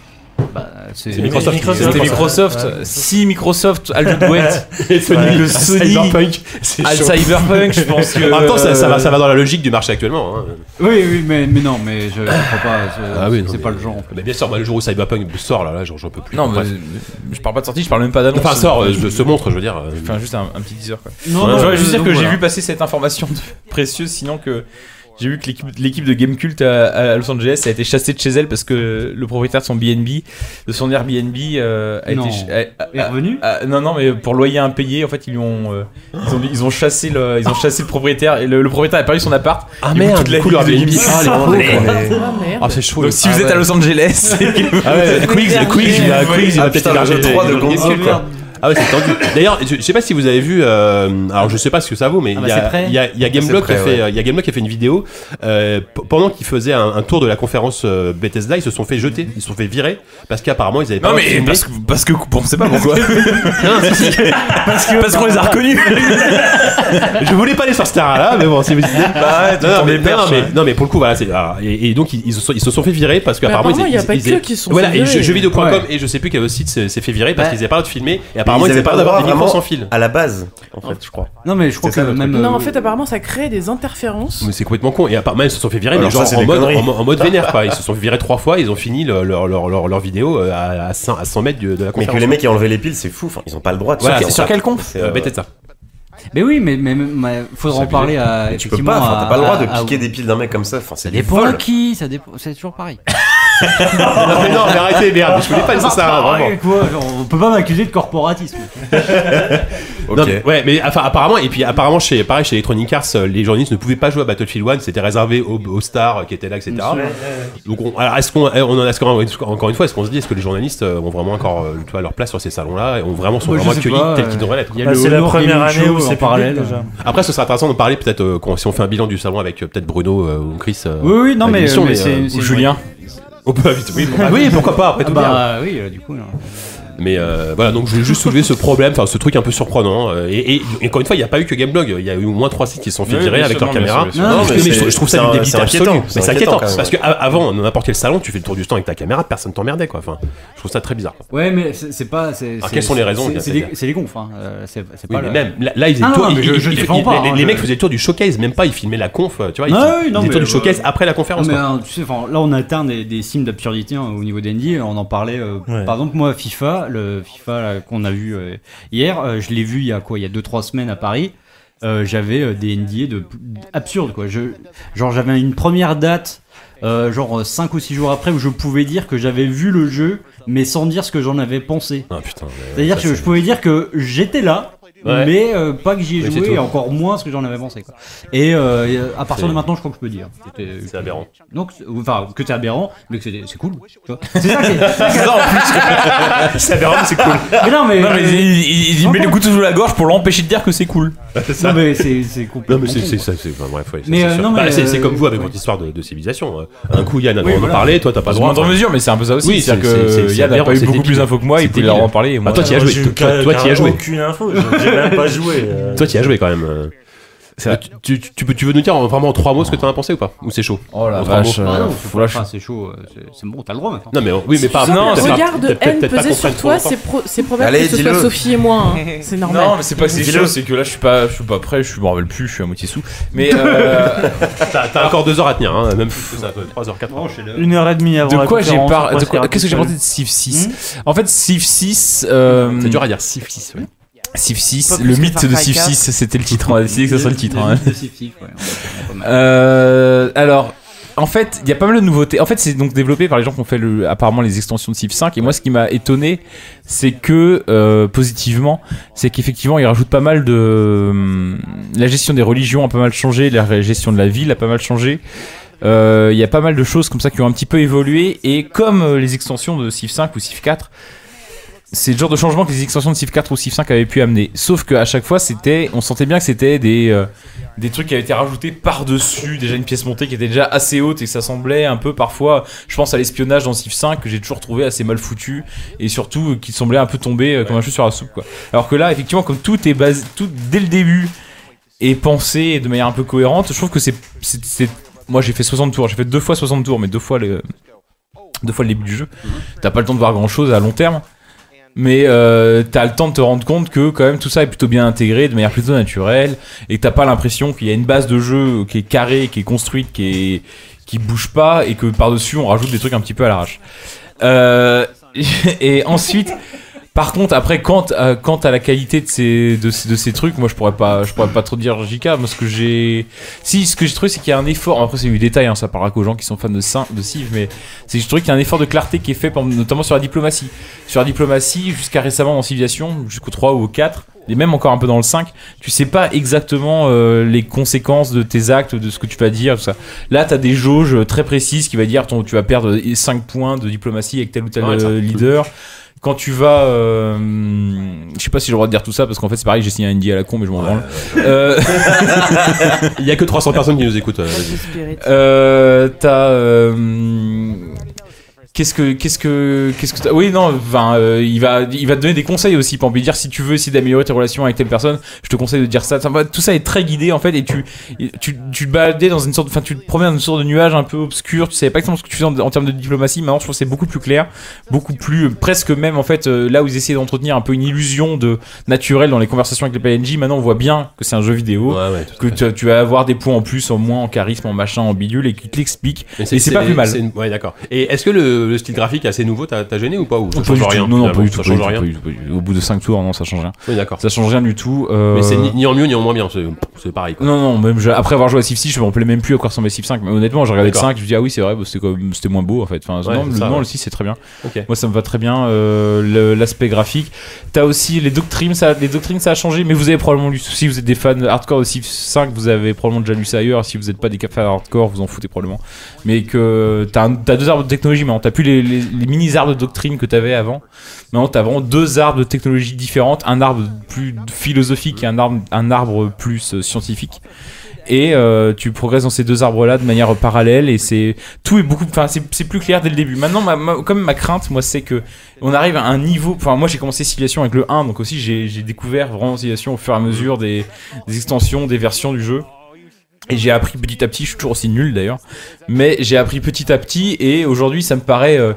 [SPEAKER 3] Bah, c'est
[SPEAKER 4] C'est Microsoft qui-
[SPEAKER 8] Microsoft.
[SPEAKER 5] C'était
[SPEAKER 4] Ouais,
[SPEAKER 5] Microsoft.
[SPEAKER 8] ouais.
[SPEAKER 5] Si Microsoft a le jeu de Gwent,
[SPEAKER 4] Et Sony,
[SPEAKER 5] le Sony
[SPEAKER 4] Cyberpunk, c'est
[SPEAKER 5] a le
[SPEAKER 4] chaud.
[SPEAKER 5] Cyberpunk, je pense que.
[SPEAKER 4] En même temps, ça, ça va,
[SPEAKER 5] euh,
[SPEAKER 4] ça va dans la logique du marché actuellement. hein.
[SPEAKER 3] Oui, oui, mais, mais non, mais je, je crois pas. je-
[SPEAKER 4] Ah non,
[SPEAKER 3] c'est
[SPEAKER 4] mais-
[SPEAKER 3] pas le genre. en fait.
[SPEAKER 4] Mais bien sûr, bah, le jour où Cyberpunk sort, là, là, j'en j'en peux plus.
[SPEAKER 5] euh, Non,
[SPEAKER 4] Bref.
[SPEAKER 5] mais je parle pas de sortie, je parle même pas d'annonce.
[SPEAKER 4] Enfin, sort, euh, je se montre, je veux dire. euh,
[SPEAKER 5] Enfin, juste un, un petit teaser quoi.
[SPEAKER 3] Non,
[SPEAKER 5] je
[SPEAKER 3] non,
[SPEAKER 5] voudrais juste
[SPEAKER 3] euh,
[SPEAKER 5] dire que
[SPEAKER 3] donc,
[SPEAKER 5] j'ai
[SPEAKER 3] voilà.
[SPEAKER 5] vu passer cette information de- précieuse, sinon que J'ai vu que l'équipe- l'équipe de Game Cult à, à Los Angeles a été chassée de chez elle parce que le propriétaire de son BNB, de son Airbnb, euh, a
[SPEAKER 3] Non.
[SPEAKER 5] été. a- a-
[SPEAKER 3] est revenu
[SPEAKER 5] ah, non, non, mais pour loyer impayé, en fait, ils lui ont, euh, ils ont, ils ont chassé le, ils ont chassé le propriétaire. Et le, le propriétaire a perdu son appart.
[SPEAKER 4] Ah
[SPEAKER 5] Du coup,
[SPEAKER 4] merde,
[SPEAKER 5] toute la
[SPEAKER 4] du coup,
[SPEAKER 5] ville
[SPEAKER 4] leur
[SPEAKER 5] de
[SPEAKER 4] Airbnb.
[SPEAKER 5] Yumi-
[SPEAKER 4] Ah, les
[SPEAKER 5] Ah,
[SPEAKER 4] pauvres,
[SPEAKER 5] mais-
[SPEAKER 4] quoi.
[SPEAKER 6] Ah merde.
[SPEAKER 4] Ah, c'est chaud.
[SPEAKER 5] Donc, si vous êtes à Los Angeles, et que vous-
[SPEAKER 4] Ah ouais, Quigs, le Quigs, il a
[SPEAKER 5] Ouais.
[SPEAKER 4] Quigs, il
[SPEAKER 7] Ah,
[SPEAKER 4] a
[SPEAKER 7] putain,
[SPEAKER 4] peut-être
[SPEAKER 7] le
[SPEAKER 4] gardé
[SPEAKER 7] G3 de Gonzo,
[SPEAKER 4] quoi. Ah ouais, c'est tendu. D'ailleurs, je je sais pas si vous avez vu. euh, alors, je sais pas ce que ça vaut,
[SPEAKER 6] Ah
[SPEAKER 4] mais il
[SPEAKER 3] bah,
[SPEAKER 4] y
[SPEAKER 3] c'est
[SPEAKER 4] a-
[SPEAKER 3] prêt.
[SPEAKER 4] il y a, il y a Gameblog qui
[SPEAKER 7] c'est
[SPEAKER 4] a
[SPEAKER 7] prêt,
[SPEAKER 4] fait, il y a Gameblog qui a fait une vidéo euh, p- pendant qu'ils faisaient un, un tour de la conférence euh, Bethesda, ils se sont fait jeter, ils se sont fait virer parce qu'apparemment ils avaient pas.
[SPEAKER 5] Non, mais
[SPEAKER 4] filmé.
[SPEAKER 5] parce que, parce que, on sait pas pourquoi. parce que- parce qu'on les a reconnus.
[SPEAKER 4] je voulais pas aller sur Star là, Ah, mais bon, c'est mes idées.
[SPEAKER 5] Bah ouais, tu
[SPEAKER 4] non,
[SPEAKER 5] t'en
[SPEAKER 4] mais,
[SPEAKER 5] déperches,
[SPEAKER 4] non, mais,
[SPEAKER 5] ouais.
[SPEAKER 4] non, mais pour le coup, voilà, c'est ah, et, et donc ils, ils se sont, ils se sont fait virer parce
[SPEAKER 6] Mais
[SPEAKER 4] qu'apparemment
[SPEAKER 6] apparemment,
[SPEAKER 4] ils-
[SPEAKER 6] il y a
[SPEAKER 4] ils-
[SPEAKER 6] pas
[SPEAKER 4] ils-
[SPEAKER 6] que qui se sont
[SPEAKER 4] Voilà,
[SPEAKER 6] fait
[SPEAKER 4] et
[SPEAKER 6] virer. Bah.
[SPEAKER 4] jeux- jeuxvideo.com
[SPEAKER 3] Ouais.
[SPEAKER 4] et je sais plus quel autre site s'est s'est fait virer parce
[SPEAKER 3] Ouais.
[SPEAKER 4] qu'ils avaient pas le droit de filmer et apparemment
[SPEAKER 7] ils
[SPEAKER 4] ils
[SPEAKER 7] avaient
[SPEAKER 4] avaient pas le
[SPEAKER 7] le
[SPEAKER 4] droit d'avoir des
[SPEAKER 7] droit
[SPEAKER 4] micros
[SPEAKER 7] vraiment
[SPEAKER 4] sans fil.
[SPEAKER 7] À la base, en fait, je crois.
[SPEAKER 3] Non, mais je crois
[SPEAKER 7] C'est ça,
[SPEAKER 3] que
[SPEAKER 7] le
[SPEAKER 3] même.
[SPEAKER 6] Non,
[SPEAKER 3] euh,
[SPEAKER 6] en fait, apparemment, ça crée des interférences.
[SPEAKER 4] Mais c'est complètement con. Et à part, même, ils se sont fait virer, mais
[SPEAKER 7] Alors
[SPEAKER 4] genre
[SPEAKER 7] ça, c'est
[SPEAKER 4] en,
[SPEAKER 7] des
[SPEAKER 4] mode,
[SPEAKER 7] conneries.
[SPEAKER 4] en, mo- en mode vénère, quoi. Ils se sont fait virer trois fois, ils ont fini le- leur, leur, leur, leur vidéo euh, à, à 100, à 100 mètres de, de la
[SPEAKER 7] Mais
[SPEAKER 4] conférence.
[SPEAKER 7] que les mecs aient enlevé les piles, c'est fou. Enfin, ils ont pas le droit. de
[SPEAKER 4] Voilà,
[SPEAKER 7] sortir
[SPEAKER 4] c'est sur
[SPEAKER 7] ça.
[SPEAKER 4] quel
[SPEAKER 5] conf
[SPEAKER 7] C'est,
[SPEAKER 4] Euh,
[SPEAKER 7] euh,
[SPEAKER 4] Bethesda.
[SPEAKER 3] Mais oui, mais, mais, mais faudra en
[SPEAKER 4] abusé.
[SPEAKER 3] parler à.
[SPEAKER 7] mais tu peux
[SPEAKER 3] effectivement,
[SPEAKER 7] pas. Enfin, t'as pas le droit de
[SPEAKER 3] à- à-
[SPEAKER 7] piquer des piles d'un mec comme ça. Enfin, c'est
[SPEAKER 3] Ça
[SPEAKER 7] des
[SPEAKER 3] dépend à
[SPEAKER 7] vols.
[SPEAKER 3] qui, ça dépend, c'est toujours pareil.
[SPEAKER 4] non, Ah, mais non, mais arrêtez, merde, je voulais pas dire ça, vraiment.
[SPEAKER 3] Ah, Ouais, quoi, genre, on peut pas m'accuser de corporatisme.
[SPEAKER 4] Non,
[SPEAKER 7] Ok.
[SPEAKER 4] mais- ouais, mais enfin, apparemment, et puis apparemment, chez, pareil, chez Electronic Arts, euh, les journalistes ne pouvaient pas jouer à Battlefield 1, c'était réservé aux, aux stars qui étaient là, etc. Donc, on, alors, est-ce qu'on, eh, on en a, est-ce qu'on- encore une fois, est-ce qu'on se dit, est-ce que les journalistes euh, ont vraiment encore euh, tu vois, leur place sur ces salons-là et ont vraiment, sont
[SPEAKER 3] Moi, je
[SPEAKER 4] vraiment
[SPEAKER 3] sais
[SPEAKER 4] accueillis
[SPEAKER 3] pas,
[SPEAKER 4] tels
[SPEAKER 3] euh,
[SPEAKER 4] qu'ils devraient l'être quoi.
[SPEAKER 3] Il y a
[SPEAKER 8] Bah,
[SPEAKER 3] le
[SPEAKER 8] c'est la
[SPEAKER 3] Honor
[SPEAKER 8] première
[SPEAKER 3] Gaming
[SPEAKER 8] année
[SPEAKER 3] Show
[SPEAKER 8] où c'est
[SPEAKER 3] en parallèle.
[SPEAKER 8] parallèle déjà.
[SPEAKER 4] Après, ce sera intéressant d'en parler peut-être euh, quand- si on fait un bilan du salon avec euh, peut-être Bruno euh, ou Chris. euh,
[SPEAKER 3] Oui, oui, non,
[SPEAKER 4] à
[SPEAKER 3] mais,
[SPEAKER 4] l'émission,
[SPEAKER 3] mais
[SPEAKER 4] mais,
[SPEAKER 3] c'est.
[SPEAKER 4] euh,
[SPEAKER 3] c'est-
[SPEAKER 4] On peut vite. Oui, pourquoi, oui, pourquoi pas après
[SPEAKER 3] Ah
[SPEAKER 4] tout bien.
[SPEAKER 3] bah oui, euh, du coup. non.
[SPEAKER 4] Mais euh, voilà, donc je voulais juste soulever ce problème, enfin ce truc un peu surprenant. euh, Et, et- et encore une fois, il n'y a pas eu que Gameblog, il y a eu au moins trois sites qui se sont fait
[SPEAKER 5] Oui,
[SPEAKER 4] virer
[SPEAKER 5] bien
[SPEAKER 4] avec
[SPEAKER 5] sûr,
[SPEAKER 4] leur
[SPEAKER 5] non,
[SPEAKER 4] caméra.
[SPEAKER 5] bien sûr,
[SPEAKER 3] bien sûr.
[SPEAKER 4] Non,
[SPEAKER 3] Non,
[SPEAKER 4] mais
[SPEAKER 7] mais
[SPEAKER 4] je,
[SPEAKER 7] c'est-
[SPEAKER 4] je trouve
[SPEAKER 7] c'est
[SPEAKER 4] ça
[SPEAKER 7] un-
[SPEAKER 4] une débilité
[SPEAKER 7] c'est
[SPEAKER 4] absolue.
[SPEAKER 7] inquiétant,
[SPEAKER 4] Mais
[SPEAKER 7] c'est
[SPEAKER 4] c'est inquiétant
[SPEAKER 7] inquiétant, quand même.
[SPEAKER 4] parce qu'avant, dans n'importe quel salon, tu fais le tour du temps avec ta caméra, personne t'emmerdait quoi. Enfin, je trouve ça très bizarre. quoi.
[SPEAKER 3] Ouais, mais c'est c'est pas. c'est-
[SPEAKER 4] Alors,
[SPEAKER 3] c'est-
[SPEAKER 4] quelles sont les raisons,
[SPEAKER 3] c'est-
[SPEAKER 4] bien,
[SPEAKER 3] C'est
[SPEAKER 4] c'est-à-dire
[SPEAKER 3] des- c'est les confs, hein. euh, C'est c'est
[SPEAKER 4] Oui,
[SPEAKER 3] pas
[SPEAKER 4] mais
[SPEAKER 3] le-
[SPEAKER 4] même là, là, ils faisaient
[SPEAKER 3] Ah
[SPEAKER 4] le
[SPEAKER 3] non,
[SPEAKER 4] tour.
[SPEAKER 3] mais
[SPEAKER 4] ils-
[SPEAKER 3] je-
[SPEAKER 4] ils-
[SPEAKER 3] je
[SPEAKER 4] ils-
[SPEAKER 3] défends
[SPEAKER 4] ils-
[SPEAKER 3] pas,
[SPEAKER 4] les-
[SPEAKER 3] hein,
[SPEAKER 4] les
[SPEAKER 3] je-
[SPEAKER 4] mecs faisaient le tour du showcase, même pas ils filmaient la conf, euh, tu vois. Ils
[SPEAKER 3] Ah
[SPEAKER 4] faisaient
[SPEAKER 3] oui,
[SPEAKER 4] ils
[SPEAKER 3] non,
[SPEAKER 4] faisaient le tour
[SPEAKER 3] mais,
[SPEAKER 4] du showcase
[SPEAKER 3] euh,
[SPEAKER 4] après la conférence.
[SPEAKER 3] mais
[SPEAKER 4] quoi.
[SPEAKER 3] euh, tu sais, enfin, là on atteint des, des cimes d'absurdité hein, au niveau d'Andy. On en parlait. euh,
[SPEAKER 8] Ouais.
[SPEAKER 3] Par exemple, moi, FIFA, le FIFA là, qu'on a vu euh, hier, euh, je l'ai vu il y a quoi Il y a 2-3 semaines à Paris. Euh, j'avais euh, des NDA de absurdes quoi. Je, genre j'avais une première date, euh, genre 5 ou 6 jours après où je pouvais dire que j'avais vu le jeu, mais sans dire ce que j'en avais pensé.
[SPEAKER 4] Ah putain. mais-
[SPEAKER 3] C'est-à-dire
[SPEAKER 4] ça,
[SPEAKER 3] que je pouvais dire que j'étais là.
[SPEAKER 4] Ouais.
[SPEAKER 3] Mais euh, pas que j'y ai
[SPEAKER 4] Mais c'est
[SPEAKER 3] joué,
[SPEAKER 4] tout.
[SPEAKER 3] et encore moins ce que j'en avais pensé. Quoi. Et euh, et, euh, à partir de
[SPEAKER 4] C'est-
[SPEAKER 3] maintenant, je crois que je peux dire.
[SPEAKER 4] c'est- C'est aberrant.
[SPEAKER 3] Donc, c'est- enfin, que t'es aberrant, mais que c'est c'est cool. tu vois. C'est ça qui est.
[SPEAKER 4] C'est aberrant, mais c'est cool.
[SPEAKER 3] Mais non, mais.
[SPEAKER 5] Non, mais il, il- il- il met le couteau sous la gorge pour l'empêcher de dire que c'est cool.
[SPEAKER 3] Non, mais c'est c'est
[SPEAKER 4] Non
[SPEAKER 3] complètement.
[SPEAKER 4] mais c'est
[SPEAKER 3] con,
[SPEAKER 4] c'est
[SPEAKER 3] quoi.
[SPEAKER 4] ça, c'est enfin, bref, ouais, ça,
[SPEAKER 3] Mais,
[SPEAKER 4] c'est
[SPEAKER 3] euh,
[SPEAKER 4] sûr.
[SPEAKER 3] non, mais,
[SPEAKER 4] Bah, c'est c'est
[SPEAKER 3] euh,
[SPEAKER 4] comme vous avec
[SPEAKER 3] ouais.
[SPEAKER 4] votre histoire de, de civilisation. euh. Un coup Yann a le droit d'en
[SPEAKER 5] voilà.
[SPEAKER 4] parler, toi t'as pas
[SPEAKER 5] Pas
[SPEAKER 4] le
[SPEAKER 5] dans
[SPEAKER 4] droit.
[SPEAKER 5] mesure,
[SPEAKER 4] enfin.
[SPEAKER 5] mais c'est un peu ça aussi.
[SPEAKER 4] Oui,
[SPEAKER 5] c'est-à-dire
[SPEAKER 4] c'est- c'est-
[SPEAKER 5] que
[SPEAKER 4] c'est
[SPEAKER 5] Yann a pas eu
[SPEAKER 4] aberrant,
[SPEAKER 5] beaucoup
[SPEAKER 4] c'est
[SPEAKER 5] plus d'infos que moi,
[SPEAKER 4] C'est
[SPEAKER 5] il pouvait leur
[SPEAKER 4] débile.
[SPEAKER 5] en parler. et moi-
[SPEAKER 4] Bah, toi, t'y as
[SPEAKER 8] Moi,
[SPEAKER 4] joué,
[SPEAKER 8] j'ai
[SPEAKER 4] toi-
[SPEAKER 8] eu ca-
[SPEAKER 4] toi, t'y as joué.
[SPEAKER 8] aucune info, je- j'ai même pas joué. euh.
[SPEAKER 4] Toi t'y as joué quand même. euh. Euh, tu, tu- tu peux, tu veux nous dire en- vraiment en trois mots ce que t'en as pensé ou pas Ou c'est chaud
[SPEAKER 5] Oh la
[SPEAKER 4] En trois
[SPEAKER 5] vache.
[SPEAKER 4] mots.
[SPEAKER 3] Ah
[SPEAKER 5] euh,
[SPEAKER 3] non,
[SPEAKER 5] faut-
[SPEAKER 3] c'est
[SPEAKER 5] là, je-
[SPEAKER 3] enfin, c'est chaud, euh, c'est- c'est bon, t'as le droit maintenant.
[SPEAKER 4] Non mais euh, oui mais pas.
[SPEAKER 5] Non,
[SPEAKER 4] peut-être pas-
[SPEAKER 6] Regarde,
[SPEAKER 4] peut-être-
[SPEAKER 6] haine
[SPEAKER 4] peut-être pas
[SPEAKER 6] pesée sur
[SPEAKER 4] comprendre
[SPEAKER 6] toi,
[SPEAKER 4] trop
[SPEAKER 6] c'est pro- c'est probable
[SPEAKER 7] Allez,
[SPEAKER 6] que ce
[SPEAKER 7] dis-le.
[SPEAKER 6] soit Sophie et moi. hein. C'est normal.
[SPEAKER 5] Non, mais c'est pas que c'est
[SPEAKER 7] Dis-le.
[SPEAKER 5] chaud, c'est que là je suis pas, je suis pas prêt, je suis- je m'en rappelle plus, je suis à moitié sous. Mais euh,
[SPEAKER 4] longtemps. T'as t'as encore deux heures à tenir, hein, même plus, ça, peut être trois heures, quatre heures.
[SPEAKER 1] Une heure et demie avant
[SPEAKER 5] de
[SPEAKER 1] la
[SPEAKER 5] quoi j'ai
[SPEAKER 1] conférence,
[SPEAKER 5] par...
[SPEAKER 1] après,
[SPEAKER 5] de
[SPEAKER 1] c'est
[SPEAKER 5] quoi-
[SPEAKER 1] rapide,
[SPEAKER 5] Qu'est-ce que j'ai
[SPEAKER 1] quoi.
[SPEAKER 5] pensé de Civ 6 En fait, Civ 6. euh,
[SPEAKER 4] C'est dur à dire 6 ouais.
[SPEAKER 5] Civ 6,
[SPEAKER 9] Pas plus
[SPEAKER 5] le
[SPEAKER 9] que
[SPEAKER 5] mythe
[SPEAKER 9] Far
[SPEAKER 5] de
[SPEAKER 9] Cry
[SPEAKER 5] Civ
[SPEAKER 9] 4.
[SPEAKER 5] 6, c'était le titre. On a décidé que ça serait le titre. hein.
[SPEAKER 3] mythe de Siftif, ouais, on- on a pas mal.
[SPEAKER 5] Euh, alors, en fait, il y a pas mal de nouveautés. En fait, c'est donc développé par les gens qui ont fait le- apparemment les extensions de Civ 5. Et moi, ce qui m'a étonné, c'est que euh, positivement, c'est qu'effectivement, ils rajoutent pas mal de hum, la gestion des religions a pas mal changé, la gestion de la ville a pas mal changé. Euh, Il y a pas mal de choses comme ça qui ont un petit peu évolué. Et comme euh, les extensions de Civ 5 ou Civ 4 c'est le genre de changement que les extensions de Civ 4 ou Civ 5 avaient pu amener. Sauf qu'à chaque fois, c'était, on sentait bien que c'était des, euh, des trucs qui avaient été rajoutés par-dessus, déjà une pièce montée qui était déjà assez haute et que ça semblait un peu parfois, je pense à l'espionnage dans Civ 5 que j'ai toujours trouvé assez mal foutu et surtout euh, qui semblait un peu tomber euh, comme un cheveu sur la soupe. Quoi. Alors que là, effectivement, comme tout est basé, tout dès le début est pensé de manière un peu cohérente, je trouve que c'est. c'est- c'est- Moi j'ai fait 60 tours, j'ai fait deux fois 60 tours, mais deux fois le, deux fois le début du jeu. T'as pas le temps de voir grand chose à long terme mais euh, t'as le temps de te rendre compte que quand même tout ça est plutôt bien intégré de manière plutôt naturelle et que t'as pas l'impression qu'il y a une base de jeu qui est carrée, qui est construite, qui est qui bouge pas et que par dessus on rajoute des trucs un petit peu à l'arrache. Euh, et ensuite
[SPEAKER 11] Par
[SPEAKER 5] contre, après, quant à, quant à la qualité de ces, de, ces, de ces trucs, moi je pourrais pas, je pourrais pas trop dire JK. Moi, ce que j'ai. Si, ce que j'ai trouvé, c'est qu'il y a un effort. Après, c'est du détail, hein, ça parlera qu'aux gens qui sont fans de, Saint, de Civ, mais c'est que je trouve qu'il y a un effort de clarté qui est fait, par- notamment sur la diplomatie. Sur la diplomatie, jusqu'à récemment dans Civilisation, jusqu'au 3 ou au 4, et même encore un peu dans le 5, tu sais pas exactement euh, les conséquences de tes actes, de ce que tu vas dire, tout ça. Là, t'as des jauges très précises qui va dire ton, tu vas perdre 5 points de diplomatie avec tel ou tel
[SPEAKER 4] Ouais, ça.
[SPEAKER 5] euh, leader. Quand tu vas, euh, je sais pas si j'ai le droit de dire tout ça parce qu'en fait c'est pareil, j'ai signé un ND à la con mais je m'en branle. Euh,
[SPEAKER 4] Il y a que 300 personnes qui nous écoutent. euh, vas-y.
[SPEAKER 5] euh, t'as. euh, Qu'est-ce que qu'est-ce que qu'est-ce que t'as- oui non enfin, euh, il va il va te donner des conseils aussi pour dire si tu veux essayer d'améliorer tes relations avec telle personne je te conseille de dire ça, Ça va- tout ça est très guidé en fait et tu et tu tu te baladais dans une sorte enfin tu te promènes dans une sorte de nuage un peu obscur tu savais pas exactement ce que tu faisais en, en termes de diplomatie maintenant je trouve que c'est beaucoup plus clair beaucoup plus euh, presque même en fait euh, là où ils essayaient d'entretenir un peu une illusion de naturel dans les conversations avec les PNJ maintenant on voit bien que c'est un jeu vidéo
[SPEAKER 4] Ouais, ouais, tout à
[SPEAKER 5] que
[SPEAKER 4] fait.
[SPEAKER 5] tu, tu vas avoir des points en plus, en moins, en charisme, en machin, en bidule, et qui te l'explique.
[SPEAKER 4] Mais
[SPEAKER 5] Et c'est pas plus mal.
[SPEAKER 4] c'est- Ouais, d'accord. Et est-ce que le, le style graphique assez nouveau t'a t'a gêné ou pas ou ça
[SPEAKER 5] Pas
[SPEAKER 4] change
[SPEAKER 5] du
[SPEAKER 4] rien
[SPEAKER 5] tout. Non, non, pas
[SPEAKER 4] finalement,
[SPEAKER 5] du
[SPEAKER 4] Ça
[SPEAKER 5] tout. pas
[SPEAKER 4] change
[SPEAKER 5] du tout,
[SPEAKER 4] rien.
[SPEAKER 5] pas du tout, pas du tout. Au bout de 5 tours, non, ça change rien.
[SPEAKER 4] Oui, d'accord.
[SPEAKER 5] Ça change rien du tout. euh,
[SPEAKER 4] Mais c'est ni, ni en mieux ni en moins bien. C'est c'est pareil. Quoi.
[SPEAKER 5] Non, non, même je- après avoir joué à Civ 6, je me rappelais même plus à quoi ressemblait Civ 5. Mais honnêtement, j'ai regardé le
[SPEAKER 4] D'accord.
[SPEAKER 5] 5, je me dis, ah oui, c'est vrai, bah, c'était quand même- c'était moins beau en fait. Enfin,
[SPEAKER 4] Ouais,
[SPEAKER 5] non,
[SPEAKER 4] c'est
[SPEAKER 5] le,
[SPEAKER 4] ça,
[SPEAKER 5] non,
[SPEAKER 4] ouais.
[SPEAKER 5] le 6, c'est très bien.
[SPEAKER 4] Ok.
[SPEAKER 5] Moi, ça me va très bien. euh, le- L'aspect graphique. T'as aussi les doctrines, ça, les doctrines, ça a changé, mais vous avez probablement lu. Si vous êtes des fans hardcore de Civ 5, vous avez probablement déjà lu ça ailleurs. Si vous n'êtes pas des fans hardcore, vous en foutez probablement. Mais que t'as un- t'as deux arbres de technologie maintenant. T'as plus les, les, les mini arbres de doctrine que t'avais avant. Maintenant, t'as vraiment deux arbres de technologie différentes. Un arbre plus philosophique et un arbre, un arbre plus euh, scientifique et euh, tu progresses dans ces deux arbres là de manière euh, parallèle et c'est tout est beaucoup enfin c'est c'est plus clair dès le début maintenant ma, ma- comme ma crainte moi c'est que on arrive à un niveau enfin moi j'ai commencé Civilization avec le 1 donc aussi j'ai j'ai découvert vraiment Civilization au fur et à mesure des, des extensions des versions du jeu et j'ai appris petit à petit je suis toujours aussi nul d'ailleurs mais j'ai appris petit à petit et aujourd'hui ça me paraît euh,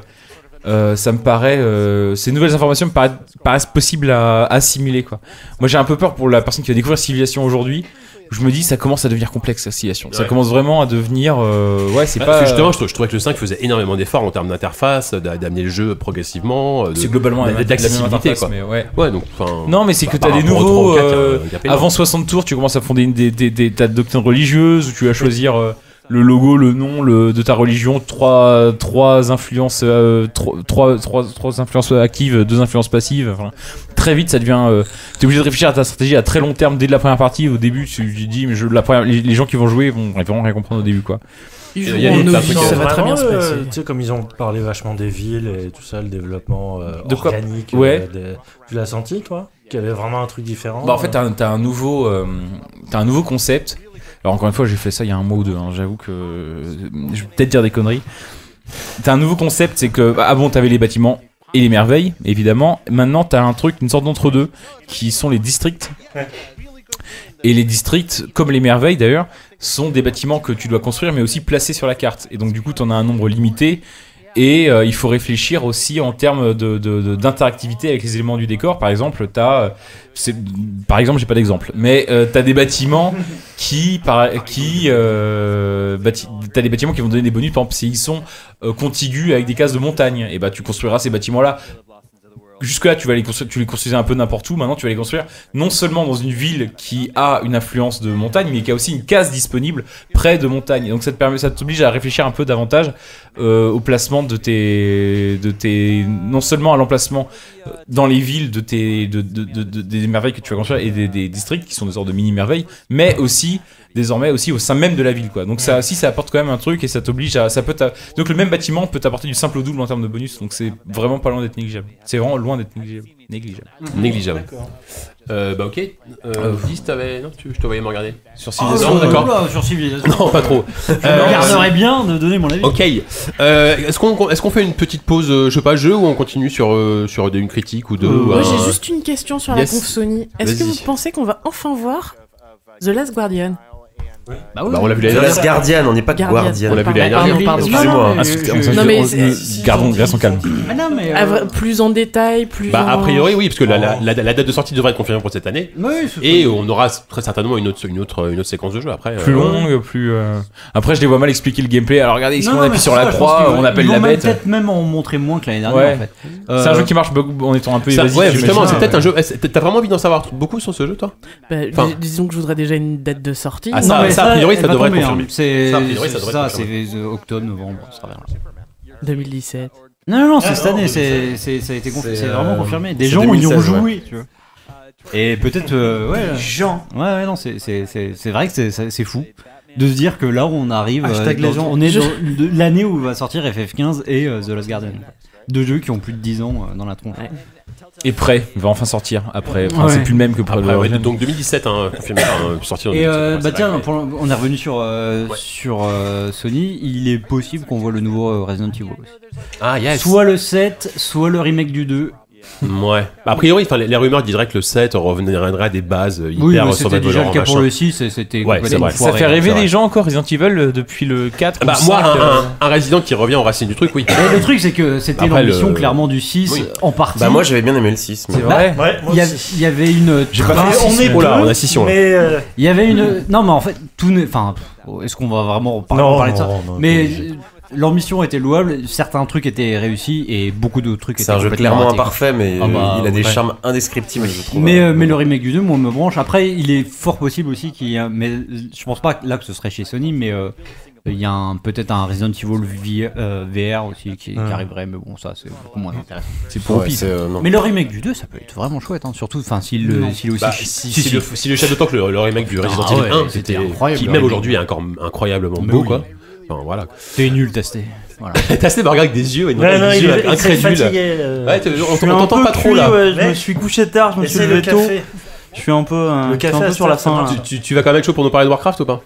[SPEAKER 5] euh, ça me paraît euh, ces nouvelles informations me paraissent, paraissent possibles à, assimiler quoi moi j'ai un peu peur pour la personne qui va découvrir Civilization aujourd'hui je me dis ça commence à devenir complexe la Civilization ça
[SPEAKER 4] Ouais.
[SPEAKER 5] commence vraiment à devenir euh, ouais c'est
[SPEAKER 4] Bah, parce
[SPEAKER 5] pas
[SPEAKER 4] que justement, je, trou- je trouvais que le 5 faisait énormément d'efforts en termes d'interface, d'a- d'amener le jeu progressivement. euh, de-
[SPEAKER 5] c'est globalement la-
[SPEAKER 4] de-
[SPEAKER 5] la même
[SPEAKER 4] d'accessibilité,
[SPEAKER 5] interface,
[SPEAKER 4] quoi.
[SPEAKER 5] mais ouais.
[SPEAKER 4] Ouais, donc. enfin,
[SPEAKER 5] non mais c'est que
[SPEAKER 4] par
[SPEAKER 5] t'as des
[SPEAKER 4] rapport au 3
[SPEAKER 5] nouveaux
[SPEAKER 4] ou 4,
[SPEAKER 5] euh,
[SPEAKER 4] euh, Gapé, non.
[SPEAKER 5] avant 60 tours tu commences à fonder une des, des, des, ta doctrine religieuse où tu vas choisir euh, le logo le nom le, de ta religion trois trois influences euh, trois, trois, trois, trois influences actives deux influences passives enfin, très vite ça devient euh, t'es obligé de réfléchir à ta stratégie à très long terme dès la première partie au début tu, tu dis mais je, la première, les, les gens qui vont jouer vont vraiment rien comprendre au début quoi
[SPEAKER 6] Ils
[SPEAKER 4] Il y a
[SPEAKER 6] jouent
[SPEAKER 4] des
[SPEAKER 6] en
[SPEAKER 4] tas de
[SPEAKER 6] novice,
[SPEAKER 4] trucs,
[SPEAKER 6] ça
[SPEAKER 4] euh,
[SPEAKER 6] va très bien se
[SPEAKER 8] Vraiment,
[SPEAKER 6] passer.
[SPEAKER 8] euh, Tu sais, comme ils ont parlé vachement des villes et tout ça, le développement euh,
[SPEAKER 5] De quoi
[SPEAKER 8] organique.
[SPEAKER 5] Ouais.
[SPEAKER 8] euh, des- Tu l'as senti, toi Qu'il y avait vraiment un truc différent
[SPEAKER 5] Bah en fait
[SPEAKER 8] euh
[SPEAKER 5] t'as, un- t'as un nouveau euh, t'as un nouveau concept. Alors encore une fois j'ai fait ça il y a un mois ou deux. hein. J'avoue que euh, je vais peut-être dire des conneries. T'as un nouveau concept c'est que ah bon t'avais les bâtiments et les merveilles évidemment. Maintenant t'as un truc une sorte d'entre deux qui sont les districts. Et les districts, comme les merveilles d'ailleurs, sont des bâtiments que tu dois construire mais aussi placer sur la carte. Et donc du coup t'en as un nombre limité. Et euh, il faut réfléchir aussi en termes de, de- de- d'interactivité avec les éléments du décor. Par exemple, t'as euh, c'est- par exemple j'ai pas d'exemple mais euh, t'as des bâtiments qui par, qui euh, bâti- t'as des bâtiments qui vont donner des bonus par exemple s'ils sont euh, contigus avec des cases de montagne et bah tu construiras ces bâtiments là Jusque là, tu vas les construire, tu les construisais un peu n'importe où. Maintenant, tu vas les construire non seulement dans une ville qui a une influence de montagne, mais qui a aussi une case disponible près de montagne. Et donc, ça te permet, ça t'oblige à réfléchir un peu davantage euh, au placement de tes, de tes, non seulement à l'emplacement dans les villes de tes, de, de- de- de- des merveilles que tu vas construire et des, des districts qui sont des sortes de mini merveilles, mais aussi désormais aussi au sein même de la ville quoi. Donc ça aussi ça apporte quand même un truc et ça t'oblige à ça peut t'a- donc le même bâtiment peut t'apporter du simple au double en termes de bonus donc c'est vraiment pas loin d'être négligeable. C'est vraiment loin d'être négligeable. négligeable.
[SPEAKER 4] Négligeable. Euh, bah ok. Euh, Fils, t'avais- non, tu, je te voyais me regarder. Sur
[SPEAKER 1] Oh,
[SPEAKER 4] 6
[SPEAKER 1] sur-
[SPEAKER 3] Ah,
[SPEAKER 4] d'accord.
[SPEAKER 1] oula, sur Civilization.
[SPEAKER 4] Non, pas trop. Euh,
[SPEAKER 1] Je me garderais bien de donner mon avis.
[SPEAKER 4] Ok. Euh, est-ce qu'on est-ce qu'on fait une petite pause, euh, je sais pas, jeu ou on continue sur euh, sur une critique ou deux euh, ou
[SPEAKER 6] Moi,
[SPEAKER 4] un-
[SPEAKER 6] Euh, j'ai juste une question sur
[SPEAKER 4] Yes.
[SPEAKER 6] la conf Sony. Est-ce que
[SPEAKER 4] Vas-y.
[SPEAKER 6] vous pensez qu'on va enfin voir The Last Guardian
[SPEAKER 9] Bah, on l'a vu l'année dernière.
[SPEAKER 7] The Last Guardian, on n'est pas de
[SPEAKER 6] Guardian.
[SPEAKER 7] Guardian.
[SPEAKER 9] On l'a vu l'année dernière.
[SPEAKER 6] Pardon, pardon.
[SPEAKER 7] Excusez-moi.
[SPEAKER 6] Non,
[SPEAKER 9] Ah,
[SPEAKER 6] non, mais-
[SPEAKER 9] c'est- on
[SPEAKER 6] Non,
[SPEAKER 9] s'est-
[SPEAKER 6] mais
[SPEAKER 9] on- euh,
[SPEAKER 6] c'est-
[SPEAKER 9] Gardons, restons calmes.
[SPEAKER 3] euh,
[SPEAKER 6] Ah, vra- plus en détail, plus.
[SPEAKER 4] Bah, a
[SPEAKER 6] en-
[SPEAKER 4] priori, oui, parce que la, la- la- la date de sortie devrait être confirmée pour cette année. Et on aura très certainement une autre, une autre, une autre séquence de jeu après.
[SPEAKER 9] Plus
[SPEAKER 4] euh,
[SPEAKER 9] longue, plus. euh, Après, je les vois mal expliquer le gameplay. Alors regardez, si on appuie sur la croix, on appelle la bête.
[SPEAKER 3] Peut-être même en montrer moins que l'année dernière.
[SPEAKER 9] Ouais.
[SPEAKER 3] En fait.
[SPEAKER 9] C'est un jeu qui marche beaucoup en étant un peu
[SPEAKER 4] ça-
[SPEAKER 9] évasif.
[SPEAKER 4] ouais,
[SPEAKER 9] j'imagine.
[SPEAKER 4] justement, c'est
[SPEAKER 9] Ouais.
[SPEAKER 4] peut-être un jeu. eh, c'est- T'as vraiment envie d'en savoir beaucoup sur ce jeu, toi
[SPEAKER 6] Bah, dis-
[SPEAKER 4] Enfin-
[SPEAKER 6] disons que je voudrais déjà une date de sortie.
[SPEAKER 4] Ah, ça,
[SPEAKER 3] Non, mais
[SPEAKER 4] ça, a priori,
[SPEAKER 3] elle
[SPEAKER 4] ça
[SPEAKER 3] va
[SPEAKER 4] devrait
[SPEAKER 3] tomber,
[SPEAKER 4] être confirmé.
[SPEAKER 3] hein. C'est
[SPEAKER 4] Ça, a priori, ça devrait
[SPEAKER 3] ça,
[SPEAKER 4] être confirmé.
[SPEAKER 3] c'est, euh, octobre, novembre, ça vers là.
[SPEAKER 6] 2017.
[SPEAKER 3] Non, non, non, c'est cette année, c'est, c'est, ça a été confirmé,
[SPEAKER 7] C'est,
[SPEAKER 3] c'est vraiment
[SPEAKER 7] euh,
[SPEAKER 3] confirmé. Des
[SPEAKER 7] c'est
[SPEAKER 3] gens y ont
[SPEAKER 7] 2016,
[SPEAKER 3] joué, tu vois. Et peut-être, euh, ouais. Gens. Ouais, ouais, non, c'est, c'est, c'est, c'est vrai que c'est, c'est, c'est fou de se dire que là, on arrive. euh,
[SPEAKER 1] Hashtag
[SPEAKER 3] dans-
[SPEAKER 1] les gens.
[SPEAKER 3] On est
[SPEAKER 6] Je-
[SPEAKER 3] dans de- l'année où va sortir FF15 et euh, The Last Guardian. Deux jeux qui ont plus de 10 ans euh, dans la tronche.
[SPEAKER 9] Et prêt, il va enfin sortir après. Enfin,
[SPEAKER 3] Ouais.
[SPEAKER 9] C'est plus le même que pour
[SPEAKER 4] Après,
[SPEAKER 9] le
[SPEAKER 4] Ah, bah, ouais,
[SPEAKER 9] original.
[SPEAKER 4] donc 2017, hein, confirmé, hein, sorti en
[SPEAKER 3] Et
[SPEAKER 4] 2017,
[SPEAKER 3] euh,
[SPEAKER 4] ouais,
[SPEAKER 3] bah
[SPEAKER 4] c'est
[SPEAKER 3] tiens,
[SPEAKER 4] vrai,
[SPEAKER 3] pour le- on est revenu sur, euh, sur euh, Sony, il est possible qu'on voit le nouveau euh, Resident Evil aussi.
[SPEAKER 4] mais- Ah, yes.
[SPEAKER 3] Soit le 7, soit le remake du 2.
[SPEAKER 4] Ouais. Bah, A priori, enfin, les, les rumeurs diraient que le 7 reviendrait à des bases euh,
[SPEAKER 3] Oui,
[SPEAKER 4] hyper
[SPEAKER 3] mais
[SPEAKER 4] sur
[SPEAKER 3] c'était déjà le cas pour le 6, et c'était
[SPEAKER 4] Ouais, c'est
[SPEAKER 3] complètement
[SPEAKER 4] vrai.
[SPEAKER 9] Ça
[SPEAKER 3] foiré.
[SPEAKER 9] fait rêver
[SPEAKER 4] c'est vrai.
[SPEAKER 9] les gens encore Resident Evil euh, depuis le 4.
[SPEAKER 4] Bah,
[SPEAKER 9] ou
[SPEAKER 4] moi,
[SPEAKER 9] 5,
[SPEAKER 4] un,
[SPEAKER 9] euh,
[SPEAKER 4] un- un résident qui revient aux racines du truc, oui.
[SPEAKER 3] Mais le truc, c'est que c'était
[SPEAKER 4] Après,
[SPEAKER 3] l'ambition
[SPEAKER 4] le-
[SPEAKER 3] clairement du 6
[SPEAKER 4] Oui.
[SPEAKER 3] en partie. Bah,
[SPEAKER 7] Bah, moi j'avais bien aimé le 6. mais-
[SPEAKER 9] C'est vrai.
[SPEAKER 8] Ouais, moi
[SPEAKER 3] il y, a-
[SPEAKER 8] aussi.
[SPEAKER 3] il y avait une. J'ai
[SPEAKER 8] Bah, on est
[SPEAKER 4] Oh là,
[SPEAKER 8] deux,
[SPEAKER 4] on a six, on a.
[SPEAKER 8] mais euh,
[SPEAKER 3] Il y avait une. Non, mais en fait, tout n'est. Enfin, pff, est-ce qu'on va vraiment par-
[SPEAKER 8] Non,
[SPEAKER 3] parler de ça
[SPEAKER 8] non, non,
[SPEAKER 3] Mais
[SPEAKER 8] t'es obligé.
[SPEAKER 3] euh, l'ambition était louable, certains trucs étaient réussis et beaucoup d'autres trucs
[SPEAKER 7] C'est
[SPEAKER 3] étaient
[SPEAKER 7] un jeu
[SPEAKER 3] complètement
[SPEAKER 7] clairement
[SPEAKER 3] ratés.
[SPEAKER 7] imparfait, mais
[SPEAKER 3] Ah
[SPEAKER 7] euh,
[SPEAKER 3] bah,
[SPEAKER 7] il a des
[SPEAKER 3] ouais.
[SPEAKER 7] charmes indescriptibles, je trouve.
[SPEAKER 3] Mais,
[SPEAKER 7] Euh,
[SPEAKER 3] euh, mais le remake du 2, moi, me branche. Après, il est fort possible aussi qu'il y a. Mais euh, je pense pas que là que ce serait chez Sony, mais euh, il y a un- peut-être un Resident Evil vi- euh, VR aussi qui, qui
[SPEAKER 8] Hum.
[SPEAKER 3] arriverait. Mais bon, ça, c'est beaucoup moins intéressant.
[SPEAKER 9] C'est pour
[SPEAKER 7] ouais, c'est, euh, non.
[SPEAKER 3] Mais le remake du 2, ça peut être vraiment chouette, hein, surtout enfin, s'il le, s'il est aussi.
[SPEAKER 4] Bah,
[SPEAKER 3] chi-
[SPEAKER 4] si,
[SPEAKER 3] si,
[SPEAKER 4] si
[SPEAKER 3] si.
[SPEAKER 4] le, si le Shadow Tank, le, le remake du Resident
[SPEAKER 3] Ah
[SPEAKER 4] Evil
[SPEAKER 3] ouais,
[SPEAKER 4] 1,
[SPEAKER 3] c'était
[SPEAKER 4] c'était
[SPEAKER 3] incroyable,
[SPEAKER 4] qui
[SPEAKER 3] le
[SPEAKER 4] même
[SPEAKER 3] remake.
[SPEAKER 4] aujourd'hui est encore incroyablement
[SPEAKER 3] Mais
[SPEAKER 4] beau,
[SPEAKER 3] oui.
[SPEAKER 4] quoi. Enfin, voilà.
[SPEAKER 3] T'es nul, testé. Voilà.
[SPEAKER 4] T'as assez regard avec des yeux, et
[SPEAKER 8] ouais, non,
[SPEAKER 4] des
[SPEAKER 8] il
[SPEAKER 4] yeux
[SPEAKER 8] est très
[SPEAKER 4] incrédules.
[SPEAKER 8] fatigué. euh,
[SPEAKER 4] Ouais, t'es- on
[SPEAKER 1] Je suis
[SPEAKER 4] on
[SPEAKER 1] un
[SPEAKER 4] t'entend
[SPEAKER 1] peu
[SPEAKER 4] pas trop
[SPEAKER 1] cuit,
[SPEAKER 4] là.
[SPEAKER 1] ouais, je
[SPEAKER 8] Ouais.
[SPEAKER 1] me suis couché tard, je me suis
[SPEAKER 8] essaye le
[SPEAKER 1] levé tôt.
[SPEAKER 8] café.
[SPEAKER 1] Je suis un peu, euh,
[SPEAKER 8] Le
[SPEAKER 1] je suis
[SPEAKER 8] café
[SPEAKER 1] un
[SPEAKER 8] à
[SPEAKER 1] peu
[SPEAKER 8] cette
[SPEAKER 1] sur la
[SPEAKER 8] heure, ça
[SPEAKER 1] fin.
[SPEAKER 8] marche.
[SPEAKER 1] là.
[SPEAKER 4] Tu, tu- tu vas quand même être chaud pour nous parler de Warcraft ou pas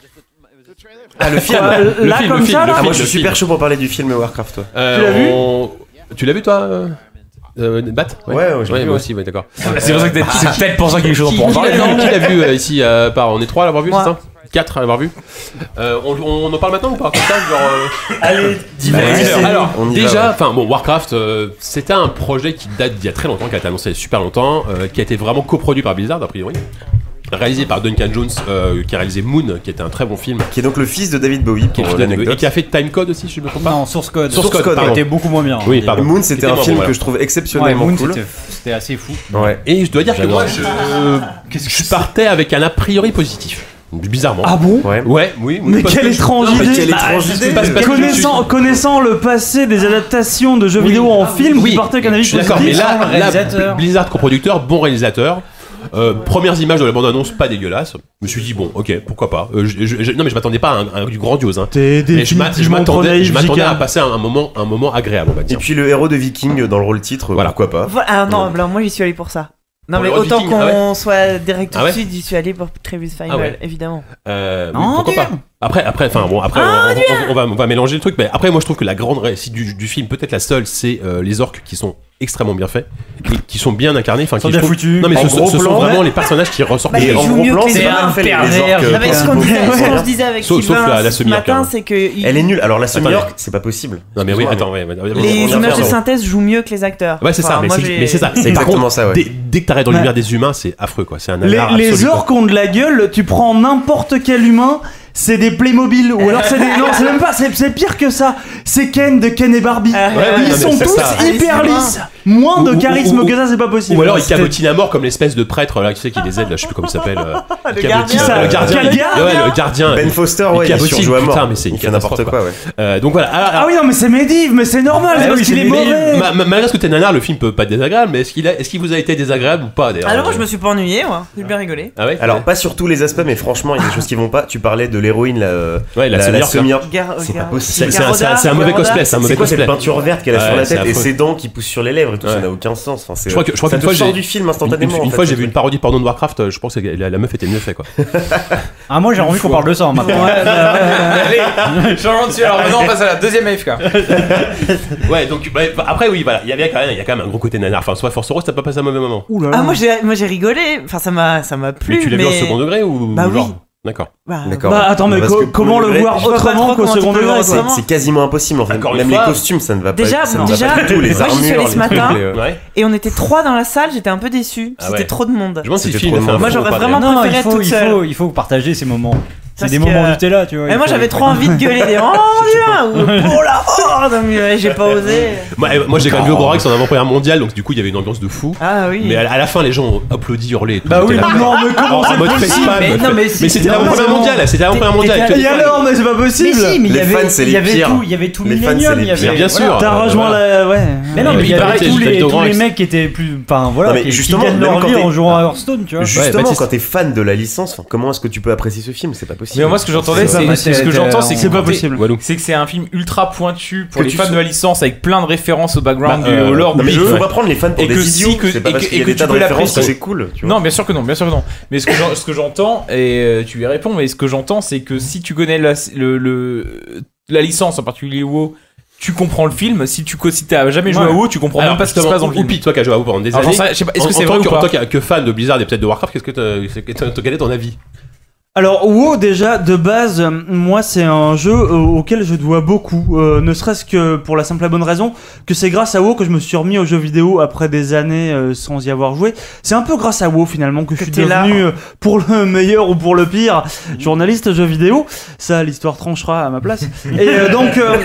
[SPEAKER 7] Ah, le film
[SPEAKER 1] Quoi,
[SPEAKER 4] Le
[SPEAKER 1] Là,
[SPEAKER 4] film,
[SPEAKER 1] comme
[SPEAKER 4] le
[SPEAKER 1] ça,
[SPEAKER 4] film,
[SPEAKER 1] là
[SPEAKER 7] Ah, moi
[SPEAKER 4] le
[SPEAKER 7] je suis
[SPEAKER 4] film.
[SPEAKER 7] super chaud pour parler du film Warcraft, toi.
[SPEAKER 4] Euh,
[SPEAKER 1] Tu l'as vu
[SPEAKER 4] on- Tu l'as vu toi euh, euh, Bat
[SPEAKER 7] Ouais, ouais, j'ai vu,
[SPEAKER 4] moi
[SPEAKER 7] ouais.
[SPEAKER 4] aussi, ouais, d'accord.
[SPEAKER 9] C'est pour ça que t'as- c'est peut-être pour ça qu'il y a des choses pour en
[SPEAKER 4] Qui
[SPEAKER 9] parler.
[SPEAKER 4] l'a vu, qui l'a vu, euh, ici euh, par- On est trois à l'avoir vu, c'est ça Quatre à l'avoir vu. Euh, on, on en parle maintenant ou pas Comme ça, genre, euh,
[SPEAKER 8] Allez, dis-moi.
[SPEAKER 7] Bah,
[SPEAKER 8] Ouais,
[SPEAKER 7] dis-le.
[SPEAKER 8] c'est-
[SPEAKER 4] Alors,
[SPEAKER 7] On y va,
[SPEAKER 4] déjà,
[SPEAKER 7] ouais.
[SPEAKER 4] enfin bon, Warcraft, euh, c'était un projet qui date d'il y a très longtemps, qui a été annoncé il y a super longtemps, euh, qui a été vraiment coproduit par Blizzard, a priori. Réalisé par Duncan Jones, euh, qui a réalisé Moon, qui était un très bon film.
[SPEAKER 7] Qui est donc le fils de David Bowie,
[SPEAKER 4] Qui est
[SPEAKER 7] pour
[SPEAKER 4] le film de- et
[SPEAKER 7] l'anecdote.
[SPEAKER 4] qui a fait Time Code aussi, si je me trompe pas.
[SPEAKER 3] Non, Source Code.
[SPEAKER 4] Source Code,
[SPEAKER 3] qui
[SPEAKER 4] pardon.
[SPEAKER 3] était beaucoup moins bien.
[SPEAKER 4] Oui, pardon.
[SPEAKER 7] Moon, c'était
[SPEAKER 4] Qui
[SPEAKER 7] un
[SPEAKER 4] était
[SPEAKER 7] film
[SPEAKER 4] moins bon,
[SPEAKER 7] que je trouve
[SPEAKER 3] Ouais,
[SPEAKER 7] exceptionnellement
[SPEAKER 3] Moon,
[SPEAKER 7] cool.
[SPEAKER 3] c'était- c'était assez fou.
[SPEAKER 7] Ouais.
[SPEAKER 4] Et je dois dire que
[SPEAKER 7] J'adore.
[SPEAKER 4] moi, je, euh, je partais avec un a priori positif. Bizarrement.
[SPEAKER 3] bon
[SPEAKER 7] Ouais.
[SPEAKER 4] Ouais, oui, oui,
[SPEAKER 1] Mais
[SPEAKER 4] parce
[SPEAKER 1] quelle
[SPEAKER 4] que-
[SPEAKER 1] étrange
[SPEAKER 4] Non, Ah mais
[SPEAKER 1] idée
[SPEAKER 4] quelle
[SPEAKER 1] Bah,
[SPEAKER 4] étrange idée. Parce- parce que je
[SPEAKER 1] Connaissant, connaissant le passé des adaptations de jeux vidéo en film, vous partez avec un
[SPEAKER 4] Ah je
[SPEAKER 1] avis
[SPEAKER 4] suis d'accord, mais
[SPEAKER 1] positif.
[SPEAKER 4] là,
[SPEAKER 3] Sans le
[SPEAKER 4] là,
[SPEAKER 3] réalisateur.
[SPEAKER 4] Blizzard coproducteur, bon réalisateur. Euh, premières images de la bande-annonce, pas dégueulasse. Je me suis dit bon, ok, pourquoi pas. Euh, je- je- je- non, mais je m'attendais pas à, un, à du grandiose. Hein.
[SPEAKER 1] T'es
[SPEAKER 4] Mais je m'a- je
[SPEAKER 1] définitivement trop
[SPEAKER 4] m'attendais, je
[SPEAKER 1] naïf,
[SPEAKER 4] m'attendais
[SPEAKER 1] Jika.
[SPEAKER 4] à passer un, un moment, un moment agréable, on va
[SPEAKER 7] Et
[SPEAKER 4] dire.
[SPEAKER 7] puis le héros de Viking dans le rôle titre,
[SPEAKER 4] Voilà.
[SPEAKER 7] pourquoi pas.
[SPEAKER 12] Voilà, ah non,
[SPEAKER 7] Ouais.
[SPEAKER 12] alors moi j'y suis allé pour ça. Non,
[SPEAKER 4] Pour
[SPEAKER 12] mais
[SPEAKER 4] le Road
[SPEAKER 12] autant
[SPEAKER 4] Viking,
[SPEAKER 12] qu'on
[SPEAKER 4] ah
[SPEAKER 12] soit direct tout
[SPEAKER 4] Ah ouais
[SPEAKER 12] de suite, j'y suis allé pour Travis Final,
[SPEAKER 4] Ah ouais.
[SPEAKER 12] évidemment.
[SPEAKER 4] Euh, oui,
[SPEAKER 3] Non,
[SPEAKER 4] pourquoi
[SPEAKER 3] Dieu.
[SPEAKER 4] pas Après, après, enfin bon, après,
[SPEAKER 12] Ah,
[SPEAKER 4] on- on, on va, on va mélanger le truc. Mais après, moi, je trouve que la grande réussite du, du film, peut-être la seule, c'est euh, les orques qui sont extrêmement bien faits, et qui sont bien incarnés. Enfin, qui
[SPEAKER 8] bien
[SPEAKER 4] je trouve-
[SPEAKER 8] foutus.
[SPEAKER 4] Non, mais
[SPEAKER 8] En
[SPEAKER 4] ce, ce
[SPEAKER 8] gros
[SPEAKER 4] sont
[SPEAKER 8] plan,
[SPEAKER 4] vraiment les personnages qui ressortent.
[SPEAKER 12] Bah,
[SPEAKER 4] Et
[SPEAKER 12] ils
[SPEAKER 4] en
[SPEAKER 12] jouent
[SPEAKER 4] gros,
[SPEAKER 12] mieux
[SPEAKER 7] plan,
[SPEAKER 12] que
[SPEAKER 7] c'est
[SPEAKER 12] les
[SPEAKER 7] pas mal fait, les
[SPEAKER 12] pervers.
[SPEAKER 7] orques, euh,
[SPEAKER 12] Ah, mais ce
[SPEAKER 7] pour
[SPEAKER 12] qu'on
[SPEAKER 7] le
[SPEAKER 12] disait-
[SPEAKER 7] moment.
[SPEAKER 12] ce qu'on se disait avec
[SPEAKER 4] Sauf- sauf la-
[SPEAKER 12] Sylvain
[SPEAKER 4] la
[SPEAKER 12] ce
[SPEAKER 4] semi-orque,
[SPEAKER 12] matin,
[SPEAKER 4] hein.
[SPEAKER 12] c'est que il-
[SPEAKER 7] Elle est nulle. Alors la semi-orque,
[SPEAKER 4] Attendez.
[SPEAKER 7] c'est pas possible.
[SPEAKER 4] Non, mais oui,
[SPEAKER 7] Excuse-moi,
[SPEAKER 4] attends, ouais, ouais, ouais, ouais,
[SPEAKER 12] les
[SPEAKER 4] on- on-
[SPEAKER 12] images de
[SPEAKER 4] on-
[SPEAKER 12] synthèse jouent mieux que les acteurs.
[SPEAKER 4] Ouais, c'est ça,
[SPEAKER 12] Enfin,
[SPEAKER 4] mais
[SPEAKER 12] moi,
[SPEAKER 4] c'est
[SPEAKER 12] j'ai-
[SPEAKER 4] mais c'est ça.
[SPEAKER 7] C'est
[SPEAKER 4] Par
[SPEAKER 7] exactement
[SPEAKER 4] contre,
[SPEAKER 7] ça, ouais.
[SPEAKER 4] Dès, dès que t'arrêtes dans
[SPEAKER 1] Ouais.
[SPEAKER 4] l'univers des humains, c'est affreux, quoi. C'est un
[SPEAKER 1] Les,
[SPEAKER 4] nanar
[SPEAKER 1] les
[SPEAKER 4] absolu, quoi.
[SPEAKER 1] orques ont de la gueule, tu prends n'importe quel humain, c'est des Playmobil. Ou alors c'est des. Non, c'est même pas, c'est c'est pire que ça. C'est Ken de Ken et Barbie.
[SPEAKER 12] Ah, ouais,
[SPEAKER 4] ouais,
[SPEAKER 1] Ils
[SPEAKER 4] non, mais
[SPEAKER 1] sont
[SPEAKER 4] c'est
[SPEAKER 1] tous
[SPEAKER 4] ça.
[SPEAKER 1] hyper lisses. Moins de
[SPEAKER 4] Ou- ou-
[SPEAKER 1] charisme
[SPEAKER 4] ou-
[SPEAKER 1] que ça, c'est pas possible.
[SPEAKER 4] Ou alors il
[SPEAKER 1] C'était-
[SPEAKER 4] cabotine à mort comme l'espèce de prêtre là, tu sais, qui les aide, là, je sais plus comment il s'appelle. euh, il
[SPEAKER 12] gardien.
[SPEAKER 1] Qui
[SPEAKER 4] cabotine,
[SPEAKER 1] ça,
[SPEAKER 4] euh, le gardien.
[SPEAKER 1] quel gardien
[SPEAKER 4] Ouais, le gardien.
[SPEAKER 7] Ben Foster,
[SPEAKER 4] il
[SPEAKER 7] ouais, il, est
[SPEAKER 4] cabotine,
[SPEAKER 7] surjoué à mort.
[SPEAKER 4] putain, mais c'est une
[SPEAKER 7] il fait n'importe
[SPEAKER 4] catastrophe,
[SPEAKER 7] quoi, ouais.
[SPEAKER 4] Euh, donc voilà. Ah,
[SPEAKER 1] Ah oui, non, mais c'est Medivh, mais c'est normal,
[SPEAKER 4] ah,
[SPEAKER 1] c'est
[SPEAKER 4] oui,
[SPEAKER 1] parce
[SPEAKER 4] c'est Bah,
[SPEAKER 1] qu'il est
[SPEAKER 4] des-
[SPEAKER 1] mauvais.
[SPEAKER 4] Ma- ma- Malgré ce que t'es nanar, le film peut pas être désagréable, mais est-ce qu'il a- est-ce qu'il vous a été désagréable ou pas d'ailleurs
[SPEAKER 12] Alors moi je me suis pas ennuyé, moi. J'ai bien rigolé.
[SPEAKER 4] Ah ouais
[SPEAKER 7] Alors pas sur tous les aspects, mais franchement, il y a des choses qui vont pas. Tu parlais de l'héroïne, la, euh,
[SPEAKER 4] Ouais, la semi-orque, hein.
[SPEAKER 7] semi-orque.
[SPEAKER 12] Gar-
[SPEAKER 7] C'est pas
[SPEAKER 12] gar-
[SPEAKER 7] possible.
[SPEAKER 4] c'est c'est un, c'est un- c'est un mauvais
[SPEAKER 12] Garoda,
[SPEAKER 4] cosplay, c'est un mauvais
[SPEAKER 7] C'est quoi cette
[SPEAKER 4] cosplay.
[SPEAKER 7] peinture verte qu'elle a
[SPEAKER 4] Ouais,
[SPEAKER 7] sur la
[SPEAKER 4] c'est
[SPEAKER 7] tête et
[SPEAKER 4] affreux.
[SPEAKER 7] ses dents qui poussent sur les lèvres et tout,
[SPEAKER 4] Ouais.
[SPEAKER 7] ça n'a aucun sens. Enfin, c'est-
[SPEAKER 4] Je crois que- je crois
[SPEAKER 7] ça
[SPEAKER 4] qu'une
[SPEAKER 7] te
[SPEAKER 4] fois,
[SPEAKER 7] sort
[SPEAKER 4] j'ai-
[SPEAKER 7] du film
[SPEAKER 4] Une, une-
[SPEAKER 7] instantanément.
[SPEAKER 4] une
[SPEAKER 7] en fait,
[SPEAKER 4] fois
[SPEAKER 7] ce
[SPEAKER 4] j'ai vu une
[SPEAKER 7] truc.
[SPEAKER 4] parodie de porno de Warcraft, euh, je pense que la, la meuf était mieux fait quoi.
[SPEAKER 3] Ah, moi j'ai envie qu'on parle de ça en maintenant.
[SPEAKER 9] Allez, changeons dessus. Alors maintenant, on passe à la deuxième AFK.
[SPEAKER 4] ouais donc bah, bah, après oui voilà, il y avait quand même, il y a quand même un gros côté nanar. Enfin soit Force Rose t'as pas passé un mauvais moment.
[SPEAKER 12] Ah moi j'ai moi j'ai rigolé. Enfin ça m'a ça m'a plu.
[SPEAKER 4] mais tu l'as vu en second degré ou
[SPEAKER 12] Bah
[SPEAKER 4] genre
[SPEAKER 12] oui.
[SPEAKER 4] D'accord.
[SPEAKER 12] Bah,
[SPEAKER 7] D'accord.
[SPEAKER 1] bah, attends, mais
[SPEAKER 7] Parce
[SPEAKER 1] co-
[SPEAKER 7] que
[SPEAKER 1] comment
[SPEAKER 7] premier
[SPEAKER 1] le
[SPEAKER 7] degré,
[SPEAKER 1] voir
[SPEAKER 12] Je vois pas
[SPEAKER 1] autrement
[SPEAKER 12] trop
[SPEAKER 1] qu'au
[SPEAKER 12] comment tu
[SPEAKER 1] second
[SPEAKER 12] peux le
[SPEAKER 1] degré
[SPEAKER 12] voir
[SPEAKER 1] c'est-
[SPEAKER 12] autrement.
[SPEAKER 7] C'est quasiment impossible en fait.
[SPEAKER 4] Encore une
[SPEAKER 7] Même
[SPEAKER 4] fois.
[SPEAKER 7] les costumes, ça ne va pas.
[SPEAKER 12] Déjà,
[SPEAKER 7] ça ne va
[SPEAKER 12] déjà,
[SPEAKER 7] pas du tout, les
[SPEAKER 12] moi, j'y suis
[SPEAKER 7] armures,
[SPEAKER 12] allée ce
[SPEAKER 7] les trucs,
[SPEAKER 12] matin.
[SPEAKER 7] les, euh,
[SPEAKER 4] Ouais.
[SPEAKER 12] Et on était trois dans la salle, j'étais un peu déçu.
[SPEAKER 4] Ah
[SPEAKER 12] C'était
[SPEAKER 4] ouais.
[SPEAKER 12] trop de monde.
[SPEAKER 4] Je me demande si
[SPEAKER 7] C'était
[SPEAKER 4] Phil
[SPEAKER 7] trop
[SPEAKER 4] a fait un
[SPEAKER 7] de
[SPEAKER 12] Moi,
[SPEAKER 4] faux
[SPEAKER 12] j'aurais
[SPEAKER 4] pas,
[SPEAKER 12] vraiment-
[SPEAKER 4] d'ailleurs.
[SPEAKER 3] Non, non, il
[SPEAKER 12] préféré
[SPEAKER 3] faut,
[SPEAKER 12] toute
[SPEAKER 3] il,
[SPEAKER 12] seule.
[SPEAKER 3] faut, il faut partager ces moments. C'est
[SPEAKER 12] Parce
[SPEAKER 3] des
[SPEAKER 12] que-
[SPEAKER 3] moments où t'es là, tu vois. il
[SPEAKER 12] Et moi
[SPEAKER 3] faut-
[SPEAKER 12] j'avais trop envie de gueuler des oh viens ou oh la horde mais ouais, j'ai pas osé.
[SPEAKER 4] Moi, euh, Moi, j'ai quand même vu Borax en avant-première mondiale, donc du coup, il y avait une ambiance de fou.
[SPEAKER 12] Ah oui. Ah
[SPEAKER 4] Mais à la- à la fin, les gens ont applaudi, hurlé. et tout.
[SPEAKER 3] Bah
[SPEAKER 4] J'étais
[SPEAKER 3] oui,
[SPEAKER 4] là,
[SPEAKER 3] non, mais comment
[SPEAKER 4] en
[SPEAKER 3] c'est
[SPEAKER 4] mode
[SPEAKER 3] possible
[SPEAKER 4] face palm.
[SPEAKER 3] Mais non, mais
[SPEAKER 4] Mais c'était
[SPEAKER 3] non,
[SPEAKER 4] l'avant-première
[SPEAKER 3] non.
[SPEAKER 4] mondiale, c'était l'avant-première mondiale.
[SPEAKER 3] t'étais
[SPEAKER 4] tu
[SPEAKER 1] Et
[SPEAKER 4] vois.
[SPEAKER 1] alors, mais c'est pas
[SPEAKER 3] Mais
[SPEAKER 1] possible
[SPEAKER 3] si, mais il y
[SPEAKER 7] Les fans,
[SPEAKER 3] avait,
[SPEAKER 7] c'est
[SPEAKER 3] il
[SPEAKER 7] les
[SPEAKER 3] y avait
[SPEAKER 7] pires.
[SPEAKER 3] tout, il y avait tout
[SPEAKER 7] Les fans, c'est
[SPEAKER 3] Millennium,
[SPEAKER 7] les
[SPEAKER 3] il y avait-
[SPEAKER 4] Mais bien
[SPEAKER 3] voilà.
[SPEAKER 4] sûr.
[SPEAKER 1] T'as
[SPEAKER 4] euh,
[SPEAKER 1] rejoint
[SPEAKER 4] voilà.
[SPEAKER 1] la. Ouais.
[SPEAKER 3] Mais non,
[SPEAKER 4] Et
[SPEAKER 3] mais
[SPEAKER 4] puis,
[SPEAKER 3] il y
[SPEAKER 4] pareil,
[SPEAKER 3] avait tous
[SPEAKER 4] j'étais
[SPEAKER 3] les,
[SPEAKER 4] au
[SPEAKER 3] tous
[SPEAKER 4] grand
[SPEAKER 3] les
[SPEAKER 4] ex.
[SPEAKER 3] mecs qui étaient plus, enfin voilà,
[SPEAKER 7] Non, mais
[SPEAKER 3] qui, qui
[SPEAKER 7] justement,
[SPEAKER 3] gagnent
[SPEAKER 7] même
[SPEAKER 3] leur
[SPEAKER 7] quand
[SPEAKER 3] vie
[SPEAKER 7] t'es-
[SPEAKER 3] en jouant à Hearthstone, tu vois.
[SPEAKER 7] Justement,
[SPEAKER 9] Baptiste.
[SPEAKER 7] quand t'es fan de la licence, enfin, comment est-ce que tu peux apprécier ce film C'est pas possible.
[SPEAKER 9] Mais moi, ce que j'entendais,
[SPEAKER 3] C'est pas
[SPEAKER 9] c'est
[SPEAKER 3] possible.
[SPEAKER 9] ce que j'entends, c'est que
[SPEAKER 1] C'est pas
[SPEAKER 9] t'es-
[SPEAKER 1] possible.
[SPEAKER 4] Walou.
[SPEAKER 9] C'est que c'est un film ultra pointu pour
[SPEAKER 7] Que
[SPEAKER 9] les
[SPEAKER 7] tu
[SPEAKER 9] fans
[SPEAKER 7] sois-
[SPEAKER 9] de la licence avec plein de références au background
[SPEAKER 4] Bah,
[SPEAKER 9] et
[SPEAKER 4] euh,
[SPEAKER 9] au lore
[SPEAKER 7] Non,
[SPEAKER 9] du
[SPEAKER 7] mais il
[SPEAKER 9] jeu.
[SPEAKER 7] faut pas prendre les fans pour
[SPEAKER 9] Et que
[SPEAKER 7] des
[SPEAKER 9] si,
[SPEAKER 7] idiots.
[SPEAKER 9] que-
[SPEAKER 7] C'est pas
[SPEAKER 9] et
[SPEAKER 7] parce
[SPEAKER 9] que-
[SPEAKER 7] qu'il y
[SPEAKER 9] et
[SPEAKER 7] a
[SPEAKER 9] que
[SPEAKER 7] des
[SPEAKER 9] tu
[SPEAKER 7] tas de
[SPEAKER 9] peux
[SPEAKER 7] références que
[SPEAKER 9] l'apprécier.
[SPEAKER 7] c'est cool. tu vois.
[SPEAKER 9] Non, bien sûr que non, bien sûr que non. Mais ce que j'en- ce que j'entends, et euh, tu y réponds, mais ce que j'entends, c'est que si tu connais la, le, le- la licence, en particulier WoW, tu comprends le film. Si tu co- si t'as jamais joué
[SPEAKER 4] Ouais.
[SPEAKER 9] à WoW, tu comprends
[SPEAKER 4] Alors,
[SPEAKER 9] même pas ce qui se passe dans le film.
[SPEAKER 4] Oupi, toi qui as joué à WoW pendant des
[SPEAKER 5] Ah,
[SPEAKER 9] Alors, j'en
[SPEAKER 4] années.
[SPEAKER 9] sais- je sais pas, Est-ce
[SPEAKER 4] en-
[SPEAKER 9] que
[SPEAKER 4] en
[SPEAKER 9] c'est
[SPEAKER 4] tant
[SPEAKER 9] vrai ou
[SPEAKER 4] que- En
[SPEAKER 9] pas
[SPEAKER 4] tant que- que fan de Blizzard et peut-être de Warcraft, qu'est-ce que t'as- c'est- t'as- t'as- quel est ton avis
[SPEAKER 1] Alors WoW déjà de base, euh, moi c'est un jeu euh, auquel je dois beaucoup, euh, ne serait-ce que pour la simple et bonne raison que c'est grâce à WoW que je me suis remis aux jeux vidéo après des années euh, sans y avoir joué. C'est un peu grâce à WoW finalement que, je suis
[SPEAKER 12] t'es là.
[SPEAKER 1] devenu euh, pour le meilleur ou pour le pire journaliste jeux vidéo. Ça l'histoire tranchera à ma place. Et euh, donc euh,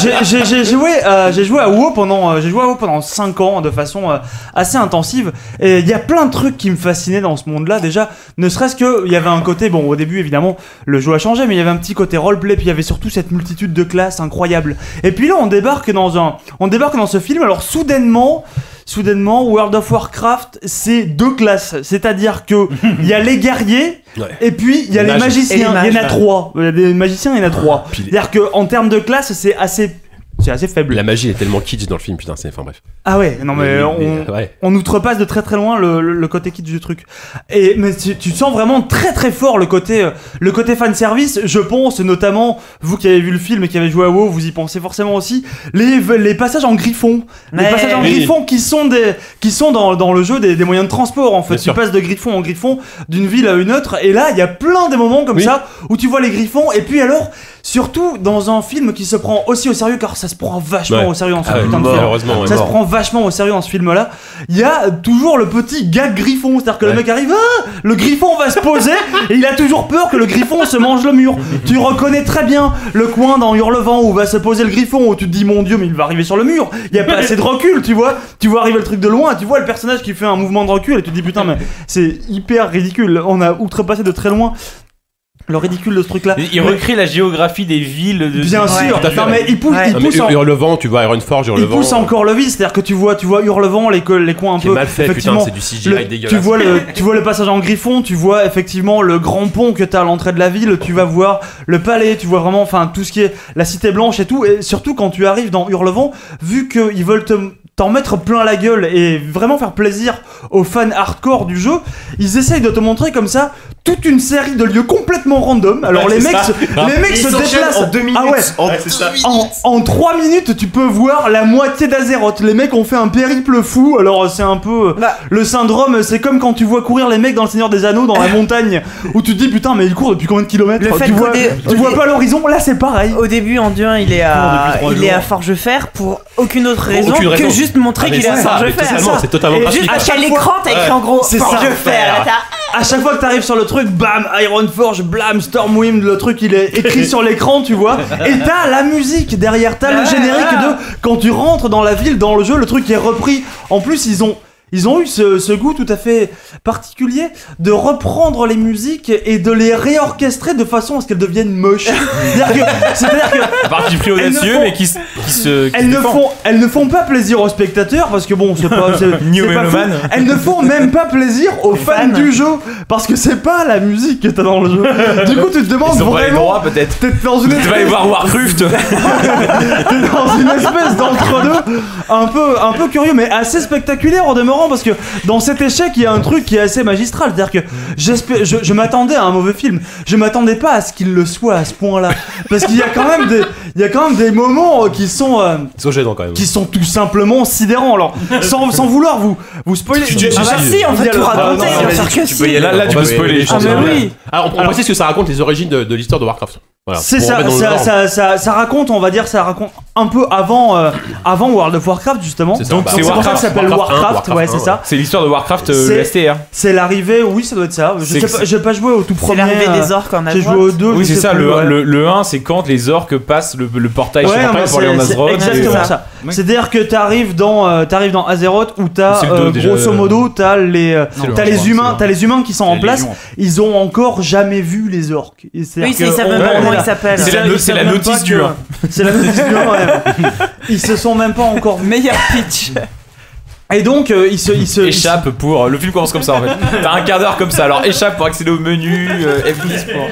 [SPEAKER 1] j'ai- j'ai j'ai joué, euh, j'ai joué à WoW pendant, euh, j'ai joué à WoW pendant 5 ans de façon euh, assez intensive. Et il y a plein de trucs qui me fascinaient dans ce monde-là déjà. Ne serait-ce que il y avait un côté bon au début évidemment le jeu a changé mais il y avait un petit côté roleplay puis il y avait surtout cette multitude de classes incroyable. Et puis là on débarque dans un on débarque dans ce film alors soudainement soudainement World of Warcraft c'est deux classes, c'est-à-dire que il y a les guerriers
[SPEAKER 4] Ouais.
[SPEAKER 1] et puis il y a
[SPEAKER 4] Les
[SPEAKER 1] les
[SPEAKER 4] mages. Ah,
[SPEAKER 12] Et
[SPEAKER 1] magiciens, il
[SPEAKER 12] les
[SPEAKER 1] y en a
[SPEAKER 12] mages.
[SPEAKER 1] trois. Il y a des magiciens, il y en a trois.
[SPEAKER 4] Puis les-
[SPEAKER 1] C'est-à-dire que en termes de classe c'est assez c'est assez faible.
[SPEAKER 4] La magie est tellement kitsch dans le film, putain, c'est. Enfin bref.
[SPEAKER 1] Ah ouais, non mais
[SPEAKER 4] Les-
[SPEAKER 1] on
[SPEAKER 4] les- ouais.
[SPEAKER 1] on outrepasse de très très loin le, le- le côté kitsch du truc. Et mais tu, tu sens vraiment très très fort le côté euh, le côté fan service. Je pense notamment vous qui avez vu le film et qui avez joué à WoW, vous y pensez forcément aussi les les passages en griffon, les
[SPEAKER 12] Ouais.
[SPEAKER 1] passages en
[SPEAKER 4] Oui.
[SPEAKER 1] griffon qui sont des qui sont dans, dans le jeu des, des moyens de transport en fait.
[SPEAKER 4] Bien
[SPEAKER 1] tu
[SPEAKER 4] sûr.
[SPEAKER 1] passes de griffon en griffon d'une ville à une autre et là il y a plein des moments comme
[SPEAKER 4] Oui.
[SPEAKER 1] ça où tu vois les griffons et puis alors surtout dans un film qui se prend aussi au sérieux car ça se prend vachement
[SPEAKER 4] Ouais.
[SPEAKER 1] au sérieux en ce
[SPEAKER 4] Ah ouais,
[SPEAKER 1] putain de film.
[SPEAKER 4] Malheureusement, ouais.
[SPEAKER 1] Ça se prend vachement au sérieux dans ce film-là. Il y a toujours le petit gars griffon, c'est-à-dire que
[SPEAKER 4] Ouais.
[SPEAKER 1] le mec arrive, Ah le griffon va se poser, et il a toujours peur que le griffon se mange le mur. Tu reconnais très bien le coin dans Hurlevent où va se poser le griffon, où tu te dis mon dieu, mais il va arriver sur le mur. Il y a pas assez de recul, tu vois. Tu vois arriver le truc de loin, tu vois le personnage qui fait un mouvement de recul, et tu te dis putain, mais c'est hyper ridicule. On a outrepassé de très loin le ridicule de ce truc-là.
[SPEAKER 9] Il il
[SPEAKER 1] Mais
[SPEAKER 9] recrée la géographie des villes. De...
[SPEAKER 1] Bien
[SPEAKER 12] Ouais.
[SPEAKER 1] sûr,
[SPEAKER 4] Tout à fait.
[SPEAKER 1] non mais il pousse,
[SPEAKER 12] Ouais.
[SPEAKER 1] il
[SPEAKER 4] Non, mais
[SPEAKER 1] pousse en-
[SPEAKER 4] Hurlevent, tu vois, Ironforge,
[SPEAKER 1] il
[SPEAKER 4] Hurlevent.
[SPEAKER 1] pousse encore le vice, c'est-à-dire que tu vois, tu vois Hurlevent, les, co- les coins un
[SPEAKER 4] euh, Qui est
[SPEAKER 1] peu.
[SPEAKER 4] mal fait, putain,
[SPEAKER 1] effectivement,
[SPEAKER 4] c'est du CGI
[SPEAKER 1] le-
[SPEAKER 4] dégueulasse.
[SPEAKER 1] tu vois le, tu vois le passage en griffon, tu vois effectivement le grand pont que t'as à l'entrée de la ville, tu vas voir le palais, tu vois vraiment, enfin tout ce qui est la cité blanche et tout, et surtout quand tu arrives dans Hurlevent, vu qu'ils veulent te- t'en mettre plein la gueule et vraiment faire plaisir aux fans hardcore du jeu, ils essayent de te montrer comme ça toute une série de lieux complètement random. Alors
[SPEAKER 4] Ouais,
[SPEAKER 1] les
[SPEAKER 4] c'est
[SPEAKER 1] mecs,
[SPEAKER 4] ça. Hein
[SPEAKER 1] se- les mecs se déplacent
[SPEAKER 7] en deux minutes.
[SPEAKER 1] Ah ouais,
[SPEAKER 7] en-
[SPEAKER 1] en, en 3 minutes, tu peux voir la moitié d'Azeroth. Les mecs ont fait un périple fou. Alors, euh, c'est un peu. euh,
[SPEAKER 12] Bah.
[SPEAKER 1] Le syndrome, c'est comme quand tu vois courir les mecs dans le Seigneur des Anneaux dans la montagne. Où tu te dis, putain, mais ils courent depuis combien de kilomètres
[SPEAKER 12] Le fait
[SPEAKER 1] Tu
[SPEAKER 12] qu'au
[SPEAKER 1] vois,
[SPEAKER 12] dé-
[SPEAKER 1] tu
[SPEAKER 12] au
[SPEAKER 1] vois
[SPEAKER 12] dé-
[SPEAKER 1] pas l'horizon Là, c'est pareil.
[SPEAKER 12] Au début, en Duin, il est
[SPEAKER 1] depuis
[SPEAKER 12] à,
[SPEAKER 1] trois
[SPEAKER 12] il est
[SPEAKER 1] jours.
[SPEAKER 12] à Forgefer pour aucune autre raison,
[SPEAKER 4] Aucune raison.
[SPEAKER 12] que juste montrer
[SPEAKER 4] Ah, mais
[SPEAKER 12] qu'il est à
[SPEAKER 4] c'est ça, mais
[SPEAKER 12] Forgefer.
[SPEAKER 4] totalement, C'est totalement
[SPEAKER 1] Et
[SPEAKER 4] pratique.
[SPEAKER 1] juste
[SPEAKER 12] À
[SPEAKER 1] à chaque
[SPEAKER 12] quel
[SPEAKER 1] fois-
[SPEAKER 12] écran t'as écrit en gros
[SPEAKER 1] C'est ça.
[SPEAKER 12] Forgefer t'as-
[SPEAKER 1] à chaque fois que t'arrives sur le truc, bam, Ironforge, blam, Stormwind, le truc il est écrit sur l'écran, tu vois. Et t'as la musique derrière, t'as le générique de quand tu rentres dans la ville, dans le jeu, le truc est repris. En plus, ils ont. Ils ont eu ce, ce goût tout à fait particulier de reprendre les musiques et de les réorchestrer de façon à ce qu'elles deviennent moches. C'est-à-dire que- C'est-à-dire que
[SPEAKER 9] Parti pris audacieux,
[SPEAKER 1] font-
[SPEAKER 9] mais qui, se- qui se. qui se
[SPEAKER 1] elles ne,
[SPEAKER 9] défend.
[SPEAKER 1] font, elles ne font pas plaisir aux spectateurs parce que bon, c'est pas. c'est-
[SPEAKER 9] Ni aux
[SPEAKER 1] c'est pas fou.
[SPEAKER 9] mélomanes.
[SPEAKER 1] Elles ne font même pas plaisir aux fans
[SPEAKER 12] fans.
[SPEAKER 1] du jeu parce que c'est pas la musique que t'as dans le jeu. Du coup, tu te demandes
[SPEAKER 9] Ils ont pas les
[SPEAKER 1] vraiment.
[SPEAKER 9] droits, peut-être.
[SPEAKER 1] T'es dans une
[SPEAKER 9] Tu vas aller
[SPEAKER 1] espèce,
[SPEAKER 9] voir Warcraft.
[SPEAKER 1] t'es dans une espèce d'entre-deux un peu, un peu curieux mais assez spectaculaire en demeurant marrant parce que dans cet échec, il y a un truc qui est assez magistral. C'est-à-dire que j'espère- je, je m'attendais à un mauvais film. Je m'attendais pas à ce qu'il le soit à ce point-là. Parce qu'il y a quand même des, il y a quand même des moments euh, qui sont, euh,
[SPEAKER 4] Ils sont gênants quand même.
[SPEAKER 1] qui sont tout simplement sidérants. Alors, sans, sans vouloir vous, vous spoiler.
[SPEAKER 4] Tu- tu-
[SPEAKER 1] vous-
[SPEAKER 4] tu- Ah
[SPEAKER 12] Ah bah si, on va tout raconter, on va faire que si.
[SPEAKER 4] Là, là, tu peux spoiler.
[SPEAKER 1] Ah, mais oui!
[SPEAKER 4] Ah, on, on précise que ça raconte les origines de, de l'histoire de Warcraft. Voilà.
[SPEAKER 1] C'est
[SPEAKER 4] Pour
[SPEAKER 1] ça,
[SPEAKER 4] remettre dans le
[SPEAKER 1] ça,
[SPEAKER 4] genre.
[SPEAKER 1] ça, ça, ça raconte, on va dire, ça raconte un peu avant, euh, avant World of Warcraft justement.
[SPEAKER 4] C'est ça,
[SPEAKER 1] Donc
[SPEAKER 4] bah,
[SPEAKER 1] c'est
[SPEAKER 5] c'est
[SPEAKER 1] pour ça que
[SPEAKER 5] Warcraft,
[SPEAKER 1] ça s'appelle
[SPEAKER 4] Warcraft un,
[SPEAKER 1] Warcraft,
[SPEAKER 4] Warcraft
[SPEAKER 1] ouais,
[SPEAKER 4] un,
[SPEAKER 1] c'est
[SPEAKER 4] ouais.
[SPEAKER 1] ça.
[SPEAKER 5] C'est l'histoire de Warcraft, euh,
[SPEAKER 1] C'est-
[SPEAKER 5] le STR.
[SPEAKER 1] C'est l'arrivée, oui, ça doit être ça. Je
[SPEAKER 5] C'est
[SPEAKER 1] sais
[SPEAKER 5] que
[SPEAKER 1] pas- J'ai pas joué au tout
[SPEAKER 12] C'est
[SPEAKER 1] premier.
[SPEAKER 12] l'arrivée
[SPEAKER 1] euh,
[SPEAKER 12] des orques en
[SPEAKER 1] J'ai joué
[SPEAKER 12] Azeroth.
[SPEAKER 1] au 2.
[SPEAKER 5] Oui, c'est ça, le, le, le 1, c'est quand les orques passent le, le portail sur Warcraft pour aller en euh, Azeroth.
[SPEAKER 1] exactement
[SPEAKER 5] et-
[SPEAKER 1] ça. C'est-à-dire que t'arrives dans, euh, t'arrives dans Azeroth où t'as
[SPEAKER 5] C'est le deux,
[SPEAKER 1] euh,
[SPEAKER 5] déjà,
[SPEAKER 1] grosso
[SPEAKER 5] euh,
[SPEAKER 1] modo t'as les, euh,
[SPEAKER 5] C'est le
[SPEAKER 1] t'as
[SPEAKER 5] un,
[SPEAKER 1] les
[SPEAKER 5] c'est
[SPEAKER 1] humains,
[SPEAKER 5] le
[SPEAKER 1] t'as les humains qui sont en
[SPEAKER 5] les
[SPEAKER 1] place.
[SPEAKER 5] légions.
[SPEAKER 1] Ils ont encore jamais vu les orques. Et c'est-à-dire
[SPEAKER 12] Oui,
[SPEAKER 1] que
[SPEAKER 12] ils savent
[SPEAKER 1] on-
[SPEAKER 12] même
[SPEAKER 1] on
[SPEAKER 12] pas
[SPEAKER 1] est
[SPEAKER 12] comment
[SPEAKER 1] là.
[SPEAKER 12] il s'appelle. Ah,
[SPEAKER 5] C'est la-
[SPEAKER 1] Ils
[SPEAKER 5] c'est
[SPEAKER 1] savent
[SPEAKER 5] la
[SPEAKER 1] même
[SPEAKER 5] notice
[SPEAKER 1] pas
[SPEAKER 5] du
[SPEAKER 1] que-
[SPEAKER 5] un.
[SPEAKER 1] C'est la notice du 1, ouais. Ils se sont même pas encore vus.
[SPEAKER 12] Meilleur pitch.
[SPEAKER 1] Et donc, euh, ils se. Ils se
[SPEAKER 5] Échappe pour. euh, Le film commence comme ça en fait. T'as un quart d'heure comme ça, alors échappe pour accéder au menu, euh, F10 pour.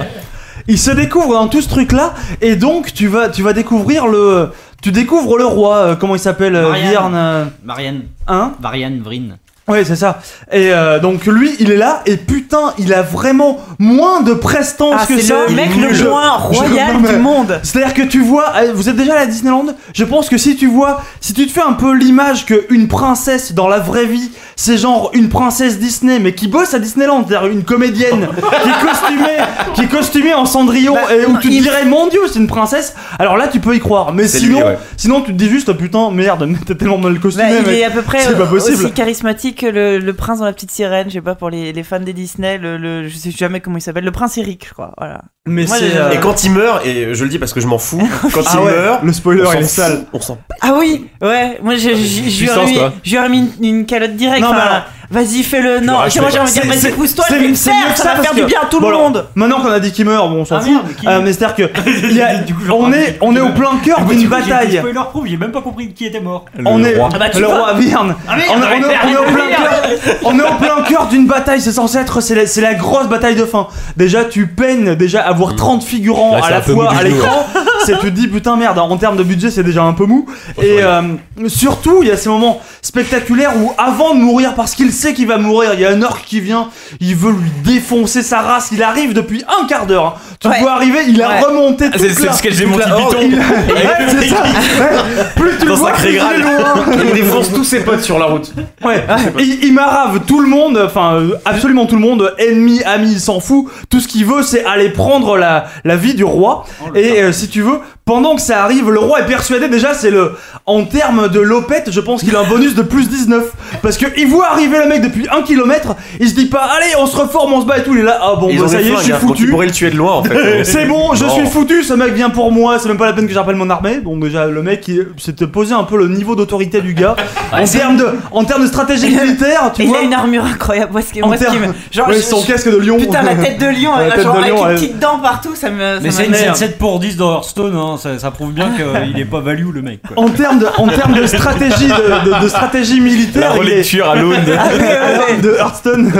[SPEAKER 1] il se découvre dans tout ce truc là et donc tu vas tu vas découvrir le tu découvres le roi euh, comment il s'appelle euh,
[SPEAKER 13] Marianne.
[SPEAKER 1] Vierne euh,
[SPEAKER 13] Marianne,
[SPEAKER 1] hein
[SPEAKER 13] Varian, Vrin.
[SPEAKER 1] Ouais, c'est ça. Et euh, donc lui, il est là et putain, il a vraiment moins de prestance
[SPEAKER 12] Ah, c'est
[SPEAKER 1] que ça.
[SPEAKER 12] le mec le
[SPEAKER 1] Je-
[SPEAKER 12] moins
[SPEAKER 1] je- non,
[SPEAKER 12] royal
[SPEAKER 1] mais-
[SPEAKER 12] du monde.
[SPEAKER 1] C'est-à-dire que tu vois, euh, vous êtes déjà allé à Disneyland Je pense que si tu vois, si tu te fais un peu l'image qu'une princesse dans la vraie vie, c'est genre une princesse Disney, mais qui bosse à Disneyland, c'est-à-dire une comédienne qui est costumée, qui est costumée en Cendrillon,
[SPEAKER 5] Bah,
[SPEAKER 1] et où tu te dirais, mon dieu, c'est une princesse, alors là tu peux y croire. Mais
[SPEAKER 5] C'est
[SPEAKER 1] sinon,
[SPEAKER 5] lui, ouais.
[SPEAKER 1] sinon tu te dis juste, oh, putain, merde, mais t'es tellement mal
[SPEAKER 12] Bah,
[SPEAKER 1] costumé.
[SPEAKER 12] il
[SPEAKER 1] mec.
[SPEAKER 12] est à peu près
[SPEAKER 1] c'est pas
[SPEAKER 12] euh,
[SPEAKER 1] possible.
[SPEAKER 12] aussi charismatique que le, le prince dans la petite sirène. Je sais pas pour les, les fans des Disney, le, le- je sais jamais comment il s'appelle, le prince Eric, je crois. Voilà.
[SPEAKER 1] Mais
[SPEAKER 12] Moi,
[SPEAKER 1] c'est.
[SPEAKER 12] j'ai-
[SPEAKER 1] euh,
[SPEAKER 7] Et quand il meurt, et je le dis parce que je m'en fous, quand
[SPEAKER 1] Ah
[SPEAKER 7] il
[SPEAKER 1] ouais,
[SPEAKER 7] meurt,
[SPEAKER 1] le spoiler
[SPEAKER 7] on
[SPEAKER 1] il est
[SPEAKER 7] s'en
[SPEAKER 1] sale.
[SPEAKER 7] fout, on s'en
[SPEAKER 12] Ah oui, ouais. Moi, je, je- je- je lui aurais
[SPEAKER 4] Puissance,
[SPEAKER 12] mis,
[SPEAKER 4] quoi.
[SPEAKER 12] je lui aurais mis une, une calotte directe.
[SPEAKER 1] Non, mais
[SPEAKER 12] Enfin,
[SPEAKER 1] alors-
[SPEAKER 12] vas-y, fais-le. Non,
[SPEAKER 4] l'aurais
[SPEAKER 12] j'ai- moi, j'ai envie de
[SPEAKER 1] C'est-
[SPEAKER 12] dire,
[SPEAKER 1] c'est-
[SPEAKER 12] vas-y, pousse-toi,
[SPEAKER 1] c'est-
[SPEAKER 12] je vais le
[SPEAKER 1] c'est mieux
[SPEAKER 12] faire.
[SPEAKER 1] que
[SPEAKER 12] Ça va
[SPEAKER 1] parce
[SPEAKER 12] faire du
[SPEAKER 1] que-
[SPEAKER 12] bien à tout
[SPEAKER 1] bon,
[SPEAKER 12] le
[SPEAKER 1] alors,
[SPEAKER 12] monde.
[SPEAKER 1] Maintenant qu'on a dit qu'il meurt, bon, on s'en
[SPEAKER 13] Ah
[SPEAKER 1] fout.
[SPEAKER 13] merde, qui-
[SPEAKER 1] Euh, mais c'est-à-dire que il y a-
[SPEAKER 13] Du coup, j'en
[SPEAKER 1] on
[SPEAKER 13] parle.
[SPEAKER 1] est, on est au plein cœur d'une bataille.
[SPEAKER 13] Spoiler proof, j'ai même pas compris qui était mort.
[SPEAKER 1] on est
[SPEAKER 12] Ah bah, tu
[SPEAKER 1] le
[SPEAKER 12] vois.
[SPEAKER 1] roi Byrne.
[SPEAKER 13] merde,
[SPEAKER 1] on, est- on est-
[SPEAKER 13] ouais,
[SPEAKER 1] on est au plein cœur. On est au plein cœur d'une bataille. C'est censé être c'est la, c'est la grosse bataille de fin. Déjà tu peines déjà à voir 30 figurants
[SPEAKER 4] Mm. Là,
[SPEAKER 1] à
[SPEAKER 4] c'est
[SPEAKER 1] la
[SPEAKER 4] un peu mou
[SPEAKER 1] fois
[SPEAKER 4] du
[SPEAKER 1] à
[SPEAKER 4] genou,
[SPEAKER 1] l'écran. C'est tu te dis putain merde. hein, En termes de budget c'est déjà un peu mou.
[SPEAKER 4] Oh,
[SPEAKER 1] Et euh, surtout il y a ces moments spectaculaires où avant de mourir parce qu'il sait qu'il va mourir il y a un orc qui vient. Il veut lui défoncer sa race. Il arrive depuis un quart d'heure. hein. Tu
[SPEAKER 12] Ouais.
[SPEAKER 1] vois arriver. Il a
[SPEAKER 12] Ouais.
[SPEAKER 1] remonté.
[SPEAKER 5] C'est
[SPEAKER 1] toute
[SPEAKER 5] c'est
[SPEAKER 1] la-
[SPEAKER 5] le sketch des Monty
[SPEAKER 1] toute la-
[SPEAKER 5] Python.
[SPEAKER 1] Il- Ouais, c'est ça. Ouais. Plus tu le vois, plus il est loin.
[SPEAKER 7] Il défonce tous ses potes sur la route.
[SPEAKER 1] Ouais, il, il marave tout le monde, enfin euh, absolument tout le monde, ennemi, ami, il s'en fout. Tout ce qu'il veut, c'est aller prendre la, la vie du roi.
[SPEAKER 7] Oh,
[SPEAKER 1] et euh, si tu veux, pendant que ça arrive, le roi est persuadé déjà, c'est le. En termes de lopette, je pense qu'il a un bonus de plus 19. Parce que il voit arriver le mec depuis Ah, 1 km, il se dit pas, allez, on se reforme, on se bat et tout. Il est là, ah bon,
[SPEAKER 7] Ils
[SPEAKER 1] bah,
[SPEAKER 7] ont
[SPEAKER 1] ça
[SPEAKER 7] des
[SPEAKER 1] y est, je
[SPEAKER 7] flingues,
[SPEAKER 1] suis
[SPEAKER 7] hein, donc Tu
[SPEAKER 1] foutu.
[SPEAKER 7] pourrais le tuer de loin en fait.
[SPEAKER 1] C'est bon, je
[SPEAKER 7] Non.
[SPEAKER 1] suis foutu, ce mec vient pour moi, c'est même pas la peine que j'appelle mon armée. Bon, déjà, le mec, il s'était posé un peu le niveau d'autorité du gars. en, termes de, en termes de stratégie militaire, tu
[SPEAKER 12] Il
[SPEAKER 1] vois.
[SPEAKER 12] a une armure incroyable. Moi, ce qui,
[SPEAKER 1] En
[SPEAKER 12] moi, ce qui
[SPEAKER 1] termes-
[SPEAKER 12] me- genre,
[SPEAKER 1] Ouais,
[SPEAKER 12] je-
[SPEAKER 1] son
[SPEAKER 12] je-
[SPEAKER 1] casque de lion.
[SPEAKER 12] putain, la tête de lion,
[SPEAKER 1] La
[SPEAKER 12] là,
[SPEAKER 1] tête
[SPEAKER 12] genre,
[SPEAKER 1] de
[SPEAKER 12] avec
[SPEAKER 1] lion,
[SPEAKER 12] une
[SPEAKER 1] elle-
[SPEAKER 12] petite dent partout, ça me.
[SPEAKER 13] Mais
[SPEAKER 12] ça
[SPEAKER 13] c'est une
[SPEAKER 12] m'énerve.
[SPEAKER 13] 7 pour 10 dans Hearthstone, hein, ça, ça prouve bien qu'il est pas value le mec. Quoi.
[SPEAKER 1] En termes de, en termes de stratégie, de, de- de stratégie
[SPEAKER 5] La
[SPEAKER 1] militaire, il est,
[SPEAKER 5] relecture à l'aune.
[SPEAKER 12] Ah,
[SPEAKER 5] de-
[SPEAKER 1] de Hearthstone.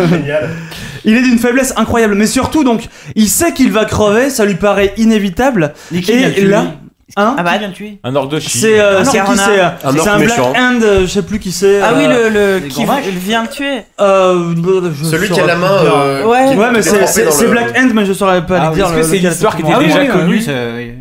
[SPEAKER 1] Il est d'une faiblesse incroyable, mais surtout donc, il sait qu'il va crever, ça lui paraît inévitable.
[SPEAKER 13] Mais qui
[SPEAKER 1] Et
[SPEAKER 13] vient de tuer
[SPEAKER 1] là,
[SPEAKER 13] lui
[SPEAKER 1] Hein
[SPEAKER 12] Ah bah, Ah
[SPEAKER 13] Qui vient de tuer
[SPEAKER 5] Un orc de chi.
[SPEAKER 1] C'est euh,
[SPEAKER 12] Un
[SPEAKER 1] c'est
[SPEAKER 12] orc
[SPEAKER 1] qui
[SPEAKER 12] renard.
[SPEAKER 1] c'est euh,
[SPEAKER 7] Un orc
[SPEAKER 1] c'est un Black
[SPEAKER 7] méchant.
[SPEAKER 1] Hand, euh, je sais plus qui c'est.
[SPEAKER 12] Ah oui,
[SPEAKER 1] euh,
[SPEAKER 12] le, le
[SPEAKER 13] les
[SPEAKER 12] qui
[SPEAKER 13] grands
[SPEAKER 12] v- vient le tuer.
[SPEAKER 1] euh, je- je
[SPEAKER 7] Celui qui
[SPEAKER 1] saurais
[SPEAKER 7] a la
[SPEAKER 1] plus
[SPEAKER 7] main.
[SPEAKER 1] dire.
[SPEAKER 7] euh,
[SPEAKER 12] Ouais.
[SPEAKER 7] qui-
[SPEAKER 1] Ouais, mais
[SPEAKER 7] qui est
[SPEAKER 1] c'est-
[SPEAKER 7] trempé
[SPEAKER 1] c'est
[SPEAKER 7] dans
[SPEAKER 1] c'est
[SPEAKER 7] le-
[SPEAKER 1] Black End, mais je saurais pas
[SPEAKER 5] Ah
[SPEAKER 1] le
[SPEAKER 5] oui,
[SPEAKER 1] dire.
[SPEAKER 5] est-ce
[SPEAKER 1] le-
[SPEAKER 5] que c'est
[SPEAKER 1] lequel
[SPEAKER 5] l'histoire qui
[SPEAKER 1] exactement.
[SPEAKER 5] était
[SPEAKER 1] Ah oui,
[SPEAKER 5] déjà
[SPEAKER 1] oui,
[SPEAKER 5] connue
[SPEAKER 1] oui.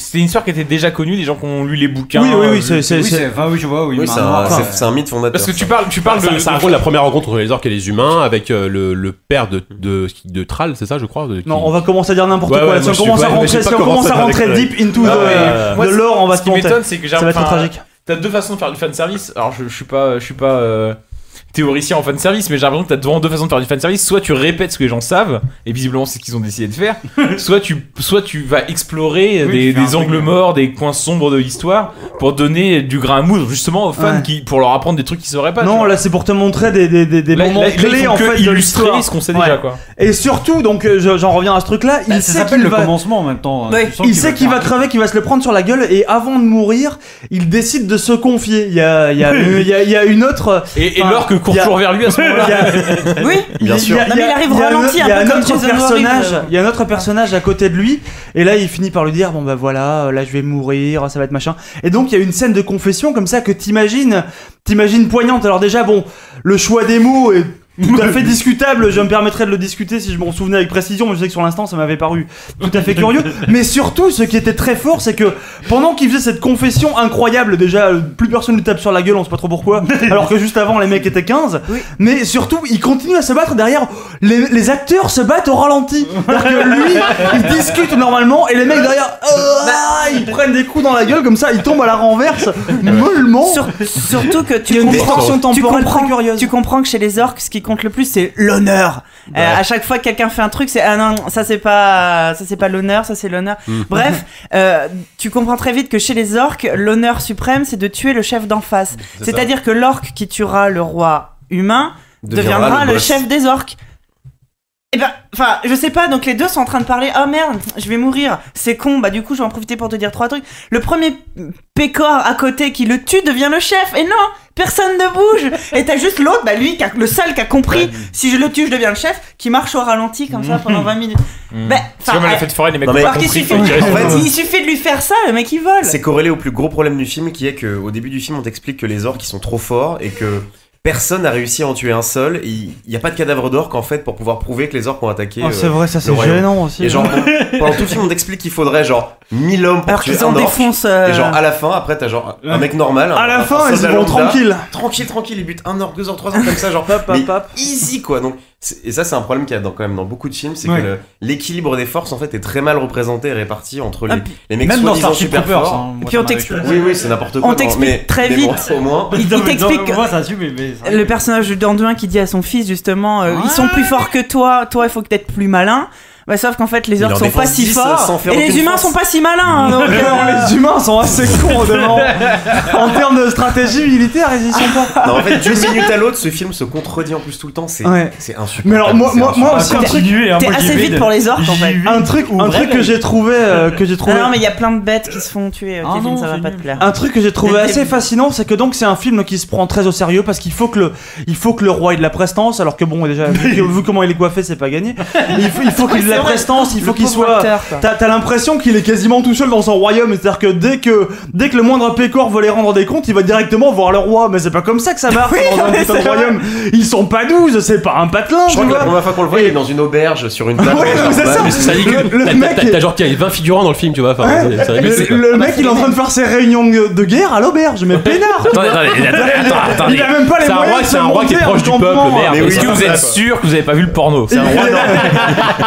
[SPEAKER 5] C'est une histoire qui était déjà connue, les gens qui ont lu les bouquins.
[SPEAKER 1] Oui, oui, oui,
[SPEAKER 5] euh,
[SPEAKER 1] c'est- c'est-
[SPEAKER 13] Oui,
[SPEAKER 1] c'est-
[SPEAKER 13] c'est. Enfin, oui, je vois, oui.
[SPEAKER 7] Oui,
[SPEAKER 13] bah,
[SPEAKER 7] c'est un-
[SPEAKER 13] enfin,
[SPEAKER 7] c'est- c'est un mythe fondateur.
[SPEAKER 5] Parce que tu parles, tu parles
[SPEAKER 4] Ah, Ça,
[SPEAKER 5] de.
[SPEAKER 4] ça raconte la première rencontre entre les orques et les humains avec euh, le, le père de, de, de Thrall, c'est ça, je crois de- qui-
[SPEAKER 1] Non, on va commencer à dire n'importe
[SPEAKER 4] Ouais,
[SPEAKER 1] quoi.
[SPEAKER 4] ouais,
[SPEAKER 1] là, si
[SPEAKER 4] moi,
[SPEAKER 1] on
[SPEAKER 4] je suis
[SPEAKER 1] commence à
[SPEAKER 4] pas- je sais
[SPEAKER 1] rentrer,
[SPEAKER 4] pas
[SPEAKER 1] si on
[SPEAKER 4] comment
[SPEAKER 1] commence à
[SPEAKER 4] ça va
[SPEAKER 1] rentrer
[SPEAKER 4] décoller.
[SPEAKER 1] deep into
[SPEAKER 5] Ah,
[SPEAKER 1] the,
[SPEAKER 5] mais,
[SPEAKER 1] euh,
[SPEAKER 5] moi,
[SPEAKER 1] de l'or, on va
[SPEAKER 5] Ce
[SPEAKER 1] se
[SPEAKER 5] qui
[SPEAKER 1] planter.
[SPEAKER 5] m'étonne, c'est que j'ai
[SPEAKER 1] Ça va être
[SPEAKER 5] enfin,
[SPEAKER 1] tragique.
[SPEAKER 5] T'as deux façons de faire du fanservice. Alors, je, je suis pas, je suis pas euh, théoricien en fanservice, mais j'ai l'impression que t'as devant deux façons de faire du fanservice. Soit tu répètes ce que les gens savent, et visiblement c'est ce qu'ils ont décidé de faire. soit, tu, soit tu vas explorer
[SPEAKER 13] Oui, tu fais
[SPEAKER 5] des,
[SPEAKER 13] un
[SPEAKER 5] des
[SPEAKER 13] truc, euh,
[SPEAKER 5] angles
[SPEAKER 13] ouais.
[SPEAKER 5] morts, des coins sombres de l'histoire, pour donner du grain à moudre justement aux fans
[SPEAKER 1] Ouais.
[SPEAKER 5] qui, pour leur apprendre des trucs qu'ils sauraient pas. tu
[SPEAKER 1] Non,
[SPEAKER 5] vois.
[SPEAKER 1] là, c'est pour te montrer des, des, des, des
[SPEAKER 5] Là-
[SPEAKER 1] moments
[SPEAKER 5] là, là, ils
[SPEAKER 1] clés
[SPEAKER 5] font
[SPEAKER 1] en
[SPEAKER 5] que
[SPEAKER 1] fait de
[SPEAKER 5] illustrer
[SPEAKER 1] l'histoire.
[SPEAKER 5] ce qu'on sait
[SPEAKER 1] Ouais.
[SPEAKER 5] déjà quoi.
[SPEAKER 1] Et surtout, donc, euh, je- j'en reviens à ce truc-là.
[SPEAKER 13] bah,
[SPEAKER 1] Il
[SPEAKER 13] ça
[SPEAKER 1] sait
[SPEAKER 13] s'appelle
[SPEAKER 1] qu'il
[SPEAKER 13] le
[SPEAKER 1] va.
[SPEAKER 13] commencement en même temps.
[SPEAKER 12] Ouais.
[SPEAKER 13] tu sens
[SPEAKER 1] Il
[SPEAKER 13] qu'il
[SPEAKER 1] sait
[SPEAKER 13] va
[SPEAKER 1] qu'il va
[SPEAKER 13] faire-
[SPEAKER 1] crever, qu'il va se le prendre sur la gueule, et avant de mourir, il décide de se confier. Il y a, il y a, il y a- il y a une autre.
[SPEAKER 5] Et, et
[SPEAKER 1] Enfin,
[SPEAKER 5] l'orque
[SPEAKER 1] court toujours
[SPEAKER 5] vers lui à ce moment-là.
[SPEAKER 12] Oui,
[SPEAKER 7] Bien sûr.
[SPEAKER 12] Non, mais il arrive ralenti, un
[SPEAKER 1] Il y a
[SPEAKER 12] peu
[SPEAKER 1] un
[SPEAKER 12] comme
[SPEAKER 1] autre
[SPEAKER 12] Jason
[SPEAKER 1] personnage,
[SPEAKER 12] Voorhees.
[SPEAKER 1] il y a un autre personnage à côté de lui, et là il finit par lui dire bon bah voilà, euh, là je vais mourir, ça va être machin. Et donc il y a une scène de confession comme ça que t'imagines, t'imagines poignante. Alors déjà bon, le choix des mots est tout à fait discutable, je me permettrais de le discuter si je m'en souvenais avec précision, mais je sais que sur l'instant ça m'avait paru tout à fait curieux. Mais surtout, ce qui était très fort, c'est que pendant qu'il faisait cette confession incroyable, déjà euh, plus personne lui tape sur la gueule, on sait pas trop pourquoi, alors que juste avant les mecs étaient 15, mais surtout il continue à se battre derrière, les, les acteurs se battent au ralenti. C'est-à-dire que lui, il discute normalement et les mecs derrière,
[SPEAKER 12] Bah,
[SPEAKER 1] ah, ils prennent des coups dans la gueule comme ça, ils tombent à la renverse, mollement.
[SPEAKER 12] Sur- surtout que
[SPEAKER 1] Il y a
[SPEAKER 12] tu
[SPEAKER 1] une
[SPEAKER 12] comprends,
[SPEAKER 1] distorsion
[SPEAKER 12] tu,
[SPEAKER 1] temporelle très
[SPEAKER 12] comprends,
[SPEAKER 1] curieuse.
[SPEAKER 12] tu comprends que chez les orques, ce qui compte le plus, c'est l'honneur. Euh, à chaque fois que quelqu'un fait un truc, c'est ah non, ça c'est pas, ça c'est pas l'honneur, ça c'est l'honneur.
[SPEAKER 1] Hmm.
[SPEAKER 12] Bref, euh, tu comprends très vite que chez les orques, l'honneur suprême, c'est de tuer le chef d'en face.
[SPEAKER 7] C'est ça.
[SPEAKER 12] C'est-à-dire que l'orque qui tuera le roi humain
[SPEAKER 7] Deviendra
[SPEAKER 12] deviendra,
[SPEAKER 7] le
[SPEAKER 12] le,
[SPEAKER 7] boss.
[SPEAKER 12] chef des orques. Eh ben, enfin, je sais pas, donc les deux sont en train de parler, oh merde, je vais mourir, c'est con, bah du coup je vais en profiter pour te dire trois trucs. Le premier pécor à côté qui le tue devient le chef, et non, personne ne bouge Et t'as juste l'autre, bah lui, qui a- le seul qui a compris, si je le tue je deviens le chef, qui marche au ralenti comme ça pendant 20 minutes. Bah,
[SPEAKER 5] C'est comme à la fête foraine, les mecs
[SPEAKER 7] Non,
[SPEAKER 5] ont
[SPEAKER 7] mais-
[SPEAKER 5] pas
[SPEAKER 12] alors qu'il
[SPEAKER 5] compris.
[SPEAKER 12] suffit,
[SPEAKER 5] faut tirer sur
[SPEAKER 7] En
[SPEAKER 5] le-
[SPEAKER 7] fait,
[SPEAKER 12] il suffit de lui faire ça, le mec il vole
[SPEAKER 7] C'est corrélé au plus gros problème du film qui est que au début du film on t'explique que les orques ils sont trop forts et que personne n'a réussi à en tuer un seul. Il n'y a pas de cadavre d'orque en fait pour pouvoir prouver que les orques ont attaqué.
[SPEAKER 12] Oh,
[SPEAKER 7] euh,
[SPEAKER 1] Oh, vrai, ça
[SPEAKER 7] le royaume.
[SPEAKER 1] aussi.
[SPEAKER 7] et genre pendant tout le film on t'explique qu'il faudrait genre 1000 hommes pour
[SPEAKER 12] Alors
[SPEAKER 7] tuer
[SPEAKER 12] qu'ils
[SPEAKER 7] un
[SPEAKER 12] en
[SPEAKER 7] orque.
[SPEAKER 12] défoncent... euh,
[SPEAKER 7] Et genre à la fin après t'as genre un mec normal.
[SPEAKER 1] À la
[SPEAKER 7] un- un
[SPEAKER 1] fin, ils
[SPEAKER 7] soldat
[SPEAKER 1] vont
[SPEAKER 7] lambda.
[SPEAKER 1] tranquille.
[SPEAKER 7] Tranquille tranquille il bute un orque, deux orques, trois orques comme ça genre
[SPEAKER 1] Pap, pap,
[SPEAKER 7] Mais-
[SPEAKER 1] pap.
[SPEAKER 7] easy quoi. Donc c'est- et ça c'est un problème qu'il y a dans, quand même dans beaucoup de films, c'est
[SPEAKER 1] Ouais.
[SPEAKER 7] que le- l'équilibre des forces en fait est très mal représenté et réparti entre les,
[SPEAKER 12] Ah,
[SPEAKER 7] les mecs
[SPEAKER 3] Même dans
[SPEAKER 7] soi-disant
[SPEAKER 3] Starship
[SPEAKER 7] super
[SPEAKER 3] Troopers.
[SPEAKER 7] forts.
[SPEAKER 3] hein, moi,
[SPEAKER 12] puis
[SPEAKER 3] ça
[SPEAKER 12] on
[SPEAKER 3] m'a-
[SPEAKER 12] t'explique-
[SPEAKER 7] Oui, oui, c'est n'importe quoi.
[SPEAKER 12] On
[SPEAKER 7] non,
[SPEAKER 12] t'explique
[SPEAKER 7] mais-
[SPEAKER 12] très
[SPEAKER 7] mais bon,
[SPEAKER 12] vite.
[SPEAKER 7] au moins,
[SPEAKER 12] Il
[SPEAKER 3] Non, mais-
[SPEAKER 12] t'explique
[SPEAKER 3] non,
[SPEAKER 12] que-
[SPEAKER 3] mais Moi, ça assume, mais- mais ça-
[SPEAKER 12] Le personnage d'Anduin qui dit à son fils justement euh, ils sont plus forts que toi, toi il faut que t'être plus malin. Bah, sauf qu'en fait les
[SPEAKER 7] Il en
[SPEAKER 12] orques sont pas
[SPEAKER 7] défonce
[SPEAKER 12] si
[SPEAKER 7] 10 sans
[SPEAKER 12] forts
[SPEAKER 7] faire
[SPEAKER 12] et les
[SPEAKER 7] aucune
[SPEAKER 12] humains
[SPEAKER 7] force.
[SPEAKER 12] sont pas si malins. hein, donc, euh,
[SPEAKER 1] les humains sont assez cons devant. En termes de stratégie militaire, ils y sont pas.
[SPEAKER 7] non, en fait, d'une minute à l'autre, ce film se contredit en plus tout le temps. C'est
[SPEAKER 1] Ouais.
[SPEAKER 7] c'est insupportable.
[SPEAKER 1] Mais alors moi,
[SPEAKER 7] c'est
[SPEAKER 1] moi, moi
[SPEAKER 7] insupportable.
[SPEAKER 1] aussi un
[SPEAKER 12] T'es-
[SPEAKER 1] truc,
[SPEAKER 12] T'es assez vite pour les orques en fait.
[SPEAKER 1] un truc, un truc que j'ai trouvé, euh, que j'ai trouvé.
[SPEAKER 12] Ah non mais il y a plein de bêtes qui se font tuer. euh,
[SPEAKER 3] Ah
[SPEAKER 12] Kevin,
[SPEAKER 3] non,
[SPEAKER 12] ça va
[SPEAKER 3] c'est
[SPEAKER 12] pas te
[SPEAKER 3] nul.
[SPEAKER 12] plaire.
[SPEAKER 1] Un truc que j'ai trouvé
[SPEAKER 12] Mais-
[SPEAKER 1] assez fascinant, c'est que donc c'est un film qui se prend très au sérieux parce qu'il faut que le, il faut que le roi ait de la prestance, alors que bon déjà vu, que- vu comment il est coiffé, c'est pas gagné. Il faut, il faut qu'il ait de la prestance, il faut
[SPEAKER 12] Le
[SPEAKER 1] qu'il
[SPEAKER 12] pauvre
[SPEAKER 1] soit.
[SPEAKER 12] acteur, quoi.
[SPEAKER 1] T'as t'as l'impression qu'il est quasiment tout seul dans son royaume, c'est-à-dire que dès que dès que le moindre pécor veut les rendre des comptes, il va directement voir le roi. Mais c'est pas comme ça que ça marche dans un
[SPEAKER 12] mais
[SPEAKER 1] putain
[SPEAKER 12] c'est
[SPEAKER 1] de
[SPEAKER 12] vrai.
[SPEAKER 1] royaume. Ils sont pas douze, c'est pas un patelin.
[SPEAKER 7] Je crois
[SPEAKER 1] tu
[SPEAKER 7] que la
[SPEAKER 1] vois.
[SPEAKER 7] première fois qu'on le voit, il est dans une auberge sur une table.
[SPEAKER 1] Ouais, mais c'est ça.
[SPEAKER 4] Mais c'est ridicule.
[SPEAKER 1] Le- le
[SPEAKER 4] T'as-
[SPEAKER 1] mec
[SPEAKER 4] t'as-
[SPEAKER 1] est-
[SPEAKER 4] T'as genre qu'il y a 20 figurants dans le film, tu vois. enfin, c'est- c'est
[SPEAKER 1] Le,
[SPEAKER 4] ridicule, quoi.
[SPEAKER 1] le mec, il est en train de faire ses réunions de, de guerre à l'auberge, mais peinard
[SPEAKER 5] Attendez, attendez, attendez, attendez.
[SPEAKER 1] Il a même pas les
[SPEAKER 4] C'est
[SPEAKER 5] Ah,
[SPEAKER 4] un
[SPEAKER 1] moyens
[SPEAKER 4] roi,
[SPEAKER 1] de se
[SPEAKER 4] c'est un roi qui est
[SPEAKER 1] monter
[SPEAKER 4] proche
[SPEAKER 1] en
[SPEAKER 4] du
[SPEAKER 1] campement.
[SPEAKER 4] peuple, merde.
[SPEAKER 7] Mais oui,
[SPEAKER 5] Est-ce que
[SPEAKER 7] ça,
[SPEAKER 5] vous
[SPEAKER 7] ça,
[SPEAKER 5] êtes
[SPEAKER 7] quoi.
[SPEAKER 5] sûr que vous avez pas vu le porno
[SPEAKER 1] Il est-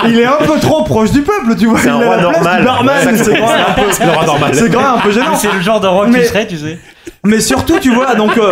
[SPEAKER 1] Il est un peu trop proche du peuple, tu vois.
[SPEAKER 7] C'est
[SPEAKER 1] il
[SPEAKER 7] un
[SPEAKER 1] est à
[SPEAKER 7] roi
[SPEAKER 1] la place du
[SPEAKER 7] normal.
[SPEAKER 1] barman,
[SPEAKER 7] Ouais, ça
[SPEAKER 1] c'est quand même un peu-
[SPEAKER 4] Le roi normal.
[SPEAKER 1] c'est quand même un peu
[SPEAKER 3] Ah, Mais
[SPEAKER 1] gênant.
[SPEAKER 3] C'est le genre de rock
[SPEAKER 1] Mais-
[SPEAKER 3] qui serait, tu sais.
[SPEAKER 1] Mais surtout, tu vois, donc euh,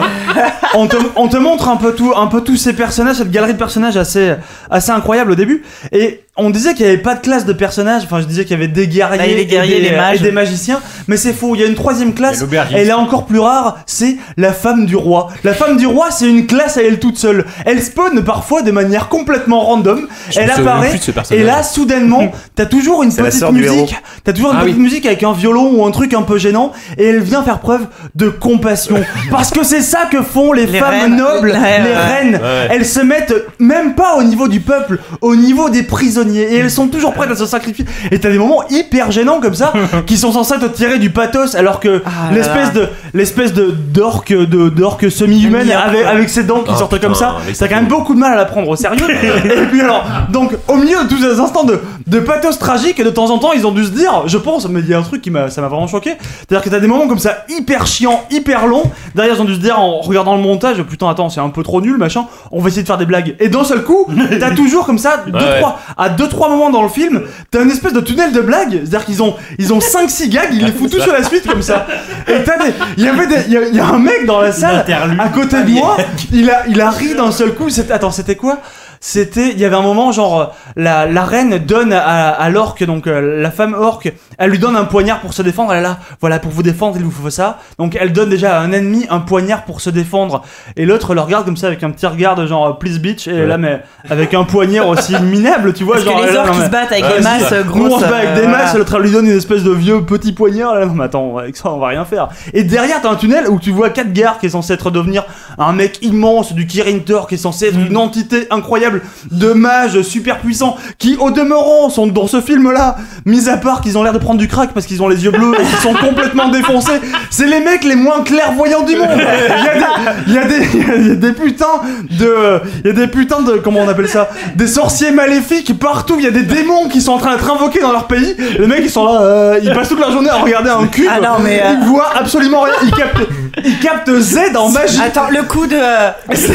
[SPEAKER 1] on, te, on te montre un peu tout, un peu tous ces personnages, cette galerie de personnages assez, assez incroyable au début. Et on disait qu'il n'y avait pas de classe de personnages. Enfin, je disais qu'il y avait des guerriers,
[SPEAKER 12] Bah, il y a les guerriers,
[SPEAKER 1] et, des,
[SPEAKER 12] les mages.
[SPEAKER 1] et des magiciens. Mais c'est faux. Il y a une troisième classe. Elle est encore plus rare. C'est la femme du roi. La femme du roi, c'est une classe à elle toute seule. Elle spawn parfois de manière complètement random.
[SPEAKER 4] Je me
[SPEAKER 1] elle
[SPEAKER 4] souviens
[SPEAKER 1] apparaît.
[SPEAKER 4] plus de ce personnage.
[SPEAKER 1] Et là, soudainement, t'as toujours une
[SPEAKER 7] C'est la
[SPEAKER 1] petite
[SPEAKER 7] sœur du héros.
[SPEAKER 1] musique, t'as toujours une
[SPEAKER 4] Ah
[SPEAKER 1] petite musique avec un violon ou un truc un peu gênant, et elle vient faire preuve de compassion. Parce que c'est ça que font les,
[SPEAKER 12] Les
[SPEAKER 1] femmes
[SPEAKER 12] reines.
[SPEAKER 1] nobles,
[SPEAKER 12] Ouais,
[SPEAKER 1] les
[SPEAKER 12] ouais.
[SPEAKER 1] reines.
[SPEAKER 4] Ouais.
[SPEAKER 1] Elles se mettent même pas au niveau du peuple, au niveau des prisonniers, et elles sont toujours prêtes à se sacrifier. Et t'as des moments hyper gênants comme ça, qui sont censés te tirer du pathos, alors que
[SPEAKER 12] Ah là
[SPEAKER 1] l'espèce
[SPEAKER 12] là.
[SPEAKER 1] de l'espèce de d'orque de d'orque semi-humaine
[SPEAKER 12] Demi-orque,
[SPEAKER 1] avec,
[SPEAKER 12] ouais.
[SPEAKER 1] avec ses dents qui
[SPEAKER 4] Ah,
[SPEAKER 1] sortent
[SPEAKER 4] putain,
[SPEAKER 1] comme ça,
[SPEAKER 4] avec
[SPEAKER 1] t'as
[SPEAKER 4] ses
[SPEAKER 1] quand même
[SPEAKER 4] dents.
[SPEAKER 1] beaucoup de mal à la prendre au sérieux. et puis alors, donc au milieu de tous ces instants de, de pathos tragique, de temps en temps, ils ont dû se dire, je pense, mais il y a un truc qui m'a, ça m'a vraiment choqué. C'est-à-dire que t'as des moments comme ça hyper chiants, hyper longs. Derrière, ils ont dû se dire en regardant le montage, putain, attends, c'est un peu trop nul, machin. On va essayer de faire des blagues. Et d'un seul coup, t'as toujours comme ça, deux,
[SPEAKER 4] ouais.
[SPEAKER 1] trois, à deux trois moments dans le film, t'as une espèce de tunnel de blagues. C'est-à-dire qu'ils ont, ils ont cinq six gags, ils les foutent tous à la suite comme ça. Et t'as des, il y avait des, il y a- il y a un mec dans la salle
[SPEAKER 3] L'interlude.
[SPEAKER 1] à côté de moi, il a, il a ri d'un seul coup. C'est- Attends, c'était quoi C'était, il y avait un moment genre euh, la, la reine donne à, à l'orque donc euh, la femme orque, elle lui donne un poignard pour se défendre. Elle est là, voilà pour vous défendre il vous faut ça. Donc elle donne déjà à un ennemi un poignard pour se défendre et l'autre le regarde comme ça avec un petit regard de genre euh, please bitch et là mais avec un poignard aussi minable tu vois
[SPEAKER 12] Parce que
[SPEAKER 1] Oh, genre
[SPEAKER 12] les
[SPEAKER 1] elle est là,
[SPEAKER 12] orques,
[SPEAKER 1] non,
[SPEAKER 12] ils se
[SPEAKER 1] mais-
[SPEAKER 12] battent avec
[SPEAKER 1] Vas-y,
[SPEAKER 12] des masses, euh,
[SPEAKER 1] nous, on
[SPEAKER 12] grosses,
[SPEAKER 1] se bat avec
[SPEAKER 12] euh,
[SPEAKER 1] des masses
[SPEAKER 12] voilà.
[SPEAKER 1] l'autre elle lui donne une espèce de vieux petit poignard là non mais attends avec ça on va rien faire et derrière t'as un tunnel où tu vois quatre gars qui est censé être devenir un mec immense du Kirin Tor qui est censé
[SPEAKER 7] Mm.
[SPEAKER 1] être une entité incroyable de mages super puissants qui au demeurant sont dans ce film là mis à part qu'ils ont l'air de prendre du crack parce qu'ils ont les yeux bleus et qu'ils sont complètement défoncés c'est les mecs les moins clairvoyants du monde il y a des- il y a des il y a- il y a des putains de il y a des putains de comment on appelle ça des sorciers maléfiques partout il y a des démons qui sont en train d'être invoqués dans leur pays les mecs ils sont là euh, ils passent toute la journée à regarder un cube
[SPEAKER 12] Ah non, mais, euh,
[SPEAKER 1] ils voient absolument rien ils captent ils captent Z en magie
[SPEAKER 12] Attends, le coup de. euh,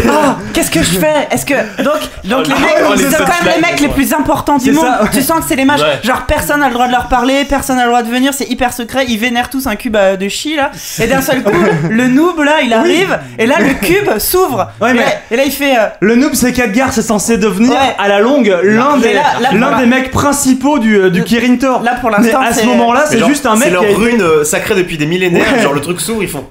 [SPEAKER 12] Ah, qu'est-ce que je fais Est-ce que. Donc, donc les
[SPEAKER 1] Ah,
[SPEAKER 12] mecs,
[SPEAKER 1] ouais,
[SPEAKER 12] ils
[SPEAKER 1] les
[SPEAKER 12] sont quand même les
[SPEAKER 1] punchlines,
[SPEAKER 12] mecs les
[SPEAKER 1] ouais.
[SPEAKER 12] plus importants du
[SPEAKER 1] C'est
[SPEAKER 12] monde.
[SPEAKER 1] ça, ouais.
[SPEAKER 12] Tu sens que c'est les matchs.
[SPEAKER 5] Ouais.
[SPEAKER 12] Genre, personne n'a le droit de leur parler, personne n'a le droit de venir, c'est hyper secret. Ils vénèrent tous un cube euh, de chi là. Et d'un seul coup, le noob là, il arrive, et là, le cube s'ouvre.
[SPEAKER 1] Ouais,
[SPEAKER 12] et,
[SPEAKER 1] mais-
[SPEAKER 12] là, et là, il fait. euh,
[SPEAKER 1] le noob c'est Khadgar c'est censé devenir
[SPEAKER 12] Ouais.
[SPEAKER 1] à la longue l'un
[SPEAKER 12] mais
[SPEAKER 1] des
[SPEAKER 12] là- là, pour
[SPEAKER 1] l'un
[SPEAKER 12] la-
[SPEAKER 1] des mecs principaux du euh, du Kirin Tor
[SPEAKER 12] Là, pour
[SPEAKER 1] mais
[SPEAKER 12] l'instant,
[SPEAKER 1] à ce
[SPEAKER 12] c'est- euh,
[SPEAKER 1] moment là
[SPEAKER 7] Mais
[SPEAKER 1] c'est
[SPEAKER 7] genre,
[SPEAKER 1] juste un
[SPEAKER 7] C'est
[SPEAKER 1] mec
[SPEAKER 7] leur
[SPEAKER 1] qui a été-
[SPEAKER 7] rune euh, sacrée depuis des millénaires.
[SPEAKER 1] Ouais.
[SPEAKER 7] Genre, le truc s'ouvre, ils font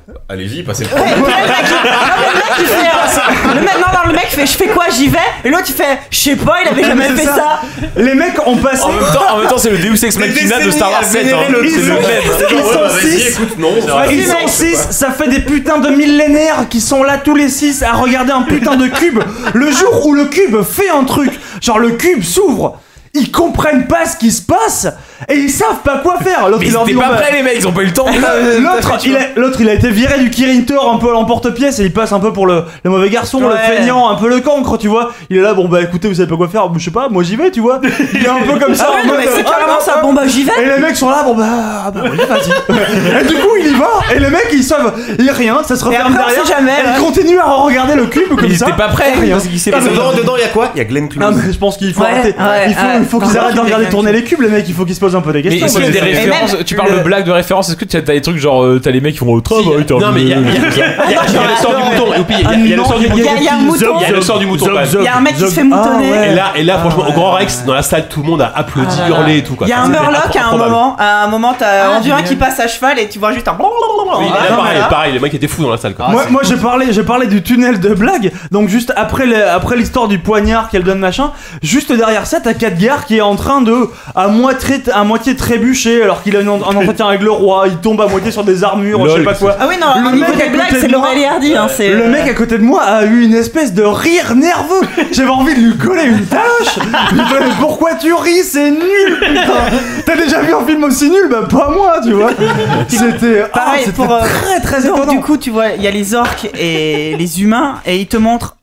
[SPEAKER 7] Allez-y, passez le
[SPEAKER 12] Ouais,
[SPEAKER 7] premier.
[SPEAKER 12] le mec, il- non, mais le mec, il fait, euh, le mec- non, non, le mec fait je fais quoi, j'y vais Et l'autre il fait je sais pas, il avait jamais
[SPEAKER 1] C'est
[SPEAKER 12] fait
[SPEAKER 1] ça.
[SPEAKER 12] ça.
[SPEAKER 1] les mecs ont passé
[SPEAKER 5] En même temps, en même temps, c'est le Deus Ex Machina de Star Wars 7. hein.
[SPEAKER 1] Ils
[SPEAKER 5] C'est le
[SPEAKER 1] ont-
[SPEAKER 5] même.
[SPEAKER 1] ils
[SPEAKER 7] Genre, ouais,
[SPEAKER 1] sont
[SPEAKER 7] bah, vas-y,
[SPEAKER 1] six.
[SPEAKER 7] écoute, non. c'est
[SPEAKER 1] Ouais,
[SPEAKER 7] vrai.
[SPEAKER 1] ils sont 6, ça fait des putains de millénaires qui sont là tous les 6 à regarder un putain de cube. Le jour où le cube fait un truc, genre le cube s'ouvre, ils comprennent pas ce qui se passe et ils savent pas quoi faire. L'autre
[SPEAKER 5] Mais
[SPEAKER 1] il leur dit
[SPEAKER 5] c'était
[SPEAKER 1] on
[SPEAKER 5] pas
[SPEAKER 1] va-
[SPEAKER 5] prêts, les mecs, ils ont pas eu le temps.
[SPEAKER 1] Euh, L'autre, il a- l'autre, il a été viré du Kirin Tor un peu à l'emporte-pièce et il passe un peu pour le, le mauvais garçon, le
[SPEAKER 12] Ouais.
[SPEAKER 1] feignant, un peu le cancre, tu vois. Il est là, bon bah écoutez, vous savez pas quoi faire, je sais pas, moi j'y vais, tu vois. Il est un peu comme ça.
[SPEAKER 12] Ah ouais,
[SPEAKER 1] en
[SPEAKER 12] non,
[SPEAKER 1] mode,
[SPEAKER 12] mais c'est
[SPEAKER 1] ah,
[SPEAKER 12] carrément
[SPEAKER 1] non,
[SPEAKER 12] ça. Bon bah j'y vais.
[SPEAKER 1] et les mecs sont là, bon bah, ah bah oui, vas-y. et du coup, il y va, et les mecs ils savent, il y a rien, ça se
[SPEAKER 12] Et
[SPEAKER 1] referme
[SPEAKER 12] après, on
[SPEAKER 1] derrière.
[SPEAKER 12] sait jamais,
[SPEAKER 1] Elle
[SPEAKER 12] ouais.
[SPEAKER 1] continue à regarder le cube comme
[SPEAKER 5] Ils
[SPEAKER 1] ça.
[SPEAKER 5] étaient pas prêts.
[SPEAKER 1] Rien.
[SPEAKER 7] Ah, dedans, dedans, il y a quoi Il y a Glenn
[SPEAKER 1] Non,
[SPEAKER 7] Close.
[SPEAKER 1] mais je pense qu'il faut
[SPEAKER 12] Ouais,
[SPEAKER 1] arrêter.
[SPEAKER 12] ouais,
[SPEAKER 1] il faut,
[SPEAKER 12] ouais.
[SPEAKER 1] il faut qu'ils
[SPEAKER 12] Non,
[SPEAKER 1] arrêtent de
[SPEAKER 12] non,
[SPEAKER 1] regarder
[SPEAKER 12] non,
[SPEAKER 1] tourner
[SPEAKER 12] non.
[SPEAKER 1] les cubes, les mecs, il faut qu'ils se posent un peu des
[SPEAKER 5] Mais
[SPEAKER 1] questions.
[SPEAKER 5] est-ce qu'il y a des
[SPEAKER 1] parce que-
[SPEAKER 5] références Tu parles de blagues, de références. Est-ce que tu as des trucs genre, euh, t'as les mecs qui font au train bah, oui, t'as
[SPEAKER 4] Non, mais il y a- il y a il y a- il y a le sort du mouton. et puis, Il y a- il y a
[SPEAKER 1] Ah,
[SPEAKER 4] le sort du
[SPEAKER 12] Il y
[SPEAKER 4] mouton.
[SPEAKER 12] a- il y a un mouton.
[SPEAKER 4] Il y a le sort du mouton. quand même.
[SPEAKER 12] Il y a un mec qui se fait moutonner.
[SPEAKER 1] Ah ouais.
[SPEAKER 4] Et là, et là franchement, au Grand Rex, dans la salle, tout le monde a applaudi, hurlé et tout. quoi.
[SPEAKER 12] Il y a un
[SPEAKER 4] C'était
[SPEAKER 12] murloc à un
[SPEAKER 4] improbable.
[SPEAKER 12] moment. À un moment, t'as
[SPEAKER 6] Ah,
[SPEAKER 12] un durin
[SPEAKER 6] génial.
[SPEAKER 12] qui passe à cheval et tu vois juste un.
[SPEAKER 4] Oui,
[SPEAKER 12] Ah,
[SPEAKER 4] là,
[SPEAKER 12] non,
[SPEAKER 4] pareil,
[SPEAKER 12] voilà.
[SPEAKER 4] pareil, les mecs étaient fous dans la salle. Quoi.
[SPEAKER 1] Ah, moi, moi j'ai parlé, j'ai parlé du tunnel de blague. Donc juste après, le- après l'histoire du poignard qu'elle donne machin, juste derrière ça, t'as Khadgar qui est en train de à moitié, à moitié trébucher alors qu'il a une en- un entretien avec le roi. Il tombe à moitié sur des armures, je sais
[SPEAKER 4] Lol,
[SPEAKER 1] pas quoi.
[SPEAKER 12] Ah oui, non,
[SPEAKER 1] Le
[SPEAKER 12] au niveau
[SPEAKER 1] mec à
[SPEAKER 12] des blagues,
[SPEAKER 1] côté
[SPEAKER 12] c'est
[SPEAKER 1] de moi.
[SPEAKER 12] Laurel et Hardy. Hein, c'est-
[SPEAKER 1] Le mec à côté de moi a eu une espèce de rire nerveux. J'avais envie de lui coller une taloche. Je lui disais, mais pourquoi tu ris C'est nul, putain. T'as déjà vu un film aussi nul Bah pas moi, tu vois. C'était ah,
[SPEAKER 12] Pareil,
[SPEAKER 1] c'était
[SPEAKER 12] pour, euh,
[SPEAKER 1] très très
[SPEAKER 12] Donc,
[SPEAKER 1] étonnant.
[SPEAKER 12] du coup, tu vois, il y a les orques et les humains et ils te montrent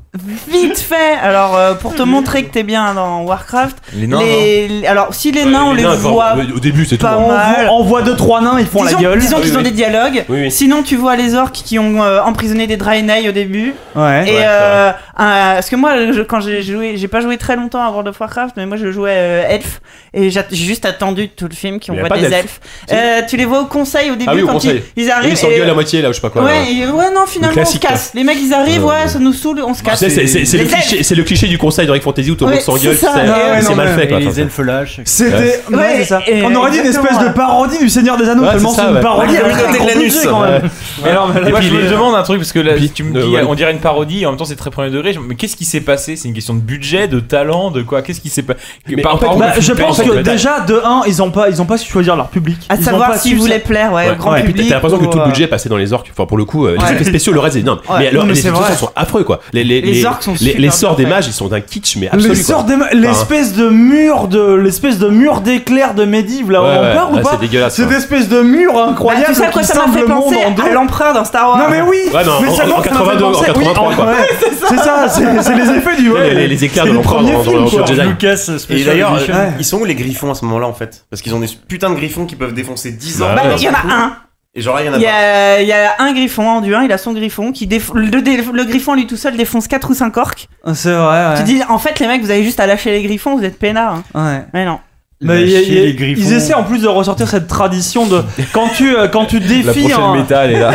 [SPEAKER 12] vite fait. Alors, euh, pour te montrer que t'es bien dans Warcraft,
[SPEAKER 5] Les
[SPEAKER 12] les... alors si les nains, on les
[SPEAKER 4] nains,
[SPEAKER 12] voit.
[SPEAKER 4] enfin, Au début, c'est tout.
[SPEAKER 12] pas
[SPEAKER 1] on,
[SPEAKER 12] mal.
[SPEAKER 1] voit, on voit deux trois nains, ils font
[SPEAKER 12] disons
[SPEAKER 1] la gueule.
[SPEAKER 12] disons qu'ils
[SPEAKER 4] Oui,
[SPEAKER 12] ont
[SPEAKER 4] oui.
[SPEAKER 12] des dialogues.
[SPEAKER 4] Oui, oui.
[SPEAKER 12] Sinon, tu vois les orques qui ont euh, emprisonné des Draenei au début.
[SPEAKER 1] Ouais.
[SPEAKER 12] Et
[SPEAKER 4] Ouais,
[SPEAKER 12] euh, un- parce que moi, je- quand j'ai joué, j'ai pas joué très longtemps à World of Warcraft, mais moi je jouais euh, elfe et j'att- j'ai juste attendu tout le film qu'on
[SPEAKER 4] Mais y
[SPEAKER 12] voit
[SPEAKER 4] a pas
[SPEAKER 12] des elfes.
[SPEAKER 4] d'elfes.
[SPEAKER 12] Euh, tu les vois au conseil au début
[SPEAKER 4] Ah oui, au
[SPEAKER 12] quand
[SPEAKER 4] conseil.
[SPEAKER 12] Ils, ils arrivent.
[SPEAKER 4] Ils
[SPEAKER 12] et-
[SPEAKER 4] s'engueulent à moitié là, ou je sais pas quoi. là.
[SPEAKER 12] ouais, et- ouais, non, finalement on se
[SPEAKER 4] classique,
[SPEAKER 12] casse. Les mecs ils arrivent,
[SPEAKER 4] Ouais,
[SPEAKER 12] ouais,
[SPEAKER 4] ouais.
[SPEAKER 12] ça nous saoule, on se
[SPEAKER 4] Tu
[SPEAKER 12] casse.
[SPEAKER 4] sais, C'est c'est- c'est le,
[SPEAKER 12] Les
[SPEAKER 4] cliché- c'est le cliché du conseil d'Eric Fantasy où tout le
[SPEAKER 12] Ouais,
[SPEAKER 4] monde s'engueule,
[SPEAKER 12] c'est ça.
[SPEAKER 4] c'est-
[SPEAKER 12] Ah ouais,
[SPEAKER 4] c'est
[SPEAKER 1] non,
[SPEAKER 4] mal
[SPEAKER 1] mais-
[SPEAKER 4] fait.
[SPEAKER 13] Et
[SPEAKER 4] quoi. Enfin,
[SPEAKER 13] les
[SPEAKER 4] c'est-
[SPEAKER 13] elfes lâches.
[SPEAKER 1] C'était ouais,
[SPEAKER 12] Ouais,
[SPEAKER 1] c'est ça.
[SPEAKER 12] et-
[SPEAKER 1] On aurait dit une espèce
[SPEAKER 12] exactement,
[SPEAKER 1] de
[SPEAKER 12] ouais.
[SPEAKER 1] parodie du Seigneur des Anneaux
[SPEAKER 4] Ouais,
[SPEAKER 1] seulement
[SPEAKER 4] c'est
[SPEAKER 1] c'est
[SPEAKER 4] ça,
[SPEAKER 1] une
[SPEAKER 4] ouais.
[SPEAKER 1] parodie
[SPEAKER 7] La
[SPEAKER 1] avec un
[SPEAKER 7] communauté
[SPEAKER 1] gros
[SPEAKER 7] de l'anus,
[SPEAKER 1] budget, quand même. Alors, mais là,
[SPEAKER 5] Et
[SPEAKER 1] moi,
[SPEAKER 5] puis
[SPEAKER 1] je me
[SPEAKER 5] je me
[SPEAKER 1] demande-
[SPEAKER 5] demande un truc parce que là,
[SPEAKER 4] Puis,
[SPEAKER 5] tu me
[SPEAKER 4] euh,
[SPEAKER 5] dis,
[SPEAKER 4] ouais.
[SPEAKER 5] on dirait une parodie et en même temps c'est très premier degré. Je- Mais qu'est-ce qui s'est passé C'est une question de budget, de talent, de quoi Qu'est-ce qui s'est passé
[SPEAKER 4] Mais en fait,
[SPEAKER 1] Bah, je pense que déjà de 1 ils ont pas ils ont pas su choisir leur public.
[SPEAKER 12] À
[SPEAKER 1] Ils ont
[SPEAKER 12] savoir
[SPEAKER 1] pas
[SPEAKER 12] s'ils
[SPEAKER 1] su-
[SPEAKER 12] voulaient plaire, ouais,
[SPEAKER 4] Ouais.
[SPEAKER 12] au grand
[SPEAKER 1] Ouais,
[SPEAKER 4] Et puis t'as
[SPEAKER 12] public.
[SPEAKER 4] t'as l'impression que
[SPEAKER 12] ou,
[SPEAKER 4] tout le
[SPEAKER 12] euh,
[SPEAKER 4] budget est passé dans les orques. Enfin, pour le coup, euh, les
[SPEAKER 12] Ouais.
[SPEAKER 4] effets spéciaux, le reste est énorme.
[SPEAKER 12] Ouais.
[SPEAKER 4] Mais alors,
[SPEAKER 1] Non, mais
[SPEAKER 4] les
[SPEAKER 1] c'est
[SPEAKER 4] effets
[SPEAKER 1] vrai.
[SPEAKER 4] spéciaux sont affreux quoi. Les, les,
[SPEAKER 12] Les orques sont
[SPEAKER 4] les,
[SPEAKER 12] super
[SPEAKER 4] les sorts
[SPEAKER 12] bien
[SPEAKER 4] des
[SPEAKER 12] faits.
[SPEAKER 4] mages, ils sont d'un kitsch, mais absolu.
[SPEAKER 1] Les
[SPEAKER 4] quoi.
[SPEAKER 1] sorts des ma- l'espèce de mur de l'espèce de mur d'éclair de Medivh là
[SPEAKER 4] Ouais,
[SPEAKER 1] on
[SPEAKER 4] ouais,
[SPEAKER 1] parle
[SPEAKER 4] ouais,
[SPEAKER 1] ou pas
[SPEAKER 4] C'est dégueulasse.
[SPEAKER 1] Cette
[SPEAKER 4] ouais.
[SPEAKER 1] espèce de mur
[SPEAKER 12] Bah,
[SPEAKER 1] incroyable
[SPEAKER 12] tu sais à quoi
[SPEAKER 1] qui
[SPEAKER 12] ça m'a
[SPEAKER 1] semble
[SPEAKER 12] fait
[SPEAKER 1] le monde
[SPEAKER 12] penser
[SPEAKER 1] en deux.
[SPEAKER 12] à l'empereur dans Star Wars.
[SPEAKER 1] Non mais oui,
[SPEAKER 4] Ouais, non,
[SPEAKER 1] mais
[SPEAKER 4] en-
[SPEAKER 1] ça
[SPEAKER 4] en
[SPEAKER 1] m'a fait
[SPEAKER 4] 82, en
[SPEAKER 1] penser- oui,
[SPEAKER 4] 83, quoi.
[SPEAKER 1] c'est ça, c'est c'est les effets du ouais,
[SPEAKER 4] Les- les- les éclairs de
[SPEAKER 1] c'est du
[SPEAKER 4] l'empereur
[SPEAKER 1] premier
[SPEAKER 4] dans-
[SPEAKER 1] film,
[SPEAKER 4] dans-
[SPEAKER 1] quoi.
[SPEAKER 4] dans Jedi.
[SPEAKER 8] Lucas, spécial
[SPEAKER 7] Et d'ailleurs,
[SPEAKER 8] Edition.
[SPEAKER 7] euh, ils sont où les griffons à ce moment-là en fait Parce qu'ils ont des putains de griffons qui peuvent défoncer 10 ans.
[SPEAKER 4] Bah,
[SPEAKER 12] Bah, il y en a un.
[SPEAKER 7] Et genre là, il y en a
[SPEAKER 12] Il y
[SPEAKER 7] pas.
[SPEAKER 12] a, il y a un griffon en duin, il a son griffon qui déf- le, dé- le griffon lui tout seul défonce 4 ou 5 orques.
[SPEAKER 1] C'est vrai, ouais.
[SPEAKER 12] Tu dis en fait les mecs vous avez juste à lâcher les griffons, vous êtes peinards. hein.
[SPEAKER 1] ouais.
[SPEAKER 12] Mais non.
[SPEAKER 1] Mais
[SPEAKER 13] lâcher
[SPEAKER 1] il- il-
[SPEAKER 13] les griffons.
[SPEAKER 1] ils essaient en plus de ressortir cette tradition de quand tu euh, quand tu
[SPEAKER 5] La
[SPEAKER 1] défies
[SPEAKER 5] prochaine
[SPEAKER 1] un,
[SPEAKER 5] métal est là.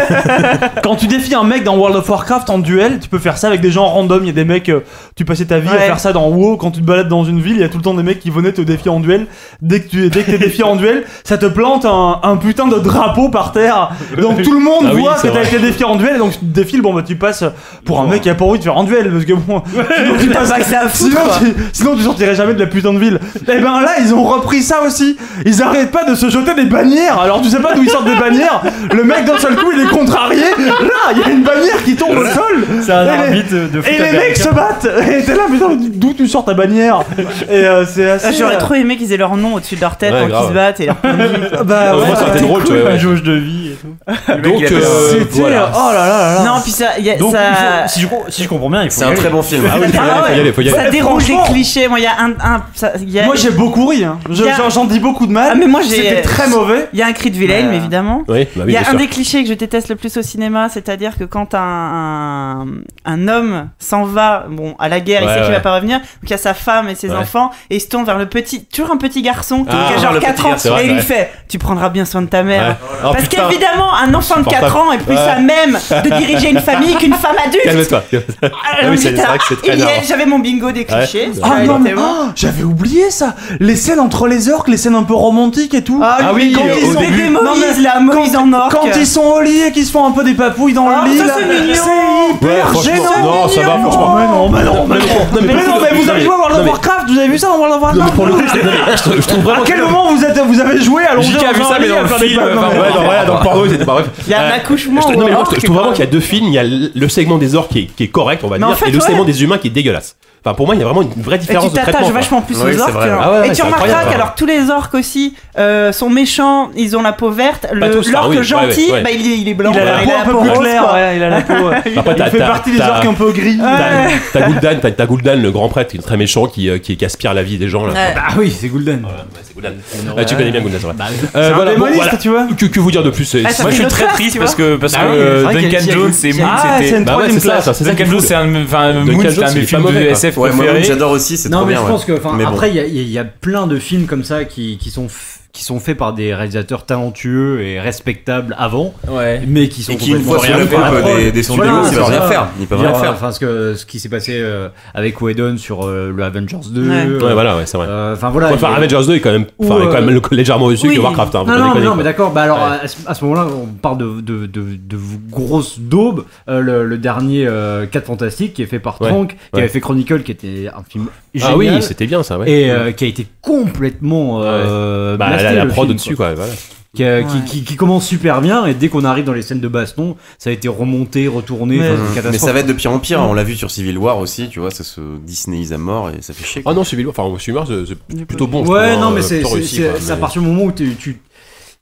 [SPEAKER 1] quand tu défies un mec dans World of Warcraft en duel, tu peux faire ça avec des gens random. Il y a des mecs, euh, tu passais ta vie à
[SPEAKER 12] Ouais.
[SPEAKER 1] faire ça dans WoW. Quand tu te balades dans une ville, il y a tout le temps des mecs qui venaient te défier en duel. Dès que tu dès que t'es défié en duel, ça te plante un, un putain de drapeau par terre. Donc tout le monde
[SPEAKER 5] Ah oui,
[SPEAKER 1] voit
[SPEAKER 5] c'est
[SPEAKER 1] que t'as
[SPEAKER 5] vrai.
[SPEAKER 1] été défié en duel. Et donc tu te défiles, bon bah tu passes pour un mec qui a pas envie de faire en duel parce que bon, sinon tu passes- sinon, tu- sinon tu sortirais jamais de la putain de ville. Et ben là ils ont repris ça aussi. Ils arrêtent pas de se jeter des bannières. Alors tu sais pas d'où ils sortent des bannières. Le mec d'un seul coup il est contrarié. Là il y a une bannière qui tombe au sol.
[SPEAKER 13] C'est un
[SPEAKER 1] Et
[SPEAKER 13] arbitre de foot
[SPEAKER 1] les, et les mecs
[SPEAKER 13] américain.
[SPEAKER 1] se battent. Et t'es là putain mais d'où tu sors ta bannière Et euh, c'est assez.
[SPEAKER 12] Ah, J'aurais trop aimé qu'ils aient leur nom au-dessus de leur tête
[SPEAKER 4] Ouais,
[SPEAKER 12] quand
[SPEAKER 4] grave.
[SPEAKER 12] ils se battent et leur point de vue.
[SPEAKER 1] Bah
[SPEAKER 4] Au
[SPEAKER 1] ouais.
[SPEAKER 4] moins, Euh, ça aurait été drôle, tu
[SPEAKER 13] cool,
[SPEAKER 4] vois,
[SPEAKER 13] la
[SPEAKER 4] ouais.
[SPEAKER 13] jauge de vie et tout.
[SPEAKER 4] Donc, euh,
[SPEAKER 1] C'était
[SPEAKER 4] voilà.
[SPEAKER 1] oh là là là là.
[SPEAKER 12] Non, puis ça. y a-
[SPEAKER 13] Donc,
[SPEAKER 12] ça...
[SPEAKER 13] il faut- si, je, com- si je comprends bien, il faut.
[SPEAKER 7] C'est un très bon film.
[SPEAKER 4] Ah oui, faut y aller, faut y aller, faut y aller.
[SPEAKER 12] ça dérange les
[SPEAKER 1] franchement-
[SPEAKER 12] clichés. Moi, il y a un. un ça- y a-
[SPEAKER 1] Moi j'ai beaucoup ri. hein. Je-
[SPEAKER 12] Y a-
[SPEAKER 1] j'en- J'en dis beaucoup de mal.
[SPEAKER 12] Ah, mais moi, j'ai-
[SPEAKER 1] c'était très mauvais.
[SPEAKER 12] Il y a un cri de vilaine, mais évidemment.
[SPEAKER 4] Oui, bah
[SPEAKER 12] Il
[SPEAKER 4] oui,
[SPEAKER 12] y a
[SPEAKER 4] bien
[SPEAKER 12] un
[SPEAKER 4] sûr.
[SPEAKER 12] des clichés que je déteste le plus au cinéma, c'est-à-dire que quand un, un, un homme s'en va bon, à la guerre, il
[SPEAKER 4] Ouais,
[SPEAKER 12] sait qu'il
[SPEAKER 4] ouais.
[SPEAKER 12] va pas revenir, donc il y a sa femme et ses
[SPEAKER 4] Ouais.
[SPEAKER 12] enfants, et il se tourne vers le petit, toujours un petit garçon,
[SPEAKER 4] Ah,
[SPEAKER 12] qui a
[SPEAKER 4] le
[SPEAKER 12] genre
[SPEAKER 4] petit
[SPEAKER 12] 4 ans,
[SPEAKER 4] garçon, ouais,
[SPEAKER 12] et il
[SPEAKER 4] ouais.
[SPEAKER 12] lui fait « Tu prendras bien soin de ta mère
[SPEAKER 4] Ouais. Oh,
[SPEAKER 12] Parce
[SPEAKER 4] putain.
[SPEAKER 12] qu'évidemment, un enfant de 4 ans est plus
[SPEAKER 4] Ouais.
[SPEAKER 12] à même de diriger une famille qu'une femme adulte
[SPEAKER 4] Calme-toi.
[SPEAKER 12] Alors,
[SPEAKER 4] oui, c'est-
[SPEAKER 12] j'étais
[SPEAKER 4] c'est vrai
[SPEAKER 12] là,
[SPEAKER 4] que c'est très
[SPEAKER 12] il y est,
[SPEAKER 4] énorme.
[SPEAKER 12] J'avais mon bingo des clichés.
[SPEAKER 4] Ouais.
[SPEAKER 12] parce
[SPEAKER 1] Ah
[SPEAKER 12] que
[SPEAKER 1] non,
[SPEAKER 12] il
[SPEAKER 1] mais
[SPEAKER 12] était bon.
[SPEAKER 1] ah, j'avais oublié ça. Les scènes entre les orques, les scènes un peu romantiques et tout.
[SPEAKER 12] Ah,
[SPEAKER 4] oui,
[SPEAKER 12] quand
[SPEAKER 4] au
[SPEAKER 12] ils se
[SPEAKER 4] début.
[SPEAKER 12] démonisent, là, Moïse en orque.
[SPEAKER 1] Quand ils sont au lit et qu'ils se font un peu des papouilles dans
[SPEAKER 12] Ah,
[SPEAKER 1] le lit,
[SPEAKER 12] ça,
[SPEAKER 1] là,
[SPEAKER 12] c'est mignon.
[SPEAKER 4] Ouais,
[SPEAKER 1] hyper
[SPEAKER 4] franchement,
[SPEAKER 1] gênant.
[SPEAKER 4] non, ça va,
[SPEAKER 1] Non,
[SPEAKER 4] franchement.
[SPEAKER 1] mais non, mais non, mais non. Mais
[SPEAKER 4] mais-
[SPEAKER 1] non, mais vous avez
[SPEAKER 4] mais-
[SPEAKER 1] joué à World
[SPEAKER 4] non,
[SPEAKER 1] of
[SPEAKER 4] mais-
[SPEAKER 1] Warcraft, vous avez vu ça dans World of Warcraft
[SPEAKER 4] Pour le coup, c'est- non, mais je je trouve
[SPEAKER 1] À
[SPEAKER 4] vraiment.
[SPEAKER 1] quel moment vous êtes, vous avez joué à l'enjeu
[SPEAKER 5] JK a vu ça, mais dans le film, enfin,
[SPEAKER 4] Ouais, non, voilà, dans le porno, c'était pas bref.
[SPEAKER 12] Il y a un
[SPEAKER 4] Euh,
[SPEAKER 12] accouchement
[SPEAKER 4] Je,
[SPEAKER 12] ou
[SPEAKER 4] non, mais
[SPEAKER 12] un
[SPEAKER 4] non, je-
[SPEAKER 12] orque,
[SPEAKER 4] je trouve vraiment qu'il y a deux films. Il y a le le segment des orques qui est, qui est correct, on va
[SPEAKER 12] Mais
[SPEAKER 4] dire,
[SPEAKER 12] en fait,
[SPEAKER 4] et le
[SPEAKER 12] ouais.
[SPEAKER 4] segment des humains qui est dégueulasse. Enfin, pour moi, il y a vraiment une vraie
[SPEAKER 12] Et tu
[SPEAKER 4] différence de traitement.
[SPEAKER 12] t'attaches
[SPEAKER 4] quoi.
[SPEAKER 12] vachement plus
[SPEAKER 7] Oui,
[SPEAKER 12] aux
[SPEAKER 7] c'est
[SPEAKER 12] orques.
[SPEAKER 7] vrai,
[SPEAKER 12] hein.
[SPEAKER 4] ouais. Ah ouais,
[SPEAKER 12] et
[SPEAKER 4] ouais,
[SPEAKER 12] tu
[SPEAKER 4] c'est
[SPEAKER 12] remarqueras
[SPEAKER 4] incroyable.
[SPEAKER 12] qu'alors tous les orques aussi euh, sont méchants, ils ont la peau verte. Le-
[SPEAKER 4] tous,
[SPEAKER 12] L'orque
[SPEAKER 4] ah oui,
[SPEAKER 12] gentil,
[SPEAKER 4] ouais, ouais.
[SPEAKER 12] bah, il, est, il est blanc.
[SPEAKER 1] Il a la
[SPEAKER 12] Ouais,
[SPEAKER 1] peau un peu plus
[SPEAKER 12] rose,
[SPEAKER 1] claire,
[SPEAKER 12] quoi.
[SPEAKER 1] ouais, il a la peau. euh,
[SPEAKER 4] Après,
[SPEAKER 1] Il
[SPEAKER 4] t'as-
[SPEAKER 1] fait
[SPEAKER 4] t'as-
[SPEAKER 1] partie des
[SPEAKER 4] t'as-
[SPEAKER 1] orques un peu gris.
[SPEAKER 4] T'as t'as Gul'dan, t'as- t'as Gul'dan, le grand prêtre, qui est très méchant, qui, euh, qui, qui aspire la vie des gens. Là.
[SPEAKER 12] Ouais.
[SPEAKER 3] Ah oui, c'est Golden.
[SPEAKER 4] Ouais, c'est Gul'dan. Euh, tu connais bien Gul'dan, c'est vrai. Euh,
[SPEAKER 1] C'est un
[SPEAKER 4] voilà, bon,
[SPEAKER 1] démoniste,
[SPEAKER 4] voilà.
[SPEAKER 1] tu vois.
[SPEAKER 4] Que, que vous dire de plus c'est-
[SPEAKER 12] Ah, ça
[SPEAKER 4] Moi,
[SPEAKER 5] Moi,
[SPEAKER 12] une
[SPEAKER 5] je suis
[SPEAKER 12] autre
[SPEAKER 5] très
[SPEAKER 12] classe,
[SPEAKER 5] triste
[SPEAKER 12] tu
[SPEAKER 5] parce que, Euh, parce
[SPEAKER 3] Bah
[SPEAKER 5] que
[SPEAKER 3] oui, c'est vrai qu'il y a-
[SPEAKER 5] Duncan
[SPEAKER 3] il y a-
[SPEAKER 5] Jones et
[SPEAKER 3] il y a-
[SPEAKER 5] Moon,
[SPEAKER 1] Ah, c'est
[SPEAKER 5] c'était.
[SPEAKER 1] une
[SPEAKER 4] Bah ouais,
[SPEAKER 1] troisième
[SPEAKER 4] c'est ça,
[SPEAKER 1] classe.
[SPEAKER 4] ça, c'est ça qui est
[SPEAKER 5] Duncan
[SPEAKER 4] cool.
[SPEAKER 5] Jones, c'est un, enfin,
[SPEAKER 4] Duncan
[SPEAKER 5] Moon, c'est
[SPEAKER 4] Jones,
[SPEAKER 5] un de
[SPEAKER 4] il
[SPEAKER 5] mes
[SPEAKER 4] est
[SPEAKER 5] films
[SPEAKER 4] pas
[SPEAKER 5] de
[SPEAKER 4] mauvais, quoi.
[SPEAKER 5] SF
[SPEAKER 7] Ouais, moi,
[SPEAKER 5] préférés.
[SPEAKER 7] j'adore aussi, c'est
[SPEAKER 13] Non,
[SPEAKER 7] trop
[SPEAKER 13] mais
[SPEAKER 7] bien.
[SPEAKER 13] je
[SPEAKER 7] ouais.
[SPEAKER 13] pense que. enfin,
[SPEAKER 7] Mais bon.
[SPEAKER 13] Après, il y a- il y, a- il y a plein de films comme ça qui, qui sont f- qui sont faits par des réalisateurs talentueux et respectables avant,
[SPEAKER 5] Ouais.
[SPEAKER 13] mais qui sont
[SPEAKER 7] Et qui, une
[SPEAKER 13] complètement
[SPEAKER 7] fois sur
[SPEAKER 13] rien
[SPEAKER 7] le
[SPEAKER 13] faits.
[SPEAKER 7] coupe
[SPEAKER 13] Après,
[SPEAKER 7] des, des studios,
[SPEAKER 13] voilà,
[SPEAKER 7] ils
[SPEAKER 13] c'est
[SPEAKER 7] peuvent rien
[SPEAKER 13] ça.
[SPEAKER 7] faire. Ils peuvent
[SPEAKER 13] Genre,
[SPEAKER 7] rien faire.
[SPEAKER 13] Enfin, ce, que, ce qui s'est passé euh, avec Whedon sur euh, le Avengers 2.
[SPEAKER 12] Ouais.
[SPEAKER 13] euh,
[SPEAKER 4] Ouais, voilà, ouais, c'est vrai.
[SPEAKER 13] euh, Enfin voilà.
[SPEAKER 4] Enfin,
[SPEAKER 13] il y a-
[SPEAKER 4] Avengers 2 est quand même, enfin,
[SPEAKER 13] Ou,
[SPEAKER 4] est quand même le- légèrement au-dessus
[SPEAKER 13] Oui.
[SPEAKER 4] que Warcraft. Hein,
[SPEAKER 13] non,
[SPEAKER 4] faut
[SPEAKER 13] non,
[SPEAKER 4] pas
[SPEAKER 13] mais
[SPEAKER 4] déconner,
[SPEAKER 13] non,
[SPEAKER 4] quoi.
[SPEAKER 13] mais d'accord. Bah alors,
[SPEAKER 4] Ouais.
[SPEAKER 13] à ce, à ce moment-là, on parle de, de, de, de grosses daubes. Euh, le, le dernier euh, 4 Fantastiques qui est fait par
[SPEAKER 4] Ouais.
[SPEAKER 13] Tronk, qui
[SPEAKER 4] Ouais.
[SPEAKER 13] avait fait Chronicle, qui était un film génial.
[SPEAKER 4] Ah oui, c'était bien ça, ouais.
[SPEAKER 13] et euh, qui a été complètement euh,
[SPEAKER 4] bah,
[SPEAKER 13] blasté,
[SPEAKER 4] la, la
[SPEAKER 13] le
[SPEAKER 4] prod
[SPEAKER 13] film,
[SPEAKER 4] au-dessus, quoi. voilà.
[SPEAKER 13] Qui, a- qui-
[SPEAKER 12] Ouais.
[SPEAKER 13] qui- qui commence super bien et dès qu'on arrive dans les scènes de baston, ça a été remonté, retourné,
[SPEAKER 1] Mais-
[SPEAKER 4] Mmh.
[SPEAKER 13] enfin, c'est une
[SPEAKER 7] Mm. Mais
[SPEAKER 13] catastrophe.
[SPEAKER 7] ça va être de pire en pire. hein. On l'a vu sur Civil War aussi, tu vois, ça se Disneyise à mort et ça fait chier.
[SPEAKER 4] Ah non, Civil War, enfin, Civil War, c'est- c'est plutôt bon. je
[SPEAKER 13] Ouais,
[SPEAKER 4] trouve,
[SPEAKER 13] non,
[SPEAKER 4] hein,
[SPEAKER 13] mais c'est
[SPEAKER 4] plutôt
[SPEAKER 13] c'est-
[SPEAKER 4] réussi,
[SPEAKER 13] c'est-
[SPEAKER 4] quoi,
[SPEAKER 13] c'est à
[SPEAKER 4] mais-
[SPEAKER 13] partir du moment où tu, tu-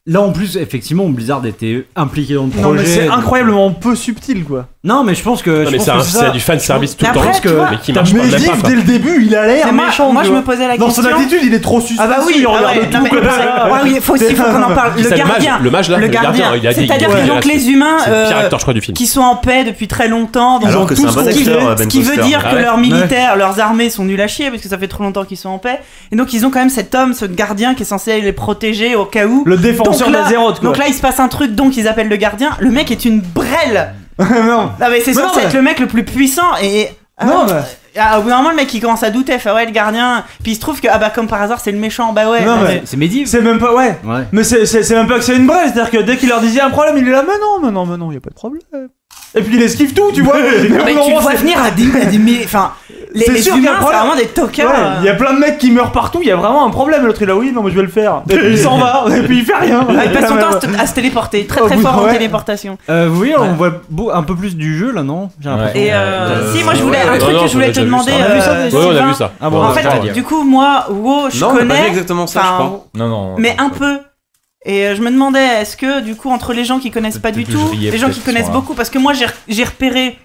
[SPEAKER 13] Là en plus, effectivement, Blizzard était impliqué dans le projet.
[SPEAKER 1] Non, mais c'est
[SPEAKER 5] euh,
[SPEAKER 13] donc-
[SPEAKER 1] incroyablement peu subtil, quoi.
[SPEAKER 13] Non, mais je pense que.
[SPEAKER 4] Non,
[SPEAKER 13] je
[SPEAKER 4] mais
[SPEAKER 13] pense
[SPEAKER 4] c'est
[SPEAKER 13] que
[SPEAKER 4] un-
[SPEAKER 13] c'est
[SPEAKER 4] c'est
[SPEAKER 13] ça.
[SPEAKER 4] du fan service tout le
[SPEAKER 13] Mais
[SPEAKER 4] temps,
[SPEAKER 13] après, tu vois,
[SPEAKER 4] mais qui
[SPEAKER 1] Mais
[SPEAKER 4] marche pas même
[SPEAKER 1] Div,
[SPEAKER 4] pas. quoi.
[SPEAKER 1] dès le début, il a l'air
[SPEAKER 12] Mais moi,
[SPEAKER 1] méchant.
[SPEAKER 12] moi,
[SPEAKER 1] tu
[SPEAKER 12] je me
[SPEAKER 1] vois.
[SPEAKER 12] posais la
[SPEAKER 1] Dans
[SPEAKER 12] question.
[SPEAKER 1] son attitude, il est trop suspicieux.
[SPEAKER 12] Ah bah oui,
[SPEAKER 1] il
[SPEAKER 12] ah
[SPEAKER 1] regarde
[SPEAKER 12] ouais,
[SPEAKER 1] tout
[SPEAKER 12] non, mais-
[SPEAKER 1] comme ça.
[SPEAKER 12] Ouais, oui, faut aussi, faut qu'on en parle.
[SPEAKER 4] C'est
[SPEAKER 12] Le
[SPEAKER 4] ça, mage-
[SPEAKER 12] gardien.
[SPEAKER 4] le mage, là,
[SPEAKER 12] le
[SPEAKER 4] le gardien,
[SPEAKER 12] gardien.
[SPEAKER 4] il a dit-
[SPEAKER 12] C'est-à-dire
[SPEAKER 4] ouais,
[SPEAKER 12] que donc
[SPEAKER 4] là,
[SPEAKER 12] les humains,
[SPEAKER 4] C'est le pire
[SPEAKER 12] euh,
[SPEAKER 4] acteur, je crois, du film.
[SPEAKER 12] qui sont en paix depuis très longtemps, donc ils
[SPEAKER 7] Alors
[SPEAKER 12] ont
[SPEAKER 7] que
[SPEAKER 12] tous
[SPEAKER 7] c'est un bon
[SPEAKER 12] ce qui
[SPEAKER 7] acteur,
[SPEAKER 12] veut-
[SPEAKER 7] Ben
[SPEAKER 12] ce qui veut
[SPEAKER 7] Foster.
[SPEAKER 12] dire que
[SPEAKER 4] Ouais.
[SPEAKER 12] leurs militaires, leurs armées sont nuls à chier parce que ça fait trop longtemps qu'ils sont en paix. Et donc ils ont quand même cet homme, ce gardien qui est censé les protéger au cas où.
[SPEAKER 1] Le défenseur
[SPEAKER 12] Donc là-
[SPEAKER 1] d'Azeroth, quoi.
[SPEAKER 12] Donc là, il se passe un truc, donc ils appellent le gardien. Le mec est une brêle.
[SPEAKER 1] Non,
[SPEAKER 12] Ah, mais c'est
[SPEAKER 1] Mais
[SPEAKER 12] censé
[SPEAKER 1] non, mais-
[SPEAKER 12] être le mec le plus puissant et. Ah,
[SPEAKER 1] non,
[SPEAKER 12] ouais.
[SPEAKER 1] mais-
[SPEAKER 12] Ah, au bout d'un moment, le mec il commence à douter, fait ouais, le gardien. Puis il se trouve que, ah bah, comme par hasard, c'est le méchant. Bah ouais.
[SPEAKER 1] Non,
[SPEAKER 12] bah,
[SPEAKER 1] mais-
[SPEAKER 13] C'est Medivh.
[SPEAKER 1] c'est même pas. Ouais.
[SPEAKER 13] Ouais.
[SPEAKER 1] Mais c'est- c'est c'est même pas que c'est une brève, c'est-à-dire que dès qu'il leur disait un problème, il est là, mais non, mais non, mais non, y a pas de problème. Et puis il esquive tout, tu vois. Mais au bout
[SPEAKER 12] Ah, Mais
[SPEAKER 1] d'un
[SPEAKER 12] tu le
[SPEAKER 1] moment,
[SPEAKER 12] vois
[SPEAKER 1] c'est-
[SPEAKER 12] venir à des. à des mé- Enfin, les,
[SPEAKER 1] C'est
[SPEAKER 12] les
[SPEAKER 1] sûr qu'il y a un
[SPEAKER 12] humains, c'est
[SPEAKER 1] problème.
[SPEAKER 12] vraiment des tocards. euh,
[SPEAKER 1] Ouais, il y a plein de mecs qui meurent partout, il y a vraiment un problème. L'autre il a oui, non, mais je vais le faire. Et puis il s'en va, et puis il fait rien.
[SPEAKER 12] Ah, il passe son temps à se- à se téléporter, très
[SPEAKER 1] Au
[SPEAKER 12] très
[SPEAKER 1] bout-
[SPEAKER 12] fort en
[SPEAKER 1] ouais.
[SPEAKER 12] téléportation.
[SPEAKER 13] Euh, vous voyez, on voit beau- un peu plus du jeu là, non J'ai l'impression.
[SPEAKER 12] Et euh, si, moi je voulais un
[SPEAKER 4] ouais,
[SPEAKER 12] truc
[SPEAKER 4] ouais,
[SPEAKER 12] que je voulais te
[SPEAKER 4] on a déjà vu
[SPEAKER 12] demander.
[SPEAKER 4] ça. On a
[SPEAKER 13] vu ça,
[SPEAKER 12] euh,
[SPEAKER 4] Ouais, on a
[SPEAKER 12] Sylvain.
[SPEAKER 4] vu ça.
[SPEAKER 13] Ah bon,
[SPEAKER 12] En
[SPEAKER 13] on va pas
[SPEAKER 12] fait,
[SPEAKER 13] dire.
[SPEAKER 12] du coup, moi, WoW, je
[SPEAKER 7] non, on a pas vu
[SPEAKER 12] connais,
[SPEAKER 7] exactement ça,
[SPEAKER 12] enfin,
[SPEAKER 7] je crois.
[SPEAKER 5] Non, non.
[SPEAKER 12] mais un peu. Et euh, je me demandais, est-ce que du coup, entre les gens qui connaissent pas du
[SPEAKER 5] Peut-être que
[SPEAKER 12] tout,
[SPEAKER 5] je riais
[SPEAKER 12] les gens qui
[SPEAKER 5] peut-être
[SPEAKER 12] connaissent
[SPEAKER 5] sur un-
[SPEAKER 12] beaucoup, parce que moi j'ai re- j'ai repéré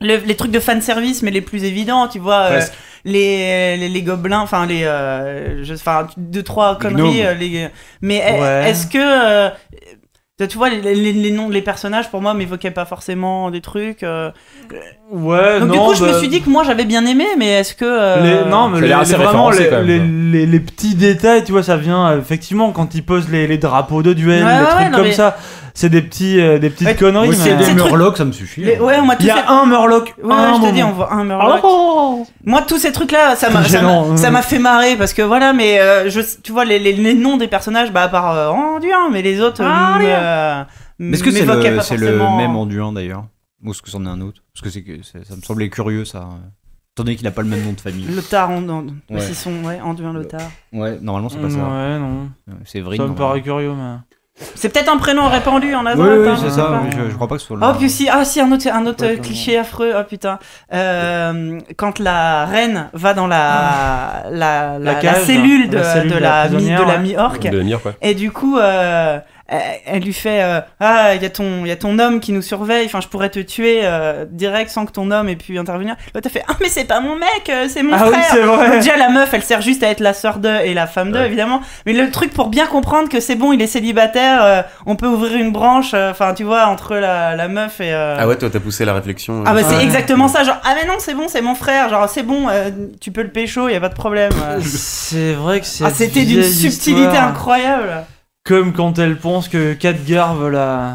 [SPEAKER 12] le- les trucs de fanservice, mais les plus évidents, tu vois. euh,
[SPEAKER 5] Presque.
[SPEAKER 12] les, les, les gobelins, enfin les, euh, je- enfin deux trois conneries,
[SPEAKER 13] gnomes.
[SPEAKER 12] euh, les- mais
[SPEAKER 1] Ouais.
[SPEAKER 12] est-ce que euh, Tu vois, les, les- les noms des personnages, pour moi, m'évoquaient pas forcément des trucs. euh.
[SPEAKER 1] Ouais,
[SPEAKER 12] Donc,
[SPEAKER 1] non.
[SPEAKER 12] du coup, je me
[SPEAKER 1] bah,
[SPEAKER 12] suis dit que moi, j'avais bien aimé, mais est-ce que. euh,
[SPEAKER 1] les- non, mais
[SPEAKER 5] Ça a
[SPEAKER 1] les,
[SPEAKER 5] l'air assez
[SPEAKER 1] les- vraiment,
[SPEAKER 5] référencé,
[SPEAKER 1] les,
[SPEAKER 5] quand même,
[SPEAKER 1] les- les- les petits détails, tu vois, ça vient euh, effectivement quand ils posent les, les drapeaux de duel,
[SPEAKER 12] Ouais,
[SPEAKER 1] les
[SPEAKER 12] ouais,
[SPEAKER 1] trucs
[SPEAKER 12] non,
[SPEAKER 1] comme
[SPEAKER 12] mais-
[SPEAKER 1] ça. C'est des, petits, euh, des petites
[SPEAKER 12] Ouais,
[SPEAKER 1] conneries.
[SPEAKER 12] c'est-
[SPEAKER 1] mais-
[SPEAKER 12] c'est- trucs-
[SPEAKER 13] Murloc, ça me suffit.
[SPEAKER 3] hein.
[SPEAKER 12] les- Ouais, on m'a tous.
[SPEAKER 1] Il y a un Murloc.
[SPEAKER 12] Ouais,
[SPEAKER 1] un
[SPEAKER 12] je te dis,
[SPEAKER 1] moment. Ah, oh,
[SPEAKER 12] on voit un Murloc. Moi, tous ces trucs-là, ça m'a,
[SPEAKER 1] C'est
[SPEAKER 12] ça m'a-
[SPEAKER 1] gênant.
[SPEAKER 12] ça m'a fait marrer parce que voilà, mais euh, je, tu vois, les, les- les noms des personnages, bah, à part euh, Anduin, mais les autres.
[SPEAKER 6] Ah, rien.
[SPEAKER 12] euh,
[SPEAKER 3] Mais est-ce que c'est
[SPEAKER 12] m'évoquaient
[SPEAKER 3] le,
[SPEAKER 12] pas
[SPEAKER 3] c'est le
[SPEAKER 12] forcément.
[SPEAKER 3] même Anduin d'ailleurs Ou est-ce que c'en est un autre Parce que, c'est que c'est- ça me semblait curieux ça. euh, Étant donné qu'il n'a pas le même nom de famille.
[SPEAKER 12] Le tard, on, on-
[SPEAKER 3] Ouais.
[SPEAKER 12] c'est son, ouais, Anduin le tard.
[SPEAKER 3] Ouais, normalement c'est pas ça.
[SPEAKER 1] Ouais, non.
[SPEAKER 3] Ouais, C'est vrai.
[SPEAKER 1] Ça me paraît curieux, mais.
[SPEAKER 12] C'est peut-être un prénom répandu en
[SPEAKER 3] Oui,
[SPEAKER 12] avant.
[SPEAKER 3] oui,
[SPEAKER 12] attends,
[SPEAKER 3] c'est
[SPEAKER 12] je sais
[SPEAKER 3] ça,
[SPEAKER 12] pas.
[SPEAKER 3] mais je, je crois pas que ce soit le
[SPEAKER 12] Oh, puis si, ah si, un autre, un autre
[SPEAKER 1] Ouais,
[SPEAKER 12] euh,
[SPEAKER 1] pardon.
[SPEAKER 12] cliché affreux, oh putain. Euh, quand la reine va dans
[SPEAKER 1] Ah.
[SPEAKER 12] la, la, la, la
[SPEAKER 1] cage,
[SPEAKER 12] cellule de
[SPEAKER 1] la
[SPEAKER 12] la,
[SPEAKER 1] cellule
[SPEAKER 12] de
[SPEAKER 1] de
[SPEAKER 12] la,
[SPEAKER 1] la
[SPEAKER 12] mi-
[SPEAKER 1] prisonnière,
[SPEAKER 12] de la
[SPEAKER 1] ouais.
[SPEAKER 12] mi-orque,
[SPEAKER 4] De Nier, ouais.
[SPEAKER 12] et du coup, euh, elle, elle lui fait euh, Ah, il y, a ton- il y a ton homme qui nous surveille, enfin, je pourrais te tuer euh, direct sans que ton homme ait pu intervenir. L'autre, elle fait Ah, mais c'est pas mon mec, euh, c'est mon
[SPEAKER 1] Ah oui,
[SPEAKER 12] frère
[SPEAKER 1] c'est
[SPEAKER 12] donc
[SPEAKER 1] vrai.
[SPEAKER 12] déjà, la meuf, elle sert juste à être la sœur d'eux et la femme d'eux,
[SPEAKER 4] Ouais.
[SPEAKER 12] évidemment. Mais le truc pour bien comprendre que c'est bon, il est célibataire, euh, on peut ouvrir une branche, euh, enfin, tu vois, entre la, la meuf et. euh,
[SPEAKER 7] Ah ouais, toi t'as poussé la réflexion. euh.
[SPEAKER 12] Ah bah c'est
[SPEAKER 1] Ouais.
[SPEAKER 12] exactement ça, genre ah mais non c'est bon c'est mon frère, genre c'est bon euh, tu peux le pécho, y a pas de problème. euh.
[SPEAKER 1] C'est vrai que c'est.
[SPEAKER 12] ah c'était d'une subtilité incroyable.
[SPEAKER 1] Comme quand elle pense que Khadgar veut la.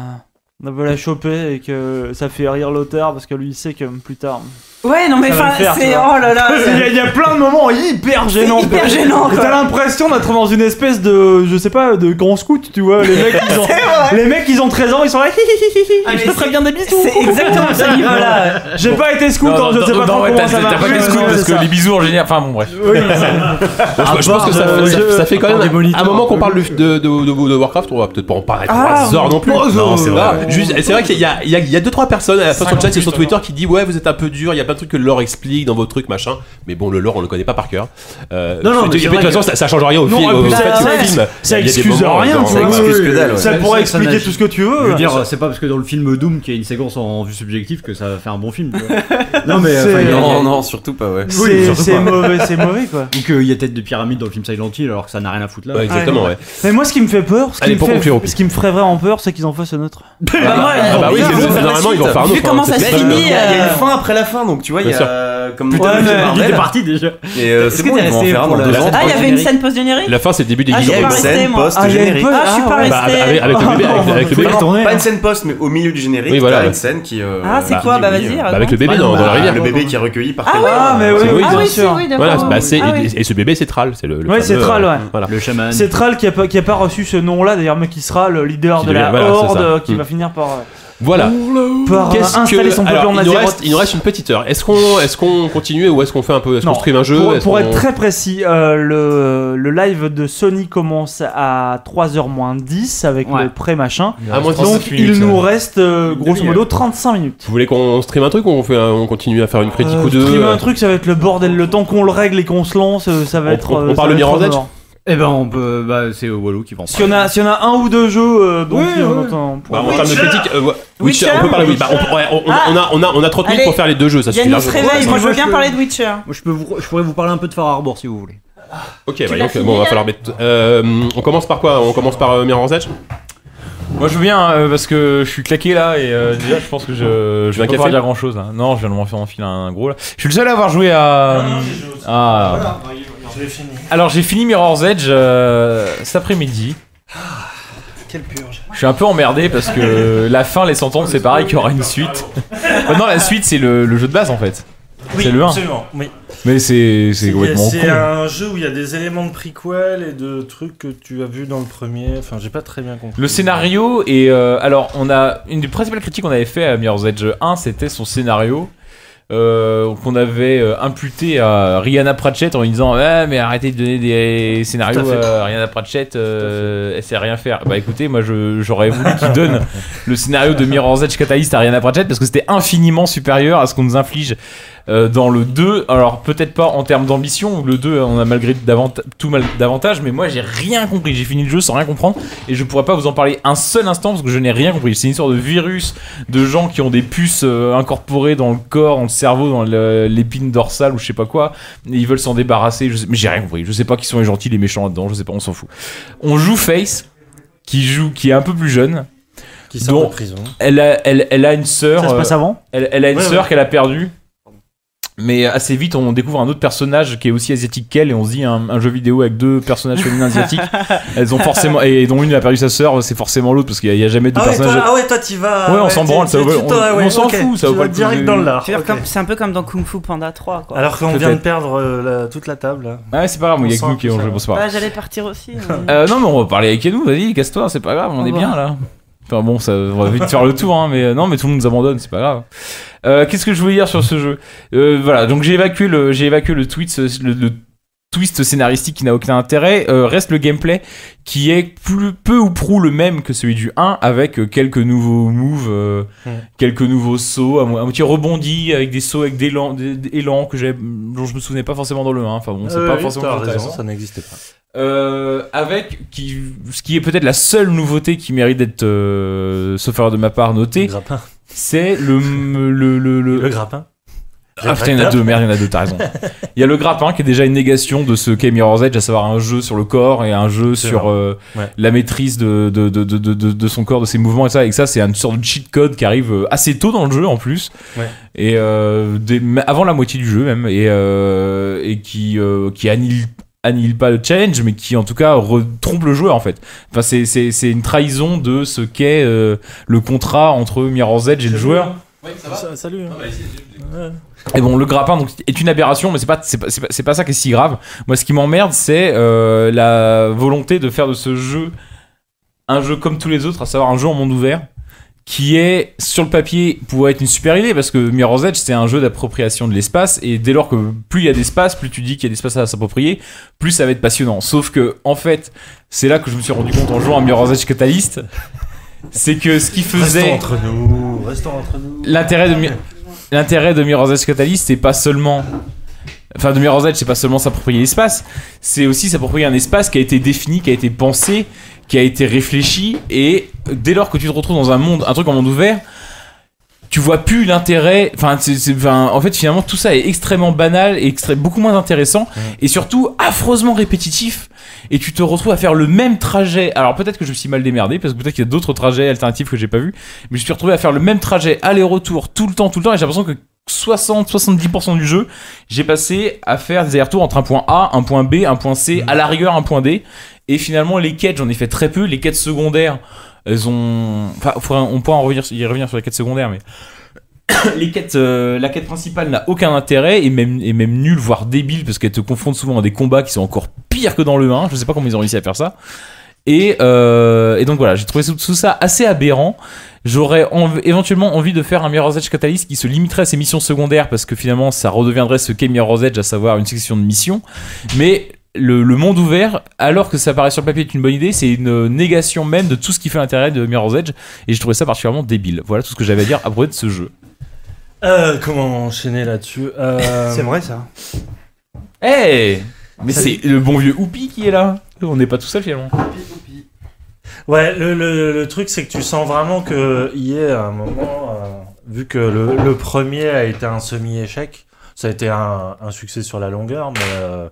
[SPEAKER 1] veut la choper et que ça fait rire l'auteur parce que lui il sait que plus tard.
[SPEAKER 12] Ouais non mais
[SPEAKER 1] Ça va
[SPEAKER 12] enfin
[SPEAKER 1] le faire,
[SPEAKER 12] c'est
[SPEAKER 1] ça va.
[SPEAKER 12] oh là là.
[SPEAKER 1] Il y, a- il y a plein de moments hyper gênants.
[SPEAKER 12] C'est hyper
[SPEAKER 1] quoi.
[SPEAKER 12] gênant,
[SPEAKER 1] Et
[SPEAKER 12] quoi.
[SPEAKER 1] T'as l'impression d'être dans une espèce de, je sais pas, de grand scout, tu vois. Les mecs, ils ont, les mecs, ils ont 13 ans, ils sont là. hi, hi, hi, hi, hi,
[SPEAKER 12] Ah, mais
[SPEAKER 1] je te
[SPEAKER 12] c'est-
[SPEAKER 1] ferai bien des bisous.
[SPEAKER 12] C'est exactement ce niveau là.
[SPEAKER 1] J'ai pas été scout, donc je sais pas trop
[SPEAKER 5] ouais,
[SPEAKER 1] comment
[SPEAKER 5] t'as
[SPEAKER 1] ça
[SPEAKER 5] t'as
[SPEAKER 1] marche.
[SPEAKER 5] pas des scouts
[SPEAKER 1] Ouais,
[SPEAKER 5] parce
[SPEAKER 1] c'est
[SPEAKER 5] que
[SPEAKER 1] ça.
[SPEAKER 5] les bisous en général. Enfin bon, bref.
[SPEAKER 1] Oui,
[SPEAKER 4] Moi, je- je, pense que ça,
[SPEAKER 1] euh,
[SPEAKER 4] ça-
[SPEAKER 1] je-
[SPEAKER 4] ça fait quand
[SPEAKER 1] à part
[SPEAKER 4] même
[SPEAKER 1] des moniteurs,
[SPEAKER 4] un moment qu'on
[SPEAKER 1] un
[SPEAKER 4] parle de, de, de- de- de Warcraft, on va peut-être pas en parler
[SPEAKER 12] Ah,
[SPEAKER 4] 3 heures bah, non plus.
[SPEAKER 7] non, c'est
[SPEAKER 4] Ah,
[SPEAKER 7] vrai.
[SPEAKER 4] juste- C'est vrai qu'il y a, il y, a, il y a deux trois personnes euh, à la fois sur le chat et sur Twitter qui disent ouais vous êtes un peu dur, il y a plein de trucs que le lore explique dans vos trucs machin, mais bon le lore on le connaît pas par cœur. Euh,
[SPEAKER 1] Non, non, mais c'est
[SPEAKER 4] je- et puis, de toute
[SPEAKER 1] vrai
[SPEAKER 4] façon ça, ça change rien au
[SPEAKER 1] Non,
[SPEAKER 4] film.
[SPEAKER 1] en
[SPEAKER 4] au
[SPEAKER 1] plus,
[SPEAKER 4] fait,
[SPEAKER 1] ça-
[SPEAKER 4] c'est
[SPEAKER 1] ça-
[SPEAKER 4] le film.
[SPEAKER 1] Ça
[SPEAKER 4] Il y a des
[SPEAKER 1] excuse
[SPEAKER 4] moments
[SPEAKER 1] rien,
[SPEAKER 4] dans-
[SPEAKER 1] tu
[SPEAKER 4] dans-
[SPEAKER 1] vois.
[SPEAKER 7] excuse que dalle, ouais.
[SPEAKER 1] Ça pourrait
[SPEAKER 13] Ça
[SPEAKER 1] expliquer
[SPEAKER 13] nage.
[SPEAKER 1] tout ce que tu veux.
[SPEAKER 13] Je veux dire, c'est pas parce que dans le film Doom, qu'il y a une séquence en vue subjective, que ça fait un bon film. tu vois. non, mais.
[SPEAKER 3] euh,
[SPEAKER 1] C'est-
[SPEAKER 13] enfin, il y a- il y a-
[SPEAKER 7] Oh, Non, non, surtout pas, ouais.
[SPEAKER 13] Oui,
[SPEAKER 1] C'est
[SPEAKER 13] surtout
[SPEAKER 1] c'est
[SPEAKER 13] pas.
[SPEAKER 1] mauvais, c'est mauvais quoi.
[SPEAKER 13] Ou qu'il y a tête de pyramide dans le film Silent Hill, alors que ça n'a rien à foutre là.
[SPEAKER 4] Ouais, exactement ouais.
[SPEAKER 1] Mais moi, ce qui me fait peur, ce qui,
[SPEAKER 4] Allez,
[SPEAKER 1] me,
[SPEAKER 4] pour
[SPEAKER 1] fait-
[SPEAKER 4] conclure, au pire.
[SPEAKER 1] ce qui me ferait vraiment peur, c'est qu'ils en fassent un autre.
[SPEAKER 4] Ah bah oui
[SPEAKER 7] Ils vont
[SPEAKER 4] c'est-
[SPEAKER 7] faire la
[SPEAKER 4] normalement ils vont
[SPEAKER 7] suite.
[SPEAKER 4] faire un
[SPEAKER 12] Vu
[SPEAKER 4] autre,
[SPEAKER 12] comment
[SPEAKER 4] hein,
[SPEAKER 12] ça
[SPEAKER 4] c'est
[SPEAKER 12] se
[SPEAKER 4] clair.
[SPEAKER 12] finit,
[SPEAKER 7] Il y a il y a
[SPEAKER 12] euh,
[SPEAKER 7] une fin après la fin, donc tu vois, il y
[SPEAKER 4] Bien
[SPEAKER 7] a comme
[SPEAKER 1] Putain,
[SPEAKER 7] dans
[SPEAKER 1] mais
[SPEAKER 7] le
[SPEAKER 1] il
[SPEAKER 7] Marvel.
[SPEAKER 13] C'est parti déjà.
[SPEAKER 7] Et euh,
[SPEAKER 13] Est-ce
[SPEAKER 7] c'est
[SPEAKER 13] que
[SPEAKER 7] bon,
[SPEAKER 13] t'es
[SPEAKER 7] ils vont en
[SPEAKER 13] resté
[SPEAKER 7] faire un
[SPEAKER 13] pour
[SPEAKER 7] dans
[SPEAKER 13] le-
[SPEAKER 7] deux ans.
[SPEAKER 12] Ah il y
[SPEAKER 7] trois.
[SPEAKER 12] avait une scène post générique.
[SPEAKER 4] La fin c'est le début des hein.
[SPEAKER 12] Ah,
[SPEAKER 7] Il y
[SPEAKER 12] je
[SPEAKER 7] a
[SPEAKER 12] suis
[SPEAKER 7] une
[SPEAKER 12] pas restée,
[SPEAKER 7] scène
[SPEAKER 12] moi.
[SPEAKER 7] post
[SPEAKER 1] Ah, il y a une
[SPEAKER 7] générique.
[SPEAKER 1] poste-
[SPEAKER 12] Ah, je suis
[SPEAKER 1] Ah,
[SPEAKER 12] pas
[SPEAKER 1] ouais.
[SPEAKER 4] Bah,
[SPEAKER 12] restée.
[SPEAKER 4] avec, avec le bébé, avec, avec
[SPEAKER 1] Ah,
[SPEAKER 4] le bébé,
[SPEAKER 7] Non,
[SPEAKER 13] Tourner,
[SPEAKER 7] pas
[SPEAKER 13] hein.
[SPEAKER 7] une scène post, mais au milieu du générique,
[SPEAKER 4] Oui, voilà,
[SPEAKER 7] t'as
[SPEAKER 4] ouais.
[SPEAKER 7] une scène qui. euh,
[SPEAKER 12] Ah, c'est
[SPEAKER 7] bah,
[SPEAKER 12] quoi
[SPEAKER 7] qui
[SPEAKER 12] Bah,
[SPEAKER 7] dit,
[SPEAKER 12] vas-y,
[SPEAKER 7] euh,
[SPEAKER 4] bah, avec le bébé
[SPEAKER 13] Ah,
[SPEAKER 4] dans,
[SPEAKER 13] bah,
[SPEAKER 4] dans la
[SPEAKER 7] bah,
[SPEAKER 4] rivière.
[SPEAKER 7] Le bébé qui est recueilli par
[SPEAKER 12] Ah
[SPEAKER 7] quelqu'un.
[SPEAKER 12] ouais.
[SPEAKER 1] Ah, mais oui,
[SPEAKER 4] oui,
[SPEAKER 1] oui,
[SPEAKER 12] Ah
[SPEAKER 4] bien
[SPEAKER 12] oui,
[SPEAKER 1] bien
[SPEAKER 12] si,
[SPEAKER 1] sûr.
[SPEAKER 12] oui, d'accord.
[SPEAKER 4] Voilà, bah, c'est-
[SPEAKER 12] Ah oui.
[SPEAKER 4] et, et ce bébé c'est Tral, c'est le. le
[SPEAKER 1] Ouais,
[SPEAKER 4] fameux, euh,
[SPEAKER 1] c'est Thrall, ouais.
[SPEAKER 4] Voilà.
[SPEAKER 13] Le chaman.
[SPEAKER 1] C'est Tral qui a, pas, qui a pas reçu ce nom-là, d'ailleurs, mais qui sera le leader
[SPEAKER 4] Qui
[SPEAKER 1] de la
[SPEAKER 4] devient- voilà, c'est
[SPEAKER 1] horde
[SPEAKER 4] ça.
[SPEAKER 1] euh, qui
[SPEAKER 4] Mm.
[SPEAKER 1] va finir par, euh,
[SPEAKER 4] Voilà.
[SPEAKER 1] par euh,
[SPEAKER 4] Qu'est-ce
[SPEAKER 1] installer
[SPEAKER 4] que-
[SPEAKER 1] son
[SPEAKER 4] alors,
[SPEAKER 1] peuple en
[SPEAKER 4] il nous,
[SPEAKER 1] Azeroth.
[SPEAKER 4] reste, il nous reste une petite heure. Est-ce qu'on est qu'on continue ou est-ce qu'on fait un peu est-ce qu'on
[SPEAKER 1] Non.
[SPEAKER 4] stream un jeu
[SPEAKER 1] Pour,
[SPEAKER 4] Est-ce
[SPEAKER 1] pour
[SPEAKER 4] qu'on-
[SPEAKER 1] être très précis, euh, le, le live de Sony commence à 3h moins 10 avec
[SPEAKER 3] Ouais.
[SPEAKER 1] le pré-machin.
[SPEAKER 4] Ah, moi,
[SPEAKER 5] Trente-cinq
[SPEAKER 1] Donc
[SPEAKER 5] minutes,
[SPEAKER 1] il nous
[SPEAKER 5] hein.
[SPEAKER 1] reste euh,
[SPEAKER 5] Une
[SPEAKER 1] grosso
[SPEAKER 5] demi-heure.
[SPEAKER 1] modo 35 minutes.
[SPEAKER 4] Vous voulez qu'on stream un truc ou on, fait un- on continue à faire une critique
[SPEAKER 1] Euh,
[SPEAKER 4] ou deux
[SPEAKER 1] streamer un truc, ça va être le bordel. Le temps qu'on le règle et qu'on se lance, euh, ça va
[SPEAKER 4] On-
[SPEAKER 1] être.
[SPEAKER 4] on- on
[SPEAKER 1] euh, ça
[SPEAKER 4] parle
[SPEAKER 1] va
[SPEAKER 4] de
[SPEAKER 1] être
[SPEAKER 4] Mirror's Edge
[SPEAKER 1] mort.
[SPEAKER 13] Eh ben, on peut. Bah, c'est euh, Walou qui va en
[SPEAKER 1] Si on a, si on a un ou deux jeux, euh, donc
[SPEAKER 13] Ouais,
[SPEAKER 1] on
[SPEAKER 13] ouais.
[SPEAKER 1] entend.
[SPEAKER 4] Bah, en termes de
[SPEAKER 12] Witcher.
[SPEAKER 4] critique, euh, ouais. Witcher,
[SPEAKER 12] Witcher.
[SPEAKER 4] on peut parler. oui, bah, on, ouais, on- on-
[SPEAKER 12] Ah.
[SPEAKER 4] on a, on, a, on a 30 minutes
[SPEAKER 12] Allez.
[SPEAKER 4] pour faire les deux jeux, ça suffit
[SPEAKER 12] Yannis se
[SPEAKER 4] largement.
[SPEAKER 12] réveille, moi je veux
[SPEAKER 13] Moi,
[SPEAKER 12] bien
[SPEAKER 13] je-
[SPEAKER 12] parler de Witcher.
[SPEAKER 13] Moi, je, peux vous, je pourrais vous parler un peu de Far Harbor si vous voulez.
[SPEAKER 4] Ok, bah, donc, bon, on va falloir mettre. euh, on commence par quoi On commence par euh, Mirror's Edge
[SPEAKER 5] Moi je veux bien euh, parce que je suis claqué là et euh, déjà je pense que je, je
[SPEAKER 4] veux un
[SPEAKER 5] vais pas pouvoir
[SPEAKER 4] café
[SPEAKER 5] dire grand chose. Non, je viens de m'en faire enfiler un gros là. Je suis le seul à avoir joué à. Ah. Alors j'ai fini Mirror's Edge euh, cet après-midi.
[SPEAKER 8] Quelle purge.
[SPEAKER 5] Je suis un peu emmerdé parce que la fin laisse entendre que c'est pareil qu'il y aura une suite. Maintenant non, la suite c'est le, le jeu de base en fait.
[SPEAKER 8] Oui,
[SPEAKER 5] C'est le un.
[SPEAKER 8] absolument. Oui.
[SPEAKER 5] Mais c'est c'est complètement
[SPEAKER 8] C'est
[SPEAKER 5] con.
[SPEAKER 8] un jeu où il y a des éléments de prequel et de trucs que tu as vu dans le premier. Enfin, j'ai pas très bien compris.
[SPEAKER 5] Le scénario et alors on a une des principales critiques qu'on avait fait à Mirror's Edge 1, c'était son scénario euh, qu'on avait euh, imputé à Rihanna Pratchett en lui disant ah, mais arrêtez de donner des scénarios à Rihanna Pratchett, euh, elle sait rien faire. Bah écoutez, moi je- j'aurais voulu qu'il donne le scénario de Mirror's Edge Catalyst à Rihanna Pratchett parce que c'était infiniment supérieur à ce qu'on nous inflige euh, dans le 2. Alors peut-être pas en termes d'ambition, où le 2 on a malgré davant- tout mal davantage, mais moi j'ai rien compris, j'ai fini le jeu sans rien comprendre et je pourrais pas vous en parler un seul instant parce que je n'ai rien compris. C'est une histoire de virus, de gens qui ont des puces euh, incorporées dans le corps, dans le cerveau, dans le- l'épine dorsale ou je sais pas quoi, et ils veulent s'en débarrasser, je sais- mais j'ai rien compris, je sais pas qui sont les gentils, les méchants là-dedans, je sais pas, on s'en fout. On joue Face, qui joue, qui est un peu plus jeune,
[SPEAKER 8] Qui sort
[SPEAKER 5] dont
[SPEAKER 8] de prison.
[SPEAKER 5] elle a, elle, elle a une sœur.
[SPEAKER 1] Ça se
[SPEAKER 5] euh,
[SPEAKER 1] passe avant
[SPEAKER 5] elle, elle a une
[SPEAKER 8] Ouais,
[SPEAKER 5] sœur
[SPEAKER 8] ouais.
[SPEAKER 5] qu'elle a perdue. Mais euh, assez vite, on découvre un autre personnage qui est aussi asiatique qu'elle, et on se dit un, un jeu vidéo avec deux personnages féminins asiatiques. Elles ont forcément, et dont une a perdu sa sœur, c'est forcément l'autre parce qu'il n'y a, jamais deux
[SPEAKER 14] Ah ouais,
[SPEAKER 5] personnages.
[SPEAKER 14] toi, ah ouais, toi, t'y vas.
[SPEAKER 5] Ouais, on
[SPEAKER 14] tu-
[SPEAKER 5] s'en branle,
[SPEAKER 14] tu-
[SPEAKER 5] ça
[SPEAKER 14] tu-
[SPEAKER 5] va-
[SPEAKER 14] tu-
[SPEAKER 5] on-
[SPEAKER 14] toi, ouais,
[SPEAKER 5] on s'en
[SPEAKER 14] ok.
[SPEAKER 5] fout, ça vaut
[SPEAKER 8] Tu
[SPEAKER 5] pas
[SPEAKER 8] vas
[SPEAKER 5] le coup
[SPEAKER 8] direct
[SPEAKER 5] de-
[SPEAKER 8] dans le lard.
[SPEAKER 12] C'est-à-dire
[SPEAKER 8] Ok.
[SPEAKER 12] comme- C'est un peu comme dans Kung Fu Panda 3, quoi.
[SPEAKER 8] Alors qu'on
[SPEAKER 5] Peut-être.
[SPEAKER 8] vient de perdre euh, la- toute la table. là.
[SPEAKER 5] Ah ouais, c'est pas grave,
[SPEAKER 8] On
[SPEAKER 5] il y a que
[SPEAKER 8] sent
[SPEAKER 5] nous qui
[SPEAKER 8] tout
[SPEAKER 5] on
[SPEAKER 8] ça.
[SPEAKER 5] je pense pas.
[SPEAKER 12] Bah, j'allais partir aussi. mais-
[SPEAKER 5] Euh, non, mais on va parler avec nous, vas-y, casse-toi, c'est pas grave, on
[SPEAKER 12] Au
[SPEAKER 5] est
[SPEAKER 12] revoir.
[SPEAKER 5] bien là. Enfin bon, ça, on va vite faire le tour, hein, mais euh, non, mais tout le monde nous abandonne, c'est pas grave. Euh, Qu'est-ce que je voulais dire sur ce jeu Euh, Voilà, donc j'ai évacué le, j'ai évacué le tweet, ce- le, le twist scénaristique qui n'a aucun intérêt. Euh, reste le gameplay qui est plus, peu ou prou le même que celui du 1, avec euh, quelques nouveaux moves, euh,
[SPEAKER 8] Mm.
[SPEAKER 5] quelques nouveaux sauts, à mo- à moitié rebondis, avec des sauts avec des élans, des- des élans que j'avais- dont je me souvenais pas forcément dans le 1. Enfin bon, c'est
[SPEAKER 8] Euh,
[SPEAKER 5] pas
[SPEAKER 8] oui,
[SPEAKER 5] forcément
[SPEAKER 8] t'as
[SPEAKER 5] intéressant.
[SPEAKER 8] raison, ça n'existait pas.
[SPEAKER 5] Euh, avec qui, ce qui est peut-être la seule nouveauté qui mérite d'être, euh, sauf erreur de ma part, notée,
[SPEAKER 8] grappin.
[SPEAKER 5] c'est le le le, le-
[SPEAKER 8] Le grappin.
[SPEAKER 5] Ah putain, il y en a deux, merde, il y en a deux, t'as raison. Il y a le grappin qui est déjà une négation de ce qu'est Mirror's Edge, à savoir un jeu sur le corps et un jeu
[SPEAKER 8] C'est
[SPEAKER 5] sur
[SPEAKER 8] vrai.
[SPEAKER 5] euh,
[SPEAKER 8] Ouais.
[SPEAKER 5] la maîtrise de, de, de, de, de, de- de son corps, de ses mouvements et ça. Et que ça, c'est une sorte de cheat code qui arrive euh, assez tôt dans le jeu en plus.
[SPEAKER 8] Ouais.
[SPEAKER 5] Et euh, dès- ma- avant la moitié du jeu même. Et, euh, et qui, euh, qui annihile annihile pas le challenge mais qui en tout cas re- trompe le joueur en fait enfin c'est c'est c'est une trahison de ce qu'est euh, le contrat entre Mirror's Edge et le joueur
[SPEAKER 8] Ça- Salut. hein. Ouais.
[SPEAKER 5] et bon, le grappin donc, est une aberration, mais c'est pas, c'est pas, c'est pas, c'est pas ça qui est si grave. Moi, ce qui m'emmerde, c'est euh, la volonté de faire de ce jeu un jeu comme tous les autres, à savoir un jeu en monde ouvert, qui est, sur le papier, pourrait être une super idée, parce que Mirror's Edge, c'est un jeu d'appropriation de l'espace, et dès lors que plus il y a d'espace, plus tu dis qu'il y a d'espace à s'approprier, plus ça va être passionnant. Sauf que, en fait, c'est là que je me suis rendu compte en jouant à Mirror's Edge Catalyst, c'est que ce qui
[SPEAKER 8] Restons
[SPEAKER 5] faisait
[SPEAKER 8] entre nous. Restons entre nous.
[SPEAKER 5] l'intérêt de Mi- l'intérêt de Mirror's Edge Catalyst c'est pas seulement enfin de Mirror's Edge c'est pas seulement s'approprier l'espace c'est aussi s'approprier un espace qui a été défini qui a été pensé qui a été réfléchi et dès lors que tu te retrouves dans un monde un truc en monde ouvert tu vois plus l'intérêt enfin c'est- c'est- enfin, en fait finalement tout ça est extrêmement banal et extré- beaucoup moins intéressant et surtout affreusement répétitif et tu te retrouves à faire le même trajet alors peut-être que je me suis mal démerdé parce que peut-être qu'il y a d'autres trajets alternatifs que j'ai pas vu mais je me suis retrouvé à faire le même trajet aller-retour tout le temps, tout le temps, et j'ai l'impression que 60-70% du jeu, j'ai passé à faire des allers-retours entre un point A, un point B, un point C, à la rigueur un point D. Et finalement, les quêtes, j'en ai fait très peu. Les quêtes secondaires, elles ont. Enfin, faudra- on pourra en revenir, y revenir sur les quêtes secondaires, mais. Les quêtes, euh, la quête principale n'a aucun intérêt et même, et même nulle, voire débile, parce qu'elles te confondent souvent à des combats qui sont encore pires que dans le 1. Je sais pas comment ils ont réussi à faire ça. Et, euh, et donc voilà, j'ai trouvé tout, tout ça assez aberrant. J'aurais env- éventuellement envie de faire un Mirror's Edge Catalyst qui se limiterait à ses missions secondaires parce que finalement ça redeviendrait ce qu'est Mirror's Edge, à savoir une section de missions. Mais le, le monde ouvert, alors que ça paraît sur le papier être une bonne idée, c'est une négation même de tout ce qui fait l'intérêt de Mirror's Edge et j'ai trouvé ça particulièrement débile. Voilà tout ce que j'avais à dire à propos de ce jeu.
[SPEAKER 8] Euh, comment enchaîner là-dessus Euh,
[SPEAKER 1] C'est vrai ça.
[SPEAKER 5] Hey Mais c'est le bon vieux Oupi qui est là On n'est pas tout seul finalement.
[SPEAKER 8] Ouais, le, le- le truc, c'est que tu sens vraiment que hier, à un moment, euh, vu que le, le premier a été un semi-échec, ça a été un, un succès sur la longueur, mais euh,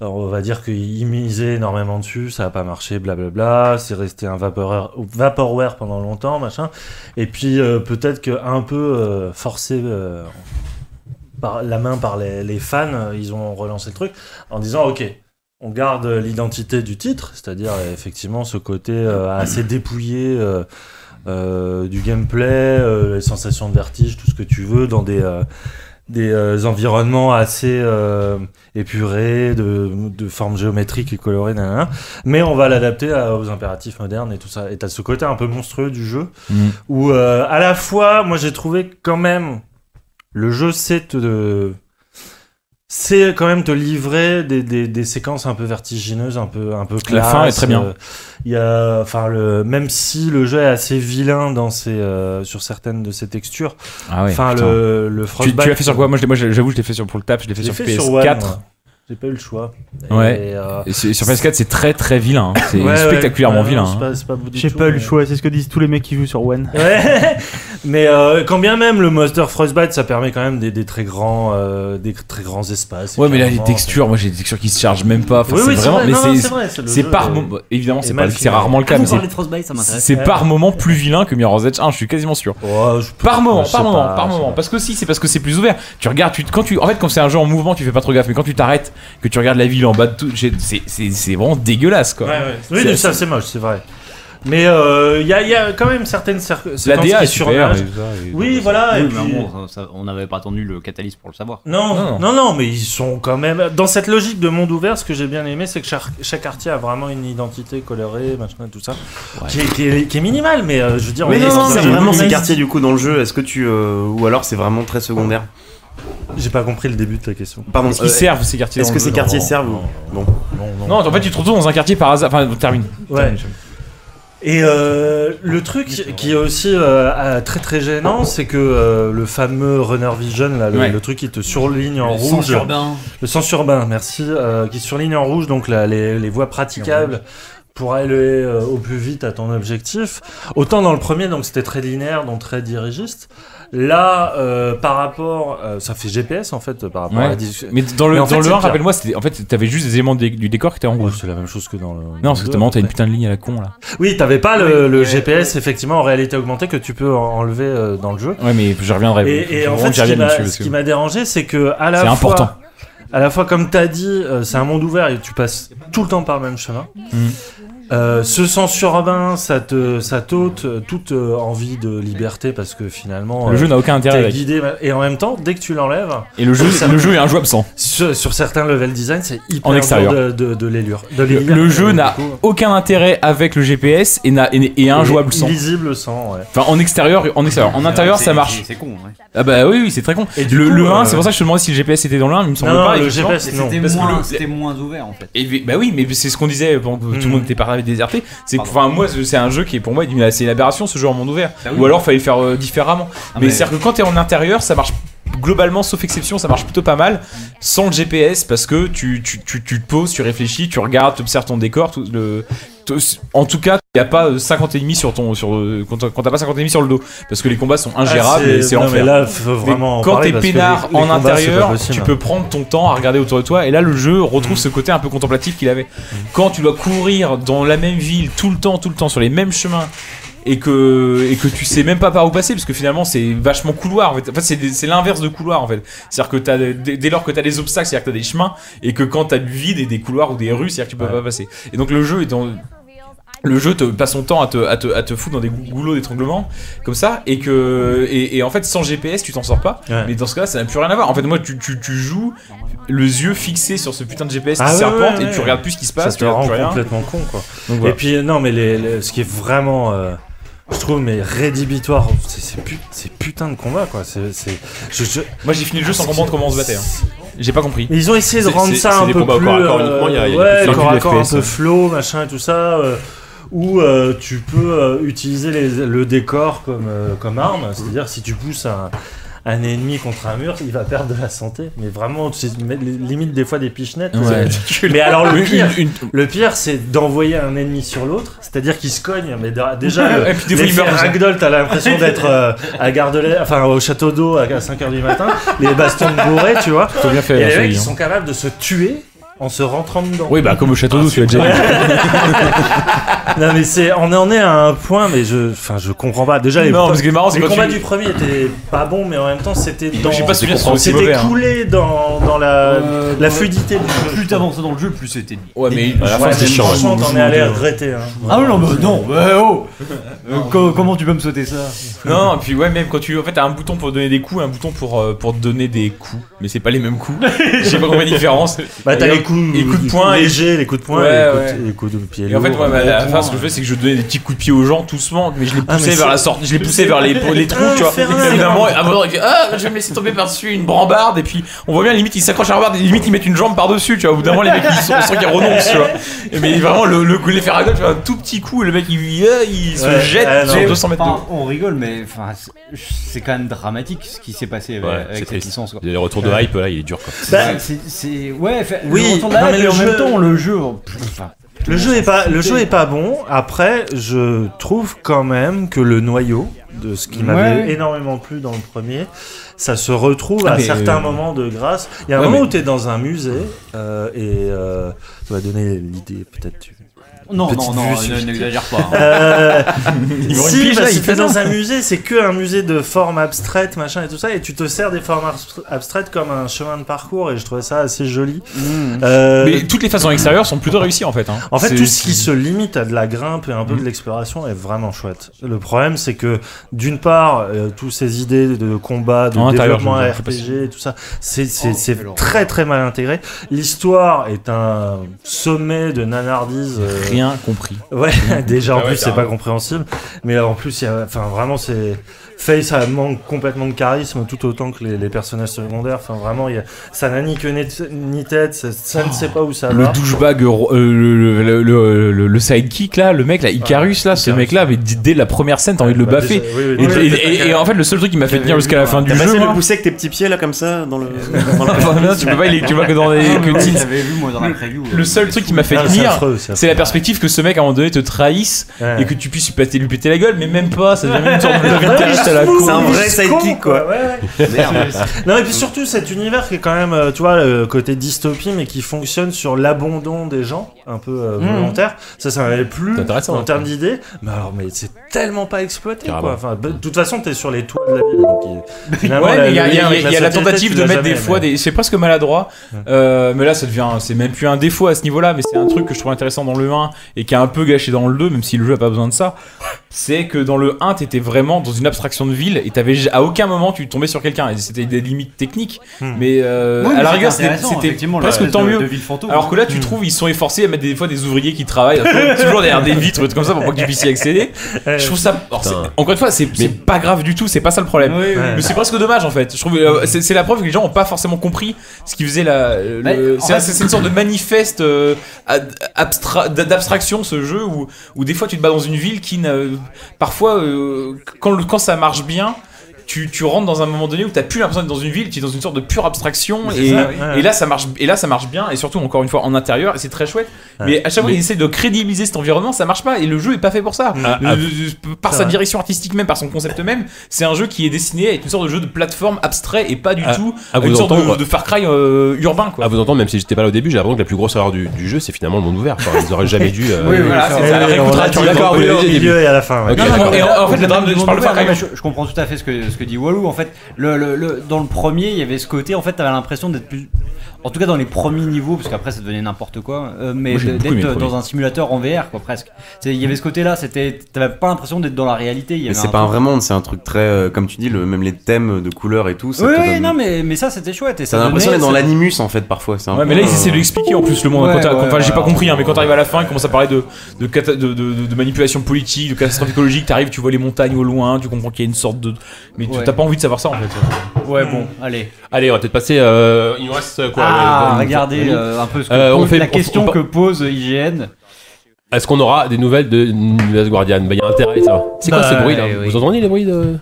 [SPEAKER 8] alors on va dire qu'il misait énormément dessus, ça n'a pas marché, blablabla, c'est resté un vaporware, vaporware pendant longtemps, machin. Et puis euh, peut-être que un peu euh, forcé euh, par la main par les, les fans, euh, ils ont relancé le truc en disant ok, on garde l'identité du titre, c'est-à-dire euh, effectivement ce côté euh, assez dépouillé euh, euh, du gameplay, euh, les sensations de vertige, tout ce que tu veux, dans des, euh, des euh, environnements assez euh, épurés, de, de formes géométriques et colorées, nanana. mais on va l'adapter à- aux impératifs modernes et tout ça. Et t'as ce côté un peu monstrueux du jeu,
[SPEAKER 5] Mhm.
[SPEAKER 8] où euh, à la fois, moi j'ai trouvé quand même le jeu sait te... c'est quand même te livrer des, des, des séquences un peu vertigineuses, un peu un peu
[SPEAKER 5] La
[SPEAKER 8] classe,
[SPEAKER 5] fin est très bien.
[SPEAKER 8] euh, Il y a, enfin le même si le jeu est assez vilain dans ses euh, sur certaines de ses textures.
[SPEAKER 5] Ah
[SPEAKER 8] Enfin le le
[SPEAKER 5] Tu,
[SPEAKER 8] frostbite-
[SPEAKER 5] tu l'as fait sur quoi Moi je l'ai- moi, j'avoue je l'ai fait sur pour le tap, je l'ai
[SPEAKER 8] Je
[SPEAKER 5] fait
[SPEAKER 8] l'ai
[SPEAKER 5] sur PS4.
[SPEAKER 8] fait sur One, moi. J'ai pas eu le choix. Et,
[SPEAKER 5] Ouais.
[SPEAKER 8] euh,
[SPEAKER 5] Et c'est- sur PS4, c'est très très vilain. hein. C'est
[SPEAKER 8] ouais, ouais.
[SPEAKER 5] spectaculairement
[SPEAKER 8] Ouais,
[SPEAKER 5] vilain.
[SPEAKER 8] non, c'est
[SPEAKER 5] hein.
[SPEAKER 8] pas- c'est pas beau du
[SPEAKER 1] J'ai
[SPEAKER 8] tout,
[SPEAKER 1] pas eu
[SPEAKER 8] mais-
[SPEAKER 1] le choix, c'est ce que disent tous les mecs qui jouent sur One.
[SPEAKER 8] Ouais. Mais euh, quand bien même le Monster Frostbite, ça permet quand même des, des très grands, euh, des très grands espaces.
[SPEAKER 5] Ouais, mais là, les
[SPEAKER 8] clairement.
[SPEAKER 5] textures, moi j'ai des textures qui se chargent même pas. Enfin,
[SPEAKER 8] Oui,
[SPEAKER 5] c'est
[SPEAKER 8] oui, c'est
[SPEAKER 5] vraiment.
[SPEAKER 8] vrai,
[SPEAKER 5] mais
[SPEAKER 8] non, non,
[SPEAKER 5] c'est-
[SPEAKER 8] c'est vrai, c'est le
[SPEAKER 5] c'est
[SPEAKER 8] jeu,
[SPEAKER 5] par.
[SPEAKER 8] euh,
[SPEAKER 5] mo- Évidemment,
[SPEAKER 8] est
[SPEAKER 5] c'est
[SPEAKER 8] mal
[SPEAKER 5] pas- c'est
[SPEAKER 8] filmé.
[SPEAKER 5] rarement le cas,
[SPEAKER 8] Ah, vous
[SPEAKER 5] mais
[SPEAKER 8] parlez
[SPEAKER 5] c'est-
[SPEAKER 8] de Frostbite, ça m'intéresse.
[SPEAKER 5] C'est
[SPEAKER 8] Ouais.
[SPEAKER 5] par moment plus vilain que Mirror's Edge 1, je suis quasiment sûr. par moment,
[SPEAKER 8] Oh, je
[SPEAKER 5] par
[SPEAKER 8] sais
[SPEAKER 5] moment,
[SPEAKER 8] pas,
[SPEAKER 5] par
[SPEAKER 8] je sais
[SPEAKER 5] moment. Parce que si, c'est parce que c'est plus ouvert. Tu regardes, tu, quand tu, en fait, quand c'est un jeu en mouvement, tu fais pas trop gaffe, mais quand tu t'arrêtes, que tu regardes la ville en bas de tout, j'ai- c'est c'est- c'est vraiment dégueulasse quoi.
[SPEAKER 8] Oui,
[SPEAKER 5] C'est-
[SPEAKER 8] mais ça c'est moche, c'est vrai. Mais euh, il y, a- y a quand même certaines cer- séquences
[SPEAKER 3] La DA
[SPEAKER 8] qui
[SPEAKER 3] est super,
[SPEAKER 8] surnagent.
[SPEAKER 3] et ça, et-
[SPEAKER 8] Oui, voilà.
[SPEAKER 3] Oui,
[SPEAKER 8] Ah, et
[SPEAKER 3] mais
[SPEAKER 8] puis-
[SPEAKER 3] bon, ça- ça- on n'avait pas attendu le catalyse pour le savoir.
[SPEAKER 8] Non, non, non, mais ils sont quand même dans cette logique de monde ouvert. Ce que j'ai bien aimé, c'est que chaque, chaque quartier a vraiment une identité colorée, machin, tout ça, qui, est, qui est- qui est minimale. Mais euh, je veux dire,
[SPEAKER 7] Mais
[SPEAKER 8] on-
[SPEAKER 7] est-ce
[SPEAKER 8] on-
[SPEAKER 7] qu'ils
[SPEAKER 8] je-
[SPEAKER 7] ont vraiment
[SPEAKER 8] je-
[SPEAKER 7] ces quartiers du coup dans le jeu Est-ce que tu euh, ou alors c'est vraiment très secondaire
[SPEAKER 8] J'ai pas compris le début de ta question.
[SPEAKER 7] Pardon.
[SPEAKER 5] Est-ce qu'ils
[SPEAKER 7] euh,
[SPEAKER 5] servent, ces quartiers
[SPEAKER 7] Est-ce
[SPEAKER 5] dans
[SPEAKER 7] que
[SPEAKER 5] le
[SPEAKER 7] ces
[SPEAKER 5] jeu
[SPEAKER 7] quartiers
[SPEAKER 5] Non,
[SPEAKER 7] servent ou- Bon.
[SPEAKER 5] Non, en fait, tu te retrouves dans un quartier par hasard. Enfin, termine.
[SPEAKER 8] Ouais. Et euh, le truc qui est aussi euh, euh, très très gênant, c'est que euh, le fameux Runner Vision, là, le,
[SPEAKER 3] Ouais.
[SPEAKER 8] le truc qui te surligne en
[SPEAKER 3] Le
[SPEAKER 8] rouge.
[SPEAKER 3] sens urbain.
[SPEAKER 8] Le sens urbain, merci. euh, qui surligne en rouge donc la- les, les voies praticables pour aller euh, au plus vite à ton objectif. Autant dans le premier, donc c'était très linéaire, donc très dirigiste. Là, euh, par rapport, euh, ça fait GPS en fait, par rapport à la
[SPEAKER 5] Ouais.
[SPEAKER 8] dis-
[SPEAKER 5] Mais dans le,
[SPEAKER 8] en
[SPEAKER 5] dans
[SPEAKER 8] fait,
[SPEAKER 5] le
[SPEAKER 8] c'est
[SPEAKER 5] 1,
[SPEAKER 8] pire.
[SPEAKER 5] rappelle-moi, c'était- en fait, t'avais juste des éléments dé- du décor qui étaient en rouge.
[SPEAKER 8] c'est la même chose que dans le.
[SPEAKER 5] Non, parce que t'as t'as une putain de ligne à la con là.
[SPEAKER 8] Oui, t'avais pas le, le GPS effectivement en réalité augmentée que tu peux en- enlever euh, dans le jeu.
[SPEAKER 5] Ouais, mais je reviendrai.
[SPEAKER 8] Et, et
[SPEAKER 5] Faut
[SPEAKER 8] en
[SPEAKER 5] vraiment
[SPEAKER 8] fait,
[SPEAKER 5] que j'y
[SPEAKER 8] ce qui
[SPEAKER 5] revienne
[SPEAKER 8] m'a-
[SPEAKER 5] dessus, parce
[SPEAKER 8] ce qui
[SPEAKER 5] que-
[SPEAKER 8] m'a dérangé, c'est que à la
[SPEAKER 5] C'est
[SPEAKER 8] fois,
[SPEAKER 5] important.
[SPEAKER 8] à la fois, comme t'as dit, euh, c'est un monde ouvert et tu passes tout le temps par le même chemin.
[SPEAKER 5] Mm.
[SPEAKER 8] Euh, ce sens urbain, ça te, ça t'ôte euh, toute euh, envie de liberté parce que finalement, euh,
[SPEAKER 5] Le jeu n'a aucun intérêt
[SPEAKER 8] t'es
[SPEAKER 5] avec.
[SPEAKER 8] guidé, et en même temps, dès que tu l'enlèves,
[SPEAKER 5] Et le jeu, le jeu est un jeu absent.
[SPEAKER 8] sur, sur certains level design, c'est hyper
[SPEAKER 5] En
[SPEAKER 8] dur
[SPEAKER 5] extérieur.
[SPEAKER 8] de, de, de les lire. De les
[SPEAKER 5] Le,
[SPEAKER 8] lire.
[SPEAKER 5] le jeu
[SPEAKER 8] Et
[SPEAKER 5] n'a
[SPEAKER 8] du coup,
[SPEAKER 5] aucun intérêt avec le GPS et, n'a- et, et est injouable sans.
[SPEAKER 8] Illisible sans, ouais.
[SPEAKER 5] Enfin, en extérieur, en extérieur, en intérieur, ça marche.
[SPEAKER 3] Ah, C'est con, ouais.
[SPEAKER 5] Ah bah oui, oui, c'est très con.
[SPEAKER 8] Et du
[SPEAKER 5] le,
[SPEAKER 8] coup,
[SPEAKER 5] le 1,
[SPEAKER 8] euh,
[SPEAKER 5] c'est pour ça que je te demandais si le GPS était dans le 1, il me semble
[SPEAKER 8] Non,
[SPEAKER 5] pas.
[SPEAKER 8] le
[SPEAKER 5] effectivement.
[SPEAKER 8] GPS, non.
[SPEAKER 3] C'était
[SPEAKER 5] Parce que
[SPEAKER 3] moins,
[SPEAKER 5] le-
[SPEAKER 3] c'était moins ouvert en fait.
[SPEAKER 5] Et vi- bah oui, mais c'est ce qu'on disait pendant que tout le
[SPEAKER 8] Mhm.
[SPEAKER 5] monde était pareil déserté. C'est que,
[SPEAKER 3] Pardon.
[SPEAKER 5] enfin, moi, c'est un jeu qui est pour moi d'une- c'est une aberration, ce jeu en monde ouvert.
[SPEAKER 3] Ah oui.
[SPEAKER 5] Ou alors, fallait le faire euh, différemment.
[SPEAKER 3] Ah,
[SPEAKER 5] mais
[SPEAKER 3] mais-
[SPEAKER 5] c'est-à-dire que quand t'es en intérieur, ça marche globalement, sauf exception, ça marche plutôt pas mal sans le GPS parce que tu, tu, tu, tu te poses, tu réfléchis, tu regardes, tu observes ton décor. Tout, le, tout- en tout cas, il n'y a pas euh, 50 ennemis sur ton. Sur, euh, quand t'as- quand t'as pas 50 ennemis sur le dos. Parce que les combats sont ingérables
[SPEAKER 8] Ah,
[SPEAKER 5] et c'est
[SPEAKER 8] non, mais
[SPEAKER 5] l'enfer.
[SPEAKER 8] là, faut
[SPEAKER 5] Mais
[SPEAKER 8] vraiment. en
[SPEAKER 5] quand
[SPEAKER 8] parler
[SPEAKER 5] t'es
[SPEAKER 8] parce que les-
[SPEAKER 5] peinard
[SPEAKER 8] les
[SPEAKER 5] en
[SPEAKER 8] combats, c'est pas
[SPEAKER 5] intérieur,
[SPEAKER 8] possible. hein. Mm.
[SPEAKER 5] tu peux prendre ton temps à regarder autour de toi. Et là, le jeu retrouve ce côté un peu contemplatif qu'il avait. Quand tu dois courir dans la même ville tout le temps, tout le temps, sur les mêmes chemins, et que, et que tu sais même pas par où passer, parce que finalement, c'est vachement couloir. En fait, En fait, c'est- c'est l'inverse de couloir, en fait. C'est-à-dire que t'as- dès dès lors que t'as des obstacles, c'est-à-dire que t'as des chemins, et que quand t'as du vide et des couloirs ou des rues, c'est-à-dire que tu peux pas passer. Et donc, le jeu est dans, le jeu te passe son temps à te, à te, à te foutre dans des gou- goulots d'étranglement comme ça et que et, et en fait sans GPS tu t'en sors pas
[SPEAKER 8] Ouais.
[SPEAKER 5] mais dans ce cas là ça n'a plus rien à voir en fait moi tu, tu, tu joues le yeux fixé sur ce putain de GPS
[SPEAKER 8] Ah
[SPEAKER 5] qui
[SPEAKER 8] ouais,
[SPEAKER 5] serpente
[SPEAKER 8] ouais,
[SPEAKER 5] et tu
[SPEAKER 8] ouais.
[SPEAKER 5] regardes plus ce qui se
[SPEAKER 8] ça
[SPEAKER 5] passe
[SPEAKER 8] te
[SPEAKER 5] tu regardes
[SPEAKER 8] rend
[SPEAKER 5] plus rien
[SPEAKER 8] complètement con, quoi.
[SPEAKER 5] donc voilà.
[SPEAKER 8] Et puis euh, non, mais les, les- ce qui est vraiment, euh, je trouve, mais rédhibitoire, c'est ces pu- ces putains de combats quoi. C'est, c'est- je- je-
[SPEAKER 5] moi j'ai fini le jeu sans comprendre comment on se battait hein. j'ai pas compris
[SPEAKER 8] Mais ils ont essayé de
[SPEAKER 4] C'est-
[SPEAKER 8] rendre
[SPEAKER 4] c'est-
[SPEAKER 8] ça
[SPEAKER 4] c'est
[SPEAKER 8] un
[SPEAKER 4] des
[SPEAKER 8] peu
[SPEAKER 4] combats au
[SPEAKER 8] plus, euh,
[SPEAKER 4] corps à corps uniquement, il y a- il y a
[SPEAKER 8] ouais,
[SPEAKER 4] plus
[SPEAKER 8] corps à
[SPEAKER 5] de
[SPEAKER 8] corps un
[SPEAKER 5] FPS,
[SPEAKER 8] peu
[SPEAKER 5] hein.
[SPEAKER 8] flow, machin, et tout ça. euh, où euh, tu peux euh, utiliser les- le décor comme, euh, comme arme, c'est-à-dire si tu pousses un, un ennemi contre un mur, il va perdre de la santé. Mais vraiment, c'est limite des fois des pichenettes.
[SPEAKER 5] Ouais.
[SPEAKER 8] Mais alors le
[SPEAKER 5] Une-
[SPEAKER 8] pire,
[SPEAKER 5] une-
[SPEAKER 8] le pire, c'est d'envoyer un ennemi sur l'autre, c'est-à-dire qu'il se cogne, mais dé- déjà,
[SPEAKER 5] Et
[SPEAKER 8] le,
[SPEAKER 5] puis des fois, il
[SPEAKER 8] l'effet
[SPEAKER 5] meurt, ça.
[SPEAKER 8] ragdoll, t'as l'impression d'être euh, à Gardelais, enfin au château d'eau à 5h du matin, les bastons bourrés, tu vois.
[SPEAKER 5] Faut bien faire
[SPEAKER 8] Et les
[SPEAKER 5] la
[SPEAKER 8] mecs,
[SPEAKER 5] série,
[SPEAKER 8] ils
[SPEAKER 5] hein.
[SPEAKER 8] sont capables de se tuer en se rentrant dedans.
[SPEAKER 5] oui bah comme au château d'eau tu as déjà dit
[SPEAKER 8] Non, mais c'est, on en est à un point, mais je, enfin, je comprends pas. Déjà, les,
[SPEAKER 5] non
[SPEAKER 8] pro-
[SPEAKER 5] parce que marrant c'est
[SPEAKER 8] les
[SPEAKER 5] quand
[SPEAKER 8] combats
[SPEAKER 5] tu-
[SPEAKER 8] du premier étaient pas bons, mais en même temps, c'était dans.
[SPEAKER 5] j'ai pas souvenir que ce soit aussi
[SPEAKER 8] C'était
[SPEAKER 5] mauvais hein.
[SPEAKER 8] coulé dans, dans la,
[SPEAKER 3] Euh,
[SPEAKER 8] la
[SPEAKER 3] dans le-
[SPEAKER 8] fluidité du jeu.
[SPEAKER 3] Plus t'avances dans le jeu, plus c'était.
[SPEAKER 5] ouais mais
[SPEAKER 8] Ouais,
[SPEAKER 4] fin, c'est chiant,
[SPEAKER 8] franchement, t'en es allé regretter. hein.
[SPEAKER 3] Ah non, bah non, bah oh Euh, co- Comment tu peux me sauter ça
[SPEAKER 5] non et puis ouais même quand tu en fait t'as un bouton pour donner des coups un bouton pour euh, pour donner des coups mais c'est pas les mêmes coups j'ai pas compris la différence
[SPEAKER 8] Bah t'as
[SPEAKER 5] Et
[SPEAKER 8] les coups,
[SPEAKER 5] les coups de
[SPEAKER 8] les
[SPEAKER 5] poing et-
[SPEAKER 8] légers, les coups de poing,
[SPEAKER 5] Ouais,
[SPEAKER 8] et les,
[SPEAKER 5] ouais.
[SPEAKER 8] coups de, les coups de pied.
[SPEAKER 5] Et en fait, bah,
[SPEAKER 8] lourd. euh.
[SPEAKER 5] moi, ma- la fin, ce que je fais, c'est que je donnais des petits coups de pied aux gens doucement, mais je les
[SPEAKER 8] Ah, mais
[SPEAKER 5] poussais vers
[SPEAKER 8] c'est-
[SPEAKER 5] la sortie, je les poussais vers les, les trous, tu vois. Et
[SPEAKER 8] Infernal.
[SPEAKER 5] évidemment, à un moment, il fait, ah, je vais me laisser tomber par-dessus une branbarde, et puis on voit bien, limite, ils s'accrochent à la branbarde, et limite, ils mettent une jambe par-dessus, tu vois. Au bout d'un moment, les mecs, ils sont, on sent qu'ils renoncent, tu vois. Et mais vraiment, le, le, les faire à gauche, tu fais un tout petit coup, et le mec, il, euh, il se
[SPEAKER 8] Ouais,
[SPEAKER 5] jette
[SPEAKER 8] ouais, non.
[SPEAKER 5] sur 200 mètres de haut.
[SPEAKER 3] Enfin, on rigole, mais enfin, c'est- c'est quand même dramatique ce qui s'est passé avec,
[SPEAKER 4] Ouais,
[SPEAKER 3] avec
[SPEAKER 4] c'est
[SPEAKER 3] cette
[SPEAKER 4] triste.
[SPEAKER 3] licence. Quoi.
[SPEAKER 4] Il y a le retour de hype là, il est dur quoi.
[SPEAKER 8] Bah,
[SPEAKER 3] C'est- c'est- ouais, fait-
[SPEAKER 8] Oui,
[SPEAKER 3] le retour de la
[SPEAKER 8] non,
[SPEAKER 3] hype,
[SPEAKER 8] mais
[SPEAKER 3] et
[SPEAKER 8] le
[SPEAKER 3] en
[SPEAKER 8] jeu-
[SPEAKER 3] même temps, le jeu. oh, pff, enfin,
[SPEAKER 5] tout
[SPEAKER 8] Le
[SPEAKER 5] monde
[SPEAKER 8] jeu
[SPEAKER 5] s'en
[SPEAKER 8] est pas,
[SPEAKER 5] foutait.
[SPEAKER 8] le jeu est pas bon. Après, je trouve quand même que le noyau de ce qui
[SPEAKER 5] Ouais,
[SPEAKER 8] m'avait
[SPEAKER 5] ouais.
[SPEAKER 8] énormément plu dans le premier, ça se retrouve
[SPEAKER 5] Ah,
[SPEAKER 8] à
[SPEAKER 5] mais,
[SPEAKER 8] certains
[SPEAKER 5] euh,
[SPEAKER 8] moments de grâce. Il y a un
[SPEAKER 5] ouais,
[SPEAKER 8] moment
[SPEAKER 5] mais-
[SPEAKER 8] où tu es dans un musée euh, et euh, ça va donner l'idée peut-être. tu-
[SPEAKER 3] Non,
[SPEAKER 8] petite
[SPEAKER 3] non, non,
[SPEAKER 8] vue
[SPEAKER 3] ne-
[SPEAKER 8] subjective.
[SPEAKER 3] n'exagère pas, hein.
[SPEAKER 8] Euh,
[SPEAKER 3] Ils vont une
[SPEAKER 8] si,
[SPEAKER 3] pige, là,
[SPEAKER 8] parce
[SPEAKER 3] il
[SPEAKER 8] que t'es
[SPEAKER 3] fait
[SPEAKER 8] dans
[SPEAKER 3] non.
[SPEAKER 8] un musée, c'est que un musée de formes abstraites, machin et tout ça, et tu te sers des formes abstra- abstraites comme un chemin de parcours, et je trouvais ça assez joli.
[SPEAKER 3] Mm.
[SPEAKER 8] Euh,
[SPEAKER 5] Mais toutes les façons extérieures sont plutôt réussies en fait. hein.
[SPEAKER 8] en fait,
[SPEAKER 5] C'est- Mm.
[SPEAKER 8] tout ce qui se limite à de la grimpe et un peu de l'exploration est vraiment chouette. Le problème, c'est que d'une part, euh, toutes ces idées de combat, de
[SPEAKER 5] En intérieur,
[SPEAKER 8] développement
[SPEAKER 5] je veux dire, je sais
[SPEAKER 8] RPG et tout ça, c'est c'est-
[SPEAKER 5] Oh,
[SPEAKER 8] c'est très très mal intégré. L'histoire est un sommet de nanardise. euh,
[SPEAKER 5] Rien compris.
[SPEAKER 8] Ouais, déjà en
[SPEAKER 5] Ah ouais,
[SPEAKER 8] plus c'est pas
[SPEAKER 5] carrément.
[SPEAKER 8] compréhensible, mais en plus, il y a- enfin vraiment c'est Face, ça manque complètement de charisme tout autant que les, les personnages secondaires. Enfin vraiment, il y a... ça n'a ni queue ni t- ni tête, ça, ça ne sait pas où ça
[SPEAKER 5] Oh, Le
[SPEAKER 8] va.
[SPEAKER 5] douchebag, euh, ro- euh, le, le- le- le- le sidekick là, le mec là, Icarus là, ce mec là, mais d- dès la première scène, t'as envie de le
[SPEAKER 8] Bah,
[SPEAKER 5] baffer.
[SPEAKER 8] déjà, oui, oui,
[SPEAKER 5] Et-
[SPEAKER 8] déjà, Ah,
[SPEAKER 5] et,
[SPEAKER 8] t'as-
[SPEAKER 5] et- et en fait, le seul truc qui m'a fait tenir jusqu'à la fin du
[SPEAKER 7] T'as
[SPEAKER 5] jeu,
[SPEAKER 7] passé le
[SPEAKER 5] moi-
[SPEAKER 7] poussé avec tes petits pieds là comme ça dans le. dans le-
[SPEAKER 5] Enfin, non, tu peux pas, il est- tu vois que dans les- que
[SPEAKER 3] mais
[SPEAKER 5] Tins-
[SPEAKER 3] j'avais vu, moi, dans la
[SPEAKER 5] le-
[SPEAKER 3] preview, euh,
[SPEAKER 5] Le seul truc qui m'a fait
[SPEAKER 8] Ah, c'est
[SPEAKER 5] tenir,
[SPEAKER 8] affreux, c'est
[SPEAKER 5] c'est la perspective que ce mec à un moment donné te trahisse
[SPEAKER 8] Ouais.
[SPEAKER 5] et que tu puisses lui péter, lui péter la gueule, mais même pas, ça devient une sorte de héritage à la
[SPEAKER 7] C'est un
[SPEAKER 5] con.
[SPEAKER 7] vrai sidekick quoi.
[SPEAKER 8] Ouais, ouais. Non et puis surtout cet univers qui est quand même, euh, tu vois, le côté dystopie mais qui fonctionne sur l'abandon des gens, un peu euh,
[SPEAKER 5] Mhm.
[SPEAKER 8] volontaire. Ça, ça m'avait plu
[SPEAKER 4] C'est intéressant,
[SPEAKER 8] en
[SPEAKER 4] hein.
[SPEAKER 8] termes d'idées. Mais alors, mais c'est tellement pas exploité.
[SPEAKER 4] Carrément.
[SPEAKER 8] Quoi. Enfin, bah, de toute façon, t'es sur les toits de la ville. donc, euh, finalement,
[SPEAKER 5] Ouais,
[SPEAKER 8] la-
[SPEAKER 5] mais il y a,
[SPEAKER 8] le
[SPEAKER 5] il y a-
[SPEAKER 8] lien avec
[SPEAKER 5] il y a la
[SPEAKER 8] société,
[SPEAKER 5] tentative
[SPEAKER 8] tu
[SPEAKER 5] de
[SPEAKER 8] l'as
[SPEAKER 5] mettre des
[SPEAKER 8] jamais,
[SPEAKER 5] fois
[SPEAKER 8] mais-
[SPEAKER 5] des. C'est presque maladroit.
[SPEAKER 8] Ouais.
[SPEAKER 5] euh, mais là, ça devient. C'est même plus un défaut à ce niveau-là, mais c'est un truc que je trouve intéressant dans le 1 et qui est un peu gâché dans le 2, même si le jeu a pas besoin de ça. C'est que dans le 1, t'étais vraiment dans une abstraction de ville et t'avais j- à aucun moment tu tombais sur quelqu'un. Et C'était des limites techniques,
[SPEAKER 8] Hmm.
[SPEAKER 5] mais euh,
[SPEAKER 3] Oui, mais
[SPEAKER 5] à la
[SPEAKER 3] c'était
[SPEAKER 5] rigueur, c'était
[SPEAKER 3] intéressant,
[SPEAKER 5] c'était
[SPEAKER 3] effectivement,
[SPEAKER 5] presque
[SPEAKER 3] l'espèce
[SPEAKER 5] tant
[SPEAKER 3] de-
[SPEAKER 5] mieux.
[SPEAKER 3] de ville fantôme,
[SPEAKER 5] Alors
[SPEAKER 3] hein.
[SPEAKER 5] que là, tu trouves, ils sont efforcés à mettre des fois des ouvriers qui travaillent toujours derrière des vitres, des trucs comme ça, pour pas que tu puisses y accéder. Je trouve ça. alors, c'est-
[SPEAKER 4] Putain.
[SPEAKER 5] encore une fois, c'est c'est pas grave du tout, c'est pas ça le problème.
[SPEAKER 3] Oui, oui.
[SPEAKER 8] Ouais.
[SPEAKER 5] Mais c'est presque dommage en fait. Je trouve euh, c'est c'est la preuve que les gens ont pas forcément compris ce qui faisait la. euh, le-
[SPEAKER 3] Bah, en
[SPEAKER 5] c'est
[SPEAKER 3] fait-
[SPEAKER 5] c'est une sorte de manifeste euh, ad- abstra- d'abstraction ce jeu où, où des fois tu te bats dans une ville qui n'a- parfois euh, quand le- quand ça marche bien. Tu, tu rentres dans un moment donné où t'as plus l'impression d'être dans une ville, tu es dans une sorte de pure abstraction et,
[SPEAKER 8] ça, oui.
[SPEAKER 5] et là ça marche et là ça marche bien et surtout encore une fois en intérieur et c'est très chouette.
[SPEAKER 8] Ouais.
[SPEAKER 5] Ah. Mais à chaque fois qu'ils essayent de crédibiliser cet environnement, ça marche pas et le jeu est pas fait pour ça.
[SPEAKER 4] Ah,
[SPEAKER 5] Le-
[SPEAKER 4] ah,
[SPEAKER 5] le- par
[SPEAKER 8] C'est
[SPEAKER 5] sa
[SPEAKER 8] vrai.
[SPEAKER 5] direction artistique même, par son concept même, c'est un jeu qui est dessiné à être une sorte de jeu de plateforme abstrait et pas du
[SPEAKER 4] À-
[SPEAKER 5] tout
[SPEAKER 4] à vous
[SPEAKER 5] une sorte de,
[SPEAKER 4] entendre.
[SPEAKER 5] de Far Cry euh, urbain quoi.
[SPEAKER 4] À vous entendre, même si j'étais pas là au début, j'ai l'impression que la plus grosse erreur du, du jeu, c'est finalement le monde ouvert. Enfin, ils auraient jamais dû. euh,
[SPEAKER 5] Oui, voilà, c'est
[SPEAKER 8] Ouais,
[SPEAKER 5] ça.
[SPEAKER 8] ouais,
[SPEAKER 5] Réécoutera,
[SPEAKER 8] on a
[SPEAKER 5] tu
[SPEAKER 8] dit
[SPEAKER 5] l'as
[SPEAKER 8] d'accord,
[SPEAKER 5] compris
[SPEAKER 8] oui,
[SPEAKER 5] au
[SPEAKER 8] au
[SPEAKER 5] début.
[SPEAKER 8] milieu et à la fin. ouais.
[SPEAKER 4] Ok.
[SPEAKER 5] Non, non,
[SPEAKER 4] d'accord.
[SPEAKER 5] et Euh, en, en fait, le drame de. Je parle de Far Cry.
[SPEAKER 3] Ouais, je, je comprends tout à fait ce que, ce que dit Walou. En fait, le, le- le- dans le premier, il y avait ce côté, en fait, t'avais l'impression d'être plus. En tout cas, dans les premiers niveaux, parce qu'après, ça devenait n'importe quoi, euh, mais
[SPEAKER 5] Moi, j'ai
[SPEAKER 3] de-
[SPEAKER 5] beaucoup aimé le
[SPEAKER 3] d'être
[SPEAKER 5] premier.
[SPEAKER 3] dans un simulateur en VR, quoi, presque. C'est- Il y avait ce côté-là, c'était. T'avais pas l'impression d'être dans la réalité. il y
[SPEAKER 7] Mais
[SPEAKER 3] avait
[SPEAKER 7] c'est
[SPEAKER 3] un
[SPEAKER 7] pas un
[SPEAKER 3] truc-
[SPEAKER 7] vrai monde, c'est un truc très, euh, comme tu dis, le, même les thèmes de couleurs et tout. Ça
[SPEAKER 3] Oui,
[SPEAKER 7] te
[SPEAKER 3] oui,
[SPEAKER 7] donne-
[SPEAKER 3] non, mais, mais ça, c'était chouette. Et
[SPEAKER 7] T'as
[SPEAKER 3] ça
[SPEAKER 7] l'impression
[SPEAKER 3] donnait-
[SPEAKER 7] d'être dans
[SPEAKER 3] ça-
[SPEAKER 7] l'animus en fait parfois. c'est un
[SPEAKER 5] Ouais, mais
[SPEAKER 7] peu,
[SPEAKER 5] là, ils
[SPEAKER 7] euh,
[SPEAKER 5] essaient de l'expliquer en plus le monde.
[SPEAKER 3] Ouais,
[SPEAKER 5] Quand t'as-
[SPEAKER 3] ouais,
[SPEAKER 5] enfin, j'ai pas
[SPEAKER 3] ouais.
[SPEAKER 5] compris, hein, mais quand t'arrives à la fin, ils commencent à parler de, de, cata- de, de- de manipulation politique, de catastrophe écologique, t'arrives, tu vois les montagnes au loin, tu comprends qu'il y a une sorte de. Mais tu-
[SPEAKER 3] Ouais.
[SPEAKER 5] t'as pas envie de savoir ça en fait.
[SPEAKER 3] Ouais, bon, allez.
[SPEAKER 4] Allez, on va peut-être passer. euh, il nous reste quoi
[SPEAKER 3] Ah,
[SPEAKER 4] euh,
[SPEAKER 3] regardez
[SPEAKER 4] une-
[SPEAKER 3] euh, un peu ce que
[SPEAKER 4] Euh, on
[SPEAKER 3] pose-
[SPEAKER 4] fait-
[SPEAKER 3] la
[SPEAKER 4] on-
[SPEAKER 3] question
[SPEAKER 4] on-
[SPEAKER 3] que pose IGN.
[SPEAKER 4] Est-ce qu'on aura des nouvelles de Last Guardian Bah, il y a intérêt, ça. C'est quoi
[SPEAKER 8] Bah,
[SPEAKER 4] ce bruit là
[SPEAKER 3] oui. Hmm
[SPEAKER 4] Vous entendez les bruits de.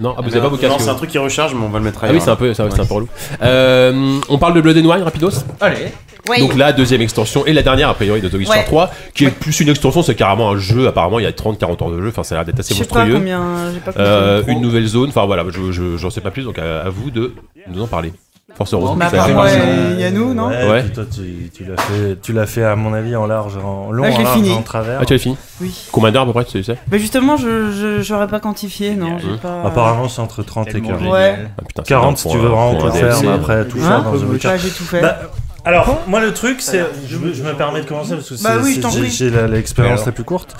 [SPEAKER 4] Non, ah, vous avez pas vos
[SPEAKER 7] Non,
[SPEAKER 4] casques.
[SPEAKER 7] c'est un
[SPEAKER 4] vous.
[SPEAKER 7] truc qui recharge, mais on va le mettre
[SPEAKER 4] Ah
[SPEAKER 7] ailleurs.
[SPEAKER 4] oui, c'est un peu, c'est un- c'est un peu relou. Euh, on parle de Blood and Wine rapidos.
[SPEAKER 3] Allez.
[SPEAKER 12] Ouais.
[SPEAKER 4] Donc la deuxième extension et la dernière a priori de Doggy Star
[SPEAKER 12] Ouais.
[SPEAKER 4] 3, qui est plus une extension, c'est carrément un jeu. Apparemment, il y a 30-40 heures de jeu. Enfin, ça a l'air d'être assez
[SPEAKER 12] je sais pas
[SPEAKER 4] monstrueux.
[SPEAKER 12] combien. J'ai pas compris.
[SPEAKER 4] Euh, une nouvelle zone. Enfin voilà, je je- j'en sais pas plus. Donc à, à vous de nous en parler. Force heureuse.
[SPEAKER 12] bah,
[SPEAKER 4] ça
[SPEAKER 12] par
[SPEAKER 4] fait
[SPEAKER 12] moi
[SPEAKER 4] partie.
[SPEAKER 12] et Yannou, non
[SPEAKER 8] Euh, Ouais,
[SPEAKER 4] Ouais.
[SPEAKER 8] puis toi, tu, tu l'as fait, tu l'as fait à mon avis en large, en long,
[SPEAKER 12] Ah, je
[SPEAKER 8] en
[SPEAKER 12] l'ai
[SPEAKER 8] large,
[SPEAKER 12] fini.
[SPEAKER 8] en travers.
[SPEAKER 4] Ah, tu as fini
[SPEAKER 12] Oui.
[SPEAKER 4] Combien d'heures à peu près, tu sais
[SPEAKER 12] Mais justement, je je- j'aurais pas quantifié, non. j'ai Pas...
[SPEAKER 8] Apparemment, c'est entre 30 et 40.
[SPEAKER 12] Ouais.
[SPEAKER 4] Ah, putain, c'est
[SPEAKER 8] 40
[SPEAKER 4] énorme
[SPEAKER 8] si
[SPEAKER 4] pour
[SPEAKER 8] tu
[SPEAKER 4] un-
[SPEAKER 8] veux vraiment
[SPEAKER 4] pour un
[SPEAKER 8] tout
[SPEAKER 4] DLC.
[SPEAKER 8] faire, mais après tout ça
[SPEAKER 12] Hein
[SPEAKER 8] dans un bouquin.
[SPEAKER 12] Ouais, j'ai tout fait.
[SPEAKER 8] Bah, alors, moi le truc, c'est.
[SPEAKER 3] Bah,
[SPEAKER 8] Je, me- je me permets de commencer parce que
[SPEAKER 12] Bah
[SPEAKER 8] c'est-
[SPEAKER 12] oui, je
[SPEAKER 8] c'est-
[SPEAKER 12] t'en
[SPEAKER 8] j'ai-
[SPEAKER 12] prie.
[SPEAKER 8] j'ai la- l'expérience la plus courte.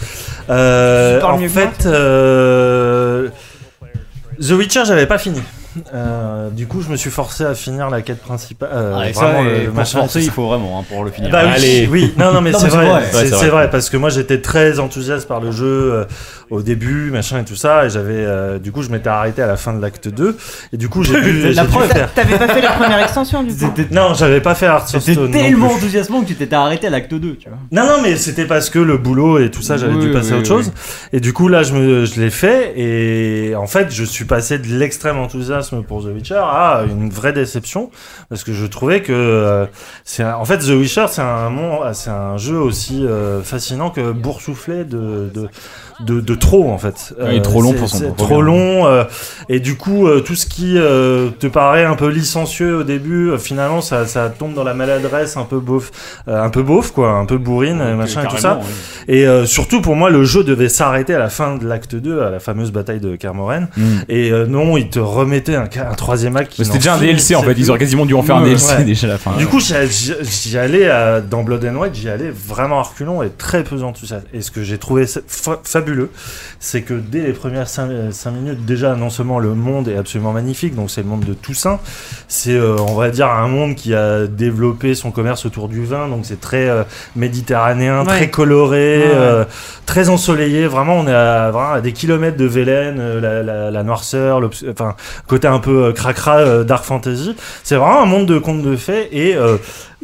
[SPEAKER 8] Euh,
[SPEAKER 12] Tu parles
[SPEAKER 8] en
[SPEAKER 12] mieux que moi.
[SPEAKER 8] fait, euh, The Witcher, j'avais pas fini. Euh, du coup, je me suis forcé à finir la quête principale. euh,
[SPEAKER 3] Allez, ça,
[SPEAKER 8] vraiment,
[SPEAKER 3] et
[SPEAKER 8] le
[SPEAKER 3] pour
[SPEAKER 8] machin,
[SPEAKER 3] forcer,
[SPEAKER 8] tout
[SPEAKER 3] il
[SPEAKER 8] ça.
[SPEAKER 3] faut vraiment hein, pour le finir.
[SPEAKER 8] Bah oui,
[SPEAKER 4] Allez.
[SPEAKER 8] oui. Non, non, mais
[SPEAKER 3] Non,
[SPEAKER 8] c'est
[SPEAKER 3] mais c'est
[SPEAKER 8] vrai.
[SPEAKER 3] vrai.
[SPEAKER 8] C'est
[SPEAKER 4] Ouais, c'est
[SPEAKER 8] c'est
[SPEAKER 4] vrai.
[SPEAKER 8] vrai parce que moi j'étais très enthousiaste par le jeu euh, au début, machin et tout ça, et j'avais, euh, du coup, je m'étais arrêté à la fin de l'acte 2, et du coup, j'ai pu, j'ai dû
[SPEAKER 3] preuve.
[SPEAKER 8] faire.
[SPEAKER 12] T'avais pas fait la première extension du coup.
[SPEAKER 3] C'était
[SPEAKER 8] Non, j'avais pas fait Hearts of
[SPEAKER 3] c'était
[SPEAKER 8] Stone non
[SPEAKER 3] tellement
[SPEAKER 1] euh,
[SPEAKER 8] plus.
[SPEAKER 3] enthousiasmant que tu t'étais arrêté à l'acte 2, tu vois.
[SPEAKER 8] Non, non, mais c'était parce que le boulot et tout ça, j'avais
[SPEAKER 3] Oui,
[SPEAKER 8] dû
[SPEAKER 3] oui,
[SPEAKER 8] passer à autre
[SPEAKER 3] oui.
[SPEAKER 8] chose. Et du coup, là, je, me- je l'ai fait. Et en fait, je suis passé de l'extrême enthousiasme enthousiasme pour The Witcher à une vraie déception parce que je trouvais que euh, c'est un- en fait The Witcher c'est un mon- c'est un jeu aussi euh, fascinant que boursouflé de de, de, de trop en fait. Euh,
[SPEAKER 5] Ouais, il est trop long
[SPEAKER 8] c'est-
[SPEAKER 5] pour son
[SPEAKER 8] c'est
[SPEAKER 5] propre
[SPEAKER 8] trop
[SPEAKER 5] bien.
[SPEAKER 8] long euh, et du coup euh, tout ce qui euh, te paraît un peu licencieux au début euh, finalement ça, ça tombe dans la maladresse un peu beauf euh, un peu beauf quoi, un peu bourrine euh, machin et tout ça.
[SPEAKER 5] Carrément, oui.
[SPEAKER 8] Et euh, surtout, pour moi, le jeu devait s'arrêter à la fin de l'acte 2, à la fameuse bataille de Kermoren.
[SPEAKER 5] Mm.
[SPEAKER 8] Et euh, non, ils te remettaient un, ca- un troisième acte. qui
[SPEAKER 5] Mais C'était déjà
[SPEAKER 8] n'en
[SPEAKER 5] un DLC en fait,
[SPEAKER 8] finissait
[SPEAKER 5] ils auraient quasiment dû en faire un
[SPEAKER 8] Ouais.
[SPEAKER 5] DLC
[SPEAKER 8] Ouais.
[SPEAKER 5] déjà à la fin.
[SPEAKER 8] du coup, j'y- j'y j'y allais euh, dans Blood and White, j'y allais vraiment à reculons et très peu enthousiaste. Et ce que j'ai trouvé fa- fabuleux, c'est que dès les premières 5, minutes, déjà, non seulement le monde est absolument magnifique, donc c'est le monde de Toussaint, c'est, euh, on va dire, un monde qui a développé son commerce autour du vin, donc c'est très euh, méditerranéen,
[SPEAKER 12] Ouais.
[SPEAKER 8] très coloré,
[SPEAKER 12] Ouais, ouais.
[SPEAKER 8] euh, très ensoleillé. Vraiment, on est à, vraiment à des kilomètres de Vélène, euh, la, la- la noirceur, l'obs- enfin, côté un peu euh, cracra euh, dark fantasy. C'est vraiment un monde de contes de fées et euh,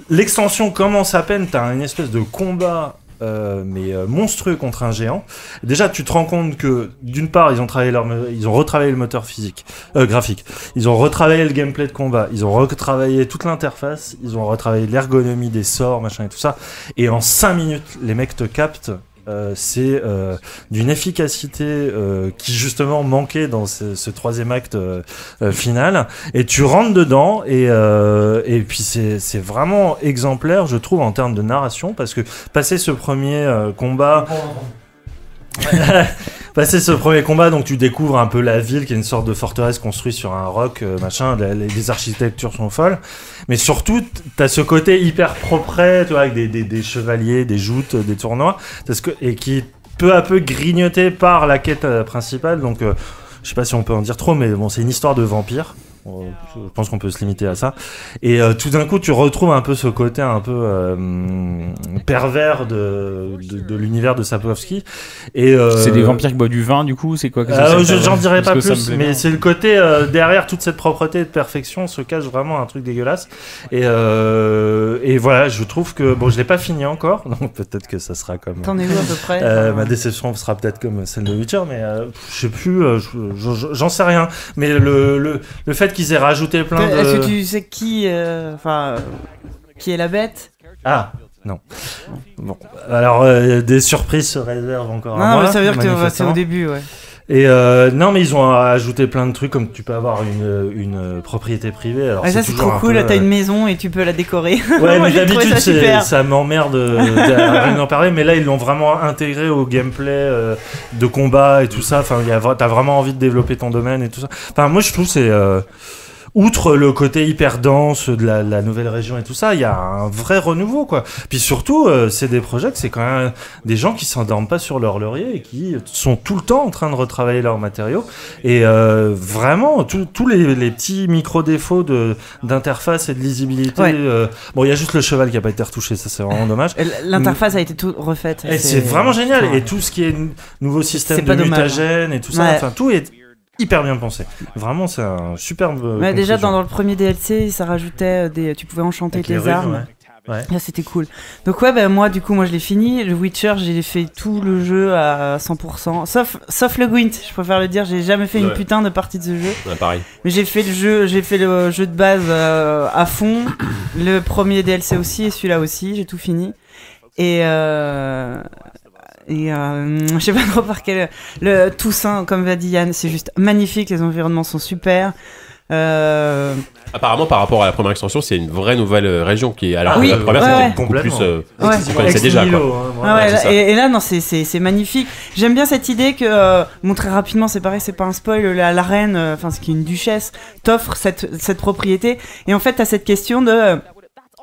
[SPEAKER 8] l'extension commence à peine. T'as une espèce de combat. euh, mais euh, monstrueux contre un géant. Déjà, tu te rends compte que d'une part, ils ont travaillé leur, mo- ils ont retravaillé le moteur physique, euh, graphique. Ils ont retravaillé le gameplay de combat. Ils ont retravaillé toute l'interface. Ils ont retravaillé l'ergonomie des sorts, machin et tout ça. Et en 5 minutes, les mecs te captent. Euh, c'est euh, d'une efficacité euh, qui justement manquait dans ce, ce troisième acte euh, euh, final et tu rentres dedans et, euh, et puis c'est c'est vraiment exemplaire je trouve en termes de narration parce que passer ce premier euh, combat Passer ce premier combat, donc tu découvres un peu la ville qui est une sorte de forteresse construite sur un roc, euh, machin, la- les, les architectures sont folles. Mais surtout, t- t'as ce côté hyper propre, tu vois, avec des, des- des chevaliers, des joutes, euh, des tournois, parce que, et qui est peu à peu grignoté par la quête euh, principale. Donc, euh, je sais pas si on peut en dire trop, mais bon, c'est une histoire de vampire. Euh, Je pense qu'on peut se limiter à ça. Et euh, tout d'un coup, tu retrouves un peu ce côté un peu euh, hum, pervers de, de, de l'univers de Sapkowski. Et, euh,
[SPEAKER 5] C'est des vampires qui boivent du vin du coup, c'est quoi qu'est-ce que
[SPEAKER 8] euh,
[SPEAKER 5] ça
[SPEAKER 8] je-
[SPEAKER 5] s'appelle
[SPEAKER 8] J'en dirais
[SPEAKER 5] Parce
[SPEAKER 8] pas
[SPEAKER 5] que ça me
[SPEAKER 8] plus,
[SPEAKER 5] plaît
[SPEAKER 8] mais
[SPEAKER 5] bien.
[SPEAKER 8] c'est le côté euh, derrière toute cette propreté et de perfection se cache vraiment un truc dégueulasse. Et, euh, et voilà, je trouve que bon, je l'ai pas fini encore, donc peut-être que ça sera comme.
[SPEAKER 12] T'en es où à peu près
[SPEAKER 8] Euh,
[SPEAKER 12] Enfin,
[SPEAKER 8] ma déception sera peut-être comme celle de Witcher, mais euh, je sais plus, euh, je- je- je- j'en sais rien. Mais le, le, le fait qu'ils aient rajouté plein de.
[SPEAKER 12] Est-ce que tu sais qui, euh, enfin, euh, qui est la bête
[SPEAKER 8] Ah non. Bon, alors euh, des surprises se réservent encore à
[SPEAKER 12] Non,
[SPEAKER 8] moi.
[SPEAKER 12] mais ça veut dire que c'est au
[SPEAKER 8] manifestement.
[SPEAKER 12] début, ouais.
[SPEAKER 8] Et euh, non, mais ils ont ajouté plein de trucs comme tu peux avoir une, une euh, propriété privée. Alors
[SPEAKER 12] Ouais, Ah, ça c'est
[SPEAKER 8] toujours
[SPEAKER 12] trop
[SPEAKER 8] un
[SPEAKER 12] cool,
[SPEAKER 8] peu,
[SPEAKER 12] là, t'as
[SPEAKER 8] euh,
[SPEAKER 12] une maison et tu peux la décorer.
[SPEAKER 8] Ouais,
[SPEAKER 12] Moi,
[SPEAKER 8] mais
[SPEAKER 12] j'ai trouvé
[SPEAKER 8] d'habitude,
[SPEAKER 12] ça
[SPEAKER 8] c'est-
[SPEAKER 12] super.
[SPEAKER 8] ça, m'emmerde euh, d'en parler, mais là, ils l'ont vraiment intégré au gameplay euh, de combat et tout ça. Enfin, il y a vra- t'as vraiment envie de développer ton domaine et tout ça. Enfin, moi, je trouve que c'est. euh, Outre le côté hyper dense de la, de la nouvelle région et tout ça, il y a un vrai renouveau quoi. Puis surtout, euh, c'est des projets que c'est quand même des gens qui s'endorment pas sur leur laurier et qui sont tout le temps en train de retravailler leurs matériaux. Et euh, vraiment, tous tous les, les petits micro défauts de d'interface et de lisibilité.
[SPEAKER 12] Ouais.
[SPEAKER 8] euh, bon, il y a juste le cheval qui a pas été retouché, ça c'est vraiment dommage.
[SPEAKER 12] Et l- L'interface a été tout refaite.
[SPEAKER 8] Et Eh, c'est vraiment génial.
[SPEAKER 12] Enfin,
[SPEAKER 8] Et tout ce qui est n- nouveau système
[SPEAKER 12] C'est pas
[SPEAKER 8] de
[SPEAKER 12] dommage, hein.
[SPEAKER 8] mutagène et tout ça,
[SPEAKER 12] Ouais.
[SPEAKER 8] enfin tout est hyper bien pensé. Vraiment, c'est un superbe. euh,
[SPEAKER 12] Ouais, déjà dans,
[SPEAKER 8] conclusion.
[SPEAKER 12] dans le premier DLC, ça rajoutait euh, des, tu pouvais enchanter
[SPEAKER 8] Avec les
[SPEAKER 12] tes
[SPEAKER 8] runes,
[SPEAKER 12] armes.
[SPEAKER 8] ouais.
[SPEAKER 12] Ah, c'était cool. Donc ouais, ben moi du coup, moi je l'ai fini. Le Witcher, j'ai fait tout le jeu à 100%, sauf sauf le Gwent. Je préfère le dire, j'ai jamais fait une
[SPEAKER 4] Ouais.
[SPEAKER 12] putain de partie de ce jeu.
[SPEAKER 4] Ouais, pareil.
[SPEAKER 12] Mais j'ai fait le jeu, j'ai fait le jeu de base euh, à fond, le premier DLC aussi et celui-là aussi, j'ai tout fini. Et euh, et euh, je sais pas trop par quel le Toussaint comme l'a dit Yann, c'est juste magnifique, les environnements sont super. Euh,
[SPEAKER 4] Apparemment, par rapport à la première extension, c'est une vraie nouvelle euh, région qui est. Alors,
[SPEAKER 12] Ah
[SPEAKER 4] que
[SPEAKER 12] oui.
[SPEAKER 4] la première,
[SPEAKER 12] Ouais,
[SPEAKER 4] c'était
[SPEAKER 12] ouais.
[SPEAKER 4] beaucoup plus. euh,
[SPEAKER 12] Ouais.
[SPEAKER 4] on connaissait déjà, quoi.
[SPEAKER 8] Nilo, hein,
[SPEAKER 12] Ah
[SPEAKER 8] voilà.
[SPEAKER 12] ouais,
[SPEAKER 4] c'est
[SPEAKER 12] là-
[SPEAKER 4] ça.
[SPEAKER 12] et, et là, non, c'est- c'est c'est magnifique. J'aime bien cette idée que, euh, bon, très rapidement, c'est pareil, c'est pas un spoil, la, la reine, euh, enfin, ce qui est une duchesse, t'offre cette, cette propriété. Et en fait, t'as cette question de. euh,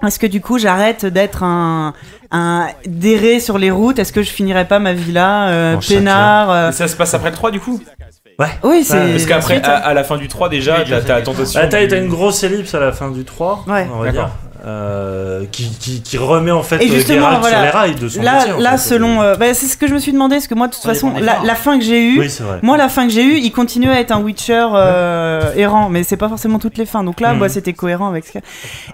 [SPEAKER 12] est-ce que du coup j'arrête d'être un, un déré sur les routes Est-ce que je finirai pas ma vie là, euh,
[SPEAKER 8] En
[SPEAKER 12] peinard euh,
[SPEAKER 5] Et Ça se passe après le 3 du coup
[SPEAKER 12] Oui, c'est.
[SPEAKER 5] Parce qu'après, ah,
[SPEAKER 12] suite,
[SPEAKER 5] à, à la fin du 3 déjà, t'as t'as la tentation.
[SPEAKER 8] Ah, t'as
[SPEAKER 5] du-
[SPEAKER 8] t'as une grosse ellipse à la fin du 3,
[SPEAKER 12] Ouais.
[SPEAKER 8] on va dire. euh, qui, qui, qui remet en fait
[SPEAKER 12] Et
[SPEAKER 8] euh,
[SPEAKER 12] justement,
[SPEAKER 8] Geralt
[SPEAKER 12] voilà.
[SPEAKER 8] sur les rails de son
[SPEAKER 12] là,
[SPEAKER 8] métier, en
[SPEAKER 12] là
[SPEAKER 8] fait.
[SPEAKER 12] selon, euh, bah, c'est ce que je me suis demandé, parce que moi, de toute façon, la, la fin que j'ai eue,
[SPEAKER 8] Oui, c'est vrai.
[SPEAKER 12] moi, la fin que j'ai eue, il continue à être un Witcher euh, errant, mais c'est pas forcément toutes les fins. Donc là,
[SPEAKER 8] Mhm.
[SPEAKER 12] bah, c'était cohérent avec ce que.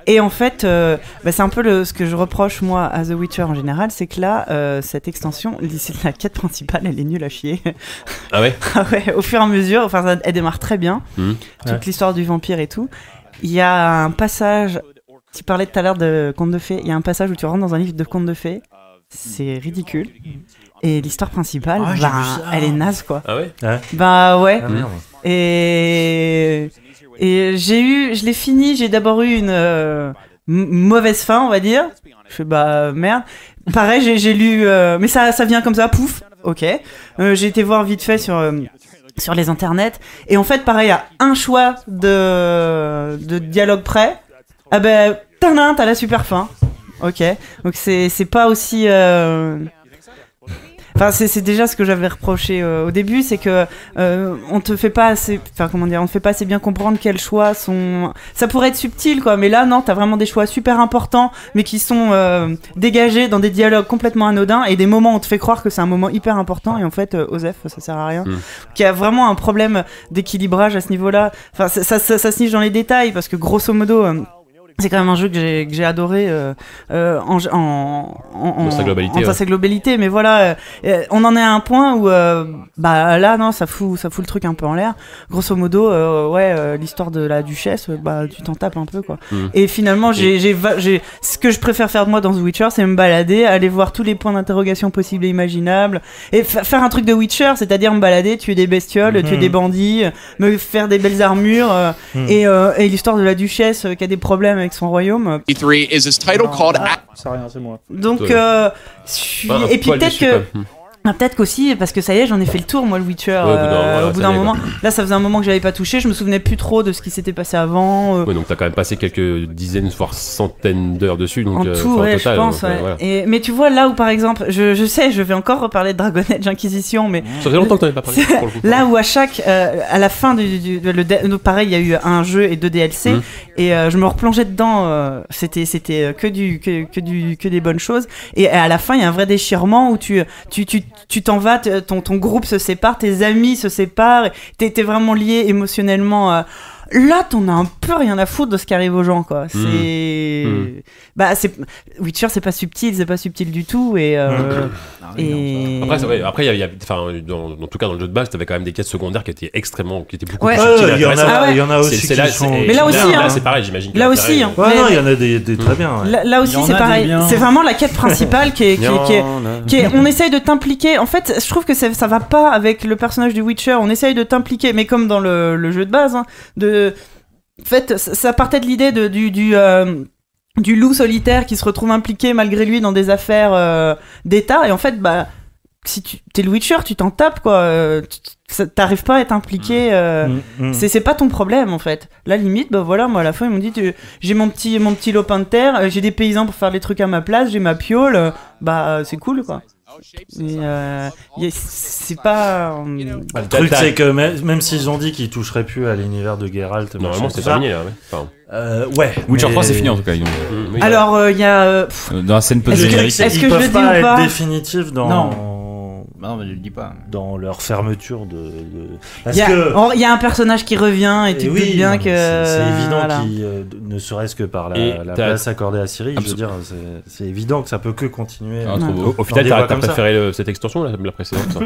[SPEAKER 12] Et en fait, euh, bah, c'est un peu le, ce que je reproche moi à The Witcher en général, c'est que là, euh, cette extension, c'est la quête principale, elle est nulle à chier.
[SPEAKER 4] Ah ouais
[SPEAKER 12] Ah ouais, au fur et à mesure, enfin, ça- elle démarre très bien.
[SPEAKER 4] Mhm.
[SPEAKER 12] Toute
[SPEAKER 8] Mm. Ouais.
[SPEAKER 12] l'histoire du vampire et tout. Il y a un passage. Tu parlais tout à l'heure de contes de fées. Il y a un passage où tu rentres dans un livre de contes de fées. C'est ridicule. Et l'histoire principale,
[SPEAKER 8] Ah, j'ai
[SPEAKER 12] bah,
[SPEAKER 8] vu ça.
[SPEAKER 12] elle est naze quoi.
[SPEAKER 4] Ah ouais
[SPEAKER 12] Bah ouais.
[SPEAKER 8] Ah, merde.
[SPEAKER 12] Et, et j'ai eu, je l'ai fini, j'ai d'abord eu une euh, m- mauvaise fin, on va dire. Je fais bah merde. Pareil, j'ai- j'ai lu, euh, mais ça, ça vient comme ça, pouf, ok. Euh, j'ai été voir vite fait sur, euh, sur les internets. Et en fait, pareil, à un choix de, de dialogue près, ah ben, tadam, t'as la super fin. Ok. Donc c'est c'est pas aussi. euh, Enfin, c'est c'est déjà ce que j'avais reproché euh, au début, c'est que euh, on te fait pas assez, enfin comment dire, on te fait pas assez bien comprendre quels choix sont. Ça pourrait être subtil, quoi, mais là non, t'as vraiment des choix super importants, mais qui sont euh, dégagés dans des dialogues complètement anodins et des moments où on te fait croire que c'est un moment hyper important et en fait, euh, Osef, ça sert à rien.
[SPEAKER 4] Mm.
[SPEAKER 12] Qu'il y a vraiment un problème d'équilibrage à ce niveau-là. Enfin, ça, ça, ça, ça se niche dans les détails parce que grosso modo. euh, c'est quand même un jeu que j'ai que j'ai adoré euh, euh, en, en, en-
[SPEAKER 4] Dans sa globalité,
[SPEAKER 12] en- dans
[SPEAKER 4] ouais.
[SPEAKER 12] sa globalité, mais voilà, euh, euh, on en est à un point où euh, bah là non, ça fout ça fout le truc un peu en l'air. Grosso modo, euh, ouais, euh, l'histoire de la duchesse, euh, bah tu t'en tapes un peu quoi.
[SPEAKER 4] Mhm.
[SPEAKER 12] Et finalement, j'ai j'ai va- j'ai ce que je préfère faire de moi dans The Witcher, c'est me balader, aller voir tous les points d'interrogation possibles et imaginables, et fa- faire un truc de Witcher, c'est-à-dire me balader, tuer des bestioles, tuer
[SPEAKER 8] Mhm.
[SPEAKER 12] des bandits, euh, me faire des belles armures. euh,
[SPEAKER 8] Mhm.
[SPEAKER 12] et, euh, et l'histoire de la duchesse euh, qui a des problèmes avec son royaume. euh,
[SPEAKER 2] E3 E is this title called
[SPEAKER 1] Ah, ça rien, c'est moi.
[SPEAKER 12] Donc,
[SPEAKER 4] Toi,
[SPEAKER 12] euh, je suis-
[SPEAKER 4] Pas Ah, un
[SPEAKER 12] et puis
[SPEAKER 4] poil
[SPEAKER 12] peut-être
[SPEAKER 4] dessus,
[SPEAKER 12] que,
[SPEAKER 4] quoi. Hmm.
[SPEAKER 12] ah, peut-être qu'aussi parce que ça y est, j'en ai fait le tour moi le Witcher.
[SPEAKER 4] au bout d'un-
[SPEAKER 12] euh,
[SPEAKER 4] voilà,
[SPEAKER 12] au bout
[SPEAKER 4] ça
[SPEAKER 12] d'un
[SPEAKER 4] y est,
[SPEAKER 12] moment, là ça faisait un moment que j'avais pas touché, je me souvenais plus trop de ce qui s'était passé avant. euh,
[SPEAKER 4] Ouais, donc t'as quand même passé quelques dizaines, voire centaines d'heures dessus, donc
[SPEAKER 12] en
[SPEAKER 4] euh,
[SPEAKER 12] tout,
[SPEAKER 4] enfin,
[SPEAKER 12] ouais,
[SPEAKER 4] au total,
[SPEAKER 12] je pense.
[SPEAKER 4] donc, euh,
[SPEAKER 12] ouais.
[SPEAKER 4] voilà.
[SPEAKER 12] Et, mais tu vois, là où par exemple, je, je sais, je vais encore reparler de Dragon Age Inquisition, mais
[SPEAKER 4] Ça fait longtemps que t'en avais pas parlé. pour le coup.
[SPEAKER 12] Là où à chaque, euh, à la fin du, du- du- le D- donc pareil, il y a eu un jeu et deux DLC,
[SPEAKER 4] Mhm.
[SPEAKER 12] et euh, je me replongeais dedans. euh, c'était, c'était euh, que du, que, que du, que des bonnes choses. Et à la fin, il y a un vrai déchirement où tu, tu, tu, tu t'en vas, t- ton, ton groupe se sépare, tes amis se séparent, t'es, t'es vraiment lié émotionnellement. euh, Là, t'en as un peu rien à foutre de ce qui arrive aux gens, quoi. C'est,
[SPEAKER 4] Mhm.
[SPEAKER 12] bah, c'est Witcher, c'est pas subtil, c'est pas subtil du tout, et. euh,
[SPEAKER 3] Mmh.
[SPEAKER 12] et...
[SPEAKER 4] Après, c'est vrai, après, il y a- il y a, enfin, dans, dans tout cas, dans le jeu de base, t'avais quand même des quêtes secondaires qui étaient extrêmement, qui étaient beaucoup
[SPEAKER 12] Ouais.
[SPEAKER 4] plus
[SPEAKER 8] Ouais,
[SPEAKER 4] subtiles et
[SPEAKER 8] il y en a,
[SPEAKER 4] intéressantes.
[SPEAKER 12] Ah ouais.
[SPEAKER 8] il y en a
[SPEAKER 4] C'est-
[SPEAKER 8] aussi
[SPEAKER 4] c'est
[SPEAKER 8] qui
[SPEAKER 4] là,
[SPEAKER 8] sont.
[SPEAKER 4] c'est-
[SPEAKER 12] Mais là aussi,
[SPEAKER 4] là,
[SPEAKER 12] hein.
[SPEAKER 4] c'est pareil, j'imagine. que
[SPEAKER 12] Là
[SPEAKER 4] l'intérêt-
[SPEAKER 12] aussi, hein.
[SPEAKER 8] Ouais,
[SPEAKER 12] Mais-
[SPEAKER 8] non, il y en a des, des très bien. ouais.
[SPEAKER 12] Là, là
[SPEAKER 13] Il
[SPEAKER 12] aussi,
[SPEAKER 13] y en
[SPEAKER 12] c'est
[SPEAKER 13] a des
[SPEAKER 12] pareil.
[SPEAKER 13] biens.
[SPEAKER 12] C'est vraiment la quête principale qui est. Qui est- qui est- qui
[SPEAKER 8] Euh,
[SPEAKER 12] est- on essaye de t'impliquer. En fait, je trouve que ça, ça va pas avec le personnage du Witcher. On essaye de t'impliquer, mais comme dans le, le jeu de base, hein, de. En fait, ça ça partait de l'idée de- du. du euh, du loup solitaire qui se retrouve impliqué malgré lui dans des affaires euh, d'État et en fait bah si tu t'es le Witcher tu t'en tapes quoi Euh, tu- tu- ça- t'arrives pas à être impliqué euh,
[SPEAKER 8] Mm, mm.
[SPEAKER 12] c'est c'est pas ton problème en fait. La limite, bah voilà, moi à la fin ils m'ont dit tu- j'ai mon petit mon petit lopin de terre, euh, j'ai des paysans pour faire les trucs à ma place, j'ai ma piole, euh, bah euh, c'est cool quoi. Mais euh, y a- c'est pas. euh,
[SPEAKER 8] Bah, le truc,
[SPEAKER 4] T'as-
[SPEAKER 8] c'est que même, même s'ils ont dit qu'ils toucheraient plus à l'univers de Geralt,
[SPEAKER 4] Normalement,
[SPEAKER 8] machin,
[SPEAKER 4] c'est
[SPEAKER 8] tout ça,
[SPEAKER 4] terminé, là. ouais. Enfin,
[SPEAKER 8] euh, ouais.
[SPEAKER 5] Witcher
[SPEAKER 8] mais-
[SPEAKER 5] 3, c'est fini en tout cas. ils ont-
[SPEAKER 4] mm, oui,
[SPEAKER 12] Alors il y a euh, pff,
[SPEAKER 5] euh, Dans la scène
[SPEAKER 12] Est-ce que-
[SPEAKER 5] post-générique.
[SPEAKER 12] est-ce
[SPEAKER 8] Ils
[SPEAKER 12] que je
[SPEAKER 8] peuvent
[SPEAKER 12] le dis
[SPEAKER 8] pas
[SPEAKER 12] ou pas
[SPEAKER 8] être définitifs dans.
[SPEAKER 13] Bah non, mais je le dis pas.
[SPEAKER 8] Dans leur fermeture de. de- Parce
[SPEAKER 12] il y, a-
[SPEAKER 8] que.
[SPEAKER 12] or, il y a un personnage qui revient et tu
[SPEAKER 8] Eh
[SPEAKER 12] te
[SPEAKER 8] oui,
[SPEAKER 12] doutes bien
[SPEAKER 8] non,
[SPEAKER 12] que.
[SPEAKER 8] mais c'est- C'est évident
[SPEAKER 12] voilà.
[SPEAKER 8] qu'il, euh, de- ne serait-ce que par
[SPEAKER 4] Et
[SPEAKER 8] la, la
[SPEAKER 4] t'as-
[SPEAKER 8] place accordée à Siri, je veux
[SPEAKER 4] Absol-
[SPEAKER 8] dire, c'est- c'est évident que ça peut que continuer.
[SPEAKER 5] Ah, trop
[SPEAKER 12] Ouais.
[SPEAKER 5] beau.
[SPEAKER 4] Au, au
[SPEAKER 8] des
[SPEAKER 4] final,
[SPEAKER 8] voix
[SPEAKER 4] t'as t'as
[SPEAKER 8] comme ça.
[SPEAKER 4] préféré le- cette extension, la, la précédente. ça.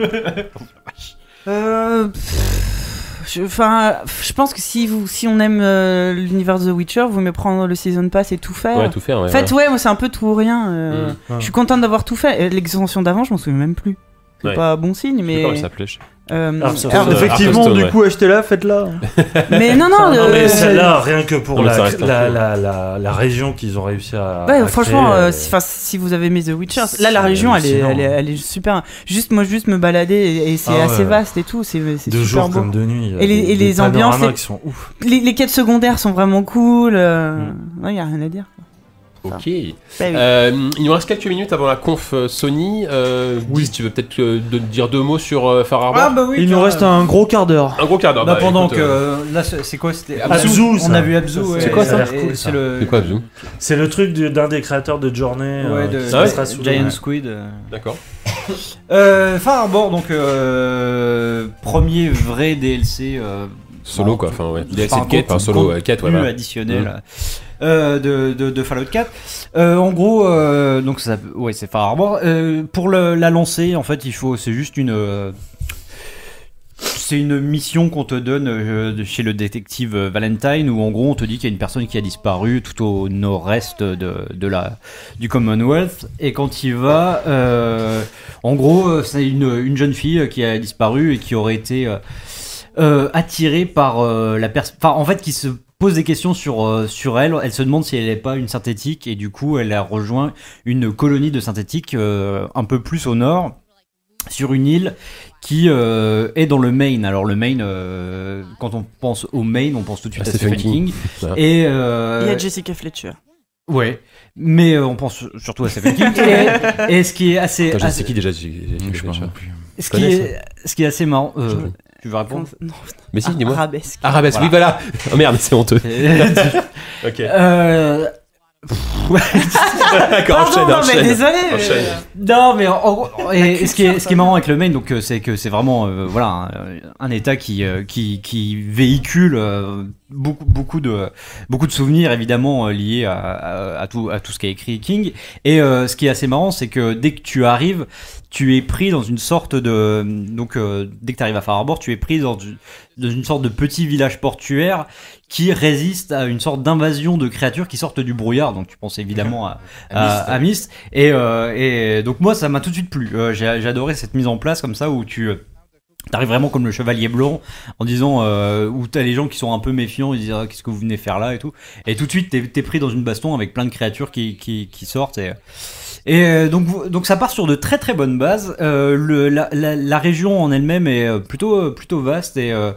[SPEAKER 12] Euh, pff, je, enfin, je pense que si vous si on aime euh, l'univers de The Witcher, vous mieux prendre le season pass et tout faire.
[SPEAKER 4] Ouais, tout faire. ouais,
[SPEAKER 12] En fait, ouais, moi c'est un peu tout ou rien. euh,
[SPEAKER 4] Mm.
[SPEAKER 8] Ah.
[SPEAKER 12] Je suis contente d'avoir tout fait. Euh, L'extension d'avant, je m'en souviens même plus. C'est
[SPEAKER 4] Ouais.
[SPEAKER 12] pas bon signe,
[SPEAKER 4] Je sais pas
[SPEAKER 12] mais.
[SPEAKER 4] comment elle s'appelait, je-
[SPEAKER 12] euh,
[SPEAKER 4] Ah.
[SPEAKER 8] Arms of
[SPEAKER 12] alors-
[SPEAKER 8] the-
[SPEAKER 1] Effectivement,
[SPEAKER 4] Hearthstone,
[SPEAKER 1] du
[SPEAKER 4] ouais.
[SPEAKER 1] coup, achetez-la, faites-la.
[SPEAKER 12] mais non, non.
[SPEAKER 8] Non, mais
[SPEAKER 12] euh,
[SPEAKER 8] celle-là, rien que pour
[SPEAKER 4] Non, mais ça
[SPEAKER 8] la,
[SPEAKER 4] reste un
[SPEAKER 8] la,
[SPEAKER 4] peu.
[SPEAKER 8] la, la, la région qu'ils ont réussi à.
[SPEAKER 12] Ouais,
[SPEAKER 8] à
[SPEAKER 12] franchement,
[SPEAKER 8] créer,
[SPEAKER 12] euh,
[SPEAKER 8] euh,
[SPEAKER 12] si, 'fin, si vous avez aimé The Witcher, là la
[SPEAKER 8] c'est
[SPEAKER 12] région elle est,
[SPEAKER 8] hallucinant.
[SPEAKER 12] elle, est, elle est super. Juste moi, juste me balader et, et c'est
[SPEAKER 8] Ah
[SPEAKER 12] assez
[SPEAKER 8] ouais.
[SPEAKER 12] vaste et tout, c'est c'est
[SPEAKER 8] de
[SPEAKER 12] super
[SPEAKER 8] jour
[SPEAKER 12] beau.
[SPEAKER 8] comme de nuit.
[SPEAKER 12] Et les- et les ambiances,
[SPEAKER 8] panoramas
[SPEAKER 12] les-
[SPEAKER 8] qui sont ouf.
[SPEAKER 12] Les, les quêtes secondaires sont vraiment cool. Euh... Non, y a rien à dire.
[SPEAKER 4] Ok. Euh, il nous reste quelques minutes avant la conf euh, Sony. Euh, Guy, tu veux peut-être euh, de- dire deux mots sur euh, Far Harbor
[SPEAKER 3] Ah
[SPEAKER 1] Il nous
[SPEAKER 3] euh,
[SPEAKER 1] reste un gros quart d'heure.
[SPEAKER 4] Un gros quart d'heure.
[SPEAKER 3] Bah,
[SPEAKER 4] bah,
[SPEAKER 3] pendant
[SPEAKER 4] écoute,
[SPEAKER 3] que
[SPEAKER 4] euh,
[SPEAKER 3] euh, là, c'est c'est quoi c'était
[SPEAKER 8] Abzu,
[SPEAKER 3] Abzu,
[SPEAKER 8] ça.
[SPEAKER 3] On a vu Abzu.
[SPEAKER 8] Ça, c'est-
[SPEAKER 3] ouais,
[SPEAKER 8] C'est quoi, ça a
[SPEAKER 3] et-
[SPEAKER 8] l'air cool,
[SPEAKER 3] et
[SPEAKER 8] ça.
[SPEAKER 3] C'est le.
[SPEAKER 4] C'est quoi, Abzu
[SPEAKER 8] C'est le truc du- d'un des créateurs de Journée.
[SPEAKER 3] Ouais, de,
[SPEAKER 8] qui
[SPEAKER 3] de-
[SPEAKER 8] sera sous-
[SPEAKER 3] Giant
[SPEAKER 8] ouais.
[SPEAKER 3] Squid. euh.
[SPEAKER 4] D'accord.
[SPEAKER 3] Euh, Far Harbor, donc euh, premier vrai DLC. euh,
[SPEAKER 4] Solo,
[SPEAKER 3] en-
[SPEAKER 4] quoi. Enfin, ouais. DLC
[SPEAKER 3] enfin,
[SPEAKER 4] de quête,
[SPEAKER 3] contenu-
[SPEAKER 4] enfin, solo, ouais, quête, ouais.
[SPEAKER 3] contenu
[SPEAKER 4] voilà.
[SPEAKER 3] additionnel
[SPEAKER 4] Mhm.
[SPEAKER 3] euh, de, de, de Fallout 4. Euh, en gros, euh, donc ça, ouais, c'est Far Harbor. Euh, pour le- la lancer, en fait, il faut, c'est juste une. euh, c'est une mission qu'on te donne euh, de chez le détective euh, Valentine où en gros on te dit qu'il y a une personne qui a disparu tout au nord-est de, de la, du Commonwealth et quand il va euh, en gros euh, c'est une, une jeune fille euh, qui a disparu et qui aurait été euh, euh, attirée par euh, la personne enfin en fait qui se pose des questions sur, euh, sur elle elle se demande si elle n'est pas une synthétique et du coup elle a rejoint une colonie de synthétiques euh, un peu plus au nord sur une île qui euh, est dans le Maine. Alors le Maine, euh, quand on pense au Maine, on pense tout de suite
[SPEAKER 4] Ah,
[SPEAKER 3] à
[SPEAKER 4] Stephen
[SPEAKER 3] Stephen King.
[SPEAKER 4] Voilà.
[SPEAKER 3] Et euh,
[SPEAKER 12] Il y a Jessica Fletcher.
[SPEAKER 3] ouais, mais euh, on pense surtout à Stephen King. et, et ce qui est assez,
[SPEAKER 4] Attends, je sais
[SPEAKER 3] assez-
[SPEAKER 4] qui déjà j'ai- j'ai- j'ai-
[SPEAKER 5] Je
[SPEAKER 4] j'ai-
[SPEAKER 5] me
[SPEAKER 4] j'ai-
[SPEAKER 5] rappelle plus.
[SPEAKER 3] ce qui
[SPEAKER 4] connais,
[SPEAKER 3] est, ce qui est assez marrant. euh,
[SPEAKER 4] Je-
[SPEAKER 3] tu veux répondre
[SPEAKER 12] Non,
[SPEAKER 4] Mais
[SPEAKER 12] Ah,
[SPEAKER 4] si, dis-moi. Ah.
[SPEAKER 12] arabesque.
[SPEAKER 4] Arabesque, oui, voilà. Oh merde, c'est honteux. Ok.
[SPEAKER 3] Euh,
[SPEAKER 4] D'accord,
[SPEAKER 12] Pardon,
[SPEAKER 4] enchaîne,
[SPEAKER 12] non, mais
[SPEAKER 4] enchaîne.
[SPEAKER 12] désolé.
[SPEAKER 4] Enchaîne.
[SPEAKER 12] euh,
[SPEAKER 3] Non, mais en, en gros, et-
[SPEAKER 12] La
[SPEAKER 3] et ce, qui est,
[SPEAKER 12] culture,
[SPEAKER 3] ce qui est marrant avec le Maine, donc euh, c'est que c'est vraiment euh, voilà un, un État qui euh, qui, qui véhicule euh, beaucoup beaucoup de beaucoup de souvenirs évidemment euh, liés à, à- à tout à tout ce qu'a écrit King. Et euh, ce qui est assez marrant, c'est que dès que tu arrives, tu es pris dans une sorte de donc euh, dès que tu arrives à Far Harbor, tu es pris dans une, dans une sorte de petit village portuaire qui résiste à une sorte d'invasion de créatures qui sortent du brouillard. Donc tu penses évidemment
[SPEAKER 12] Mmh.
[SPEAKER 3] à à, à Myst. Et, euh, et donc moi, ça m'a tout de suite plu. Euh, j'ai, j'ai adoré cette mise en place comme ça où tu... euh, T'arrives vraiment comme le chevalier blanc en disant euh, où t'as les gens qui sont un peu méfiants, ils disent Ah, qu'est-ce que vous venez faire là et tout. Et tout de suite t'es, t'es pris dans une baston avec plein de créatures qui, qui, qui sortent et, et euh, donc vous- donc ça part sur de très très bonnes bases. Euh, le, la, la, la région en elle-même est euh, plutôt euh, plutôt vaste et euh,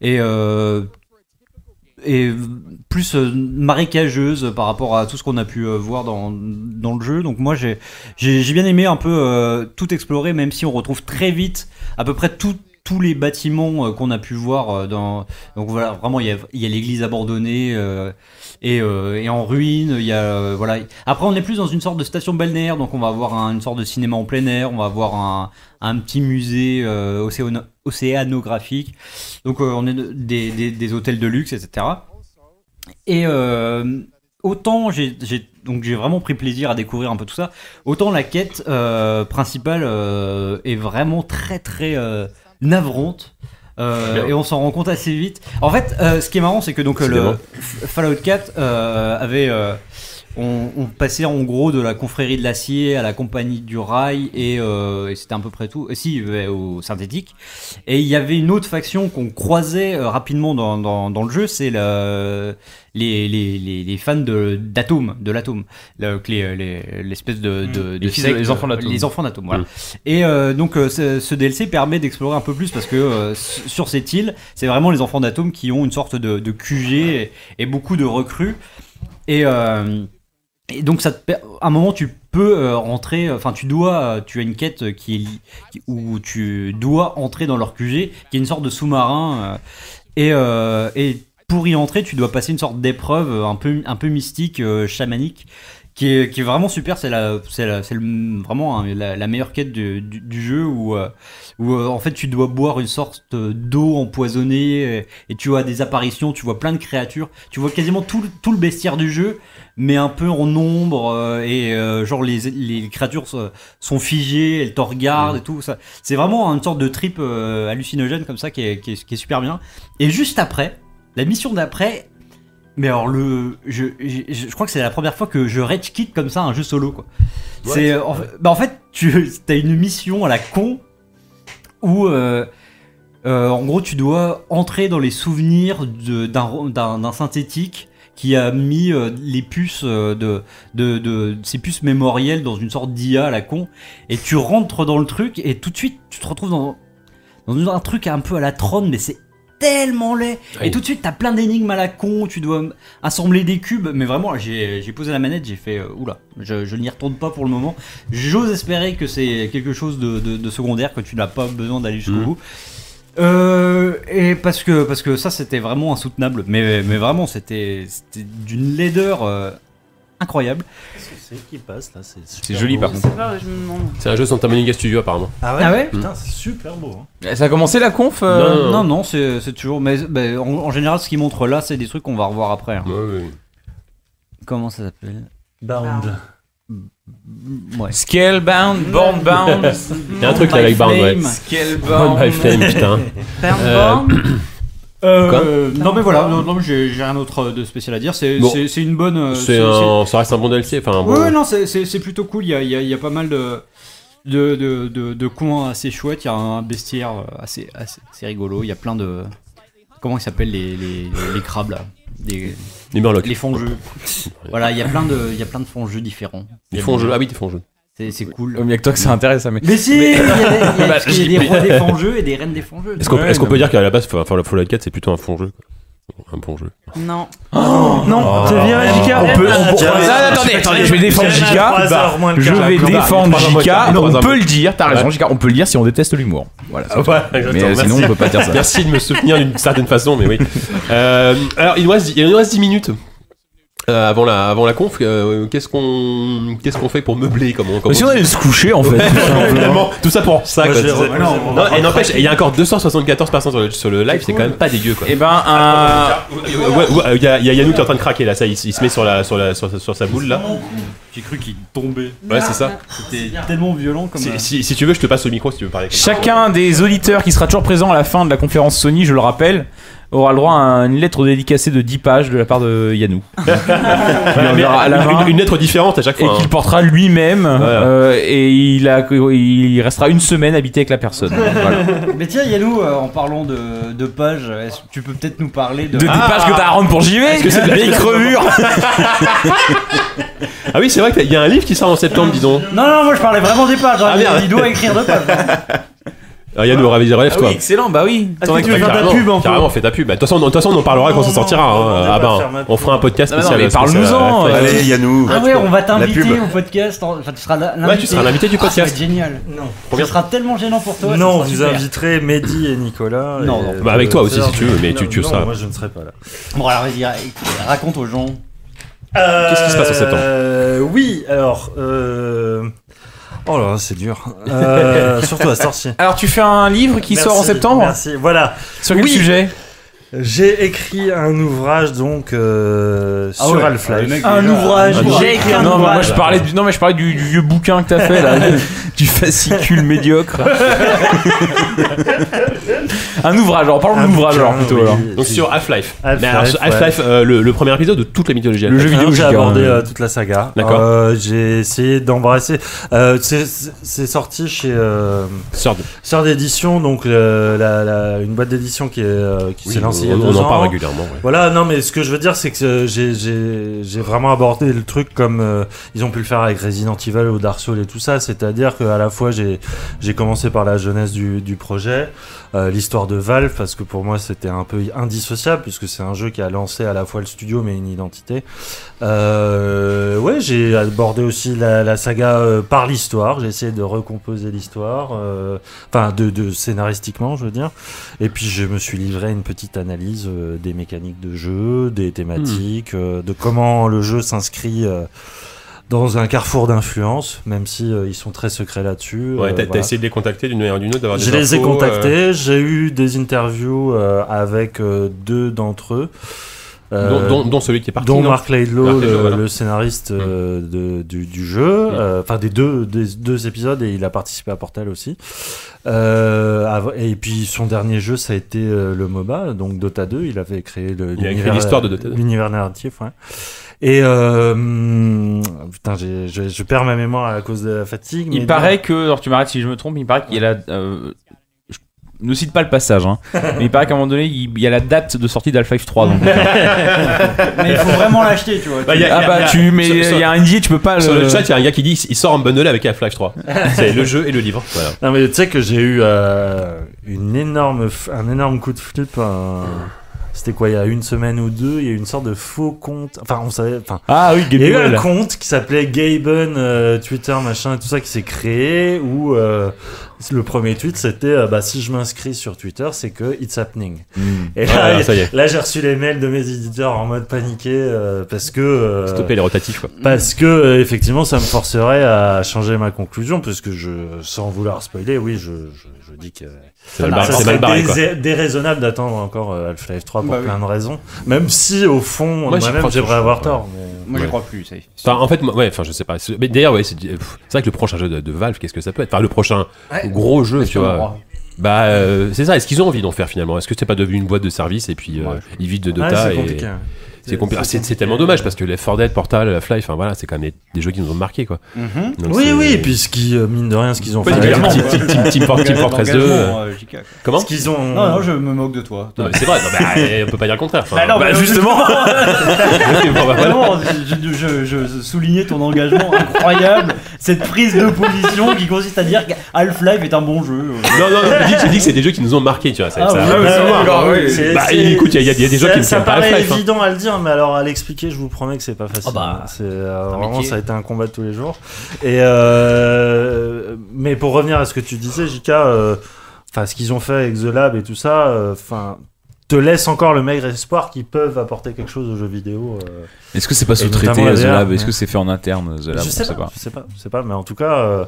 [SPEAKER 3] et euh, et plus euh, marécageuse par rapport à tout ce qu'on a pu euh, voir dans, dans le jeu. Donc moi j'ai j'ai j'ai bien aimé un peu euh, tout explorer, même si on retrouve très vite à peu près tout- tous les bâtiments euh, qu'on a pu voir euh, dans donc voilà vraiment il y a, il y a l'église abandonnée euh, et, euh, et en ruine il y a euh, voilà après on est plus dans une sorte de station balnéaire donc on va avoir un- une sorte de cinéma en plein air on va avoir un, un petit musée euh, océano- océanographique donc euh, on est de- des, des- des hôtels de luxe etc et euh, autant j'ai j'ai- donc j'ai vraiment pris plaisir à découvrir un peu tout ça, autant la quête euh, principale euh, est vraiment très très euh, navrante. Euh,
[SPEAKER 4] Bien.
[SPEAKER 3] et on s'en rend compte assez vite. En fait, euh, ce qui est marrant, c'est que donc euh,
[SPEAKER 4] Décidément.
[SPEAKER 3] le F- Fallout 4 euh, avait, euh, on, on passait en gros de la confrérie de l'acier à la compagnie du rail et, euh, et c'était à peu près tout. Euh, Si, ouais, au synthétique. Et il y avait une autre faction qu'on croisait euh, rapidement dans, dans, dans le jeu, c'est le, les, les, les, les fans de d'Atom, de l'atome, Le- que les- les- l'espèce de, de, de
[SPEAKER 5] Mm. Les fils-
[SPEAKER 3] secte,
[SPEAKER 5] les enfants d'Atom. Mm.
[SPEAKER 3] Les enfants d'Atom, voilà. Et euh, donc euh, ce, ce DLC permet d'explorer un peu plus parce que euh, s- sur cette île, c'est vraiment les enfants d'Atom qui ont une sorte de, de QG et, et beaucoup de recrues. Et, euh, et donc ça te per- à un moment tu peux euh, rentrer, enfin tu dois, euh, tu as une quête euh, qui est li- qui- où tu dois entrer dans leur QG, qui est une sorte de sous-marin. euh, et, euh, et pour y entrer, tu dois passer une sorte d'épreuve euh, un peu, un peu mystique, euh, chamanique, qui est, qui est vraiment super. C'est la, c'est la- c'est le- vraiment hein, la, la meilleure quête du, du- du jeu où, euh, où euh, en fait tu dois boire une sorte d'eau empoisonnée et, et tu as des apparitions, tu vois plein de créatures, tu vois quasiment tout, le- tout le bestiaire du jeu, mais un peu en ombre euh, et euh, genre les, les créatures euh, sont figées, elles te regardent et tout. ça C'est vraiment une sorte de trip euh, hallucinogène comme ça qui est- qui est- qui est super bien. Et juste après, la mission d'après, mais alors le, je, je, je crois que c'est la première fois que je rage quitte comme ça un jeu solo quoi. C'est en, fait- bah en fait tu as une mission à la con où euh, euh, en gros tu dois entrer dans les souvenirs de- d'un ro- d'un d'un synthétique qui a mis euh, les puces euh, de, de, de ces puces mémorielles dans une sorte d'IA à la con et tu rentres dans le truc et tout de suite tu te retrouves dans dans un truc un peu à la trône mais c'est tellement laid. Et tout de suite, t'as plein d'énigmes à la con, tu dois assembler des cubes. Mais vraiment, j'ai j'ai posé la manette, j'ai fait euh, oula, je, je n'y retourne pas pour le moment. J'ose espérer que c'est quelque chose de, de- de secondaire, que tu n'as pas besoin d'aller jusqu'au bout. Euh, et parce que parce que ça c'était vraiment insoutenable, mais mais vraiment c'était c'était d'une laideur euh, incroyable.
[SPEAKER 8] C'est qui passe là
[SPEAKER 5] C'est joli par contre.
[SPEAKER 15] pas, je me demande.
[SPEAKER 4] C'est un jeu Santa Monica Studio apparemment.
[SPEAKER 8] Ah ouais,
[SPEAKER 3] Ah ouais
[SPEAKER 8] Putain, c'est super beau. hein.
[SPEAKER 5] Ça a commencé la conf euh,
[SPEAKER 4] Non,
[SPEAKER 3] Euh, non non c'est c'est toujours mais ben, en, en général ce qu'ils montrent là c'est des trucs qu'on va revoir après. hein. Comment ça s'appelle
[SPEAKER 8] Bound.
[SPEAKER 3] Ouais.
[SPEAKER 5] Scalebound, Bornbound,
[SPEAKER 4] Il y a un truc là avec Bound, ouais. Oh,
[SPEAKER 5] Scalebound.
[SPEAKER 4] my flame, putain. Euh,
[SPEAKER 12] Bernborn.
[SPEAKER 3] Euh, non mais voilà, non, non, mais j'ai j'ai rien d'autre euh, de spécial à dire. C'est
[SPEAKER 4] Bon.
[SPEAKER 3] c'est- c'est une bonne. euh,
[SPEAKER 4] C'est un- ça reste un bon DLC, enfin un
[SPEAKER 3] Ouais,
[SPEAKER 4] bon.
[SPEAKER 3] ouais, non, c'est- c'est c'est plutôt cool. Il y a, il y a- il y a pas mal de, de, de, de- de coins assez chouettes. Il y a un bestiaire euh, assez, assez, assez rigolo. Il y a plein de. Comment ils s'appellent les, les, les crabes là des,
[SPEAKER 4] Les Murlocs.
[SPEAKER 3] Les fongeux. Voilà, il y a plein de, il y a plein de fongeux différents.
[SPEAKER 4] Ils font jeu. Ah oui, ils font jeu.
[SPEAKER 3] C'est c'est cool.
[SPEAKER 5] Oh, mais y a que toi que ça intéresse, ça, mais.
[SPEAKER 3] Mais si, il y a des, il y a-
[SPEAKER 5] Bah,
[SPEAKER 3] parce qu'il y a
[SPEAKER 5] j'y
[SPEAKER 3] des rois des fongeux et des reines des fongeux.
[SPEAKER 4] Est-ce qu'on
[SPEAKER 5] Ouais,
[SPEAKER 4] est-ce qu'on
[SPEAKER 5] non,
[SPEAKER 4] peut
[SPEAKER 5] mais-
[SPEAKER 4] dire qu'à la base, enfin, la Fallout 4, c'est plutôt un fond jeu quoi. Un bon jeu.
[SPEAKER 12] Non.
[SPEAKER 3] Oh.
[SPEAKER 1] Non, c'est viré Jika.
[SPEAKER 5] Oh. On peut, on peut-
[SPEAKER 8] Ah,
[SPEAKER 5] Non, non, attendez, attendez, je vais défendre
[SPEAKER 8] Tiens,
[SPEAKER 5] Jika. Bah,
[SPEAKER 8] trois heures moins le
[SPEAKER 5] Je
[SPEAKER 8] quart.
[SPEAKER 5] vais
[SPEAKER 4] Trois heures
[SPEAKER 5] défendre
[SPEAKER 4] moins le quart.
[SPEAKER 5] Jika.
[SPEAKER 4] Trois
[SPEAKER 5] On
[SPEAKER 4] heures
[SPEAKER 5] peut
[SPEAKER 4] moins
[SPEAKER 5] le dire, t'as raison,
[SPEAKER 4] Ouais.
[SPEAKER 5] Jika. On peut le dire si on déteste l'humour. Voilà. c'est tout. Mais sinon, on peut pas dire ça.
[SPEAKER 4] Merci de me soutenir d'une certaine façon, mais oui. Euh, alors, il nous reste, il nous reste 10 minutes. Euh, avant la avant la conf, euh, qu'est-ce qu'on qu'est-ce qu'on fait pour meubler comme on, comme
[SPEAKER 5] Mais si on
[SPEAKER 4] dit
[SPEAKER 5] allait se coucher, en fait. tout simplement.
[SPEAKER 4] Finalement, tout ça pour ça.
[SPEAKER 8] Moi,
[SPEAKER 4] quoi.
[SPEAKER 8] je vais re- non, on
[SPEAKER 4] Non,
[SPEAKER 8] va
[SPEAKER 4] et n'empêche, il y a encore 274 personnes sur le, sur le live, c'est quand même pas dégueu quoi.
[SPEAKER 5] Eh ben, un.
[SPEAKER 4] Il y, a- y a Yannou qui est en train de craquer là, ça, il, s- il se met sur la sur la sur, sa- sur sa boule là.
[SPEAKER 3] J'ai cru qu'il tombait.
[SPEAKER 4] Ouais, c'est ça.
[SPEAKER 3] C'était tellement violent comme.
[SPEAKER 4] Si, si- si tu veux, je te passe le micro si tu veux parler.
[SPEAKER 5] Chacun des auditeurs qui sera toujours présent à la fin de la conférence Sony, je le rappelle, aura le droit à une lettre dédicacée de 10 pages de la part de Yanou. Il
[SPEAKER 4] Mais
[SPEAKER 5] enverra à la main
[SPEAKER 4] Ah, une, une lettre différente à chaque
[SPEAKER 5] et
[SPEAKER 4] fois.
[SPEAKER 5] qu'il
[SPEAKER 4] hein.
[SPEAKER 5] portera lui-même euh, et il, a, il restera une semaine habité avec la personne. Voilà.
[SPEAKER 3] Mais tiens, Yannou, euh, en parlant de, de pages, est-ce que tu peux peut-être nous parler de.
[SPEAKER 5] De
[SPEAKER 3] Ah,
[SPEAKER 5] des pages que t'as à rendre pour JV
[SPEAKER 4] que c'est de la-
[SPEAKER 5] Vieille crevure
[SPEAKER 4] Ah oui, c'est vrai qu'il y a un livre qui sort en septembre,
[SPEAKER 8] Ah
[SPEAKER 4] disons.
[SPEAKER 3] Non, non, moi je parlais vraiment des pages. hein.
[SPEAKER 4] Ah, merde.
[SPEAKER 3] il, il doit écrire deux pages.
[SPEAKER 4] Ah, Yannou, ravi- relève-toi. Ah,
[SPEAKER 5] Excellent, bah oui
[SPEAKER 1] Est-ce que tu veux faire ta
[SPEAKER 4] Carrément,
[SPEAKER 1] pub un peu
[SPEAKER 4] carrément, fais ta pub. Bah, De toute façon, de toute façon, on en parlera quand
[SPEAKER 8] Non,
[SPEAKER 4] ça
[SPEAKER 8] non,
[SPEAKER 4] sortira.
[SPEAKER 8] non,
[SPEAKER 4] hein.
[SPEAKER 8] on va
[SPEAKER 4] Ah
[SPEAKER 8] pas
[SPEAKER 4] bah,
[SPEAKER 8] faire ma
[SPEAKER 4] on
[SPEAKER 8] pub.
[SPEAKER 4] fera un podcast
[SPEAKER 5] Ah bah non,
[SPEAKER 4] spécial.
[SPEAKER 5] mais
[SPEAKER 4] spécial,
[SPEAKER 5] parle-nous-en,
[SPEAKER 4] ouais.
[SPEAKER 5] euh,
[SPEAKER 7] Allez, Yannou.
[SPEAKER 3] Ah ouais, on va t'inviter
[SPEAKER 7] pub.
[SPEAKER 3] au podcast. en- Enfin, tu seras
[SPEAKER 8] euh,
[SPEAKER 3] la- l'invité.
[SPEAKER 4] Ouais, tu seras l'invité du
[SPEAKER 3] Ah, ça va être
[SPEAKER 4] podcast.
[SPEAKER 3] génial.
[SPEAKER 8] Non.
[SPEAKER 3] Ce sera tellement gênant pour toi.
[SPEAKER 8] non,
[SPEAKER 3] ça sera
[SPEAKER 8] vous
[SPEAKER 3] super.
[SPEAKER 8] inviterez Mehdi et Nicolas.
[SPEAKER 3] Non,
[SPEAKER 8] et-
[SPEAKER 3] non.
[SPEAKER 4] Bah, avec toi
[SPEAKER 8] euh,
[SPEAKER 4] aussi, si tu veux, mais tu- tu
[SPEAKER 8] non,
[SPEAKER 4] seras-
[SPEAKER 8] Moi, je ne serai pas là.
[SPEAKER 3] Bon, alors vas-y, raconte aux gens.
[SPEAKER 8] Qu'est-ce
[SPEAKER 4] qui se passe en septembre
[SPEAKER 8] Oui, alors. euh, Oh là, là, c'est dur. Euh, surtout à sortir.
[SPEAKER 5] Alors tu fais un livre qui sort en septembre
[SPEAKER 8] Merci. Voilà,
[SPEAKER 5] Sur quel
[SPEAKER 8] Oui.
[SPEAKER 5] sujet
[SPEAKER 8] j'ai écrit un ouvrage donc euh,
[SPEAKER 3] Ah
[SPEAKER 8] sur
[SPEAKER 3] ouais,
[SPEAKER 8] Half-Life.
[SPEAKER 3] le mec,
[SPEAKER 5] Un ouvrage
[SPEAKER 4] ouvrage.
[SPEAKER 12] J'ai écrit un
[SPEAKER 5] non, mais moi,
[SPEAKER 12] ouvrage.
[SPEAKER 5] je parlais du, non mais je parlais du, du vieux bouquin que t'as fait là, du- du fascicule médiocre. un ouvrage, alors parlons
[SPEAKER 8] Un
[SPEAKER 5] d'ouvrage
[SPEAKER 8] bouquin,
[SPEAKER 5] alors plutôt
[SPEAKER 8] oui.
[SPEAKER 5] alors.
[SPEAKER 4] Donc sur Half-Life.
[SPEAKER 8] Half-Life,
[SPEAKER 4] Mais alors, sur Half-Life, euh, le le premier épisode de toute la mythologie.
[SPEAKER 5] Le jeu vidéo
[SPEAKER 8] j'ai
[SPEAKER 5] Giga,
[SPEAKER 8] abordé
[SPEAKER 5] hein.
[SPEAKER 8] euh, toute la saga.
[SPEAKER 4] D'accord.
[SPEAKER 8] Euh, j'ai essayé d'embrasser. euh, c'est- c'est c'est sorti chez. euh,
[SPEAKER 4] Sort
[SPEAKER 8] Sœur d'édition, donc euh, la- la- une boîte d'édition qui, est, euh, qui s'est lancée il y a
[SPEAKER 4] on,
[SPEAKER 8] deux
[SPEAKER 4] on en
[SPEAKER 8] ans.
[SPEAKER 4] parle régulièrement. ouais.
[SPEAKER 8] Voilà, non, mais ce que je veux dire, c'est que euh, j'ai- j'ai j'ai vraiment abordé le truc comme euh, ils ont pu le faire avec Resident Evil ou Dark Souls et tout ça. C'est-à-dire qu'à la fois, j'ai j'ai commencé par la jeunesse du, du projet, euh, l'histoire de Valve, parce que pour moi, c'était un peu indissociable, puisque c'est un jeu qui a lancé à la fois le studio, mais une identité. Euh, ouais, j'ai abordé aussi la, la saga euh, par l'histoire. J'ai essayé de recomposer l'histoire, euh, enfin, de, de scénaristiquement, je veux dire. Et puis je me suis livré à une petite analyse euh, des mécaniques de jeu,
[SPEAKER 4] Hmm.
[SPEAKER 8] des thématiques, euh, de comment le jeu s'inscrit euh, dans un carrefour d'influence, même si euh, ils sont très secrets là-dessus.
[SPEAKER 4] Ouais,
[SPEAKER 8] euh,
[SPEAKER 4] t'as t'as
[SPEAKER 8] voilà.
[SPEAKER 4] essayé de les contacter d'une manière ou d'une autre, d'avoir des
[SPEAKER 8] Je les ai
[SPEAKER 4] infos, euh,
[SPEAKER 8] contactés, j'ai eu des interviews euh, avec euh, deux d'entre eux. euh,
[SPEAKER 4] dont- dont- Dont celui qui est parti.
[SPEAKER 8] dont
[SPEAKER 4] non
[SPEAKER 8] Mark Laidlaw,
[SPEAKER 4] Mark Laidlaw,
[SPEAKER 8] le,
[SPEAKER 4] voilà. Mm.
[SPEAKER 8] le scénariste euh, de- du, du jeu, euh, enfin des deux des deux épisodes et il a participé à Portal aussi. Euh, av- et puis son dernier jeu ça a été euh, le MOBA, donc Dota 2. Il avait créé le-
[SPEAKER 4] Il a
[SPEAKER 8] l'univers-
[SPEAKER 4] écrit l'histoire de Dota 2.
[SPEAKER 8] l'univers narratif. Ouais. Et euh, hum, putain, j'ai- je, je perds ma mémoire à cause de la fatigue. mais
[SPEAKER 5] Il
[SPEAKER 8] non.
[SPEAKER 5] paraît que, alors tu m'arrêtes si je me trompe, il paraît qu'il y a la, euh, je- ne cite pas le passage, hein. mais il paraît qu'à un moment donné, il il y a la date de sortie d'Half-Life 3. donc-
[SPEAKER 13] Mais il faut vraiment l'acheter, tu vois.
[SPEAKER 4] Bah, Ah, y a-
[SPEAKER 5] ah
[SPEAKER 4] y a- y
[SPEAKER 5] bah
[SPEAKER 4] a-
[SPEAKER 5] tu mets,
[SPEAKER 4] sur-
[SPEAKER 5] il
[SPEAKER 4] sur-
[SPEAKER 5] y a un NDA, tu peux pas.
[SPEAKER 4] Sur
[SPEAKER 5] le-
[SPEAKER 4] le chat, il y a un gars qui dit il sort un bundle avec Half-Life 3. C'est le jeu et le livre. Voilà.
[SPEAKER 8] Non mais tu sais que j'ai eu euh, une énorme, f- un énorme coup de flip. un- C'était quoi il y a une semaine ou deux Il y a eu une sorte de faux compte. Enfin on savait. Enfin
[SPEAKER 5] Ah oui,
[SPEAKER 8] il y a eu
[SPEAKER 5] Gabriel.
[SPEAKER 8] un compte qui s'appelait Gaben euh, Twitter machin et tout ça qui s'est créé où euh, le premier tweet c'était euh, bah si je m'inscris sur Twitter c'est que it's happening. Et là,
[SPEAKER 4] Ah,
[SPEAKER 8] il-
[SPEAKER 4] ça y est.
[SPEAKER 8] là, j'ai reçu les mails de mes éditeurs en mode paniqué euh, parce que euh,
[SPEAKER 4] Stopper les rotatifs. Quoi.
[SPEAKER 8] parce que euh, effectivement ça me forcerait à changer ma conclusion parce que je sans vouloir spoiler oui je, je, je dis que
[SPEAKER 4] C'est mal barré-
[SPEAKER 8] ça
[SPEAKER 4] c'est
[SPEAKER 8] serait
[SPEAKER 4] mal barré. Quoi.
[SPEAKER 8] dés- déraisonnable d'attendre encore euh, Half-Life 3 pour
[SPEAKER 13] Bah oui.
[SPEAKER 8] plein de raisons même si au fond
[SPEAKER 4] Moi, j'y
[SPEAKER 8] moi-même
[SPEAKER 4] crois
[SPEAKER 8] j'aimerais
[SPEAKER 4] toujours,
[SPEAKER 8] avoir
[SPEAKER 4] ouais.
[SPEAKER 8] tort mais-
[SPEAKER 13] Moi, j'y
[SPEAKER 4] Ouais.
[SPEAKER 13] crois plus, ça y est.
[SPEAKER 4] Enfin, en fait, moi- ouais, enfin, je sais pas. C'est- Mais d'ailleurs, ouais, c'est pff, c'est vrai que le prochain jeu de, de Valve, qu'est-ce que ça peut être Enfin, le prochain gros jeu, tu
[SPEAKER 13] qu'on a le
[SPEAKER 4] vois.
[SPEAKER 13] droit
[SPEAKER 4] Bah, euh, c'est ça. Est-ce qu'ils ont envie d'en faire finalement Est-ce que c'est pas devenu une boîte de service et puis euh,
[SPEAKER 13] Ouais,
[SPEAKER 4] ils vivent de
[SPEAKER 8] Ouais,
[SPEAKER 4] Dota
[SPEAKER 8] c'est
[SPEAKER 4] et-
[SPEAKER 8] compliqué hein.
[SPEAKER 4] C'est compli- ah, c'est- c'est tellement dommage parce que les 4 Dead, Portal, Half-Life, enfin, voilà, c'est quand même des, des jeux qui nous ont marqué quoi. Donc,
[SPEAKER 8] Mm-hmm. oui
[SPEAKER 4] c'est- Bah,
[SPEAKER 8] oui et puis ce qui euh, mine de rien ce qu'ils ont fait
[SPEAKER 4] Team-
[SPEAKER 8] avec-
[SPEAKER 4] Team- Team- Team- Team Fort- Team Fortress 2. euh,
[SPEAKER 13] Engagement, euh, JK, quoi.
[SPEAKER 4] Comment
[SPEAKER 8] ce qu'ils ont
[SPEAKER 13] Non, non, je me moque de toi.
[SPEAKER 4] Non, mais c'est vrai, non, bah, eh, on peut pas dire le contraire. enfin,
[SPEAKER 13] non,
[SPEAKER 4] bah,
[SPEAKER 13] mais-
[SPEAKER 4] justement Bon, bah, voilà.
[SPEAKER 13] Vraiment, je, je- je soulignais ton engagement incroyable, cette prise de position qui consiste à dire que Half-Life est un bon jeu.
[SPEAKER 4] Non, non, non, j'ai dit- j'ai dit que c'est des jeux qui nous ont marqué, tu vois. ça-
[SPEAKER 13] Ah,
[SPEAKER 4] ça-
[SPEAKER 13] ouais, ouais,
[SPEAKER 8] Ah,
[SPEAKER 13] ouais,
[SPEAKER 8] bah,
[SPEAKER 13] ouais,
[SPEAKER 8] oui, c'est-
[SPEAKER 4] Bah,
[SPEAKER 8] c'est-
[SPEAKER 4] écoute, il y a- il y a des gens
[SPEAKER 8] ça-
[SPEAKER 4] qui me
[SPEAKER 8] Ça
[SPEAKER 4] tiennent pas
[SPEAKER 8] paraît
[SPEAKER 4] Half-Life, hein.
[SPEAKER 8] évident à le dire, mais alors à l'expliquer, je vous promets que c'est pas facile.
[SPEAKER 13] Ah bah.
[SPEAKER 8] c'est euh,
[SPEAKER 13] un
[SPEAKER 8] vraiment
[SPEAKER 13] métier.
[SPEAKER 8] ça a été un combat de tous les jours. Et euh, mais pour revenir à ce que tu disais, J.K., euh, enfin ce qu'ils ont fait avec The Lab et tout ça, euh, enfin te laisse encore le maigre espoir qu'ils peuvent apporter quelque chose aux jeux vidéo. euh.
[SPEAKER 5] Est-ce que c'est pas sous-traité
[SPEAKER 8] notamment la
[SPEAKER 5] à The
[SPEAKER 8] VR,
[SPEAKER 5] Lab Est-ce
[SPEAKER 8] ouais.
[SPEAKER 5] que c'est fait en interne The Lab
[SPEAKER 8] je,
[SPEAKER 5] On
[SPEAKER 8] sais
[SPEAKER 5] sait
[SPEAKER 8] pas, je sais pas, je sais pas, mais en tout cas. euh,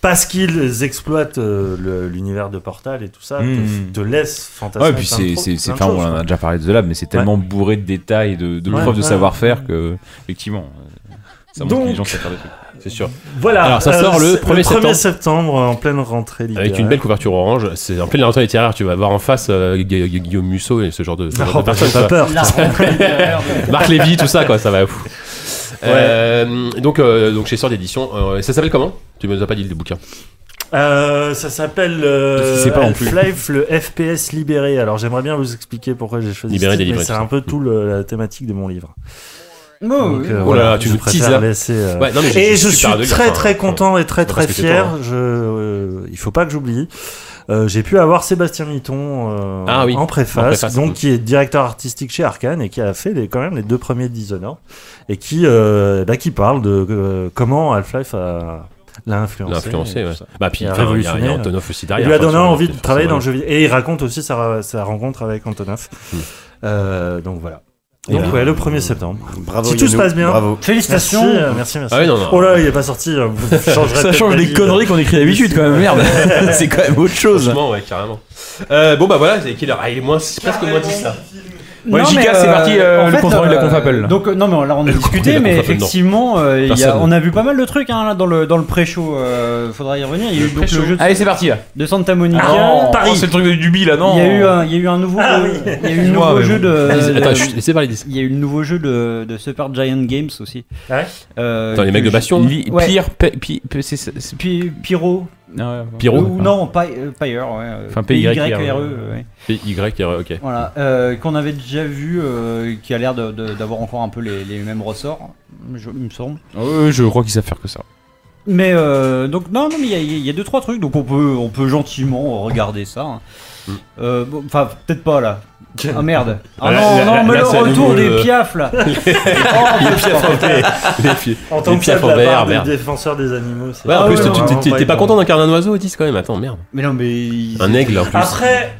[SPEAKER 8] parce qu'ils exploitent euh, le- l'univers de Portal et tout ça,
[SPEAKER 4] Hmm.
[SPEAKER 5] Mm.
[SPEAKER 8] te, te laisse
[SPEAKER 5] Ah
[SPEAKER 8] fantasmer.
[SPEAKER 5] Ouais, puis
[SPEAKER 8] plein
[SPEAKER 5] c'est,
[SPEAKER 8] de
[SPEAKER 5] c'est,
[SPEAKER 8] tro-
[SPEAKER 5] c'est, enfin,
[SPEAKER 8] plein de choses,
[SPEAKER 5] on en
[SPEAKER 8] quoi.
[SPEAKER 5] a déjà parlé de The Lab, mais c'est tellement bourré de détails, de, de
[SPEAKER 8] Ouais,
[SPEAKER 5] preuves de
[SPEAKER 8] ouais.
[SPEAKER 5] savoir-faire que, effectivement, euh, ça montre que les
[SPEAKER 8] Donc-
[SPEAKER 5] gens savent faire des trucs.
[SPEAKER 4] C'est sûr.
[SPEAKER 8] Voilà.
[SPEAKER 4] Alors, ça sort le
[SPEAKER 8] c'est-
[SPEAKER 4] 1er septembre.
[SPEAKER 8] septembre, en pleine rentrée littéraire.
[SPEAKER 4] Avec une belle couverture orange, c'est en plein l'intention littéraire, tu vas voir en face euh, Gu- Gu- Guillaume Musso et ce genre de, ce genre
[SPEAKER 8] Oh,
[SPEAKER 4] de
[SPEAKER 8] bah, j'ai
[SPEAKER 4] personnes.
[SPEAKER 8] pas
[SPEAKER 4] quoi.
[SPEAKER 8] peur.
[SPEAKER 13] La rentrée littéraire.
[SPEAKER 4] Marc Lévy, tout ça, quoi, ça va. fou. Euh, donc, euh, donc chez Sort d'édition, euh, ça s'appelle comment Tu me as pas dit le bouquin.
[SPEAKER 8] Euh, ça s'appelle
[SPEAKER 5] Je
[SPEAKER 8] euh,
[SPEAKER 5] sais pas non plus.
[SPEAKER 8] Half-Life, le FPS libéré. Alors j'aimerais bien vous expliquer pourquoi j'ai choisi
[SPEAKER 4] Libéré,
[SPEAKER 8] ce titre,
[SPEAKER 4] délivré,
[SPEAKER 8] mais c'est
[SPEAKER 4] tout ça.
[SPEAKER 8] un peu tout le- la thématique de mon livre.
[SPEAKER 13] Non,
[SPEAKER 8] Donc, euh,
[SPEAKER 4] là
[SPEAKER 8] voilà,
[SPEAKER 4] Oh là, tu
[SPEAKER 8] je
[SPEAKER 4] nous
[SPEAKER 8] préfère
[SPEAKER 4] teases là.
[SPEAKER 8] laisser, euh,
[SPEAKER 4] Ouais, non, mais j'ai- j'ai
[SPEAKER 8] Et je
[SPEAKER 4] super
[SPEAKER 8] suis
[SPEAKER 4] hâte de lire,
[SPEAKER 8] très
[SPEAKER 4] enfin,
[SPEAKER 8] très content et très
[SPEAKER 4] parce
[SPEAKER 8] très
[SPEAKER 4] que c'est
[SPEAKER 8] fier.
[SPEAKER 4] toi, hein.
[SPEAKER 8] Je, euh, il faut pas que j'oublie. Euh, j'ai pu avoir Sébastien Mitton euh,
[SPEAKER 4] Ah oui,
[SPEAKER 8] en, préface,
[SPEAKER 4] en préface.
[SPEAKER 8] donc qui est directeur artistique chez Arkane et qui a fait les- quand même les deux premiers Dishonored et qui euh, bah, qui parle de euh, comment Half-Life a l'a influencé.
[SPEAKER 4] L'a influencé,
[SPEAKER 8] et
[SPEAKER 4] ouais.
[SPEAKER 8] tout ça.
[SPEAKER 4] Bah, puis
[SPEAKER 8] Il a
[SPEAKER 4] enfin, il y a- il y
[SPEAKER 8] révolutionné,
[SPEAKER 4] a Antonov aussi
[SPEAKER 8] Il
[SPEAKER 4] derrière.
[SPEAKER 8] lui a
[SPEAKER 4] enfin,
[SPEAKER 8] donné
[SPEAKER 4] sur-
[SPEAKER 8] envie de
[SPEAKER 4] c'est-
[SPEAKER 8] travailler dans le
[SPEAKER 4] forcément.
[SPEAKER 8] jeu vidéo. Et il raconte aussi sa, sa rencontre avec Antonov.
[SPEAKER 4] Hmm.
[SPEAKER 8] Euh, donc voilà.
[SPEAKER 4] Et
[SPEAKER 8] Donc
[SPEAKER 4] ben,
[SPEAKER 8] ouais, le 1er septembre.
[SPEAKER 7] Bravo.
[SPEAKER 8] Si tout se
[SPEAKER 7] Yannou,
[SPEAKER 8] passe bien.
[SPEAKER 7] Bravo.
[SPEAKER 8] Félicitations. Merci, euh, merci. merci.
[SPEAKER 4] Ah ouais, non, non.
[SPEAKER 8] Oh là, il est pas sorti. euh, Vous changerez
[SPEAKER 5] Ça change
[SPEAKER 8] peut-être
[SPEAKER 5] des
[SPEAKER 8] d'avis,
[SPEAKER 5] conneries qu'on écrit d'habitude, quand même, merde. c'est quand même autre chose.
[SPEAKER 4] Franchement, ouais, carrément. Euh, bon, bah voilà, c'est quelle heure Ah, il est moins, c'est presque moins 10 là.
[SPEAKER 5] Ouais, JK, c'est parti, euh,
[SPEAKER 13] en
[SPEAKER 5] le contrôle de la conf Apple.
[SPEAKER 13] Donc, euh, non, mais on- là, on a
[SPEAKER 4] Le contrôle de
[SPEAKER 13] discuté,
[SPEAKER 4] la
[SPEAKER 13] mais
[SPEAKER 4] conf Apple, non.
[SPEAKER 13] effectivement, euh, il y a-
[SPEAKER 4] Personne.
[SPEAKER 13] on a vu pas mal de trucs hein, là, dans le, dans le pré-show. euh, faudra y revenir. Il y a eu donc le jeu de,
[SPEAKER 4] Ah,
[SPEAKER 5] Allez, c'est parti là.
[SPEAKER 13] de Santa Monica.
[SPEAKER 5] Non, oh, c'est le truc de Duby là, non
[SPEAKER 13] Il y a eu un, il y a eu un nouveau,
[SPEAKER 4] Ah,
[SPEAKER 13] il y a eu un
[SPEAKER 5] Excuse-moi,
[SPEAKER 13] nouveau
[SPEAKER 5] mais
[SPEAKER 13] jeu
[SPEAKER 5] bon.
[SPEAKER 3] euh,
[SPEAKER 13] de.
[SPEAKER 4] Attends,
[SPEAKER 13] de-
[SPEAKER 4] chut, laissez parler 10.
[SPEAKER 13] Il y a eu le nouveau jeu de, de Super Giant Games aussi.
[SPEAKER 8] Ah ouais
[SPEAKER 13] Euh,
[SPEAKER 4] Attends, les
[SPEAKER 13] que
[SPEAKER 4] mecs de
[SPEAKER 13] j'ai-
[SPEAKER 4] Bastion
[SPEAKER 5] Li-
[SPEAKER 13] Ouais.
[SPEAKER 5] Pire, pe- pi- pe- c'est ça. c'est-
[SPEAKER 13] Pi- Pyro.
[SPEAKER 5] Ah ouais, ouais.
[SPEAKER 4] Pyro.
[SPEAKER 13] Ou, non, pas euh, Pyre, ouais. euh,
[SPEAKER 5] Enfin,
[SPEAKER 4] E.
[SPEAKER 5] PYRE,
[SPEAKER 13] PYRE, ouais.
[SPEAKER 4] Y, E, ok.
[SPEAKER 13] Voilà, euh, qu'on avait déjà vu, euh, qui a l'air de- de- d'avoir encore un peu les, les mêmes ressorts, je- il me semble.
[SPEAKER 5] Euh, je crois qu'ils savent faire que ça.
[SPEAKER 13] Mais euh, donc non, non, mais il y a- il y, a- il y a deux trois trucs, donc on peut, on peut gentiment regarder ça. hein.
[SPEAKER 4] Mm.
[SPEAKER 13] Euh, bon, Enfin, peut-être pas là. Ah merde. Ah
[SPEAKER 4] Là,
[SPEAKER 13] non,
[SPEAKER 4] là,
[SPEAKER 13] non,
[SPEAKER 4] là,
[SPEAKER 13] mais
[SPEAKER 4] là,
[SPEAKER 13] le
[SPEAKER 4] c'est à
[SPEAKER 13] retour
[SPEAKER 4] nouveau euh,
[SPEAKER 13] des
[SPEAKER 4] le-
[SPEAKER 13] piafs là.
[SPEAKER 4] Les filles.
[SPEAKER 8] euh, En tant
[SPEAKER 4] Les
[SPEAKER 8] que tel,
[SPEAKER 4] piafs en
[SPEAKER 8] la
[SPEAKER 4] VR,
[SPEAKER 8] part des
[SPEAKER 4] merde.
[SPEAKER 8] défenseurs des animaux. c'est-
[SPEAKER 4] Ouais, en
[SPEAKER 13] Ah
[SPEAKER 4] plus,
[SPEAKER 13] ouais,
[SPEAKER 4] tu-
[SPEAKER 13] non,
[SPEAKER 4] tu-
[SPEAKER 8] vraiment
[SPEAKER 4] t'es t'es pas
[SPEAKER 8] évident.
[SPEAKER 4] content d'un carnet oiseau, 10 quand même, attends, merde.
[SPEAKER 13] mais non, mais. ils-
[SPEAKER 4] Un aigle en plus.
[SPEAKER 8] Après,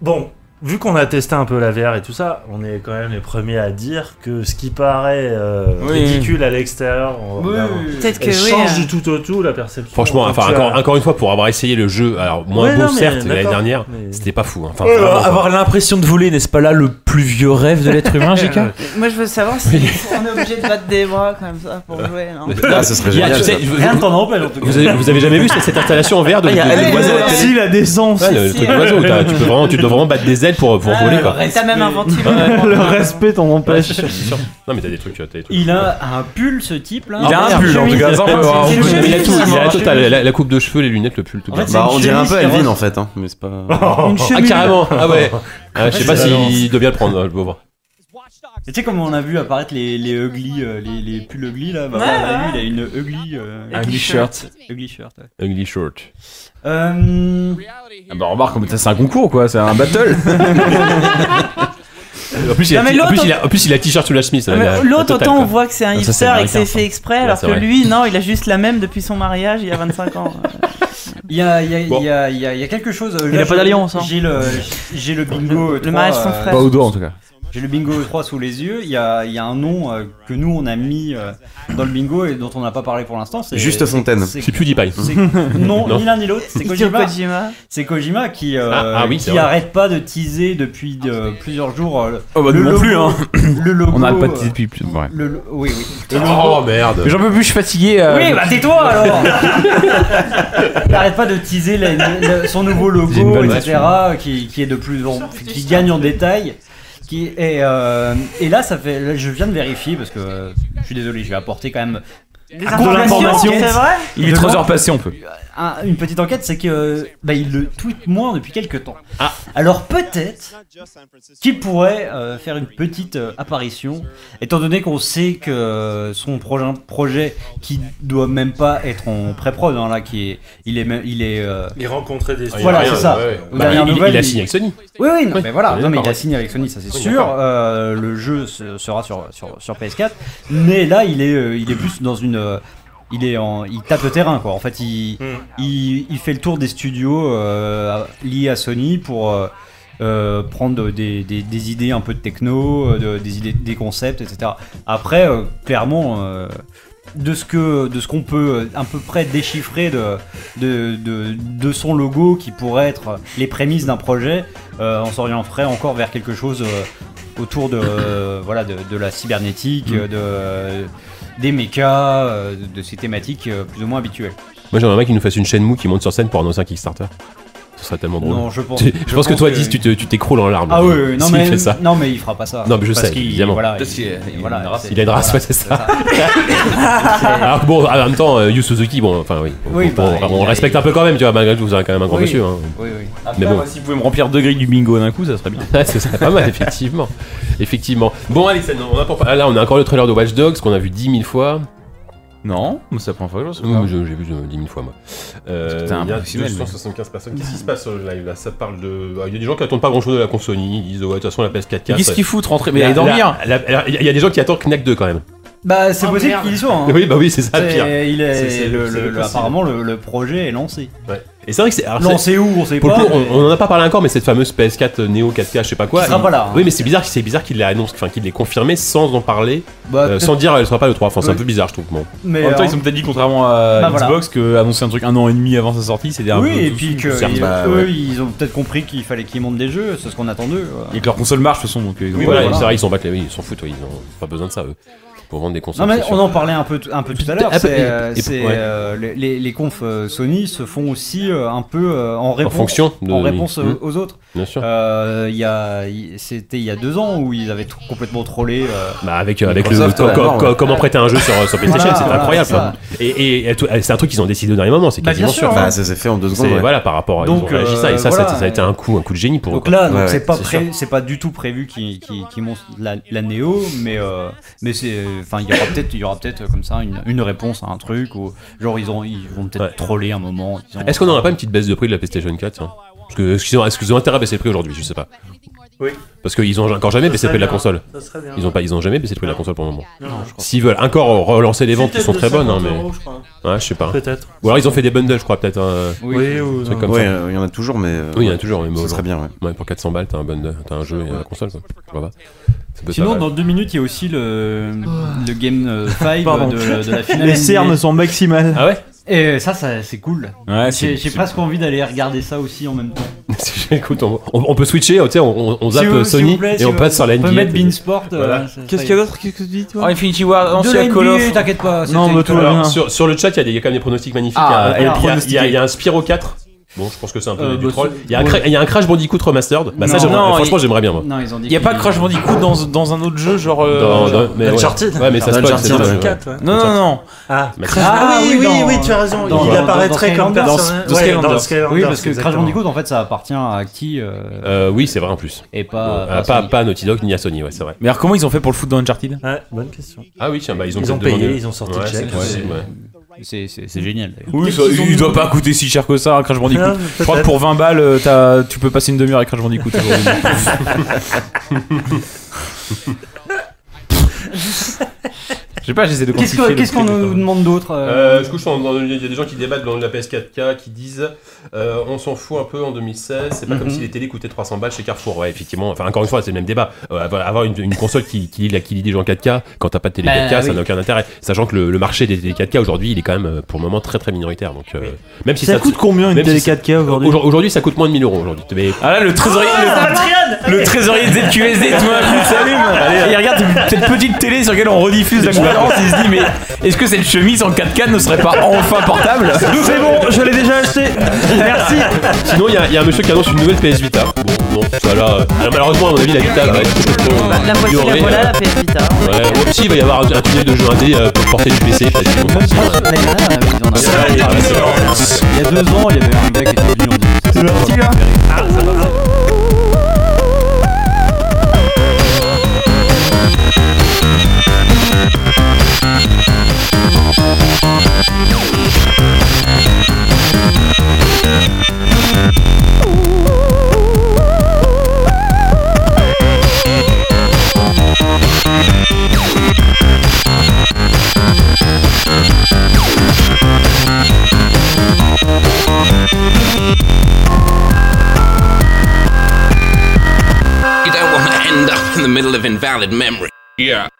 [SPEAKER 8] bon, vu qu'on a testé un peu la VR et tout ça, on est quand même les premiers à dire que ce qui paraît euh,
[SPEAKER 5] Oui.
[SPEAKER 8] ridicule à l'extérieur, on
[SPEAKER 13] Oui,
[SPEAKER 8] regarde-
[SPEAKER 13] oui, oui.
[SPEAKER 12] Peut-être que
[SPEAKER 8] elle change
[SPEAKER 12] oui. hein.
[SPEAKER 8] du tout au tout la perception.
[SPEAKER 4] Franchement,
[SPEAKER 8] Quand
[SPEAKER 4] enfin,
[SPEAKER 8] tu as-
[SPEAKER 4] encore, encore une fois, pour avoir essayé le jeu, alors moins
[SPEAKER 8] Ouais,
[SPEAKER 4] beau
[SPEAKER 8] non, mais
[SPEAKER 4] certes, l'année
[SPEAKER 8] d'accord,
[SPEAKER 4] dernière,
[SPEAKER 8] mais-
[SPEAKER 4] c'était pas fou. hein. Enfin, vraiment, quoi.
[SPEAKER 5] l'impression de voler, n'est-ce pas là le plus vieux rêve de l'être humain, JK
[SPEAKER 12] Moi, je veux savoir si on est obligé de battre des bras comme ça pour jouer. Non
[SPEAKER 4] Ah, ça serait génial. tu sais, vous,
[SPEAKER 13] Rien ne t'en empêche en tout cas.
[SPEAKER 4] vous avez, vous avez jamais
[SPEAKER 5] Ah,
[SPEAKER 1] Ah,
[SPEAKER 4] vu cette, cette installation en verre de, de, de- de
[SPEAKER 12] allez,
[SPEAKER 4] l'oiseau
[SPEAKER 12] allez,
[SPEAKER 4] là
[SPEAKER 12] allez.
[SPEAKER 5] Si la décence
[SPEAKER 4] Ouais, le, le truc d'oiseau, t'as- tu, peux vraiment, tu dois vraiment battre des ailes
[SPEAKER 5] ailes pour, pour
[SPEAKER 12] Ah,
[SPEAKER 5] voler quoi.
[SPEAKER 12] Euh, T'as même inventé le mot.
[SPEAKER 1] Le respect t'en empêche.
[SPEAKER 4] Non, mais t'as des trucs. t'as des trucs.
[SPEAKER 3] Il a un pull ce type là.
[SPEAKER 5] Il a un pull en tout cas. ça, on peut- on
[SPEAKER 3] C'est une
[SPEAKER 5] peut-
[SPEAKER 3] chemise.
[SPEAKER 5] il a tout.
[SPEAKER 13] hein.
[SPEAKER 4] Il a la
[SPEAKER 3] chemise.
[SPEAKER 4] totale, la, la coupe de cheveux, les lunettes, le pull, tout.
[SPEAKER 3] En fait, c'est
[SPEAKER 7] Bah,
[SPEAKER 3] une
[SPEAKER 7] on dirait un
[SPEAKER 3] chemise
[SPEAKER 7] peu
[SPEAKER 3] qui
[SPEAKER 7] Elvin
[SPEAKER 3] re-
[SPEAKER 7] en fait, hein, mais c'est pas.
[SPEAKER 3] Une
[SPEAKER 4] Ah,
[SPEAKER 3] chemise.
[SPEAKER 4] carrément Ah ouais Ah, Je sais pas
[SPEAKER 3] c'est la
[SPEAKER 4] s'il doit bien le prendre, hein, le pauvre.
[SPEAKER 3] Et Tu sais comment on a vu apparaître les, les ugly, euh, les, les pulls ugly là bah,
[SPEAKER 12] Ouais,
[SPEAKER 3] voilà,
[SPEAKER 12] ouais.
[SPEAKER 3] lui, il a une ugly, euh,
[SPEAKER 1] Ah,
[SPEAKER 5] Ugly shirt.
[SPEAKER 3] ugly shirt. ouais.
[SPEAKER 4] Ugly short.
[SPEAKER 3] Euh,
[SPEAKER 5] Ah bah remarque, mais c'est un concours quoi, c'est un battle.
[SPEAKER 4] En plus, il a,
[SPEAKER 12] Non, mais
[SPEAKER 4] t- en
[SPEAKER 12] l'autre-
[SPEAKER 4] plus, il a, en plus, il a t-shirt sous la chemise. ça
[SPEAKER 12] Ah,
[SPEAKER 4] va
[SPEAKER 12] mais
[SPEAKER 4] dire,
[SPEAKER 12] L'autre,
[SPEAKER 4] la totale,
[SPEAKER 12] autant on
[SPEAKER 4] euh, quoi.
[SPEAKER 12] voit que c'est un
[SPEAKER 5] Ah, ça, c'est
[SPEAKER 12] hipster et que
[SPEAKER 5] américain,
[SPEAKER 12] c'est
[SPEAKER 5] ça.
[SPEAKER 12] fait exprès,
[SPEAKER 4] Ouais,
[SPEAKER 12] alors
[SPEAKER 4] c'est
[SPEAKER 12] que
[SPEAKER 4] vrai.
[SPEAKER 12] lui, non, il a juste la même depuis son mariage il y a 25 ans.
[SPEAKER 3] Il y a, il y, a, il
[SPEAKER 4] Bon.
[SPEAKER 3] y, a, il y a- il y a quelque chose.
[SPEAKER 1] Il a pas d'alliance, hein.
[SPEAKER 3] J'ai le, j'ai le bingo.
[SPEAKER 12] Le mariage
[SPEAKER 13] euh,
[SPEAKER 12] sans frère.
[SPEAKER 5] Pas au dos en tout cas.
[SPEAKER 3] J'ai le bingo 3 sous les yeux. Il y a, il y a un nom euh, que nous on a mis euh, dans le bingo et dont on n'a pas parlé pour l'instant. c'est-
[SPEAKER 7] Juste Fontaine.
[SPEAKER 3] c'est-
[SPEAKER 4] C'est plus Deep
[SPEAKER 3] c'est- Non,
[SPEAKER 4] Non.
[SPEAKER 3] ni l'un ni l'autre. C'est
[SPEAKER 12] Hideo
[SPEAKER 3] Kojima.
[SPEAKER 12] Kojima.
[SPEAKER 3] C'est Kojima qui, euh,
[SPEAKER 4] Ah, ah oui, c'est
[SPEAKER 3] qui
[SPEAKER 4] vrai.
[SPEAKER 3] arrête pas de teaser depuis euh, plusieurs jours. euh,
[SPEAKER 5] Oh bah
[SPEAKER 3] le
[SPEAKER 5] nous non
[SPEAKER 3] logo-
[SPEAKER 5] plus hein.
[SPEAKER 3] Le logo.
[SPEAKER 5] On n'arrête pas de
[SPEAKER 3] euh,
[SPEAKER 5] teaser depuis plus. Ouais.
[SPEAKER 3] le lo- oui, oui. Le logo-
[SPEAKER 4] Oh merde
[SPEAKER 5] Mais J'en peux plus, je suis fatigué. euh,
[SPEAKER 3] Oui, bah tais-toi alors Il arrête pas de teaser la- la- son nouveau
[SPEAKER 5] J'ai une
[SPEAKER 3] logo,
[SPEAKER 5] bonne
[SPEAKER 3] etc., qui, qui est de plus en, qui gagne en détail. Qui est, euh, et là, ça fait, là, je viens de vérifier parce que euh, je suis désolé, je vais apporter quand même
[SPEAKER 12] Des
[SPEAKER 3] l'information.
[SPEAKER 12] informations, c'est vrai
[SPEAKER 5] Il est
[SPEAKER 3] Le
[SPEAKER 5] 3
[SPEAKER 3] logo-
[SPEAKER 5] heures passées, on peut.
[SPEAKER 3] un- une petite enquête, c'est que euh, bah, il le tweet moins depuis quelques temps. Alors peut-être qu'il pourrait euh, faire une petite euh, apparition, étant donné qu'on sait que euh, son projet, projet qui doit même pas être en pré-prod, hein, là, qui est, il est, même- il est euh,
[SPEAKER 8] Il rencontrait des.
[SPEAKER 4] Ah, il y a
[SPEAKER 3] voilà,
[SPEAKER 4] rien,
[SPEAKER 3] c'est ça.
[SPEAKER 4] ouais, ouais.
[SPEAKER 3] Aux
[SPEAKER 4] Bah,
[SPEAKER 3] dernières
[SPEAKER 4] il, il
[SPEAKER 3] nouvelles,
[SPEAKER 4] a
[SPEAKER 3] il-
[SPEAKER 4] signé avec Sony.
[SPEAKER 3] oui, oui, non, mais voilà.
[SPEAKER 4] Oui,
[SPEAKER 3] Non, mais il
[SPEAKER 4] d'accord.
[SPEAKER 3] a signé avec Sony, ça c'est
[SPEAKER 4] Oui,
[SPEAKER 3] sûr.
[SPEAKER 4] d'accord.
[SPEAKER 3] Euh, le jeu se- sera sur, sur, sur PS4. Mais là, il est, euh, il est plus dans une. euh, Il, est en, il tape le terrain, quoi. En fait, il,
[SPEAKER 4] Hmm.
[SPEAKER 3] il, il fait le tour des studios euh, liés à Sony pour euh, euh, prendre des, des, des idées un peu de techno, euh, de- des, idées, des concepts, etc. Après, euh, clairement. euh, de ce que de ce qu'on peut euh, à peu près déchiffrer de, de, de, de son logo qui pourrait être les prémices d'un projet, euh, on s'orienterait encore vers quelque chose euh, autour de euh, voilà de, de la cybernétique,
[SPEAKER 4] Mm.
[SPEAKER 3] euh, de euh, des mechas, euh, de ces thématiques euh, plus ou moins habituelles.
[SPEAKER 4] Moi j'aimerais bien qu'il nous fasse une chaîne mou qui monte sur scène pour annoncer un Kickstarter. Ce serait tellement drôle.
[SPEAKER 3] Non, je pense.
[SPEAKER 4] Tu- je, pense que toi, 10, tu te- tu t'écroules en larmes.
[SPEAKER 3] Ah oui, oui, non
[SPEAKER 4] S'il
[SPEAKER 3] mais
[SPEAKER 4] fait ça.
[SPEAKER 3] non mais il fera pas ça.
[SPEAKER 4] Non, mais je
[SPEAKER 3] Parce
[SPEAKER 4] sais,
[SPEAKER 3] qu'il-
[SPEAKER 4] évidemment.
[SPEAKER 3] Voilà,
[SPEAKER 16] Parce qu'il- il a une race.
[SPEAKER 3] c'est-
[SPEAKER 4] Il a une race,
[SPEAKER 3] voilà,
[SPEAKER 4] ouais, c'est ça.
[SPEAKER 3] C'est-
[SPEAKER 4] Alors que bon, en même temps, euh, Yu Suzuki, bon, enfin oui. on-
[SPEAKER 3] Oui,
[SPEAKER 4] on,
[SPEAKER 3] bah,
[SPEAKER 4] on- on
[SPEAKER 3] il a-
[SPEAKER 4] respecte un peu quand même, tu vois, malgré tout, vous avez quand même un grand
[SPEAKER 3] Oui.
[SPEAKER 4] monsieur. hein.
[SPEAKER 3] oui, oui.
[SPEAKER 4] Mais bon,
[SPEAKER 5] Si vous pouvez me remplir deux grilles du bingo d'un coup, ça serait bien.
[SPEAKER 4] Ouais, ce serait pas mal, effectivement. effectivement. Bon, allez, ça, non, on a pour- ah, là, on a encore le trailer de Watch Dogs qu'on a vu 10 000 fois.
[SPEAKER 5] Non, mais ça prend pas que je
[SPEAKER 4] Hum,
[SPEAKER 5] vois ça.
[SPEAKER 4] je- J'ai vu euh, 10 000 fois, moi. Euh,
[SPEAKER 5] Parce que t'es un
[SPEAKER 4] il y a
[SPEAKER 5] professionnel,
[SPEAKER 4] 275 personnes. Qu'est-ce qui se passe euh, live là Ça parle de. Ah, Il y a des gens qui attendent pas grand chose de la console. Ils disent, ouais, de toute façon, la PS4.
[SPEAKER 5] Qu'est-ce qu'ils foutent rentrer Mais
[SPEAKER 4] La-
[SPEAKER 5] allez dormir
[SPEAKER 4] la- la- Il y a des gens qui attendent Knack 2 quand même.
[SPEAKER 3] Bah c'est
[SPEAKER 12] Oh,
[SPEAKER 3] possible
[SPEAKER 12] merde.
[SPEAKER 3] qu'il y soit. hein.
[SPEAKER 4] Oui, bah oui, c'est ça le
[SPEAKER 3] C'est-
[SPEAKER 4] pire.
[SPEAKER 3] il est,
[SPEAKER 4] C'est- c'est
[SPEAKER 3] le,
[SPEAKER 4] le- c'est
[SPEAKER 3] le-
[SPEAKER 4] le
[SPEAKER 3] le-
[SPEAKER 4] possible.
[SPEAKER 3] apparemment le, le projet est lancé.
[SPEAKER 4] Et c'est vrai que Ah, c'est. alors, c'est-
[SPEAKER 3] Lancé où on sait
[SPEAKER 4] Pour le
[SPEAKER 3] pas.
[SPEAKER 4] coup, on on en a pas parlé encore, mais cette fameuse PS4 euh, Neo 4K, je sais pas quoi.
[SPEAKER 3] Qui sera
[SPEAKER 4] il-
[SPEAKER 3] pas là, hein.
[SPEAKER 4] Oui, mais c'est bizarre, c'est bizarre qu'il l'annonce, enfin qu'il l'ait confirmé sans en parler,
[SPEAKER 3] Bah,
[SPEAKER 4] euh, sans dire elle sera pas le 3. Enfin, c'est un peu bizarre, je trouve. Bon.
[SPEAKER 3] mais
[SPEAKER 5] En même temps,
[SPEAKER 3] euh,
[SPEAKER 5] ils ont peut-être dit, contrairement à
[SPEAKER 3] Bah, voilà.
[SPEAKER 5] Xbox, que annoncer un truc un an et demi avant sa sortie, c'était un peu.
[SPEAKER 3] oui, et
[SPEAKER 5] tout-
[SPEAKER 3] puis
[SPEAKER 5] tout
[SPEAKER 3] que
[SPEAKER 5] certain.
[SPEAKER 3] ils-
[SPEAKER 5] Bah,
[SPEAKER 3] eux,
[SPEAKER 5] ouais.
[SPEAKER 3] ils ont peut-être compris qu'il fallait qu'ils montent des jeux, c'est ce qu'on attend d'eux. euh.
[SPEAKER 5] Et que leur console marche de toute façon, donc euh, ils ont
[SPEAKER 4] Oui,
[SPEAKER 5] pas-
[SPEAKER 4] voilà,
[SPEAKER 3] voilà.
[SPEAKER 4] c'est vrai, ils s'en battent, les- oui, ils s'en foutent, oui, ils ont pas besoin de ça, eux, pour vendre des
[SPEAKER 3] Non
[SPEAKER 4] consoles.
[SPEAKER 3] mais
[SPEAKER 4] c'est
[SPEAKER 3] on
[SPEAKER 4] sûr.
[SPEAKER 3] en parlait un peu, t- un peu tout à l'heure.
[SPEAKER 4] Ah,
[SPEAKER 3] c'est,
[SPEAKER 4] et-
[SPEAKER 3] euh,
[SPEAKER 4] et-
[SPEAKER 3] c'est,
[SPEAKER 4] ouais.
[SPEAKER 3] euh, les- les, les confs euh, Sony se font aussi euh, un peu euh, en
[SPEAKER 4] En
[SPEAKER 3] réponse,
[SPEAKER 4] fonction de.
[SPEAKER 3] en réponse
[SPEAKER 4] Mmh,
[SPEAKER 3] aux, aux autres.
[SPEAKER 4] Bien sûr.
[SPEAKER 3] Euh, il y a, il- c'était il y a deux ans où ils avaient tout complètement trollé. euh,
[SPEAKER 4] Bah avec, euh, avec le,
[SPEAKER 7] Microsoft,
[SPEAKER 4] co-
[SPEAKER 7] ouais,
[SPEAKER 4] co-
[SPEAKER 7] mort,
[SPEAKER 4] co- comment prêter un jeu sur, sur PlayStation,
[SPEAKER 3] Voilà,
[SPEAKER 4] c'est
[SPEAKER 3] voilà,
[SPEAKER 4] incroyable.
[SPEAKER 3] c'est ça.
[SPEAKER 4] quoi. Et, et- et tout- c'est un truc qu'ils ont décidé au dernier moment, c'est
[SPEAKER 3] Bah,
[SPEAKER 4] quasiment
[SPEAKER 3] bien sûr,
[SPEAKER 4] sûr.
[SPEAKER 3] hein.
[SPEAKER 7] Bah, ça s'est fait en deux
[SPEAKER 4] C'est-
[SPEAKER 7] secondes. ouais.
[SPEAKER 4] Voilà, par rapport à
[SPEAKER 3] Donc,
[SPEAKER 4] ils ont réagi ça, et
[SPEAKER 3] euh,
[SPEAKER 4] ça,
[SPEAKER 3] voilà,
[SPEAKER 4] ça, ça a été
[SPEAKER 3] et-
[SPEAKER 4] un coup, un coup de génie pour
[SPEAKER 3] Donc
[SPEAKER 4] eux. quoi.
[SPEAKER 3] là, donc
[SPEAKER 7] Ouais,
[SPEAKER 3] c'est
[SPEAKER 7] ouais,
[SPEAKER 3] pas
[SPEAKER 4] c'est
[SPEAKER 3] pré- c'est pas du tout prévu qui qui, qui monte la, la néo, mais euh, mais c'est enfin il y aura peut-être il y aura peut-être euh, comme ça une, une réponse à un truc ou genre ils ont ils vont peut-être
[SPEAKER 4] Ouais.
[SPEAKER 3] troller un moment. en disant-
[SPEAKER 4] Ah, Est-ce qu'on n'aura pas une petite baisse de prix de la PlayStation 4 hein Parce que est-ce qu'ils ont, est-ce qu'ils ont intérêt à baisser le prix aujourd'hui Je sais pas.
[SPEAKER 8] Oui.
[SPEAKER 4] Parce qu'ils ont encore jamais baissé le prix de la console.
[SPEAKER 8] Ça serait bien.
[SPEAKER 4] Ils ont pas, ils ont jamais baissé le prix de la console pour le moment.
[SPEAKER 8] Non, je crois.
[SPEAKER 4] S'ils veulent encore relancer les ventes, qui sont très bonnes, hein, mais
[SPEAKER 8] mais.
[SPEAKER 4] ouais, je sais pas.
[SPEAKER 8] Peut-être.
[SPEAKER 4] Ou alors ils ont fait des bundles, je crois peut-être. hein.
[SPEAKER 8] Oui, ou.
[SPEAKER 4] truc
[SPEAKER 8] non.
[SPEAKER 4] comme
[SPEAKER 7] Ouais,
[SPEAKER 3] hein.
[SPEAKER 4] ça.
[SPEAKER 7] euh, il y en a toujours, mais. euh,
[SPEAKER 4] Oui, il y en a toujours, mais
[SPEAKER 7] Ce
[SPEAKER 4] bon,
[SPEAKER 7] serait bien, ouais.
[SPEAKER 4] Ouais, pour 400 balles, t'as un bundle, t'as un jeu et la console. Quoi. Voilà. Ça peut être
[SPEAKER 3] Sinon
[SPEAKER 4] pas mal.
[SPEAKER 3] dans deux minutes il y a aussi le le game 5
[SPEAKER 1] Pardon.
[SPEAKER 3] de, de la finale.
[SPEAKER 1] Les
[SPEAKER 3] NBA.
[SPEAKER 1] cernes sont maximales.
[SPEAKER 4] ah ouais
[SPEAKER 3] Et ça, ça c'est cool.
[SPEAKER 5] Ouais,
[SPEAKER 3] J'ai j'ai
[SPEAKER 5] c'est- c'est-
[SPEAKER 3] presque envie d'aller regarder ça aussi en même temps.
[SPEAKER 4] Écoute, on, on- on peut switcher, tu sais, on, on- on zappe
[SPEAKER 3] S'il vous- s'il
[SPEAKER 4] Sony
[SPEAKER 3] vous plaît,
[SPEAKER 4] et
[SPEAKER 3] si
[SPEAKER 4] on
[SPEAKER 3] vous-
[SPEAKER 4] passe sur la
[SPEAKER 3] On
[SPEAKER 4] NBA.
[SPEAKER 3] peut mettre Beansport. euh,
[SPEAKER 4] Voilà.
[SPEAKER 3] ça-
[SPEAKER 1] Qu'est-ce
[SPEAKER 3] ça y
[SPEAKER 1] qu'il y a
[SPEAKER 3] est.
[SPEAKER 1] d'autre Qu'est-ce que tu dis
[SPEAKER 5] Oh,
[SPEAKER 1] toi
[SPEAKER 5] Infinity War,
[SPEAKER 3] De
[SPEAKER 5] ancien
[SPEAKER 3] la
[SPEAKER 5] Call
[SPEAKER 3] NBA,
[SPEAKER 5] of.
[SPEAKER 3] t'inquiète pas.
[SPEAKER 1] Non,
[SPEAKER 3] c'était
[SPEAKER 1] mais
[SPEAKER 3] une
[SPEAKER 1] tout va
[SPEAKER 3] connerie.
[SPEAKER 1] bien.
[SPEAKER 4] Sur, sur le chat, il y, a- il y a quand même des pronostics magnifiques.
[SPEAKER 5] Ah,
[SPEAKER 4] Il y a-
[SPEAKER 5] alors,
[SPEAKER 4] il y a- il y a- il y a un Spyro 4 Bon, je pense que c'est un peu
[SPEAKER 3] Euh,
[SPEAKER 4] du
[SPEAKER 3] bah,
[SPEAKER 4] troll.
[SPEAKER 3] c'est-
[SPEAKER 4] Il y, a un
[SPEAKER 3] ouais.
[SPEAKER 4] cra- il y a un Crash Bandicoot remastered. Bah, ça,
[SPEAKER 5] Non.
[SPEAKER 4] j'aimerais-
[SPEAKER 5] Non,
[SPEAKER 4] franchement,
[SPEAKER 5] il-
[SPEAKER 4] j'aimerais bien. moi.
[SPEAKER 3] Non, ils ont dit
[SPEAKER 5] Il y a
[SPEAKER 3] que-
[SPEAKER 5] pas Crash Bandicoot dans, dans un autre jeu, genre. euh,
[SPEAKER 4] Dans- dans-
[SPEAKER 5] genre-
[SPEAKER 4] mais ouais. Uncharted. Ouais, mais ça spoil, c'est dommage, ouais.
[SPEAKER 5] Non, non, non.
[SPEAKER 8] Ah,
[SPEAKER 5] Crash-
[SPEAKER 8] Ah oui, oui,
[SPEAKER 13] dans-
[SPEAKER 8] oui, tu as raison.
[SPEAKER 13] dans-
[SPEAKER 8] il
[SPEAKER 13] dans-
[SPEAKER 8] apparaîtrait
[SPEAKER 13] dans
[SPEAKER 8] comme
[SPEAKER 13] Skylanders.
[SPEAKER 8] personnage.
[SPEAKER 13] Dans
[SPEAKER 8] Ouais,
[SPEAKER 13] Skylanders.
[SPEAKER 8] dans Skylanders,
[SPEAKER 13] Oui, parce que Crash
[SPEAKER 8] exactement.
[SPEAKER 13] Bandicoot, en fait, ça appartient à qui euh,
[SPEAKER 4] Euh, oui, c'est vrai en plus.
[SPEAKER 13] Et pas-
[SPEAKER 4] Euh,
[SPEAKER 13] pas à
[SPEAKER 4] pas,
[SPEAKER 13] Sony.
[SPEAKER 4] pas à Naughty Dog ni à Sony, ouais, c'est vrai.
[SPEAKER 5] Mais alors, comment ils ont fait pour le foot dans Uncharted
[SPEAKER 8] Ouais, bonne question.
[SPEAKER 4] Ah oui, tiens, bah, ils ont
[SPEAKER 8] Ils ont
[SPEAKER 4] peut-être
[SPEAKER 8] payé,
[SPEAKER 4] demandé-
[SPEAKER 8] ils ont sorti
[SPEAKER 4] Ouais,
[SPEAKER 8] le chèque.
[SPEAKER 4] c'est- ouais,
[SPEAKER 8] C'est-
[SPEAKER 4] ouais.
[SPEAKER 3] C'est c'est- c'est génial. d'ailleurs.
[SPEAKER 5] Oui,
[SPEAKER 8] Peut-être
[SPEAKER 5] ça-
[SPEAKER 8] qu'ils ont-
[SPEAKER 5] il doit pas coûter si cher que ça, un Crash Bandicoot.
[SPEAKER 8] Ah,
[SPEAKER 5] je crois que
[SPEAKER 8] peut-être.
[SPEAKER 5] pour 20 balles, euh, t'as- tu peux passer une demi-heure avec Crash Bandicoot. aujourd'hui. Je sais pas, j'essaie de
[SPEAKER 13] Qu'est-ce
[SPEAKER 5] quantifier
[SPEAKER 13] que-
[SPEAKER 5] le
[SPEAKER 13] qu'est-ce qu'on
[SPEAKER 5] prix,
[SPEAKER 13] nous
[SPEAKER 5] quoi.
[SPEAKER 13] demande d'autre
[SPEAKER 4] Euh, du coup, je pense dans- il y a des gens qui débattent dans la PS4K qui disent euh, on s'en fout un peu en 2016, c'est pas comme si les télés coûtaient 300 balles chez Carrefour. Ouais, effectivement, enfin, encore une fois, c'est le même débat. Euh, avoir- avoir une, une console qui, qui lit la qui lit des gens 4K quand t'as pas de télé
[SPEAKER 13] Bah,
[SPEAKER 4] 4K, ça
[SPEAKER 13] oui.
[SPEAKER 4] n'a aucun intérêt. Sachant que le, le marché des télé 4K aujourd'hui, il est quand même euh, pour le moment très très minoritaire. Donc, euh, même si
[SPEAKER 1] Ça coûte combien une
[SPEAKER 4] même
[SPEAKER 1] télé
[SPEAKER 4] si ça-
[SPEAKER 1] 4K aujourd'hui
[SPEAKER 4] Aujourd'hui, aujourd'hui, ça coûte moins de 1000 euros aujourd'hui. Mais
[SPEAKER 5] Ah là, le trésorier, le, le trésorier de ZQSD, tu vois, il s'allume. Et
[SPEAKER 1] euh,
[SPEAKER 5] il regarde cette petite télé sur laquelle on rediffuse la conférence. Il se dit, mais est-ce que cette chemise en 4K ne serait pas enfin portable
[SPEAKER 1] C'est bon, je l'ai déjà acheté. Merci.
[SPEAKER 4] sinon, il y, a- il y a un monsieur qui annonce une nouvelle PS Vita. hein. Bon, bon, ça là, euh, alors, malheureusement, à mon avis, la Vita va être complètement
[SPEAKER 12] La voici, la
[SPEAKER 4] ignorée,
[SPEAKER 12] voilà,
[SPEAKER 4] euh,
[SPEAKER 12] la hein. PS Vita.
[SPEAKER 4] Ouais, ouais, si, il va y avoir un, un tunnel de jeu indé euh, pour porter du PC. je sais pas si Ah, on pense, euh,
[SPEAKER 13] Mais là, ils en avaient- Il y a deux ans, il y avait un mec qui était venu, on dit,
[SPEAKER 2] You don't want to end up in the middle of invalid memory.
[SPEAKER 3] Yeah.